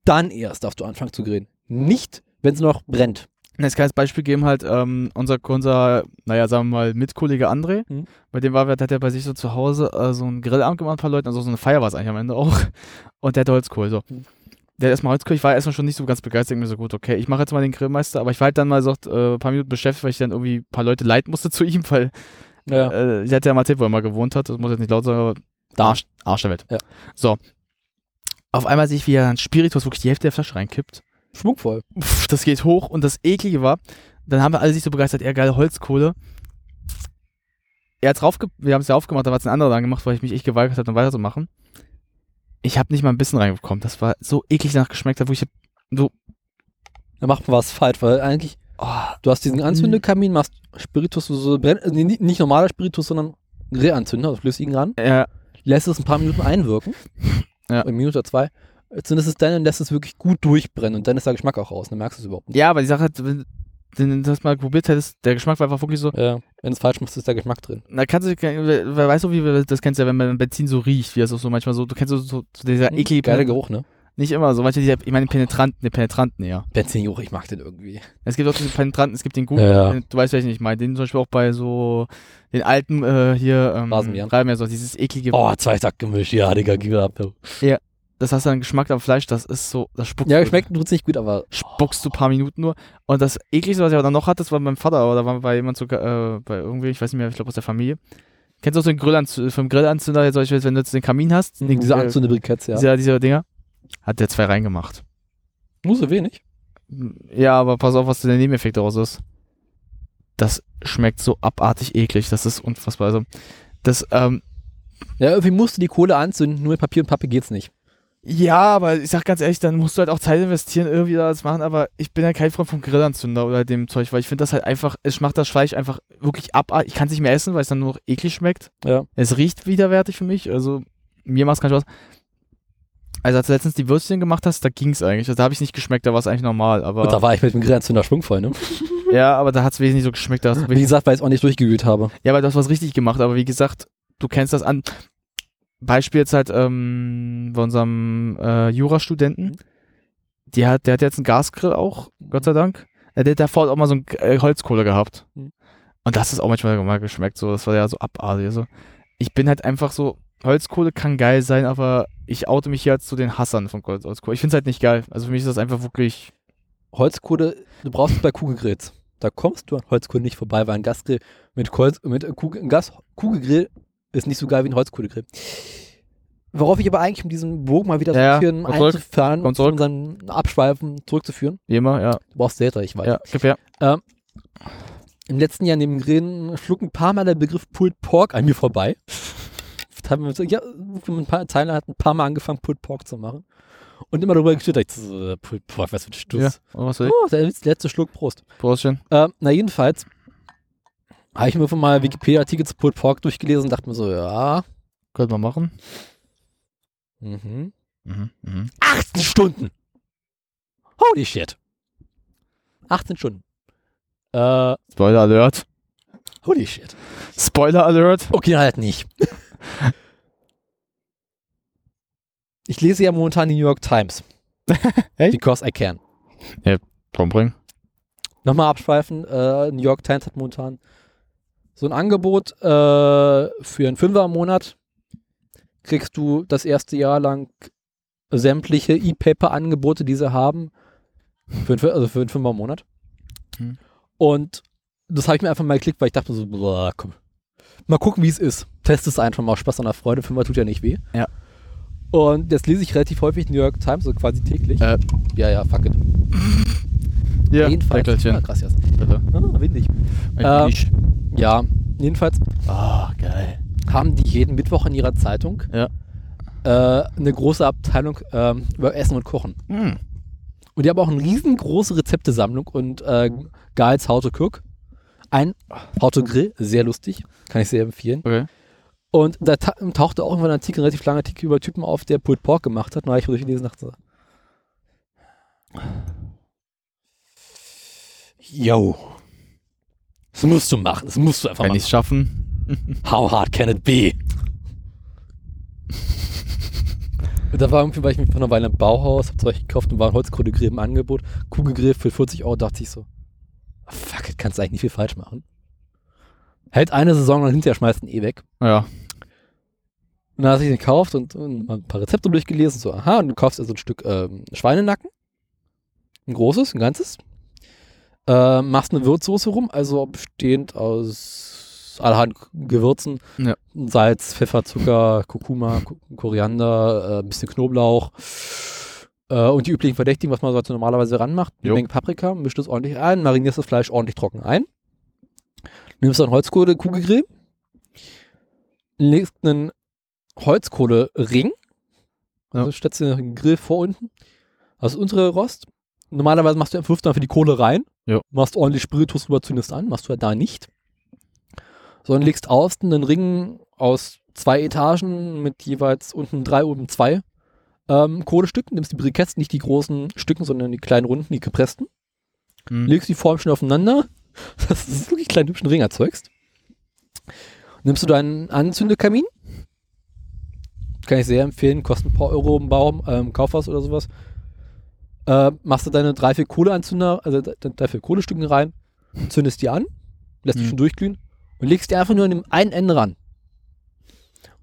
[SPEAKER 10] dann erst darfst du anfangen zu grillen. Nicht, wenn es nur noch brennt.
[SPEAKER 4] Es kann als Beispiel geben halt ähm, unser, unser, naja, sagen wir mal, Mitkollege André.
[SPEAKER 10] Mhm.
[SPEAKER 4] Bei dem war, wir- der hat ja bei sich so zu Hause äh, so einen Grillabend gemacht, ein paar Leuten, also so eine Feier war es eigentlich am Ende auch. Und der hatte Holzkohl, so. Der hat erstmal Holzkohl, ich war erstmal schon nicht so ganz begeistert, mir so gut, okay, ich mache jetzt mal den Grillmeister, aber ich war halt dann mal so äh, ein paar Minuten beschäftigt, weil ich dann irgendwie ein paar Leute leiten musste zu ihm, weil
[SPEAKER 10] Ja.
[SPEAKER 4] äh, ich hatte ja mal erzählt, wo er mal gewohnt hat, das muss jetzt nicht laut sein, aber Arsch, Arsch der Welt.
[SPEAKER 10] Ja.
[SPEAKER 4] So. Auf einmal sehe ich, wie er einen Spiritus wirklich die Hälfte der Flasche reinkippt
[SPEAKER 10] Schmuckvoll.
[SPEAKER 4] pff, das geht hoch. Und das Eklige war, dann haben wir alle sich so begeistert, eher geile Holzkohle. Er hat's raufge wir haben es ja aufgemacht, dann hat es ein anderer dann gemacht, weil ich mich echt geweigert habe, dann weiterzumachen. Ich habe nicht mal ein bisschen reingekommen. Das war so eklig danach geschmeckt, hat, wo ich hab- so
[SPEAKER 10] Dann macht man was falsch, weil eigentlich, oh, du hast
[SPEAKER 4] Mhm.
[SPEAKER 10] diesen Anzündekamin, machst Spiritus, so- so brenn, äh, nee, nicht nicht normaler Spiritus, sondern Grillanzünder, also flüssigen ran.
[SPEAKER 4] Ja.
[SPEAKER 10] Lässt es ein paar Minuten einwirken.
[SPEAKER 4] Ja.
[SPEAKER 10] Eine Minute oder zwei. Zumindest es dann und lässt es wirklich gut durchbrennen und dann ist der Geschmack auch raus. Dann merkst du es überhaupt nicht.
[SPEAKER 4] Ja, aber die Sache hat, wenn- den das mal probiert hättest, der Geschmack war einfach wirklich so.
[SPEAKER 10] Ja, wenn es falsch machst, ist der Geschmack drin.
[SPEAKER 4] Na, kannst du, weil- weil- weißt du, wie wir das kennst du ja, wenn man Benzin so riecht, wie das auch so manchmal so, du kennst so, so so dieser
[SPEAKER 10] Hm,
[SPEAKER 4] eklige.
[SPEAKER 10] geiler Geruch, ne?
[SPEAKER 4] Nicht immer so, manche, dieser, ich meine, penetranten, den penetranten, ja.
[SPEAKER 10] Benzingeruch, ich mag den irgendwie.
[SPEAKER 4] Es gibt auch diese penetranten, es gibt den guten,
[SPEAKER 10] Ja, ja.
[SPEAKER 4] den- du weißt, welchen ich meine, den zum Beispiel auch bei so, den alten, äh, hier, ähm,
[SPEAKER 10] Rasenmähern.
[SPEAKER 4] Rasenmäher, so dieses eklige.
[SPEAKER 10] Oh, Zweitaktgemisch, ja, Digga, gib ab.
[SPEAKER 4] Ja, das hast du dann Geschmack am Fleisch, das ist so, das spuckt.
[SPEAKER 10] Ja,
[SPEAKER 4] so-
[SPEAKER 10] geschmeckt tut's nicht gut, aber.
[SPEAKER 4] spuckst du ein paar Minuten nur. Und das ekligste, was ich aber dann noch hatte, das war beim Vater oder war bei jemand sogar, äh, bei irgendwie, ich weiß nicht mehr, ich glaube aus der Familie. Kennst du auch so einen Grillanzünder, vom Grillanzünder, jetzt, zum Beispiel, wenn du jetzt den Kamin hast?
[SPEAKER 10] Mhm, diese
[SPEAKER 4] äh,
[SPEAKER 10] Anzündebriketts, ja.
[SPEAKER 4] Diese, diese Dinger. Hat der zwei reingemacht.
[SPEAKER 10] Nur so wenig.
[SPEAKER 4] Ja, aber pass auf, was der Nebeneffekt daraus ist. Das schmeckt so abartig eklig, das ist unfassbar. Also, das, ähm,
[SPEAKER 10] Ja, irgendwie musst du die Kohle anzünden, nur mit Papier und Pappe geht's nicht.
[SPEAKER 4] Ja, aber ich sag ganz ehrlich, dann musst du halt auch Zeit investieren, irgendwie da das machen, aber ich bin ja kein Freund vom Grillanzünder oder dem Zeug, weil ich finde das halt einfach, es macht das Fleisch einfach wirklich ab. Ich kann es nicht mehr essen, weil es dann nur noch eklig schmeckt.
[SPEAKER 10] Ja.
[SPEAKER 4] Es riecht widerwärtig für mich, also mir macht es keinen Spaß. Also als du letztens die Würstchen gemacht hast, da ging es eigentlich. Also, da habe ich nicht geschmeckt, da war es eigentlich normal, aber.
[SPEAKER 10] Und da war ich mit dem Grillanzünder schwungvoll, ne?
[SPEAKER 4] Ja, aber da hat es wesentlich so geschmeckt. Da
[SPEAKER 10] Wie gesagt, weil ich es auch nicht durchgewühlt habe.
[SPEAKER 4] ja, aber das was richtig gemacht. Aber wie gesagt, du kennst das an. Beispiel jetzt halt ähm, bei unserem äh,
[SPEAKER 10] Mhm.
[SPEAKER 4] Jurastudenten. Die hat, der hat jetzt einen Gasgrill auch, Gott sei Dank. Äh, Der hat davor auch mal so einen äh, Holzkohle gehabt.
[SPEAKER 10] Mhm.
[SPEAKER 4] Und das ist auch manchmal mal geschmeckt. So, das war ja so abartig. Also ich bin halt einfach so, Holzkohle kann geil sein, aber ich oute mich hier als zu den Hassern von Holz- Holzkohle. Ich finde es halt nicht geil. Also für mich ist das einfach wirklich.
[SPEAKER 10] Holzkohle, du brauchst es bei Kugelgrills. Da kommst du an Holzkohle nicht vorbei, weil ein Gasgrill mit, Holz, mit Kugel, ein Gas, Kugelgrill ist nicht so geil wie ein Holzkohlegrill. Worauf ich aber eigentlich um diesen Bogen mal wieder so
[SPEAKER 4] Ja,
[SPEAKER 10] ein bisschen
[SPEAKER 4] komm zurück,
[SPEAKER 10] einzufahren,
[SPEAKER 4] komm
[SPEAKER 10] und zu
[SPEAKER 4] zurück.
[SPEAKER 10] unseren Abschweifen zurückzuführen.
[SPEAKER 4] Wie immer, ja.
[SPEAKER 10] Du brauchst Data, ich weiß.
[SPEAKER 4] Ja, gib her.
[SPEAKER 10] Ähm, Im letzten Jahr neben Grillen schlug ein paar Mal der Begriff Pulled Pork an mir vorbei. Das haben wir so, ja, ein paar Teile hat ein paar Mal angefangen, Pulled Pork zu machen. Und immer darüber gestellt, ich so, äh, Pulled Pork, was für ein Stuss.
[SPEAKER 4] Ja, und was soll ich?
[SPEAKER 10] oh, der letzte Schluck, Prost.
[SPEAKER 4] Prostchen.
[SPEAKER 10] Ähm, na, jedenfalls habe ich mir von mal Wikipedia-Artikel zu Pulled Pork durchgelesen und dachte mir so, ja.
[SPEAKER 4] Könnte man machen.
[SPEAKER 10] Mhm.
[SPEAKER 4] Mhm, mhm.
[SPEAKER 10] 18 Stunden! Holy shit! 18 Stunden. Äh,
[SPEAKER 4] Spoiler Alert.
[SPEAKER 10] holy shit.
[SPEAKER 4] Spoiler Alert.
[SPEAKER 10] Okay, halt nicht. ich lese ja momentan die New York Times. Because I can.
[SPEAKER 4] Ja, komm, bring.
[SPEAKER 10] Nochmal abschweifen. Äh, New York Times hat momentan so ein Angebot äh, für einen Fünfer im Monat. Kriegst du das erste Jahr lang sämtliche E-Paper-Angebote, die sie haben, für einen, Fün- also für einen Fünfer im Monat.
[SPEAKER 4] Hm.
[SPEAKER 10] Und das habe ich mir einfach mal geklickt, weil ich dachte so, boah, komm. Mal gucken, wie es ist. Test es einfach mal. Spaß an der Freude. Fünfer tut ja nicht weh.
[SPEAKER 4] Ja.
[SPEAKER 10] Und jetzt lese ich relativ häufig New York Times, so quasi täglich.
[SPEAKER 4] Äh.
[SPEAKER 10] Ja, ja, fuck it.
[SPEAKER 4] Ja,
[SPEAKER 10] Jedenfalls.
[SPEAKER 4] Deckelchen.
[SPEAKER 10] Ah, gracias.
[SPEAKER 4] Bitte.
[SPEAKER 10] Ah, windig.
[SPEAKER 4] Ein
[SPEAKER 10] Ähm,
[SPEAKER 4] Nisch.
[SPEAKER 10] ja, jedenfalls
[SPEAKER 4] Ah, geil.
[SPEAKER 10] haben die jeden Mittwoch in ihrer Zeitung
[SPEAKER 4] Ja.
[SPEAKER 10] äh, eine große Abteilung ähm, über Essen und Kochen.
[SPEAKER 4] Hm.
[SPEAKER 10] Und die haben auch eine riesengroße Rezeptesammlung und äh, Guides How to Cook. Ein How to Grill, sehr lustig, kann ich sehr empfehlen.
[SPEAKER 4] Okay.
[SPEAKER 10] Und da ta tauchte auch irgendwann ein Artikel, ein relativ langer Artikel über Typen auf, der Pulled Pork gemacht hat. Na, ich durchgelesen dachte so. Yo. Das musst du machen, das musst du einfach
[SPEAKER 4] Wenn
[SPEAKER 10] machen.
[SPEAKER 4] ich es schaffen.
[SPEAKER 10] How hard can it be? Und da war irgendwie, war ich mit von einer Weile im Bauhaus, hab Zeug gekauft und war ein Holzkohlegrill im Angebot. Kugelgrill für 40 Euro, dachte ich so. "Ah, Fuck, it, kannst eigentlich nicht viel falsch machen. Hält eine Saison und hinterher schmeißt ihn eh weg.
[SPEAKER 4] Ja.
[SPEAKER 10] Und dann hast du den gekauft und, und mal ein paar Rezepte durchgelesen. So, aha, und du kaufst also ein Stück ähm, Schweinenacken. Ein großes, ein ganzes. Äh, machst eine Würzsoße rum, also bestehend aus allerhand Gewürzen.
[SPEAKER 4] Ja.
[SPEAKER 10] Salz, Pfeffer, Zucker, Kurkuma, Ku- Koriander, äh, ein bisschen Knoblauch. Äh, und die üblichen Verdächtigen, was man so normalerweise ranmacht. Eine
[SPEAKER 4] Jo.
[SPEAKER 10] Menge Paprika, mischt es ordentlich ein, marinierst das Fleisch ordentlich trocken ein. Nimmst dann Holzkohle, Kugelgrill. Legst einen Holzkohlering. Also stellst du den Grill vor unten. Das untere Rost. Normalerweise machst du einen Fünfter für die Kohle rein.
[SPEAKER 4] Jo.
[SPEAKER 10] Machst ordentlich Spiritus rüber, zündest an. Machst du ja da nicht. Sondern legst außen einen Ring aus zwei Etagen mit jeweils unten drei, oben zwei ähm, Kohlestücken. Nimmst die Briketts, nicht die großen Stücken, sondern die kleinen runden, die gepressten. legst die Form schnell aufeinander, dass du wirklich einen kleinen hübschen Ring erzeugst. Nimmst du deinen Anzünderkamin? Kann ich sehr empfehlen, kostet ein paar Euro im Baum, äh, im Kaufhaus oder sowas. Äh, machst du deine drei, vier Kohleanzünder, also de- de- drei, vier Kohlestücken rein, zündest die an, lässt
[SPEAKER 4] Mhm.
[SPEAKER 10] die schon durchglühen und legst die einfach nur an dem einen Ende ran.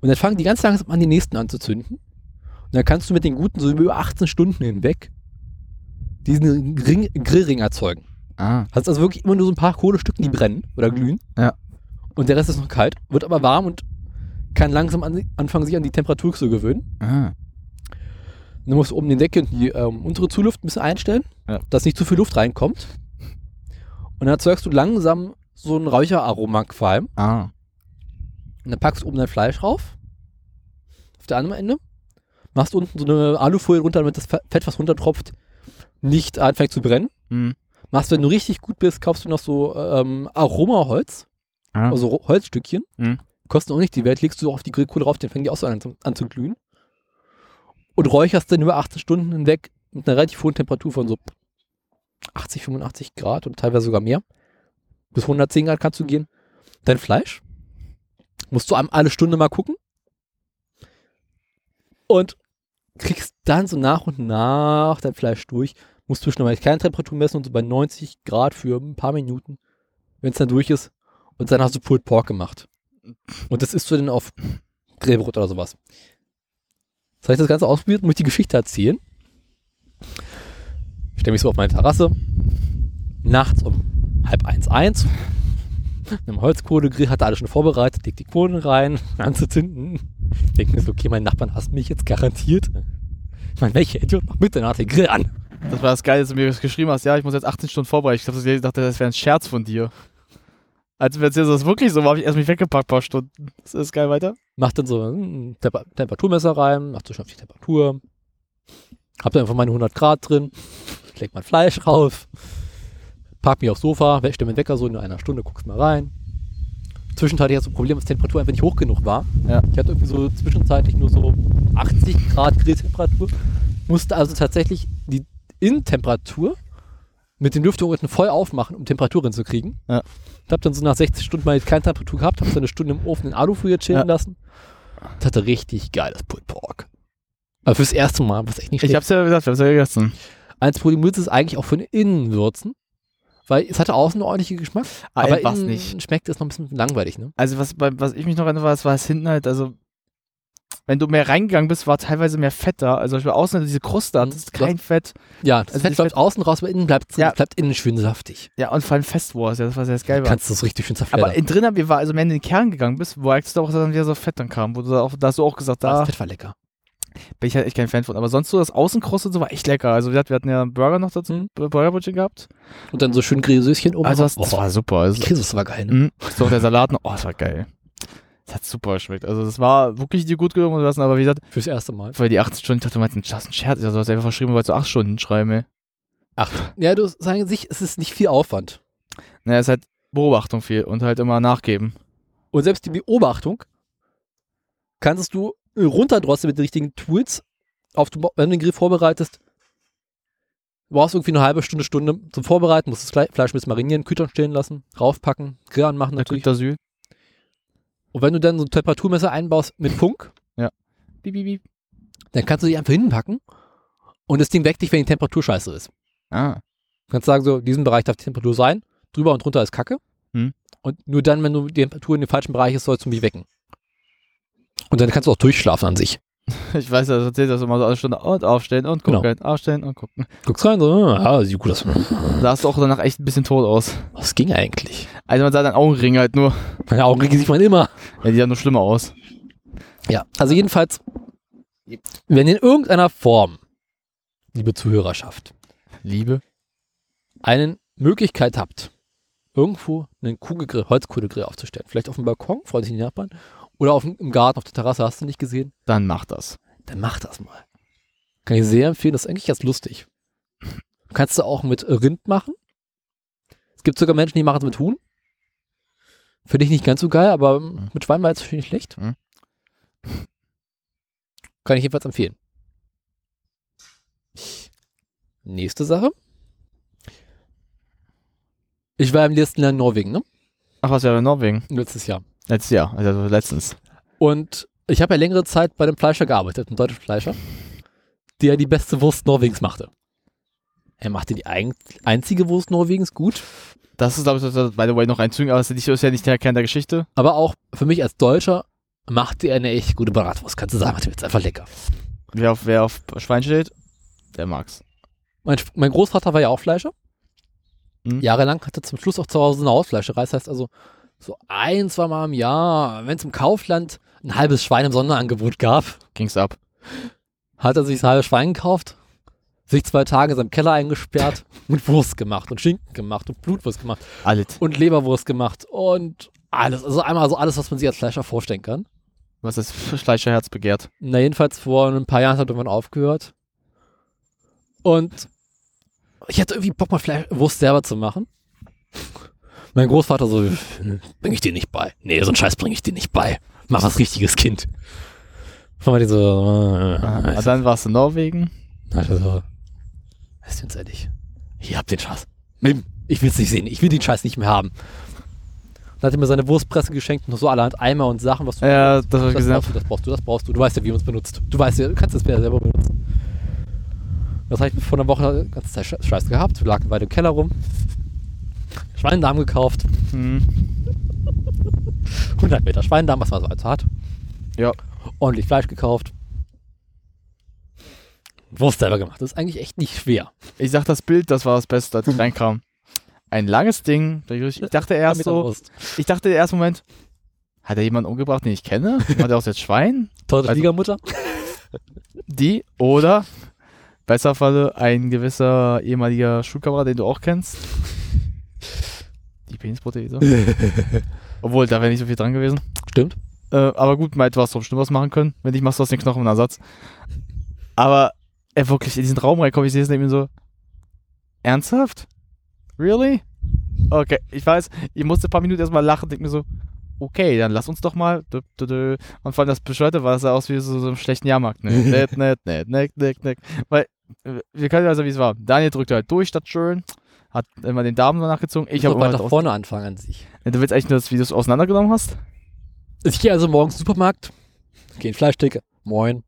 [SPEAKER 10] Und dann fangen die ganz langsam an, die nächsten anzuzünden. Und dann kannst du mit den guten so über 18 Stunden hinweg diesen Ring, Grillring erzeugen.
[SPEAKER 4] Ah.
[SPEAKER 10] Hast also wirklich immer nur so ein paar Kohlestücken, die brennen oder glühen.
[SPEAKER 4] Ja.
[SPEAKER 10] Und der Rest ist noch kalt, wird aber warm und kann langsam an, anfangen, sich an die Temperatur zu gewöhnen.
[SPEAKER 4] Ah.
[SPEAKER 10] Dann musst du oben den Deckel und die ähm, untere Zuluft ein bisschen einstellen,
[SPEAKER 4] Ja.
[SPEAKER 10] dass nicht zu viel Luft reinkommt. Und dann erzeugst du langsam so ein Räucheraroma vor allem.
[SPEAKER 4] Ah.
[SPEAKER 10] Und dann packst du oben dein Fleisch rauf. Auf der anderen Ende. Machst unten so eine Alufolie runter, damit das Fe- Fett, was runtertropft, nicht anfängt zu brennen.
[SPEAKER 4] Mhm.
[SPEAKER 10] Machst, wenn du richtig gut bist, kaufst du noch so ähm, Aromaholz.
[SPEAKER 4] Ah.
[SPEAKER 10] Also Ro- Holzstückchen.
[SPEAKER 4] Mhm.
[SPEAKER 10] Kosten auch nicht die Welt. Legst du auf die Grillkohle drauf, dann fangen die auch so an, zu- an zu glühen. Und räucherst dann über 18 Stunden hinweg mit einer relativ hohen Temperatur von so 80, 85 Grad und teilweise sogar mehr. Bis 110 Grad kannst du gehen. Dein Fleisch musst du am- alle Stunde mal gucken und kriegst dann so nach und nach dein Fleisch durch. Musst zwischendurch keine Temperatur messen und so bei 90 Grad für ein paar Minuten, wenn es dann durch ist. Und dann hast du Pulled Pork gemacht. Und das isst du dann auf Grillbrot oder sowas. Jetzt habe ich das Ganze ausprobiert, muss ich die Geschichte erzählen. Ich stelle mich so auf meine Terrasse. Nachts um halb eins, eins. Mit einem Holzkohlegrill, hatte alles schon vorbereitet, leg die Kohlen rein, anzuzünden. Denke mir so, okay, meine Nachbarn hassen mich jetzt garantiert. Ich meine, welcher Idiot macht mit, dann hat den Grill an.
[SPEAKER 4] Das war das Geile, dass du mir das geschrieben hast. Ja, ich muss jetzt 18 Stunden vorbereiten. Ich glaub, das- ich dachte, das wäre ein Scherz von dir. Als wenn es jetzt wirklich so war, habe ich erst mich weggepackt, paar Stunden. Das ist geil weiter.
[SPEAKER 10] Macht dann so ein Temper- Temperaturmesser rein, macht so schnell auf die Temperatur. Hab dann einfach meine 100 Grad drin, leg mein Fleisch rauf, pack mich aufs Sofa, we- stell mir den Wecker so in einer Stunde, guck's mal rein. Zwischenzeitlich hatte ich das Problem, dass die Temperatur einfach nicht hoch genug war. Ich hatte irgendwie so zwischenzeitlich nur so 80 Grad Grilltemperatur. Musste also tatsächlich die Innentemperatur mit den Lüftungen voll aufmachen, um Temperatur reinzukriegen.
[SPEAKER 4] Ja.
[SPEAKER 10] Ich habe dann so nach 60 Stunden mal keine Temperatur gehabt, habe es eine Stunde im Ofen in Alufolie chillen lassen. Das hatte richtig geiles Pulled Pork. Aber fürs erste Mal, was echt nicht
[SPEAKER 4] Ich hab's ja gesagt, ich hab's ja gegessen.
[SPEAKER 10] Eins Polymus ist eigentlich auch von innen würzen, weil es hatte außen einen ordentlichen Geschmack,
[SPEAKER 4] Ah,
[SPEAKER 10] aber
[SPEAKER 4] war's
[SPEAKER 10] innen
[SPEAKER 4] nicht.
[SPEAKER 10] schmeckt es noch ein bisschen langweilig. Ne?
[SPEAKER 4] Also was, bei- was ich mich noch erinnere, war, es war es hinten halt, also wenn du mehr reingegangen bist, war teilweise mehr Fett da. Also zum Beispiel außen diese Kruste
[SPEAKER 10] Mhm,
[SPEAKER 4] hat, das ist kein Fett.
[SPEAKER 10] Ja, das
[SPEAKER 4] Also
[SPEAKER 10] Fett
[SPEAKER 4] die
[SPEAKER 10] läuft außen raus, aber innen bleibt es bleibt innen schön saftig.
[SPEAKER 4] Ja, und vor allem Fest Wars, ja, das war sehr geil. war.
[SPEAKER 10] Kannst du es richtig schön
[SPEAKER 4] Aber
[SPEAKER 10] zerfleddern.
[SPEAKER 4] in drinnen, wir war, also wenn du in den Kern gegangen bist, merkst du auch, dass dann wieder so Fett dann kam, wo du da auch, da hast du auch gesagt, da.
[SPEAKER 10] Das Fett war lecker.
[SPEAKER 4] Bin ich halt echt kein Fan von. Aber sonst so das Außenkruste und so war echt lecker. Also wie gesagt, wir hatten ja einen Burger noch dazu,
[SPEAKER 10] Mhm.
[SPEAKER 4] Burgerbrötchen gehabt.
[SPEAKER 10] Und dann so schön Grillsüßchen oben.
[SPEAKER 4] Also das,
[SPEAKER 10] drauf.
[SPEAKER 4] das
[SPEAKER 10] Boah.
[SPEAKER 4] war super. Also,
[SPEAKER 10] Käse, das war geil. Ne?
[SPEAKER 4] Mhm. So, und der Salat noch, oh, das war geil. Das hat super geschmeckt. Also das war wirklich dir gut gelungen lassen, aber wie gesagt,
[SPEAKER 10] Fürs erste Mal.
[SPEAKER 4] weil die 18 Stunden, ich dachte, du meinst, das ist ein Scherz. Also du hast einfach verschrieben, weil du 8 Stunden schreiben, ey.
[SPEAKER 10] Ach, ja, du sagen sich, es ist nicht viel Aufwand.
[SPEAKER 4] Naja, es ist halt Beobachtung viel und halt immer nachgeben.
[SPEAKER 10] Und selbst die Beobachtung kannst du runterdrosseln mit den richtigen Tools, auf, du- wenn du den Grill vorbereitest. Du brauchst irgendwie eine halbe Stunde, Stunde zum Vorbereiten, musst das Fle- Fleisch ein bisschen marinieren, Kühlschrank stehen lassen, raufpacken, Grill anmachen natürlich.
[SPEAKER 4] Asyl.
[SPEAKER 10] Und wenn du dann so ein Temperaturmesser einbaust mit Funk,
[SPEAKER 4] Ja. Piep, piep, piep.
[SPEAKER 10] dann kannst du dich einfach hinpacken und das Ding weckt dich, wenn die Temperatur scheiße ist.
[SPEAKER 4] Ah.
[SPEAKER 10] Du kannst sagen, so, in diesem Bereich darf die Temperatur sein, drüber und drunter ist Kacke.
[SPEAKER 4] Hm.
[SPEAKER 10] Und nur dann, wenn du die Temperatur in dem falschen Bereich ist, sollst du mich wecken. Und dann kannst du auch durchschlafen an sich.
[SPEAKER 4] Ich weiß, das erzählt das immer so eine Stunde und aufstehen und gucken, aufstehen und gucken.
[SPEAKER 10] Guckst rein, so, ah, sieht gut aus.
[SPEAKER 4] Sahst du auch danach echt ein bisschen tot aus.
[SPEAKER 10] Was ging eigentlich?
[SPEAKER 4] Also man sah deinen Augenring halt nur.
[SPEAKER 10] Meine Augenringe sieht man immer.
[SPEAKER 4] Ja, die sahen nur schlimmer aus.
[SPEAKER 10] Ja, also jedenfalls, wenn in irgendeiner Form, liebe Zuhörerschaft,
[SPEAKER 4] Liebe.
[SPEAKER 10] eine Möglichkeit habt, irgendwo einen Kugelgrill, Holzkugelgrill aufzustellen, vielleicht auf dem Balkon, freuen sich die Nachbarn, oder auf, dem- im Garten, auf der Terrasse, hast du nicht gesehen,
[SPEAKER 4] Dann mach das.
[SPEAKER 10] dann mach das mal. Kann ich sehr empfehlen, das ist eigentlich ganz lustig. Kannst du auch mit Rind machen. Es gibt sogar Menschen, die machen es mit Huhn. Finde ich nicht ganz so geil, aber
[SPEAKER 4] Hm.
[SPEAKER 10] mit Schwein war jetzt natürlich nicht schlecht.
[SPEAKER 4] Mhm.
[SPEAKER 10] Kann ich jedenfalls empfehlen. Nächste Sache. Ich war im letzten Jahr in Norwegen, ne?
[SPEAKER 4] Ach, was ja in Norwegen?
[SPEAKER 10] Letztes Jahr.
[SPEAKER 4] Letztes Jahr, also letztens.
[SPEAKER 10] Und ich habe ja längere Zeit bei einem Fleischer gearbeitet, einem deutschen Fleischer, der die beste Wurst Norwegens machte. Er machte die ein einzige Wurst Norwegens gut.
[SPEAKER 4] Das ist, glaube ich, das, by the way, noch ein Zügen, aber das ist ja nicht der Kern der Geschichte.
[SPEAKER 10] Aber auch für mich als Deutscher machte er eine echt gute Bratwurst. Kannst du sagen, macht jetzt einfach lecker.
[SPEAKER 4] Wer auf, wer auf Schwein steht, der mag's.
[SPEAKER 10] Mein, mein Großvater war ja auch Fleischer. Mhm. Jahrelang hatte zum Schluss auch zu Hause eine Hausfleischerei. Das heißt also, so ein, zwei Mal im Jahr, wenn es im Kaufland ein halbes Schwein im Sonderangebot gab,
[SPEAKER 4] ging's ab.
[SPEAKER 10] Hat er sich ein halbes Schwein gekauft, sich zwei Tage in seinem Keller eingesperrt und Wurst gemacht und Schinken gemacht und Blutwurst gemacht.
[SPEAKER 4] Alles.
[SPEAKER 10] Und Leberwurst gemacht und alles. Also einmal so alles, was man sich als Fleischer vorstellen kann.
[SPEAKER 4] Was das Fleischerherz begehrt.
[SPEAKER 10] Na, jedenfalls vor ein paar Jahren hat man aufgehört. Und ich hatte irgendwie Bock, mal Fleisch, Wurst selber zu machen. Mein Großvater so, bring ich dir nicht bei. Nee, so einen Scheiß bring ich dir nicht bei. Mach was richtiges, Kind. Und dann, so,
[SPEAKER 4] äh, ah, dann warst du in Norwegen.
[SPEAKER 10] Also, so, ist ganz ehrlich. Hier habt den Scheiß. Ich will's nicht sehen. Ich will den Scheiß nicht mehr haben. Und hat er mir seine Wurstpresse geschenkt und so allerhand Eimer und Sachen, was du
[SPEAKER 4] Ja, das habe ich
[SPEAKER 10] das
[SPEAKER 4] gesehen.
[SPEAKER 10] brauchst du, das brauchst du, das brauchst du. Du weißt ja, wie man es benutzt. Du weißt ja, du kannst es ja selber benutzen. Das habe ich vor einer Woche die ganze Zeit Sche- Scheiß gehabt. Wir lagen beide im Keller rum. Schweindarm gekauft.
[SPEAKER 4] Hm.
[SPEAKER 10] 100 Meter Schweindarm, was man so als hat.
[SPEAKER 4] Ja.
[SPEAKER 10] Ordentlich Fleisch gekauft. Wurst selber gemacht. Das ist eigentlich echt nicht schwer.
[SPEAKER 4] Ich sag das Bild, das war das Beste, als ich reinkam. Ein langes Ding. Ich dachte erst
[SPEAKER 10] Mit der
[SPEAKER 4] so.
[SPEAKER 10] Wurst.
[SPEAKER 4] Ich dachte erst Moment, hat er jemanden umgebracht, den ich kenne? Hat er auch jetzt Schwein?
[SPEAKER 10] Teure
[SPEAKER 4] Also-
[SPEAKER 10] Schwiegermutter.
[SPEAKER 4] Die oder besser Falle ein gewisser ehemaliger Schulkamerad, den du auch kennst. Die Penisprothese. Obwohl, da wäre nicht so viel dran gewesen.
[SPEAKER 10] Stimmt.
[SPEAKER 4] Äh, aber gut, mal etwas drum Schlimmeres machen können. Wenn nicht, machst du aus den Knochen einen Ersatz. Aber er wirklich in diesen Raum reinkommt, ich sehe es neben ihm so. Ernsthaft? Really? Okay, ich weiß, ich musste ein paar Minuten erstmal lachen, denke mir so, okay, dann lass uns doch mal. Dö, dö, dö. Und vor allem das Bescheuerte war, das sah aus wie so, so einem schlechten Jahrmarkt. Ne, ne, ne, ne, ne, ne, ne. Weil, äh, wir können ja sagen, wie es war. Daniel drückte halt durch, statt schön, hat immer den Darm danach gezogen. Ich
[SPEAKER 10] muss
[SPEAKER 4] habe
[SPEAKER 10] noch weiter vorne anfangen an sich.
[SPEAKER 4] Du willst eigentlich nur, dass du es auseinandergenommen hast?
[SPEAKER 10] Ich gehe also morgens in den Supermarkt, gehe in Fleischtheke, moin.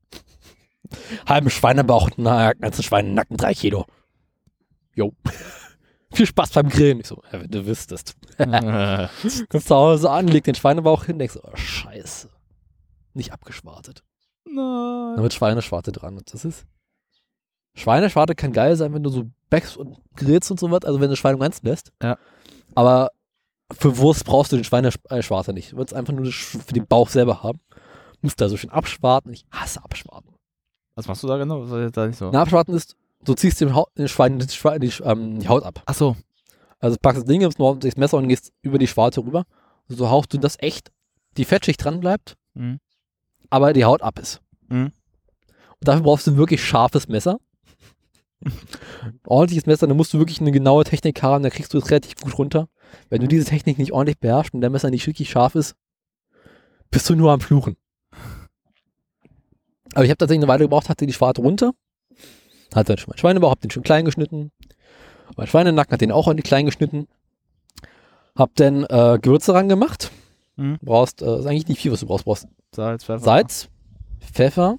[SPEAKER 10] Halben Schweinebauch, na, ganzen Schweinenacken, drei Kilo. Jo. Viel Spaß beim Grillen. Ich so, ja, wenn du wüsstest. Kommst zu Hause an, leg den Schweinebauch hin, denkst, oh, scheiße. Nicht abgeschwartet.
[SPEAKER 4] Nein.
[SPEAKER 10] Damit Schweineschwarte dran. Und das ist. Schweineschwarte kann geil sein, wenn du so backst und grillst und sowas, also wenn du Schweine ganz lässt.
[SPEAKER 4] Ja.
[SPEAKER 10] Aber für Wurst brauchst du den Schweineschwarte nicht. Du willst einfach nur das Sch- für den Bauch selber haben. Musst da so schön abschwarten. Ich hasse abschwarten.
[SPEAKER 4] Was machst du da genau? Das war jetzt da nicht so.
[SPEAKER 10] Na, abschwarten ist, du ziehst dem Hau den Schwein den Schwein, die, Sch- ähm, die Haut ab.
[SPEAKER 4] Ach so.
[SPEAKER 10] Also packst das Ding, nimmst noch das Messer und gehst über die Schwarte rüber. So hauchst du das echt, die Fettschicht dran bleibt,
[SPEAKER 4] Mhm.
[SPEAKER 10] aber die Haut ab ist.
[SPEAKER 4] Mhm.
[SPEAKER 10] Und dafür brauchst du ein wirklich scharfes Messer. Ein ordentliches Messer, da musst du wirklich eine genaue Technik haben, da kriegst du es relativ gut runter. Wenn du
[SPEAKER 4] Mhm.
[SPEAKER 10] diese Technik nicht ordentlich beherrschst und dein Messer nicht richtig scharf ist, bist du nur am Fluchen. Aber ich habe tatsächlich eine Weile gebraucht, hatte die Schwarte runter, hatte schon meinen Schweinebauch, hab den schon klein geschnitten, mein Schweinenacken hat den auch ordentlich klein geschnitten, hab dann äh, Gewürze ran gemacht.
[SPEAKER 4] Mhm.
[SPEAKER 10] Brauchst, äh, ist eigentlich nicht viel, was du brauchst. brauchst
[SPEAKER 4] Salz, Pfeffer.
[SPEAKER 10] Salz, Pfeffer,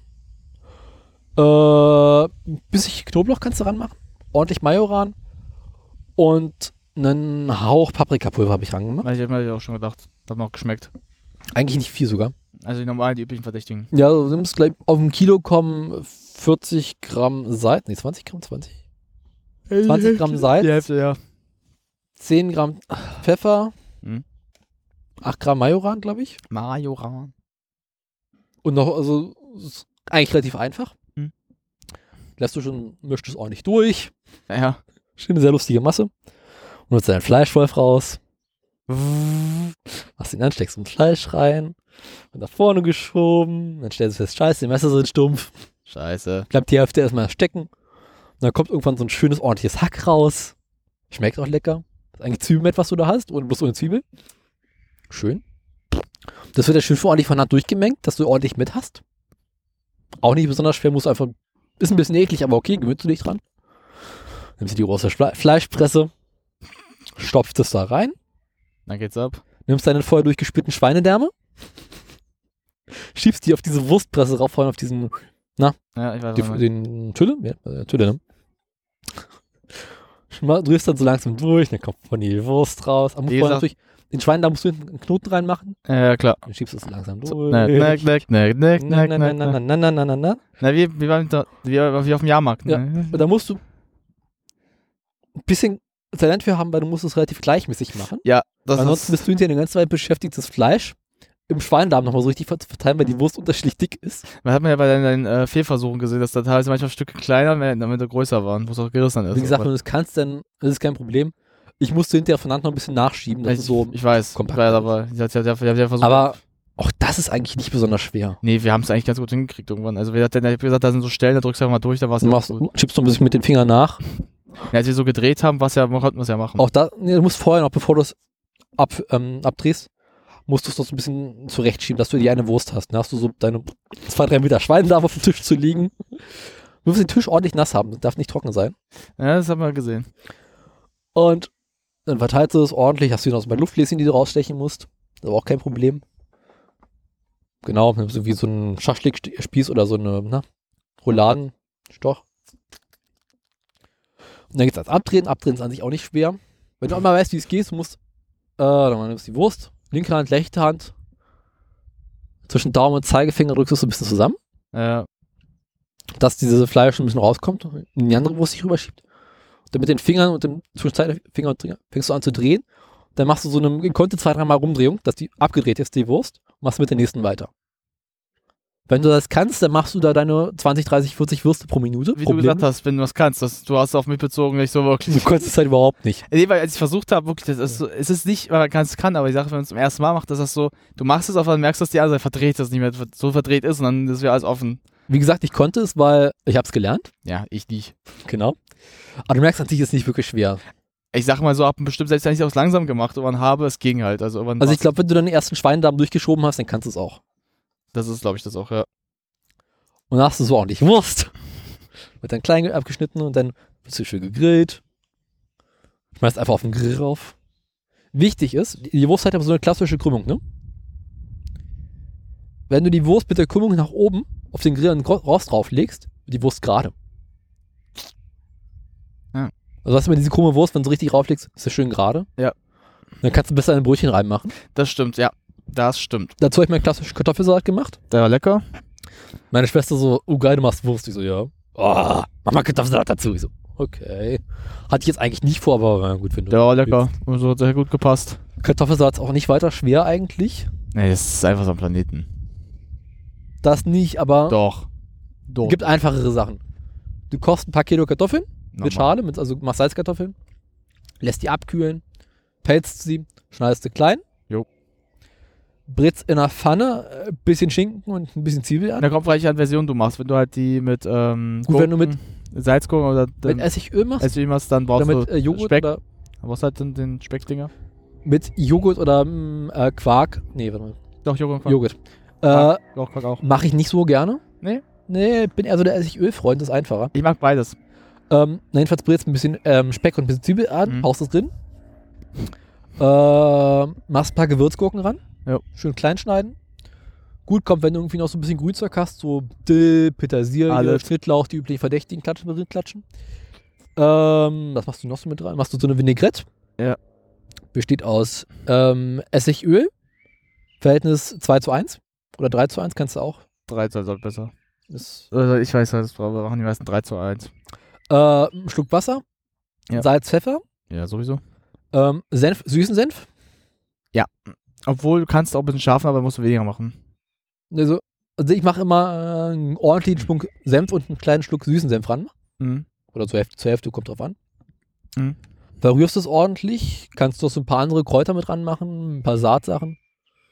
[SPEAKER 10] äh, ein bisschen Knoblauch kannst du ranmachen, ordentlich Majoran und einen Hauch Paprikapulver habe ich rangemacht.
[SPEAKER 4] Ich hätte mir auch schon gedacht, hat mir auch geschmeckt.
[SPEAKER 10] Eigentlich nicht viel sogar.
[SPEAKER 4] Also die normalen, die üblichen Verdächtigen.
[SPEAKER 10] Ja, also du musst gleich auf ein Kilo kommen, 40 Gramm Salz, nee, 20 Gramm, 20? 20 Gramm Salz,
[SPEAKER 4] Die Hälfte, ja.
[SPEAKER 10] 10 Gramm Pfeffer,
[SPEAKER 4] Mhm.
[SPEAKER 10] 8 Gramm Majoran, glaube ich.
[SPEAKER 4] Majoran.
[SPEAKER 10] Und noch, also, ist eigentlich relativ einfach.
[SPEAKER 4] Mhm.
[SPEAKER 10] Lässt du schon, mischst es ordentlich durch.
[SPEAKER 4] Ja, ja.
[SPEAKER 10] Schön, eine sehr lustige Masse. Und holst deinen Fleischwolf raus. Machst ihn an, steckst ins Fleisch rein. Und nach vorne geschoben. Dann stellst du fest, scheiße, die Messer sind stumpf.
[SPEAKER 4] Scheiße.
[SPEAKER 10] Bleibt die Hälfte erstmal stecken. Und dann kommt irgendwann so ein schönes, ordentliches Hack raus. Schmeckt auch lecker. Das ist eigentlich Zwiebelmett, was du da hast. Ohne, bloß ohne Zwiebel. Schön. Das wird ja schön ordentlich von Hand durchgemengt, dass du ordentlich mit hast. Auch nicht besonders schwer, musst du einfach. Ist ein bisschen eklig, aber okay, gewöhnst du dich dran. Nimmst du die große Schla- Fleischpresse. stopfst es da rein.
[SPEAKER 4] Dann geht's ab.
[SPEAKER 10] Nimmst deinen vorher durchgespielten Schweinedärme, schiebst die auf diese Wurstpresse rauf, vorne auf diesen, na,
[SPEAKER 4] Ja, ich weiß
[SPEAKER 10] die,
[SPEAKER 4] was du
[SPEAKER 10] den Tülle, ja, äh, Tülle, ne? Schma- Rührst dann so langsam durch, dann kommt von die Wurst raus. Am
[SPEAKER 4] Wie
[SPEAKER 10] vorher
[SPEAKER 4] gesagt-
[SPEAKER 10] natürlich, den Schwein, da musst du hinten einen Knoten reinmachen,
[SPEAKER 4] Ja, klar.
[SPEAKER 10] dann schiebst du es langsam durch.
[SPEAKER 4] Na, na, na, na, na, na, na, na, na.
[SPEAKER 10] na, na, na, na, na.
[SPEAKER 4] Na, wie, wie, beim, Do- wie, wie auf dem Jahrmarkt.
[SPEAKER 10] Ja,
[SPEAKER 4] Ne?
[SPEAKER 10] und da musst du ein bisschen Talent für haben, weil du musst es relativ gleichmäßig machen.
[SPEAKER 4] Ja, das
[SPEAKER 10] Ansonsten bist du hinterher eine ganze Weile beschäftigt, das Fleisch im Schweindarm nochmal so richtig ver- zu verteilen, weil die Wurst unterschiedlich dick ist.
[SPEAKER 4] Mhm. Man hat mir ja bei deinen, deinen äh, Fehlversuchen gesehen, dass da teilweise manchmal Stücke kleiner werden, damit sie größer waren, wo es auch gerissen ist.
[SPEAKER 10] Wie gesagt,
[SPEAKER 4] Aber
[SPEAKER 10] wenn du das kannst, dann das ist kein Problem. Ich musste hinterher von Hand noch ein bisschen nachschieben. Das
[SPEAKER 4] ich,
[SPEAKER 10] ist so
[SPEAKER 4] ich weiß, kompakt
[SPEAKER 10] kompakt.
[SPEAKER 4] aber ich hab, ich hab, ich hab, ich hab ja versucht.
[SPEAKER 10] Aber auch das ist eigentlich nicht besonders schwer.
[SPEAKER 4] nee, wir haben es eigentlich ganz gut hingekriegt irgendwann. Also, wie gesagt, ich hab gesagt, da sind so Stellen, da drückst du einfach mal durch, da war es
[SPEAKER 10] Du machst, schiebst noch ein bisschen mit den Fingern nach.
[SPEAKER 4] Ja, als wir so gedreht haben, war's ja, konnten wir es ja machen.
[SPEAKER 10] Auch da, nee, du musst vorher noch, bevor du es ab, ähm, abdrehst, musst du es noch so ein bisschen zurechtschieben, dass du die eine Wurst hast. Dann hast du so deine zwei, drei Meter Schweindarm auf dem Tisch zu liegen. Du musst den Tisch ordentlich nass haben, das darf nicht trocken sein.
[SPEAKER 4] Ja, das haben wir gesehen.
[SPEAKER 10] Und dann verteilst du es ordentlich, hast du noch so ein paar Luftbläschen, die du rausstechen musst. Das war auch kein Problem. Genau, nimmst du wie so einen Schaschlikspieß oder so eine ne, Rouladenstoch. Und dann geht's ans Abdrehen. Abdrehen ist an sich auch nicht schwer. Wenn du einmal weißt, wie es geht, du musst, äh, dann nimmst du die Wurst, linke Hand, rechte Hand. Zwischen Daumen und Zeigefinger drückst du es so ein bisschen zusammen
[SPEAKER 4] Ja,
[SPEAKER 10] dass dieses Fleisch ein bisschen rauskommt und in die andere Wurst sich rüberschiebt. Dann mit den Fingern und dem Zwischenzeigefinger und Finger fängst du an zu drehen. Dann machst du so eine gekonnte zwei, dreimal Rumdrehung, dass die abgedreht ist, die Wurst, und machst mit der nächsten weiter. Wenn du das kannst, dann machst du da deine 20, 30, 40 Würste pro Minute.
[SPEAKER 4] wie du gesagt hast, wenn du was kannst, das, du hast auf mich bezogen, nicht so wirklich.
[SPEAKER 10] Du konntest es halt überhaupt nicht.
[SPEAKER 4] Nee, weil als ich versucht habe, wirklich, das ist so, es ist nicht, weil man kann es kann, aber ich sage, wenn man es zum ersten Mal macht, dass das so, du machst es, aber dann merkst du, dass die andere Seite verdreht ist, nicht mehr so verdreht ist und dann ist wieder alles offen.
[SPEAKER 10] Wie gesagt, ich konnte es, weil ich habe es gelernt.
[SPEAKER 4] Ja, ich nicht.
[SPEAKER 10] Genau. Aber du merkst natürlich, es ist nicht wirklich schwer.
[SPEAKER 4] Ich sag mal so, ab einem bestimmten selbst wenn ich es langsam gemacht und habe, es ging halt. Also, irgendwann
[SPEAKER 10] Also ich
[SPEAKER 4] war's-
[SPEAKER 10] glaube, wenn du deinen ersten Schweindarm durchgeschoben hast, dann kannst du es auch.
[SPEAKER 4] das ist, glaube ich, das auch, ja.
[SPEAKER 10] Und dann hast du so ordentlich Wurst. Wird dann klein abgeschnitten und dann wird sie schön gegrillt. Schmeißt einfach auf den Grill rauf. Wichtig ist, die Wurst hat aber so eine klassische Krümmung, ne? Wenn du die Wurst mit der Krümmung nach oben auf den Grill und Gro- Rost drauflegst, wird die Wurst gerade.
[SPEAKER 4] Ja.
[SPEAKER 10] Also hast du immer diese krumme Wurst, wenn du sie richtig rauflegst, ist sie schön gerade.
[SPEAKER 4] Ja.
[SPEAKER 10] Dann kannst du besser ein Brötchen reinmachen.
[SPEAKER 4] Das stimmt, ja. Das stimmt.
[SPEAKER 10] Dazu habe ich meinen klassischen Kartoffelsalat gemacht.
[SPEAKER 4] Der war lecker.
[SPEAKER 10] Meine Schwester so, oh geil, du machst Wurst. Ich so, ja. Oh, mach mal Kartoffelsalat dazu. Ich so, okay. Hatte ich jetzt eigentlich nicht vor, aber na gut, wenn du.
[SPEAKER 4] Der war lecker. Also hat sehr gut gepasst.
[SPEAKER 10] Kartoffelsalat ist auch nicht weiter schwer eigentlich.
[SPEAKER 4] Nee, das ist einfach so ein Planeten.
[SPEAKER 10] Das nicht, aber
[SPEAKER 4] Doch. Doch.
[SPEAKER 10] gibt einfachere Sachen. Du kochst ein paar Kilo Kartoffeln
[SPEAKER 4] Normal.
[SPEAKER 10] mit Schale, mit, also machst Salzkartoffeln, lässt die abkühlen, pelzt sie, schneidest sie klein.
[SPEAKER 4] Jo.
[SPEAKER 10] Brätst in einer Pfanne äh, ein bisschen Schinken und ein bisschen Zwiebel an.
[SPEAKER 4] Da kommt vielleicht an Version du machst, wenn du halt die mit ähm,
[SPEAKER 10] Gut, wenn du mit-
[SPEAKER 4] Salzgurken oder
[SPEAKER 10] Wenn
[SPEAKER 4] ähm,
[SPEAKER 10] Essigöl machst,
[SPEAKER 4] Essigöl machst, dann brauchst
[SPEAKER 10] oder mit
[SPEAKER 4] du
[SPEAKER 10] äh, Joghurt
[SPEAKER 4] Speck.
[SPEAKER 10] oder
[SPEAKER 4] Dann brauchst du halt den, den Speckdinger.
[SPEAKER 10] mit Joghurt oder mm, äh, Quark. Nee, warte mal.
[SPEAKER 4] Doch, Joghurt.
[SPEAKER 10] Joghurt. Äh,
[SPEAKER 4] Quark. Doch, Quark auch.
[SPEAKER 10] Mache ich nicht so gerne.
[SPEAKER 4] Nee?
[SPEAKER 10] Nee, bin eher so der Essigölfreund, das ist einfacher.
[SPEAKER 4] Ich mag beides.
[SPEAKER 10] Ähm, na, jedenfalls brätst ein bisschen ähm, Speck und ein bisschen Zwiebel an,
[SPEAKER 4] Mhm.
[SPEAKER 10] haust das drin. Ähm, machst ein paar Gewürzgurken ran.
[SPEAKER 4] Ja.
[SPEAKER 10] Schön klein schneiden. Gut kommt, wenn du irgendwie noch so ein bisschen Grünzeug hast, so Dill, Petersilie,
[SPEAKER 4] Alles.
[SPEAKER 10] Schnittlauch, die üblichen Verdächtigen klatschen, drin klatschen. Ähm, was machst du noch so mit rein? Machst du so eine Vinaigrette?
[SPEAKER 4] Ja.
[SPEAKER 10] Besteht aus ähm, Essigöl, Verhältnis 2 zu 1 oder 3 zu 1 kannst du auch.
[SPEAKER 4] 3 zu 1 halt besser.
[SPEAKER 10] Ist
[SPEAKER 4] Also ich weiß, das brauchen- machen die meisten 3 zu 1.
[SPEAKER 10] Äh, ein Schluck Wasser,
[SPEAKER 4] Ja.
[SPEAKER 10] Salz, Pfeffer,
[SPEAKER 4] Ja, sowieso.
[SPEAKER 10] ähm, Senf, süßen Senf.
[SPEAKER 4] Obwohl, du kannst auch ein bisschen scharfen, aber musst du weniger machen.
[SPEAKER 10] Also, also ich mache immer äh, einen ordentlichen Schwung Senf und einen kleinen Schluck süßen Senf ran.
[SPEAKER 4] Mhm.
[SPEAKER 10] Oder zur Hälfte, zur Hälfte kommt drauf an.
[SPEAKER 4] Mhm.
[SPEAKER 10] Verrührst es ordentlich, kannst du auch so ein paar andere Kräuter mit ranmachen, ein paar Saatsachen.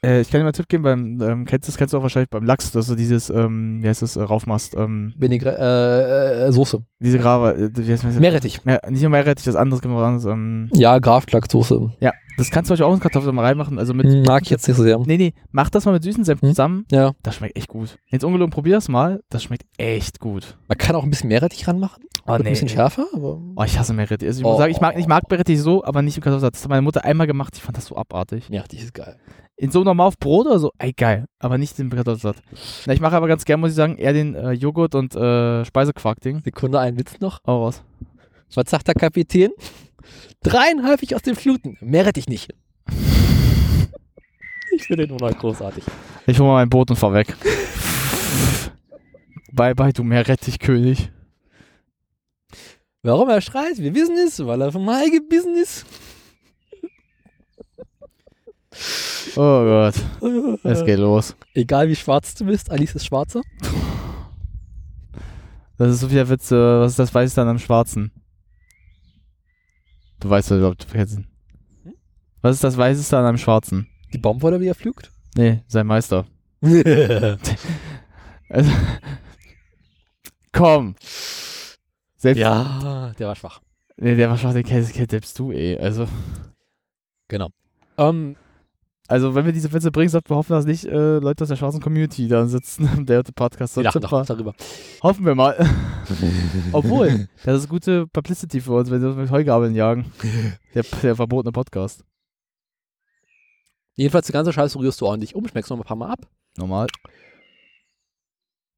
[SPEAKER 4] Äh, ich kann dir mal einen Tipp geben, beim, ähm, kennst das kennst du auch wahrscheinlich beim Lachs, dass du dieses, ähm, wie heißt das, äh, raufmachst, ähm,
[SPEAKER 10] Vinaigrette, äh, äh, Soße.
[SPEAKER 4] diese Grave, äh, wie heißt das?
[SPEAKER 10] Meerrettich.
[SPEAKER 4] Mehr, nicht nur Meerrettich, das andere gibt noch was anderes, ähm,
[SPEAKER 10] Ja, Graflack-Soße.
[SPEAKER 4] ja, das kannst du euch auch in Kartoffeln mal reinmachen, also mit,
[SPEAKER 10] Mm, Mag ich jetzt nicht so sehr. Hm?
[SPEAKER 4] nee, nee, mach das mal mit süßen Senf zusammen,
[SPEAKER 10] Ja.
[SPEAKER 4] das schmeckt echt gut. Jetzt ungelogen, probier das mal, das schmeckt echt gut.
[SPEAKER 10] Man kann auch ein bisschen Meerrettich ranmachen.
[SPEAKER 4] Oh,
[SPEAKER 10] Wird
[SPEAKER 4] nee,
[SPEAKER 10] ein bisschen
[SPEAKER 4] nee.
[SPEAKER 10] schärfer, aber.
[SPEAKER 4] Oh, ich hasse Meerrettich. Also ich
[SPEAKER 10] Oh.
[SPEAKER 4] muss sagen, ich mag, ich mag Meerrettich so, aber nicht im Kartoffelsalat. Das hat meine Mutter einmal gemacht, ich fand das so abartig.
[SPEAKER 10] Ja, die ist geil.
[SPEAKER 4] In so normal auf Brot oder so, ey, geil, aber nicht im Kartoffelsalat. Na, ich mache aber ganz gern, muss ich sagen, eher den äh, Joghurt- und äh, Speisequark-Ding.
[SPEAKER 10] Sekunde, einen Witz noch.
[SPEAKER 4] Oh, was?
[SPEAKER 10] Was sagt der Kapitän? Dreieinhalb ich aus den Fluten. Mehr rette ich nicht. Ich finde den Unheil großartig.
[SPEAKER 4] Ich hole mal mein Boot und fahr weg. bye, bye, du Meerrettichkönig.
[SPEAKER 10] Warum er schreit? Wir wissen es, weil er vom Hai gebissen ist.
[SPEAKER 4] Oh Gott. Es geht los.
[SPEAKER 10] Egal wie schwarz du bist, Alice ist schwarzer.
[SPEAKER 4] Das ist so viel der Witz, äh, was ist das Weiß dann am Schwarzen? Du weißt ja überhaupt vergessen. Was ist das Weißeste an einem Schwarzen?
[SPEAKER 10] Die Bombe oder wie er pflügt?
[SPEAKER 4] Nee, sein Meister. also, komm. Selbst,
[SPEAKER 10] ja, der war schwach.
[SPEAKER 4] Nee, der war schwach, der Käse, der selbst du, ey. Also,
[SPEAKER 10] Genau.
[SPEAKER 4] also, wenn wir diese Witze bringen, sollten wir hoffen, dass nicht äh, Leute aus der schwarzen Community da sitzen im der Podcast.
[SPEAKER 10] Wir
[SPEAKER 4] Sonst
[SPEAKER 10] lachen
[SPEAKER 4] sind
[SPEAKER 10] doch
[SPEAKER 4] wir-
[SPEAKER 10] darüber.
[SPEAKER 4] Hoffen wir mal. Obwohl, das ist gute Publicity für uns, wenn wir mit Heugabeln jagen. Der, der verbotene Podcast.
[SPEAKER 10] Jedenfalls, die ganze Scheiße rührst du ordentlich um, schmeckst noch ein paar Mal ab.
[SPEAKER 4] Normal.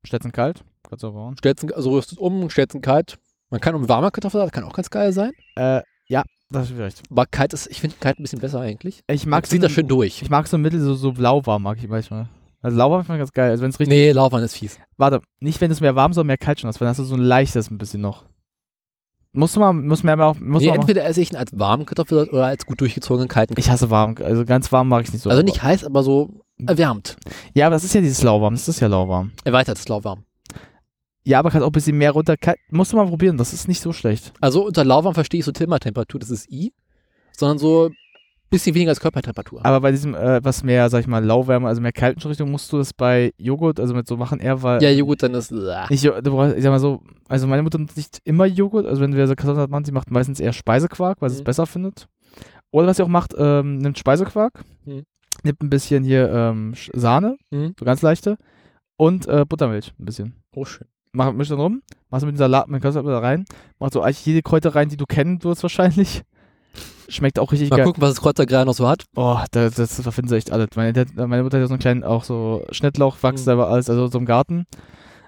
[SPEAKER 4] Städten kalt, kannst du auch bauen.
[SPEAKER 10] Stellst, ihn- also rührst du es um, stellst ihn kalt. Man kann um warmer Kartoffelsalat, kann auch ganz geil sein.
[SPEAKER 4] Äh, ja, das ist vielleicht.
[SPEAKER 10] Aber kalt ist, ich finde kalt ein bisschen besser eigentlich.
[SPEAKER 4] Ich mag
[SPEAKER 10] Man zieht
[SPEAKER 4] so-
[SPEAKER 10] das schön durch.
[SPEAKER 4] Ich mag so mittel, so, so blauwarm mag ich manchmal. Also lauwarm ist manchmal ganz geil. Also wenn es richtig.
[SPEAKER 10] Nee, lauwarm ist fies.
[SPEAKER 4] Warte, nicht wenn es mehr warm, sondern mehr kalt schon hast. Wenn hast du so ein leichtes ein bisschen noch. Musst du mal, muss man aber auch. Muss
[SPEAKER 10] Nee,
[SPEAKER 4] man auch
[SPEAKER 10] entweder esse ich ihn als warmen Kartoffelsalat oder als gut durchgezogenen kalten
[SPEAKER 4] ich hasse warm, also ganz warm mag ich nicht so. Hm.
[SPEAKER 10] Also nicht heiß, aber so erwärmt.
[SPEAKER 4] Ja, aber das ist ja dieses lauwarm, das ist ja lauwarm.
[SPEAKER 10] Erweitertes lauwarm.
[SPEAKER 4] Ja, aber kannst auch ein bisschen mehr runter. Kann, musst du mal probieren, das ist nicht so schlecht.
[SPEAKER 10] Also unter lauwarm verstehe ich so Zimmertemperatur, das ist I, sondern so ein bisschen weniger als Körpertemperatur.
[SPEAKER 4] Aber bei diesem äh, etwas mehr, sag ich mal, lauwärmer, also mehr kalten Richtung, musst du das bei Joghurt, also mit so machen, eher weil.
[SPEAKER 10] Ja, Joghurt dann ist.
[SPEAKER 4] Ich, äh, du brauchst, ich sag mal so, also meine Mutter macht nicht immer Joghurt, also wenn wir so Kartoffelsalat machen, sie macht meistens eher Speisequark, weil sie es
[SPEAKER 10] Mhm.
[SPEAKER 4] besser findet. Oder was sie auch macht, ähm, nimmt Speisequark,
[SPEAKER 10] Mhm.
[SPEAKER 4] nimmt ein bisschen hier ähm, Sch- Sahne,
[SPEAKER 10] Mhm.
[SPEAKER 4] so ganz leichte, und äh, Buttermilch ein bisschen.
[SPEAKER 10] Oh, schön.
[SPEAKER 4] Mach, misch dann rum, machst du mit dem Salat, mit dem Kartoffelsalat da rein, machst so eigentlich jede Kräuter rein, die du kennen wirst wahrscheinlich. Schmeckt auch richtig
[SPEAKER 10] Mal
[SPEAKER 4] geil.
[SPEAKER 10] gucken, was das Kreuzer gerade noch so hat.
[SPEAKER 4] Oh, das, das verfinden sie echt alle. Meine, Tat- meine Mutter hat ja so einen kleinen, auch so Schnittlauchwachs,
[SPEAKER 10] Mhm.
[SPEAKER 4] selber alles, also so im Garten.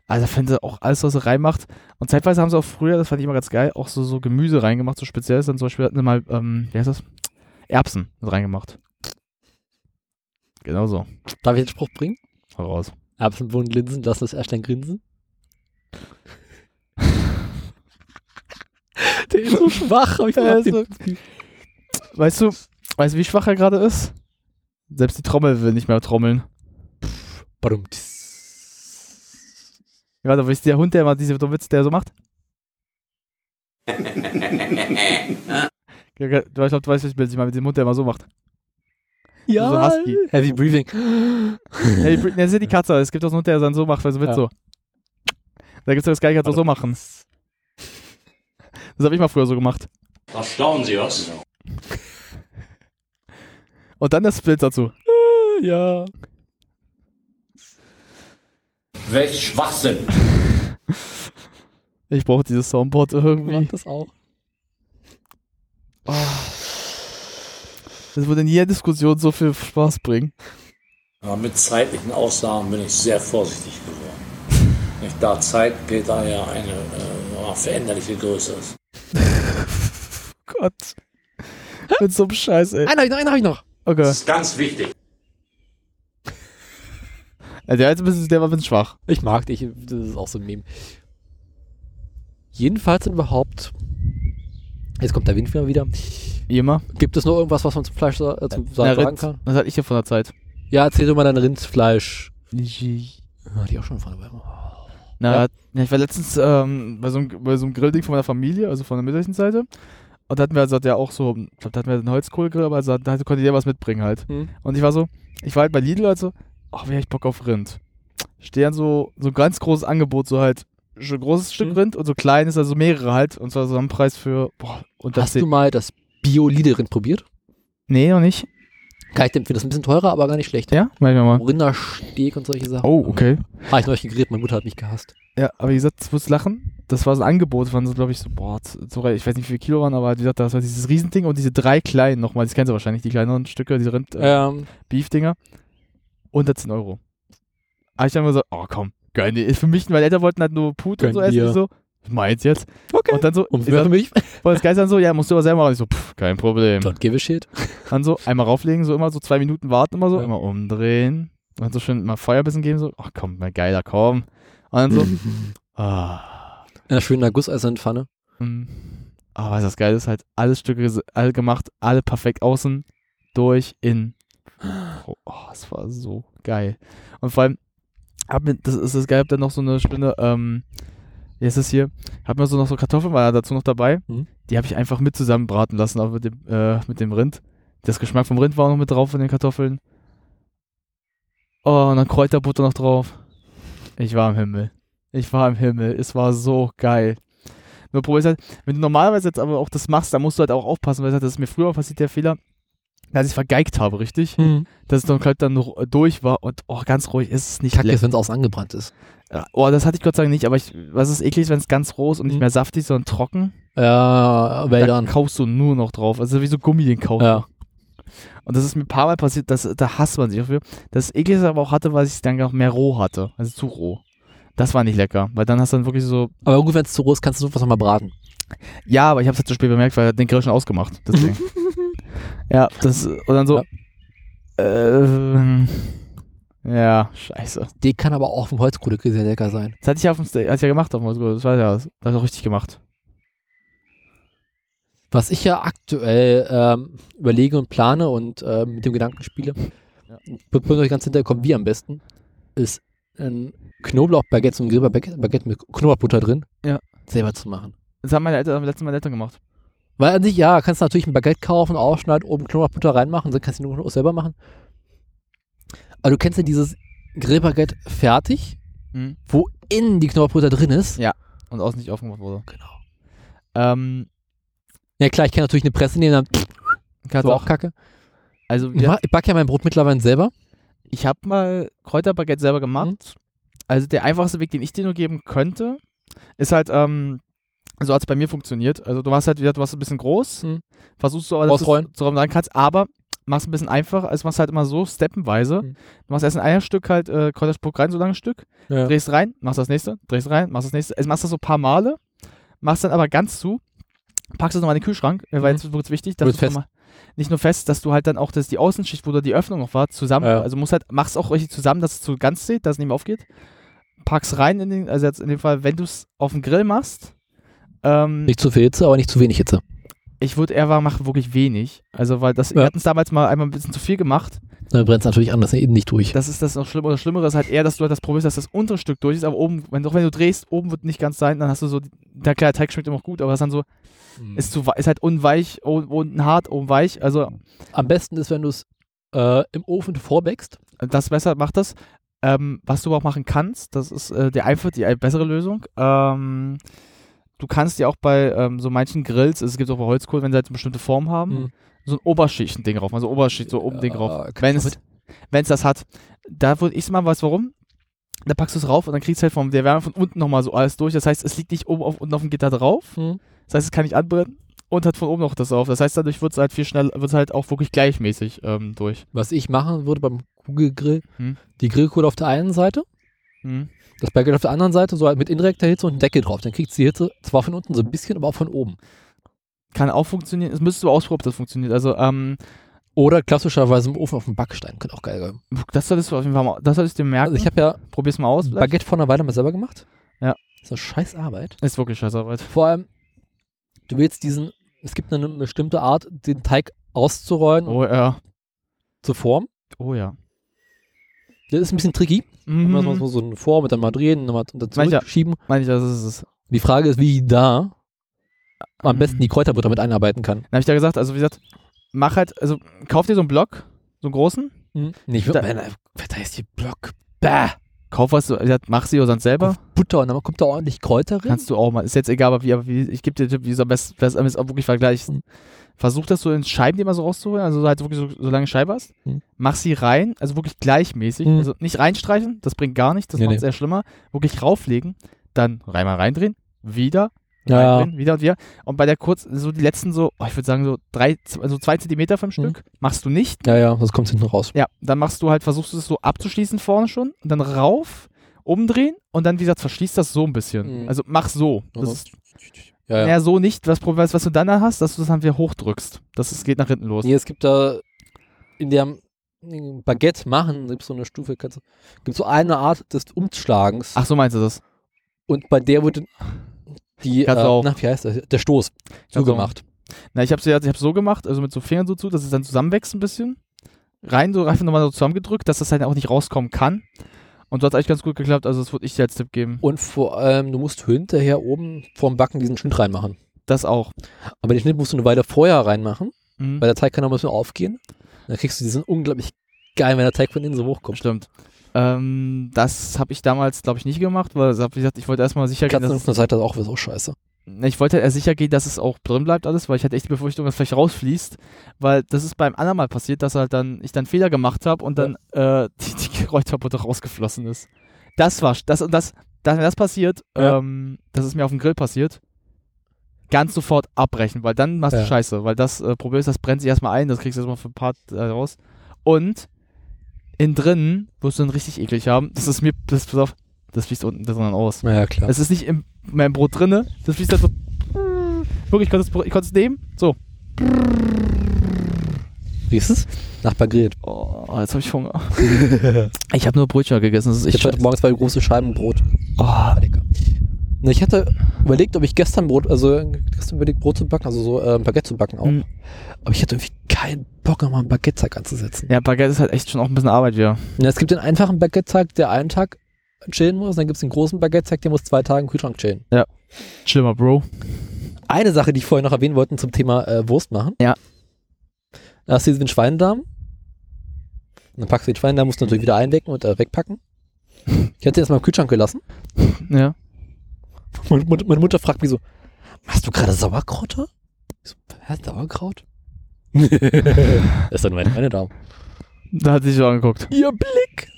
[SPEAKER 4] Also da finden sie auch alles, was sie reinmacht. Und zeitweise haben sie auch früher, das fand ich immer ganz geil, auch so, so Gemüse reingemacht, so speziell ist dann zum Beispiel hatten sie mal, ähm, wie heißt das? Erbsen mit reingemacht. Genau so.
[SPEAKER 10] Darf ich den Spruch bringen?
[SPEAKER 4] Hau raus.
[SPEAKER 10] Erbsen, Bohnen, Linsen, lass das Erstein grinsen. Der ist so schwach, aber ich
[SPEAKER 4] Ja,
[SPEAKER 10] mag
[SPEAKER 4] ist
[SPEAKER 10] den.
[SPEAKER 4] Weißt du, weißt du, wie schwach er gerade ist? Selbst die Trommel will nicht mehr trommeln.
[SPEAKER 10] Badum,
[SPEAKER 4] Ja, warte, wo ist der Hund, der immer diese dummen Witze, der so macht? Ja, ge- Du, ich glaube, du weißt, was ich meine, ich meine, mit dem Hund, der immer so macht.
[SPEAKER 10] Ja,
[SPEAKER 4] So Husky.
[SPEAKER 10] Heavy Breathing.
[SPEAKER 4] Hey, Britney, das ist ja die Katze. Es gibt auch so einen Hund, der dann so macht, weil so wird
[SPEAKER 10] Ja.
[SPEAKER 4] so. Da gibt es das Geige, so machen. Das habe ich mal früher so gemacht.
[SPEAKER 15] Da staunen Sie was?
[SPEAKER 4] Und dann das Split dazu.
[SPEAKER 10] Ja.
[SPEAKER 15] Welch Schwachsinn!
[SPEAKER 4] Ich brauche dieses Soundboard irgendwie.
[SPEAKER 10] Macht das auch.
[SPEAKER 4] Das würde in jeder Diskussion so viel Spaß bringen.
[SPEAKER 15] Aber mit zeitlichen Aussagen bin ich sehr vorsichtig geworden. Nicht, da Zeit Peter ja eine äh, veränderliche Größe ist.
[SPEAKER 4] Gott. Mit so einem Scheiß, ey.
[SPEAKER 10] Einen hab ich noch, einen hab ich noch.
[SPEAKER 4] Okay.
[SPEAKER 15] ist ganz wichtig.
[SPEAKER 4] Also der, ist ein bisschen, der war ein bisschen schwach.
[SPEAKER 10] Ich mag dich, das ist auch so ein Meme. Jedenfalls und überhaupt. Jetzt kommt der Windfehler wieder.
[SPEAKER 4] Wie immer.
[SPEAKER 10] Gibt es noch irgendwas, was man zum Fleisch sa- äh, zum
[SPEAKER 4] Na,
[SPEAKER 10] Salat sagen
[SPEAKER 4] Ritz,
[SPEAKER 10] kann?
[SPEAKER 4] Das hatte ich ja von der Zeit.
[SPEAKER 10] Ja, erzähl doch mal dein Rindfleisch. Hatte ich auch schon von
[SPEAKER 4] Na,
[SPEAKER 10] Ja.
[SPEAKER 4] ja, ich war letztens ähm, bei, so einem, bei so einem Grillding von meiner Familie, also von der mütterlichen Seite. Und da hatten wir also ja auch so, ich glaube, da hatten wir einen Holzkohlegrill, aber also, da hatte- konnte jeder was mitbringen halt.
[SPEAKER 10] Mhm.
[SPEAKER 4] Und ich war so, ich war halt bei Lidl also, ach, wie hab ich Bock auf Rind. Stehen so, so ein ganz großes Angebot, so halt so ein großes Stück Rind und so kleines, also mehrere halt. Und zwar so ein Preis für, boah, und das
[SPEAKER 10] Hast du mal das bio rind probiert?
[SPEAKER 4] Nee, noch nicht.
[SPEAKER 10] Kann ich dem finde das ein bisschen teurer, aber gar nicht schlecht.
[SPEAKER 4] Ja, merken wir mal.
[SPEAKER 10] Rindersteg und solche Sachen.
[SPEAKER 4] Oh, okay.
[SPEAKER 10] Habe ich neulich gegrillt, meine Mutter hat mich gehasst.
[SPEAKER 4] Ja, aber wie gesagt, ich muss lachen. Das war so ein Angebot, waren so, glaube ich, so, boah, so, ich weiß nicht, wie viel Kilo waren, aber wie gesagt, das war dieses Riesending und diese drei kleinen nochmal, das kennst du wahrscheinlich, die kleineren Stücke, diese Rind, äh,
[SPEAKER 10] Ähm.
[SPEAKER 4] Beef-Dinger. Unter 10 Euro. Aber ich dann immer so, oh komm, gönn dir. Für mich, meine Eltern wollten halt nur Pute und so
[SPEAKER 10] Gönn
[SPEAKER 4] essen.
[SPEAKER 10] dir.
[SPEAKER 4] Ich so, was meins jetzt?
[SPEAKER 10] Okay.
[SPEAKER 4] Und dann so,
[SPEAKER 10] Und wer für mich?
[SPEAKER 4] Und das Geist dann so, ja, musst du aber selber machen. Ich so, pff, kein Problem. Don't
[SPEAKER 10] give a shit.
[SPEAKER 4] Dann so, einmal rauflegen, so immer so zwei Minuten warten, immer so, immer umdrehen. Und dann so schön mal Feuerbissen geben, so, ach komm, mein Geiler, komm. Und dann so, ah.
[SPEAKER 10] In einer schönen Gusseis in Pfanne.
[SPEAKER 4] Mhm. Aber was das Geile ist, halt alle Stücke ges- alle gemacht, alle perfekt außen, durch, innen. Oh, oh, das war so geil. Und vor allem, hab mir, das ist das geil, hab dann noch so eine Spinne, ähm, wie ist das hier? Hab mir so noch so Kartoffeln war dazu noch dabei. Die habe ich einfach mit zusammenbraten lassen, auch mit dem, äh, mit dem Rind. Das Geschmack vom Rind war auch noch mit drauf von den Kartoffeln. Oh, und dann Kräuterbutter noch drauf. Ich war im Himmel. Ich war im Himmel. Es war so geil. Nur Problem ist halt, wenn du normalerweise jetzt aber auch das machst, dann musst du halt auch aufpassen, weil das ist mir früher passiert der Fehler, dass ich vergeigt habe, richtig?
[SPEAKER 10] Mhm.
[SPEAKER 4] Dass es dann halt dann noch durch war und oh, ganz ruhig ist es nicht.
[SPEAKER 10] Kacke
[SPEAKER 4] lecker.
[SPEAKER 10] ist, wenn es außen angebrannt ist.
[SPEAKER 4] Ja, Oh, das hatte ich Gott sei Dank nicht, aber ich, was ist eklig, wenn es ganz roh ist und nicht mehr saftig, sondern trocken?
[SPEAKER 10] Mhm. Ja, well
[SPEAKER 4] Da
[SPEAKER 10] done.
[SPEAKER 4] kaufst du nur noch drauf. Also wie so Gummi den kaufst.
[SPEAKER 10] Ja.
[SPEAKER 4] Und das ist mir ein paar Mal passiert, das, da hasst man sich dafür. Das ekligste aber auch hatte, weil ich es dann auch mehr roh hatte. Also zu roh. Das war nicht lecker, weil dann hast du dann wirklich so.
[SPEAKER 10] Aber gut, wenn es zu roh ist, kannst du sowas nochmal braten.
[SPEAKER 4] Ja, aber ich hab's halt zu spät bemerkt, weil er hat den Grill schon ausgemacht. Deswegen. ja, das. Und dann so. Ähm, ja, scheiße.
[SPEAKER 10] Die kann aber auch vom Holzkohle sehr lecker sein.
[SPEAKER 4] Das hatte ich ja auf dem Steak, hatte ich ja gemacht auf dem Holzkohl. Das war ja, das hat auch richtig gemacht.
[SPEAKER 10] Was ich ja aktuell ähm, überlege und plane und ähm, mit dem Gedanken spiele, bevor ich euch ganz hinterher kommt, wie am besten, ist ein Knoblauchbaguette, so ein Grillbaguette Baguette mit Knoblauchbutter drin,
[SPEAKER 4] Ja.
[SPEAKER 10] selber zu machen.
[SPEAKER 4] Das haben meine Eltern, haben letztes Mal meine Eltern gemacht.
[SPEAKER 10] Weil an sich, ja, kannst du natürlich ein Baguette kaufen, aufschneiden, oben Knoblauchbutter reinmachen, dann kannst du den auch selber machen. Aber du kennst ja dieses Grillbaguette fertig,
[SPEAKER 4] Mhm.
[SPEAKER 10] wo innen die Knoblauchbutter drin ist.
[SPEAKER 4] Ja, und außen nicht aufgemacht wurde. Genau. Ähm,
[SPEAKER 10] Ja klar, ich kann natürlich eine Presse nehmen, dann
[SPEAKER 4] Kannst
[SPEAKER 10] so
[SPEAKER 4] auch.
[SPEAKER 10] auch kacke.
[SPEAKER 4] also,
[SPEAKER 10] Ich,
[SPEAKER 4] wir,
[SPEAKER 10] mach- ich backe ja mein Brot mittlerweile selber.
[SPEAKER 4] ich habe mal Kräuterbaguette selber gemacht.
[SPEAKER 10] Mhm.
[SPEAKER 4] Also, der einfachste Weg, den ich dir nur geben könnte, ist halt, ähm, so hat es bei mir funktioniert. Also, du machst halt wieder, du warst ein bisschen groß,
[SPEAKER 10] Mhm.
[SPEAKER 4] versuchst du aber, dass du
[SPEAKER 10] Ausrollen.
[SPEAKER 4] es zusammen sagen kannst, aber machst ein bisschen einfach. Also, machst halt immer so, steppenweise.
[SPEAKER 10] Mhm.
[SPEAKER 4] Du machst erst ein Eierstück halt, äh, Kräuterspuck rein, so lange Stück,
[SPEAKER 10] Ja.
[SPEAKER 4] drehst rein, machst das nächste, drehst rein, machst das nächste. Also, machst das so ein paar Male, machst dann aber ganz zu, packst es nochmal in den Kühlschrank, äh, weil jetzt wird es wichtig, dass
[SPEAKER 10] Mhm. Wird
[SPEAKER 4] du's
[SPEAKER 10] fest.
[SPEAKER 4] nochmal- nicht nur fest, dass du halt dann auch dass die Außenschicht, wo da die Öffnung noch war, zusammen,
[SPEAKER 10] Ja.
[SPEAKER 4] also musst halt, machst auch richtig zusammen, dass es zu ganz zählt, dass es nicht mehr aufgeht. Pack's rein in den, also jetzt in dem Fall, wenn du es auf den Grill machst, ähm,
[SPEAKER 10] Nicht zu viel Hitze, aber nicht zu wenig Hitze.
[SPEAKER 4] ich würde eher machen, wirklich wenig. Also, weil das, wir
[SPEAKER 10] Ja.
[SPEAKER 4] hatten es damals mal einmal ein bisschen zu viel gemacht.
[SPEAKER 10] Dann brennt es natürlich anders, innen nicht durch.
[SPEAKER 4] Das ist das noch schlimm. Oder Schlimmere ist halt eher, dass du halt das probierst, dass das untere Stück durch ist, aber oben, wenn, doch wenn du drehst, oben wird nicht ganz sein, dann hast du so, der kleine Teig schmeckt immer noch gut, aber das ist dann so,
[SPEAKER 10] Hm.
[SPEAKER 4] ist, zu, wei- ist halt unweich, o- unten hart, oben weich. Also,
[SPEAKER 10] Am besten ist, wenn du es äh, im Ofen vorbäckst.
[SPEAKER 4] das besser, mach das. Ähm, was du aber auch machen kannst, das ist äh, der einfach die bessere Lösung. Ähm, du kannst ja auch bei ähm, so manchen Grills, es gibt auch bei Holzkohl, wenn sie halt eine bestimmte Form haben,
[SPEAKER 10] Mhm.
[SPEAKER 4] so ein Oberschichten-Ding drauf, also Oberschicht, so oben Ding drauf. Wenn es, wenn's das hat. Da würde ich es mal, weißt du warum? Da packst du es rauf und dann kriegst du halt von der Wärme von unten nochmal so alles durch. Das heißt, es liegt nicht oben auf, unten auf dem Gitter drauf. Das heißt, es kann nicht anbrennen und hat von oben noch das auf. Das heißt, dadurch wird es halt viel schneller, wird es halt auch wirklich gleichmäßig ähm, durch.
[SPEAKER 10] Was ich machen würde beim Kugelgrill,
[SPEAKER 4] Hm.
[SPEAKER 10] die Grillkohle auf der einen Seite,
[SPEAKER 4] Hm.
[SPEAKER 10] das Baguette auf der anderen Seite, so halt mit indirekter Hitze und einem Deckel drauf. Dann kriegst du die Hitze zwar von unten so ein bisschen, aber auch von oben.
[SPEAKER 4] Kann auch funktionieren. Es müsstest du ausprobieren, ob das funktioniert. Also, ähm,
[SPEAKER 10] Oder klassischerweise im Ofen auf dem Backstein, könnte auch geil sein.
[SPEAKER 4] das solltest du auf jeden Fall mal, das solltest du dir merken.
[SPEAKER 10] Also ich habe ja
[SPEAKER 4] Probier's mal aus. vielleicht.
[SPEAKER 10] Baguette vor einer Weile mal selber gemacht.
[SPEAKER 4] Ja.
[SPEAKER 10] Ist eine scheiß Arbeit.
[SPEAKER 4] Ist wirklich scheiß Arbeit.
[SPEAKER 10] Vor allem, du willst diesen, es gibt eine bestimmte Art, den Teig auszurollen
[SPEAKER 4] Oh ja.
[SPEAKER 10] zu formen.
[SPEAKER 4] Oh ja.
[SPEAKER 10] Das ist ein bisschen tricky.
[SPEAKER 4] Mhm.
[SPEAKER 10] Man muss mal so eine Form und dann mal drehen und mal und dann
[SPEAKER 4] Mancher-
[SPEAKER 10] zurückschieben.
[SPEAKER 4] Mancher, das ist es.
[SPEAKER 10] Die Frage ist, wie
[SPEAKER 4] Ähm.
[SPEAKER 10] da am besten die Kräuterbutter mit einarbeiten kann.
[SPEAKER 4] Dann habe ich da gesagt, also wie gesagt, mach halt, also kauf dir so einen Block, so einen großen.
[SPEAKER 10] Mhm. Nee, ich würd-
[SPEAKER 4] Da-
[SPEAKER 10] nein, nein, was heißt hier Block? Bäh.
[SPEAKER 4] kauf was, du, gesagt, mach sie oder sonst selber.
[SPEAKER 10] Butter und dann kommt da ordentlich Kräuter rein.
[SPEAKER 4] Kannst du auch mal. Ist jetzt egal, aber wie, aber wie ich gebe dir den Tipp, wie du es am besten das am besten auch wirklich vergleichen. Versuch das so in Scheiben, die immer so rauszuholen, also halt wirklich so, so lange Scheibe hast.
[SPEAKER 10] Hm.
[SPEAKER 4] Mach sie rein, also wirklich gleichmäßig.
[SPEAKER 10] Hm.
[SPEAKER 4] Also nicht reinstreichen, das bringt gar nichts, das
[SPEAKER 10] Nee,
[SPEAKER 4] macht
[SPEAKER 10] nee.
[SPEAKER 4] es eher schlimmer. Wirklich rauflegen, dann einmal reindrehen, wieder,
[SPEAKER 10] Ja, ja.
[SPEAKER 4] reindrehen, wieder und wieder. Und bei der kurz, so die letzten so, oh, ich würde sagen so drei, also zwei Zentimeter
[SPEAKER 10] Hm.
[SPEAKER 4] vom Stück, machst du nicht,
[SPEAKER 10] Ja, ja, das kommt hinten raus.
[SPEAKER 4] ja, dann machst du halt, versuchst du es so abzuschließen vorne schon und dann rauf, umdrehen und dann, wie gesagt, verschließt das so ein bisschen.
[SPEAKER 10] Mhm.
[SPEAKER 4] Also mach so. Das
[SPEAKER 10] Also-
[SPEAKER 4] ist,
[SPEAKER 10] Ja, ja.
[SPEAKER 4] Naja, so nicht. Das Problem ist, was du dann da hast, dass du das dann wieder hochdrückst. Das ist, geht nach hinten los.
[SPEAKER 10] Nee, es gibt da in der in Baguette machen, gibt es so eine Stufe, kannst, gibt so eine Art des Umschlagens.
[SPEAKER 4] Ach, so meinst du das?
[SPEAKER 10] Und bei der wurde die, äh,
[SPEAKER 4] Kannst du auch.
[SPEAKER 10] na, wie heißt das? Der Stoß
[SPEAKER 4] Kannst du auch.
[SPEAKER 10] zugemacht.
[SPEAKER 4] Na, ich hab's, ja- ich hab's so gemacht, also mit so Fingern so zu, dass es dann zusammenwächst ein bisschen. Rein, so einfach nochmal so zusammengedrückt, dass das halt auch nicht rauskommen kann. Und so hat eigentlich ganz gut geklappt, also das würde ich dir als Tipp geben.
[SPEAKER 10] Und vor allem, du musst hinterher oben vorm Backen diesen Schnitt reinmachen.
[SPEAKER 4] Das auch.
[SPEAKER 10] Aber den Schnitt musst du eine Weile vorher reinmachen,
[SPEAKER 4] Mhm.
[SPEAKER 10] weil der Teig kann noch ein bisschen aufgehen. Dann kriegst du diesen unglaublich geil, wenn der Teig von innen so hochkommt.
[SPEAKER 4] Stimmt. Ähm, das habe ich damals, glaube ich, nicht gemacht, weil, wie gesagt, ich wollte erstmal sicher gehen,
[SPEAKER 10] Katze
[SPEAKER 4] dass
[SPEAKER 10] auf
[SPEAKER 4] es
[SPEAKER 10] der Seite ist auch so scheiße.
[SPEAKER 4] Na, Ich wollte halt eher sicher gehen, dass es auch drin bleibt alles, weil ich hatte echt die Befürchtung, dass vielleicht rausfließt, weil das ist beim anderen Mal passiert, dass halt dann ich dann Fehler gemacht habe und dann äh, die, die Kräuterbutter rausgeflossen ist. Das war das und das, dass mir das passiert,
[SPEAKER 10] Ja.
[SPEAKER 4] ähm, das ist mir auf dem Grill passiert. Ganz sofort abbrechen, weil dann machst
[SPEAKER 10] Ja.
[SPEAKER 4] du Scheiße, weil das äh, Problem ist, das brennt sich erstmal ein, das kriegst du erstmal für ein paar äh, raus. Und innen drin wirst du dann richtig eklig haben. Das ist mir, das, pass auf, das fließt unten drinnen aus.
[SPEAKER 10] Na ja, klar.
[SPEAKER 4] Es ist nicht in meinem Brot drinne, das fließt halt so. Wirklich, ich konnte es, ich konnte es nehmen. So.
[SPEAKER 10] Wie ist es? Nachbar grillt.
[SPEAKER 4] Oh, jetzt habe ich Hunger. ich habe nur Brötchen gegessen, das ist
[SPEAKER 10] Ich
[SPEAKER 4] echt
[SPEAKER 10] habe heute
[SPEAKER 4] scheiße.
[SPEAKER 10] Morgen zwei große Scheiben Brot. Oh, lecker. Na, ich hatte überlegt, ob ich gestern Brot, also gestern überlegt, Brot zu backen, also so äh, Baguette zu backen auch. Aber ich hatte irgendwie keinen Bock, nochmal einen Baguette-Teig anzusetzen.
[SPEAKER 4] Ja, Baguette ist halt echt schon auch ein bisschen Arbeit wieder.
[SPEAKER 10] Na, es gibt den einfachen Baguette-Teig, der einen Tag chillen muss, und dann gibt es den großen Baguette-Teig, der muss zwei Tage im Kühlschrank chillen.
[SPEAKER 4] Ja. Chill mal, Bro.
[SPEAKER 10] Eine Sache, die ich vorhin noch erwähnen wollte zum Thema äh, Wurst machen.
[SPEAKER 4] Ja.
[SPEAKER 10] Da hast du diesen Schweinendarm. Und dann packst du den Schweinendarm, musst du natürlich wieder eindecken und äh, wegpacken. Ich hatte den jetzt mal im Kühlschrank gelassen.
[SPEAKER 4] Ja.
[SPEAKER 10] Meine, Mut- meine Mutter fragt mich so, machst du gerade Sauerkraut? da?" Ich so, hä, Sauerkraut? das ist dann meine, meine Daumen.
[SPEAKER 4] Da hat sie sich schon angeguckt.
[SPEAKER 10] Ihr Blick!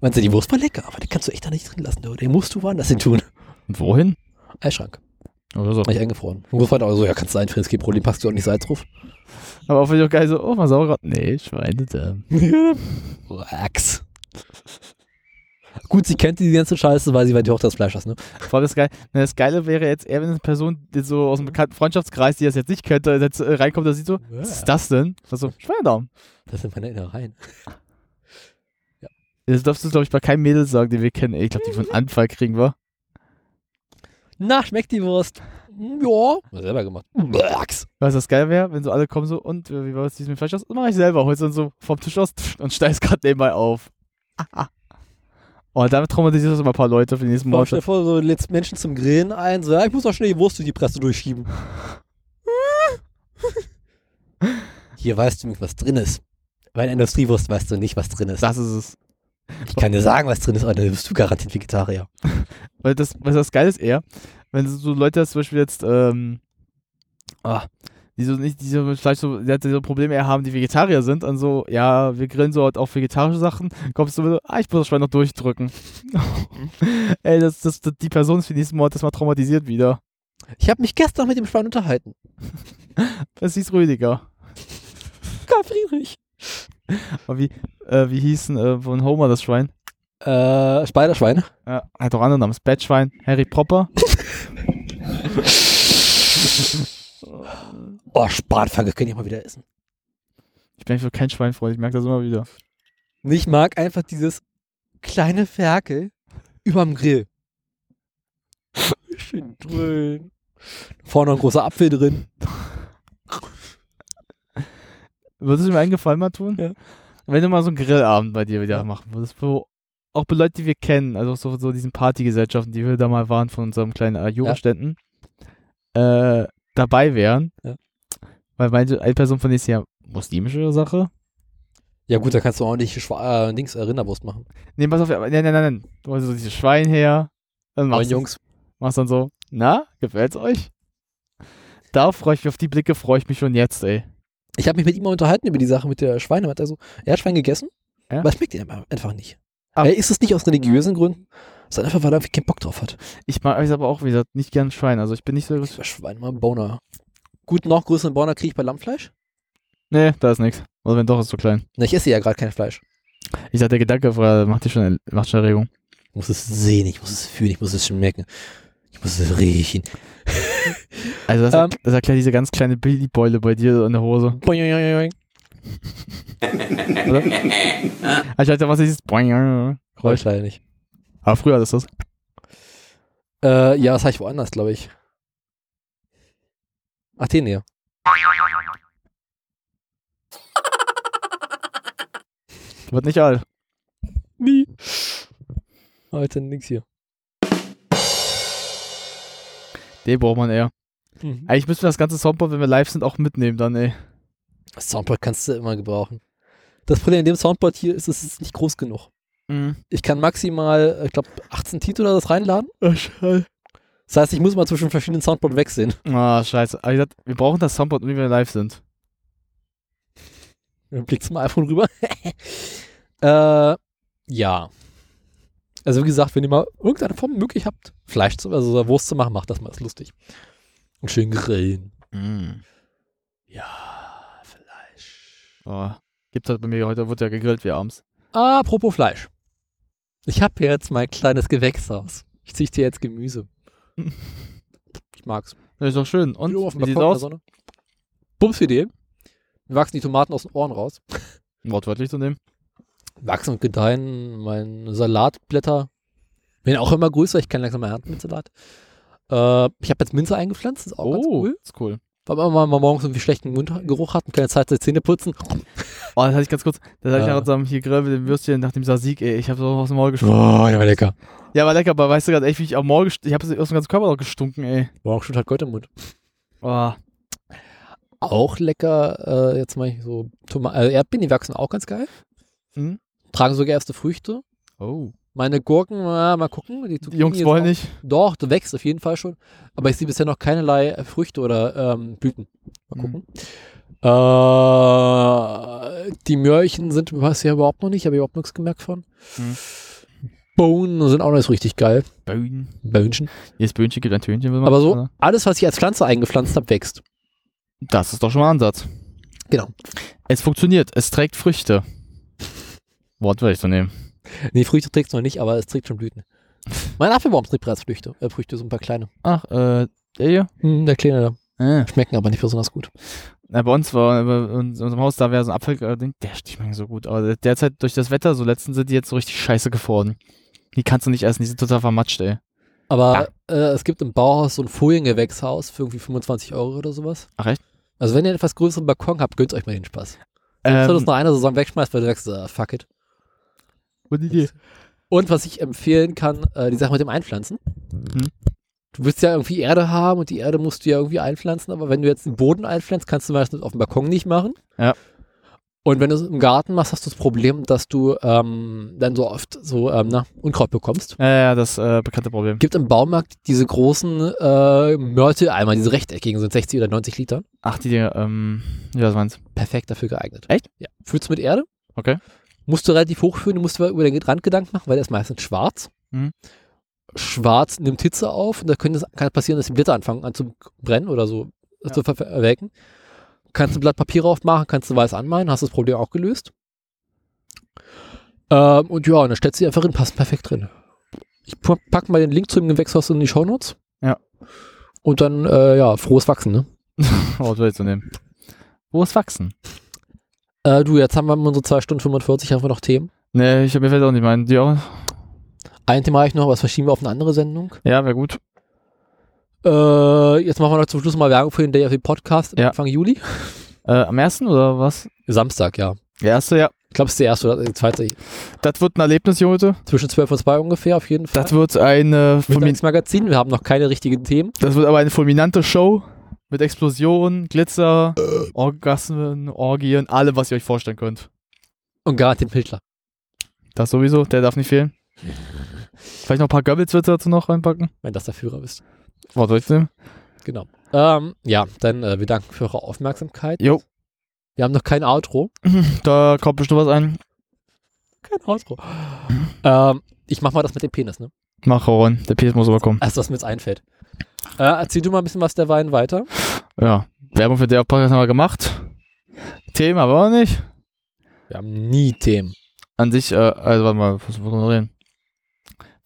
[SPEAKER 10] Meinst du, die Wurst war lecker, aber die kannst du echt da nicht drin lassen. du. Den musst du woanders hin tun.
[SPEAKER 4] Und wohin?
[SPEAKER 10] Eisschrank.
[SPEAKER 4] Oder so.
[SPEAKER 10] War ich eingefroren. Und Großvater auch so, ja, kannst du einfrieren, es gibt Problem, packst du auch nicht Salz drauf.
[SPEAKER 4] Aber auch wieder geil so, oh, mal Sauerkraut. Nee, Schweinedarm.
[SPEAKER 10] Wax. Gut, sie kennt die ganze Scheiße, weil sie bei die Tochter das Fleisch ist, ne?
[SPEAKER 4] Vor allem das Geile, ne, das Geile wäre jetzt eher, wenn eine Person die so aus einem bekannten Freundschaftskreis, die das jetzt nicht könnte, jetzt äh, reinkommt und sieht so, was ist das denn? Was so, Schweinedarm.
[SPEAKER 10] Das sind meine Innereien.
[SPEAKER 4] Das darfst du, glaube ich, bei keinem Mädel sagen, den wir kennen. Ey, ich glaube, die von Anfall kriegen wir.
[SPEAKER 10] Na, schmeckt die Wurst? Hm, Ja. Mal selber gemacht. Wax.
[SPEAKER 4] Weißt du, was geil wäre, wenn so alle kommen so und äh, wie war es diesem Fleisch aus? Das mache ich selber. Holst dann so vom Tisch aus pff, und steigst gerade nebenbei auf. Oh, damit traumatisiert das immer ein paar Leute für die nächsten
[SPEAKER 10] Boah, stell dir
[SPEAKER 4] Monate.
[SPEAKER 10] vor, so lädst Menschen zum Grillen ein, so, ja, ich muss doch schnell die Wurst durch die Presse durchschieben. Hier weißt du nicht, was drin ist. Bei einer Industriewurst weißt du nicht, was drin ist.
[SPEAKER 4] Das ist es.
[SPEAKER 10] Ich kann dir sagen, was drin ist, aber dann bist du garantiert Vegetarier.
[SPEAKER 4] Weil das, was das geil ist eher, wenn so Leute das zum Beispiel jetzt, ähm, ah, die so nicht, die so mit Fleisch so, die halt so Probleme eher haben, die Vegetarier sind und so, ja, wir grillen so halt auch vegetarische Sachen, kommst du mit so, ah, ich muss das Schwein noch durchdrücken. Ey, das, das, das, die Person ist für die nächsten Monate erstmal traumatisiert wieder.
[SPEAKER 10] Ich habe mich gestern mit dem Schwein unterhalten.
[SPEAKER 4] Das hieß Rüdiger.
[SPEAKER 10] Karl Friedrich.
[SPEAKER 4] Aber wie, äh, wie hieß denn äh, von Homer das Schwein?
[SPEAKER 10] Äh, Spiderschwein.
[SPEAKER 4] Ja, hat auch andere Namen. Das Batschwein, Harry Popper.
[SPEAKER 10] Oh, Spatfange kann ich mal wieder essen.
[SPEAKER 4] Ich bin für kein Schweinfreund, ich merke das immer wieder.
[SPEAKER 10] Ich mag einfach dieses kleine Ferkel überm Grill. Schön dröhnen. Vorne noch ein großer Apfel drin.
[SPEAKER 4] Würdest du mir einen Gefallen mal tun?
[SPEAKER 10] Ja.
[SPEAKER 4] Wenn du mal so einen Grillabend bei dir wieder machen würdest, wo auch bei Leuten, die wir kennen, also so, so diesen Partygesellschaften, die wir da mal waren von unserem kleinen äh, Jugendständen, äh, dabei wären,
[SPEAKER 10] Ja.
[SPEAKER 4] weil manche, eine Person von denen ist ja muslimische Sache,
[SPEAKER 10] Ja, gut, da kannst du ordentlich Schwa äh, Dings äh, Rinderbrust machen.
[SPEAKER 4] Nee, pass auf, nein, nein, nein, nein. Du holst so dieses Schwein her. Dann machst
[SPEAKER 10] Moin, Jungs.
[SPEAKER 4] Machst dann so, na, gefällt's euch? Da freue ich mich, auf die Blicke freue ich mich schon jetzt, ey.
[SPEAKER 10] Ich habe mich mit ihm mal unterhalten über die Sache mit der Schweine. Hat er, so, er hat Schwein gegessen,
[SPEAKER 4] Ja. Ah.
[SPEAKER 10] aber es schmeckt ihm einfach nicht. Er isst es nicht aus religiösen Gründen, sondern einfach, weil er irgendwie keinen Bock drauf hat.
[SPEAKER 4] Ich mag es aber auch, wie gesagt, nicht gern Schwein. Also ich bin nicht so.
[SPEAKER 10] Schwein mal Boner. Gut, noch größeren Boner kriege ich bei Lammfleisch?
[SPEAKER 4] Nee, da ist nichts. Also wenn doch, ist zu klein.
[SPEAKER 10] Na, ich esse ja gerade kein Fleisch.
[SPEAKER 4] Ich sag, der Gedanke war- macht dir schon, macht schon Erregung.
[SPEAKER 10] Ich muss es sehen, ich muss es fühlen, ich muss es schmecken. Ich muss es riechen. Ähm.
[SPEAKER 4] Also das, das erklärt diese ganz kleine Billy-Beule bei dir an der Hose.
[SPEAKER 10] Boing, boing, boing, boing.
[SPEAKER 4] Oder? Ah, ich weiß ja, was ist dieses Boing, boing, boing.
[SPEAKER 10] Wahrscheinlich.
[SPEAKER 4] Aber früher hattest du das.
[SPEAKER 10] Äh, ja, das habe ich woanders, glaube ich. Athen, ja.
[SPEAKER 4] Wird nicht alt.
[SPEAKER 10] Nie. Heute nix hier.
[SPEAKER 4] Den braucht man eher.
[SPEAKER 10] Mhm.
[SPEAKER 4] Eigentlich müssen wir das ganze Soundboard, wenn wir live sind, auch mitnehmen dann, ey.
[SPEAKER 10] Das Soundboard kannst du immer gebrauchen. Das Problem an dem Soundboard hier ist, es ist nicht groß genug.
[SPEAKER 4] Mhm.
[SPEAKER 10] Ich kann maximal, äh, ich glaube, 18 Titel oder das reinladen. Das heißt, ich muss mal zwischen verschiedenen Soundboard wegsehen.
[SPEAKER 4] Ah, scheiße. Aber wie gesagt, wir brauchen das Soundboard, wenn wir live sind.
[SPEAKER 10] Blick zum iPhone rüber. äh, ja. Also wie gesagt, wenn ihr mal irgendeine Form möglich habt, Fleisch zu, also so Wurst zu machen, macht das mal, ist lustig. Und schön grillen.
[SPEAKER 4] Mm.
[SPEAKER 10] Ja, Fleisch.
[SPEAKER 4] Oh, gibt's halt bei mir heute, wurde ja gegrillt wie abends.
[SPEAKER 10] Apropos Fleisch. Ich habe hier jetzt mein kleines Gewächshaus. Ich ziehe dir jetzt Gemüse. ich mag's.
[SPEAKER 4] Das ist doch schön. Und
[SPEAKER 10] Jo, auf dem
[SPEAKER 4] wie sieht's
[SPEAKER 10] Balkon in der
[SPEAKER 4] aus?
[SPEAKER 10] Sonne. Bumsidee. Mir wachsen die Tomaten aus den Ohren raus.
[SPEAKER 4] Wortwörtlich zu nehmen.
[SPEAKER 10] Wachsen und gedeihen. Meine Salatblätter werden auch immer größer. Ich kann langsam mal ernten mit Salat. Äh, ich habe jetzt Minze eingepflanzt. Ist auch ganz
[SPEAKER 4] Oh,
[SPEAKER 10] cool.
[SPEAKER 4] ist cool.
[SPEAKER 10] Weil man mal mal morgens irgendwie schlechten Mundgeruch hat und keine Zeit, seine Zähne putzen.
[SPEAKER 4] Oh, das hatte ich ganz kurz. Das hatte ich
[SPEAKER 10] Ja.
[SPEAKER 4] gerade am hier Grill mit dem Würstchen nach dem Sasik, ey. Ich habe so aus dem Maul gestunken.
[SPEAKER 10] Oh, der war lecker.
[SPEAKER 4] Ja, war lecker, aber weißt du gerade echt, wie ich am Maul gestunken Ich habe aus dem ganzen Körper noch gestunken, ey.
[SPEAKER 10] Morgen schon halt Gold im Mund.
[SPEAKER 4] Oh.
[SPEAKER 10] Auch lecker. Äh, jetzt mal ich so Toma äh, Erdbeeren, die wachsen auch ganz geil.
[SPEAKER 4] Mhm.
[SPEAKER 10] Tragen sogar erste Früchte.
[SPEAKER 4] Oh.
[SPEAKER 10] Meine Gurken, äh, mal gucken. Die, Zucchini
[SPEAKER 4] Jungs
[SPEAKER 10] ist
[SPEAKER 4] wollen
[SPEAKER 10] auch,
[SPEAKER 4] nicht.
[SPEAKER 10] Doch, du wächst auf jeden Fall schon. Aber ich sehe bisher noch keinerlei äh, Früchte oder ähm, Blüten. Mal
[SPEAKER 4] Hm.
[SPEAKER 10] gucken. Äh, die Möhrchen sind was ja überhaupt noch nicht, habe ich überhaupt nichts gemerkt von.
[SPEAKER 4] Mhm.
[SPEAKER 10] Bohnen sind auch noch nicht richtig geil.
[SPEAKER 4] Böhnchen.
[SPEAKER 10] Böhnchen.
[SPEAKER 4] Jedes Böhnchen gibt ein Tönchen, will man
[SPEAKER 10] Aber
[SPEAKER 4] sagen,
[SPEAKER 10] so,
[SPEAKER 4] ne?
[SPEAKER 10] alles, was ich als Pflanze eingepflanzt habe, wächst.
[SPEAKER 4] Oh, Das ist doch schon mal ein Ansatz.
[SPEAKER 10] Genau.
[SPEAKER 4] Es funktioniert. Es trägt Früchte. Wortwörtlich zu nehmen.
[SPEAKER 10] Nee, Früchte trägt es noch nicht, aber es trägt schon Blüten. Mein Apfelbaum trägt bereits Früchte. Äh, Früchte, so ein paar kleine.
[SPEAKER 4] Ach, äh, der hier?
[SPEAKER 10] Hm, der kleine
[SPEAKER 4] da. Ah.
[SPEAKER 10] Schmecken aber nicht besonders gut.
[SPEAKER 4] Na, bei uns war, bei uns- in unserem Haus, da wäre so ein Apfel, äh, Ding, der steht mir so gut. Aber derzeit durch das Wetter, so letzten sind die jetzt so richtig scheiße geworden. Die kannst du nicht essen, die sind total vermatscht, ey.
[SPEAKER 10] Aber äh, es gibt im Bauhaus so ein Foliengewächshaus für irgendwie 25 Euro oder sowas.
[SPEAKER 4] Ach, echt?
[SPEAKER 10] Also wenn ihr einen etwas größeren Balkon habt, gönnt euch mal den Spaß.
[SPEAKER 4] Ähm.
[SPEAKER 10] Ähm, Soll das noch einer zusammen wegschmeißt, weil du sagst, äh, fuck it.
[SPEAKER 4] Gute Idee.
[SPEAKER 10] Und was ich empfehlen kann, äh, die Sache mit dem Einpflanzen.
[SPEAKER 4] Mhm.
[SPEAKER 10] Du willst ja irgendwie Erde haben und die Erde musst du ja irgendwie einpflanzen, aber wenn du jetzt den Boden einpflanzt, kannst du meistens auf dem Balkon nicht machen.
[SPEAKER 4] Ja.
[SPEAKER 10] Und wenn du es im Garten machst, hast du das Problem, dass du ähm, dann so oft so ähm, na, Unkraut bekommst.
[SPEAKER 4] Ja, ja, das äh, bekannte Problem.
[SPEAKER 10] Gibt im Baumarkt diese großen äh, Mörteleimer, diese rechteckigen, sind 60 oder 90 Liter.
[SPEAKER 4] Ach, die, dir, ähm, ja, was meinst
[SPEAKER 10] Perfekt dafür geeignet.
[SPEAKER 4] Echt?
[SPEAKER 10] Ja. Füllst du mit Erde?
[SPEAKER 4] Okay.
[SPEAKER 10] Musst du relativ hochführen, du musst dir über den Rand Gedanken machen, weil der ist meistens schwarz.
[SPEAKER 4] Mhm.
[SPEAKER 10] Schwarz nimmt Hitze auf und da könnte es, kann es passieren, dass die Blätter anfangen an zu brennen oder so
[SPEAKER 4] Ja.
[SPEAKER 10] zu ver- verwelken. Kannst du ein Blatt Papier aufmachen, kannst du weiß anmalen, hast das Problem auch gelöst. Ähm, und ja, und dann stellst du die einfach hin, passt perfekt drin. Ich pa- pack mal den Link zu dem Gewächshaus in die Shownotes.
[SPEAKER 4] Ja.
[SPEAKER 10] Und dann, äh, ja, frohes Wachsen, ne?
[SPEAKER 4] Wortwörtlich zu nehmen. Wo ist Wachsen?
[SPEAKER 10] Äh, du, jetzt haben wir unsere 2 Stunden 45, haben wir noch Themen.
[SPEAKER 4] Nee, ich hab mir fällt auch nicht meinen. Die auch.
[SPEAKER 10] Ein Thema habe ich noch, aber das verschieben wir auf eine andere Sendung.
[SPEAKER 4] Ja, wäre gut.
[SPEAKER 10] Äh, jetzt machen wir noch zum Schluss mal Werbung für den Day of the Podcast
[SPEAKER 4] Ja.
[SPEAKER 10] Anfang Juli.
[SPEAKER 4] Äh, am ersten oder was?
[SPEAKER 10] Samstag, ja.
[SPEAKER 4] Der erste, ja.
[SPEAKER 10] Ich glaube, es ist der erste oder der zweite.
[SPEAKER 4] Das wird ein Erlebnis hier heute.
[SPEAKER 10] Zwischen 12 und 2 ungefähr, auf jeden Fall.
[SPEAKER 4] Das wird eine, fulmin
[SPEAKER 10] Das Magazin, wir haben noch keine richtigen Themen.
[SPEAKER 4] das wird aber eine fulminante Show mit Explosionen, Glitzer, Orgasmen, Orgien, allem, was ihr euch vorstellen könnt.
[SPEAKER 10] Und garantiert Hitler.
[SPEAKER 4] Das sowieso, der darf nicht fehlen. Vielleicht noch ein paar Goebbels wird dazu noch reinpacken.
[SPEAKER 10] Wenn das der Führer ist.
[SPEAKER 4] War trotzdem.
[SPEAKER 10] Genau. Ähm, ja, dann äh, wir danken für eure Aufmerksamkeit.
[SPEAKER 4] Jo.
[SPEAKER 10] Wir haben noch kein Outro.
[SPEAKER 4] Da kommt bestimmt was ein.
[SPEAKER 10] Kein Outro.
[SPEAKER 4] Mhm.
[SPEAKER 10] ähm, ich mach mal das mit dem Penis, ne?
[SPEAKER 4] Mach Ron, der Penis muss rüberkommen.
[SPEAKER 10] Also, was mir jetzt einfällt. Äh, erzähl du mal ein bisschen was der Wein weiter.
[SPEAKER 4] Ja. Werbung für der Podcast haben wir gemacht. Themen aber auch nicht.
[SPEAKER 10] Wir haben nie Themen.
[SPEAKER 4] An sich, äh, also warte mal, was wollen wir noch reden?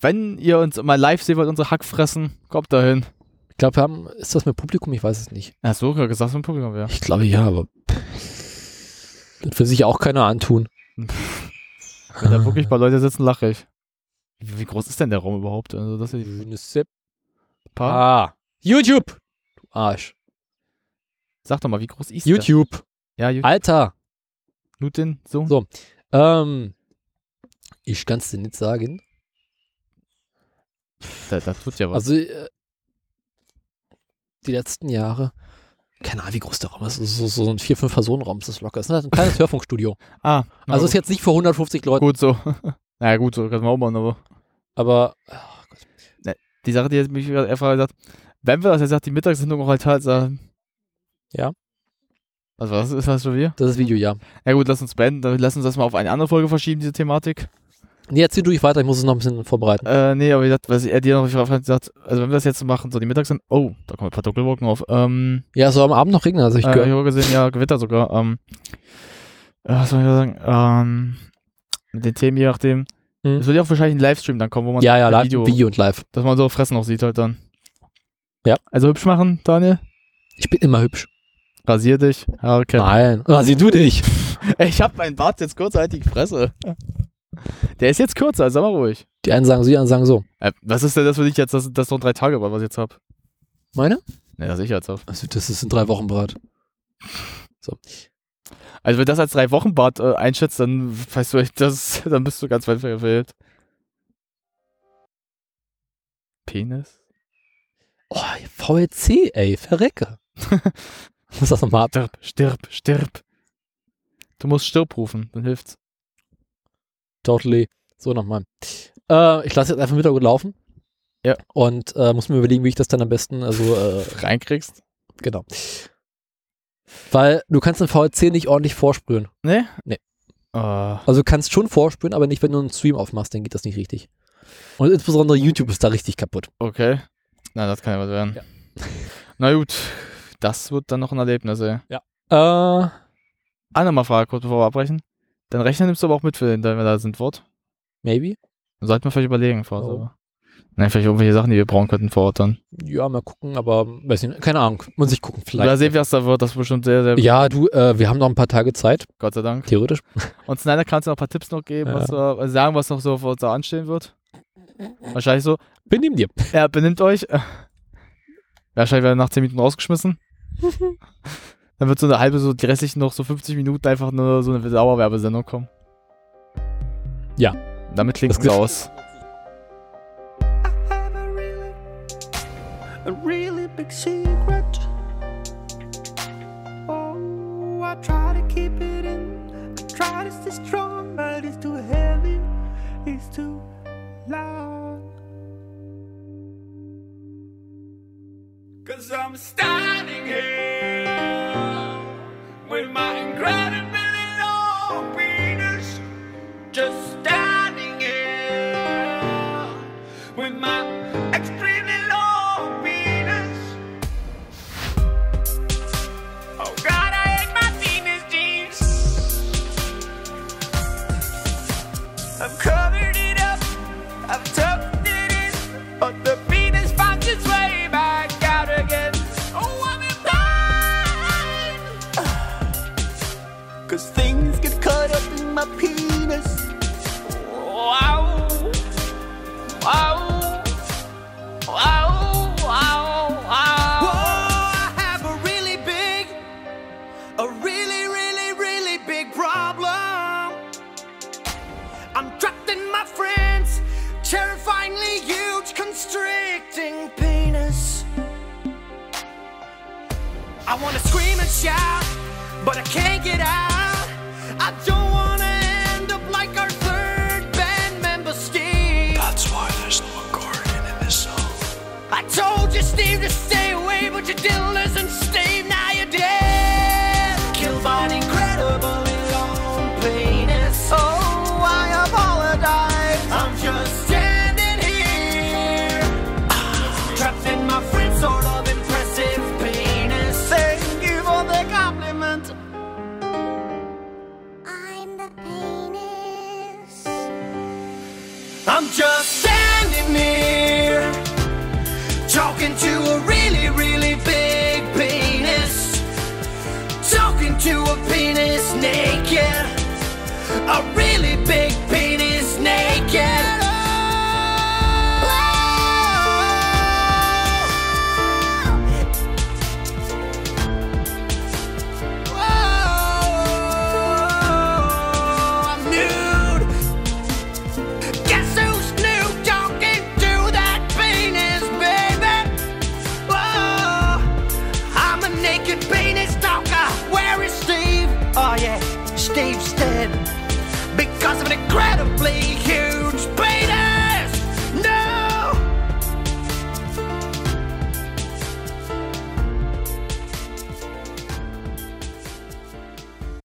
[SPEAKER 4] Wenn ihr uns mal live sehen wollt, unsere Hackfressen, kommt dahin.
[SPEAKER 10] Ich glaube, wir haben, ist das mit Publikum? Ich weiß es nicht.
[SPEAKER 4] Ja, so ja, gesagt im Publikum, ja.
[SPEAKER 10] Ich glaube ja, aber pff, das will sich auch keiner antun.
[SPEAKER 4] Wenn da
[SPEAKER 10] Äh.
[SPEAKER 4] wirklich ein paar Leute sitzen, lache ich. Wie, wie groß ist denn der Raum überhaupt? Also, das ist
[SPEAKER 10] Eine Sip.
[SPEAKER 4] paar.
[SPEAKER 10] Ah, YouTube! Du Arsch.
[SPEAKER 4] Sag doch mal, wie groß ist
[SPEAKER 10] YouTube. Ah.
[SPEAKER 4] der? Ja, YouTube.
[SPEAKER 10] Alter.
[SPEAKER 4] Newton, so.
[SPEAKER 10] So. Ähm, ich kann es dir nicht sagen.
[SPEAKER 4] Da, da tut ja was.
[SPEAKER 10] Also, äh, die letzten Jahre, keine Ahnung, wie groß der Raum ist. So, so so ein 4-5-Personen-Raum ist das locker. Es ist ein kleines Hörfunkstudio.
[SPEAKER 4] ah, na
[SPEAKER 10] Also,
[SPEAKER 4] gut.
[SPEAKER 10] ist jetzt nicht vor 150 Leuten,
[SPEAKER 4] Gut so. naja, gut so, können wir umbauen, aber.
[SPEAKER 10] aber oh Gott,
[SPEAKER 4] Die Sache, die jetzt mich gerade einfach gesagt, wenn wir das jetzt sagt, die Mittagssendung auch halt halt sagen.
[SPEAKER 10] Ja.
[SPEAKER 4] Also, was ist das schon wieder?
[SPEAKER 10] das ist Video, ja.
[SPEAKER 4] Ja, gut, lass uns beenden. Dann Lass uns das mal auf eine andere Folge verschieben, diese Thematik.
[SPEAKER 10] Nee, erzähl du ich weiter, ich muss es noch ein bisschen vorbereiten.
[SPEAKER 4] Äh, nee, aber wie gesagt, was er dir noch gefragt hat, gesagt, also, wenn wir das jetzt machen, so die Mittagssendung. Oh, da kommen ein paar Dunkelwolken auf. Ähm.
[SPEAKER 10] Ja, es soll am Abend noch regnen, also ich
[SPEAKER 4] äh, ich
[SPEAKER 10] gehöre.
[SPEAKER 4] habe gesehen, ja, Gewitter sogar. Ähm, äh, was soll ich da sagen? Ähm, mit den Themen, je nachdem.
[SPEAKER 10] Hm.
[SPEAKER 4] Es wird ja auch wahrscheinlich ein Livestream dann kommen, wo man
[SPEAKER 10] Ja, ja,
[SPEAKER 4] ein
[SPEAKER 10] live, Video. Video und live.
[SPEAKER 4] dass man so Fressen auch sieht halt dann.
[SPEAKER 10] Ja.
[SPEAKER 4] Also hübsch machen, Daniel.
[SPEAKER 10] Ich bin immer hübsch.
[SPEAKER 4] Rasier dich. Haare kämmen.
[SPEAKER 10] Nein. Ah, sieh du dich.
[SPEAKER 4] Ey, ich hab meinen Bart jetzt kurz halt die Fresse. Der ist jetzt kürzer, sag mal ruhig.
[SPEAKER 10] Die einen sagen so, die anderen sagen so.
[SPEAKER 4] Äh, was ist denn das für dich jetzt, dass das doch drei Tage war, was ich jetzt hab?
[SPEAKER 10] Meine?
[SPEAKER 4] Ne, das ich jetzt hab.
[SPEAKER 10] Also, das ist in drei Wochen Brat.
[SPEAKER 4] Also wenn du das als drei Wochen Bart äh, einschätzt, dann weißt du echt, das, dann bist du ganz weit verfehlt. Penis?
[SPEAKER 10] Oh, VLC, ey, verrecke. Muss das nochmal ab.
[SPEAKER 4] Stirb, stirb, stirb. Du musst stirb rufen, dann hilft's.
[SPEAKER 10] Totally. So nochmal. Äh, ich lasse jetzt einfach Mittag laufen.
[SPEAKER 4] Ja.
[SPEAKER 10] Und äh, muss mir überlegen, wie ich das dann am besten, also, äh,
[SPEAKER 4] Reinkriegst?
[SPEAKER 10] genau. Weil du kannst den VLC nicht ordentlich vorsprühen.
[SPEAKER 4] Nee?
[SPEAKER 10] Nee.
[SPEAKER 4] Ah.
[SPEAKER 10] Also du kannst schon vorspüren, aber nicht, wenn du einen Stream aufmachst, dann geht das nicht richtig. Und insbesondere YouTube ist da richtig kaputt.
[SPEAKER 4] Okay. Na, das kann ja was werden.
[SPEAKER 10] Ja.
[SPEAKER 4] Na gut, das wird dann noch ein Erlebnis, ey.
[SPEAKER 10] Äh,
[SPEAKER 4] Ah, nochmal Frage, kurz bevor wir abbrechen. Deinen Rechner nimmst du aber auch mit, wenn wir da sind, Wort.
[SPEAKER 10] maybe?
[SPEAKER 4] Sollten wir vielleicht überlegen, vor Ort.
[SPEAKER 10] Oh.
[SPEAKER 4] aber. Nein, vielleicht irgendwelche Sachen, die wir brauchen könnten vor Ort dann.
[SPEAKER 10] Ja, mal gucken, aber weiß nicht, keine Ahnung. Muss ich gucken,
[SPEAKER 4] da
[SPEAKER 10] vielleicht.
[SPEAKER 4] sehen wir, was da wird. Das ist bestimmt sehr, sehr.
[SPEAKER 10] Ja, du, äh, wir haben noch ein paar Tage Zeit,
[SPEAKER 4] Gott sei Dank.
[SPEAKER 10] theoretisch.
[SPEAKER 4] Und Snyder kannst du noch ein paar Tipps noch geben, was wir, also sagen, was noch so vor uns da anstehen wird. Wahrscheinlich so.
[SPEAKER 10] Bin neben dir.
[SPEAKER 4] Ja, benimmt euch. Äh, Wahrscheinlich werden wir nach 10 Minuten rausgeschmissen. Dann wird so eine halbe, so die restlichen noch so 50 Minuten einfach nur so eine Dauerwerbesendung kommen.
[SPEAKER 10] Ja.
[SPEAKER 4] Damit klingt
[SPEAKER 10] Das
[SPEAKER 4] es aus.
[SPEAKER 5] a really big secret. Oh, I try to keep it in. I try to stay strong, but it's too heavy. It's too loud. Cause I'm standing here with my incredibly long penis. Just standing here with my extremely long penis. Oh God, I hate my penis jeans. I've covered it up, I've tucked it in, but the penis finds its way back out again. Oh, I'm in pain. Cause things get caught up in my penis. Wow, wow. Wow, wow, wow. Whoa, Oh, I have a really big, a really, really, really big problem. I'm trapped in my friend's terrifyingly huge constricting penis. I wanna scream and shout, but I can't get out. I don't wanna end
[SPEAKER 8] told you, Steve, to stay away, but you didn't listen, Steve. Now you're dead. Killed by an incredible his own penis. Oh, I apologize. I'm just standing here, trapped in my friend's sort of impressive penis. Thank you for the compliment. I'm just standing here talking to a really, really big penis. Talking to a penis naked. A really big penis naked. Whoa. Whoa, I'm nude. Guess who's new talking to that penis, baby? Whoa, I'm a naked penis talker. Where is Steve? Oh yeah, Steve's dead because of an incredibly huge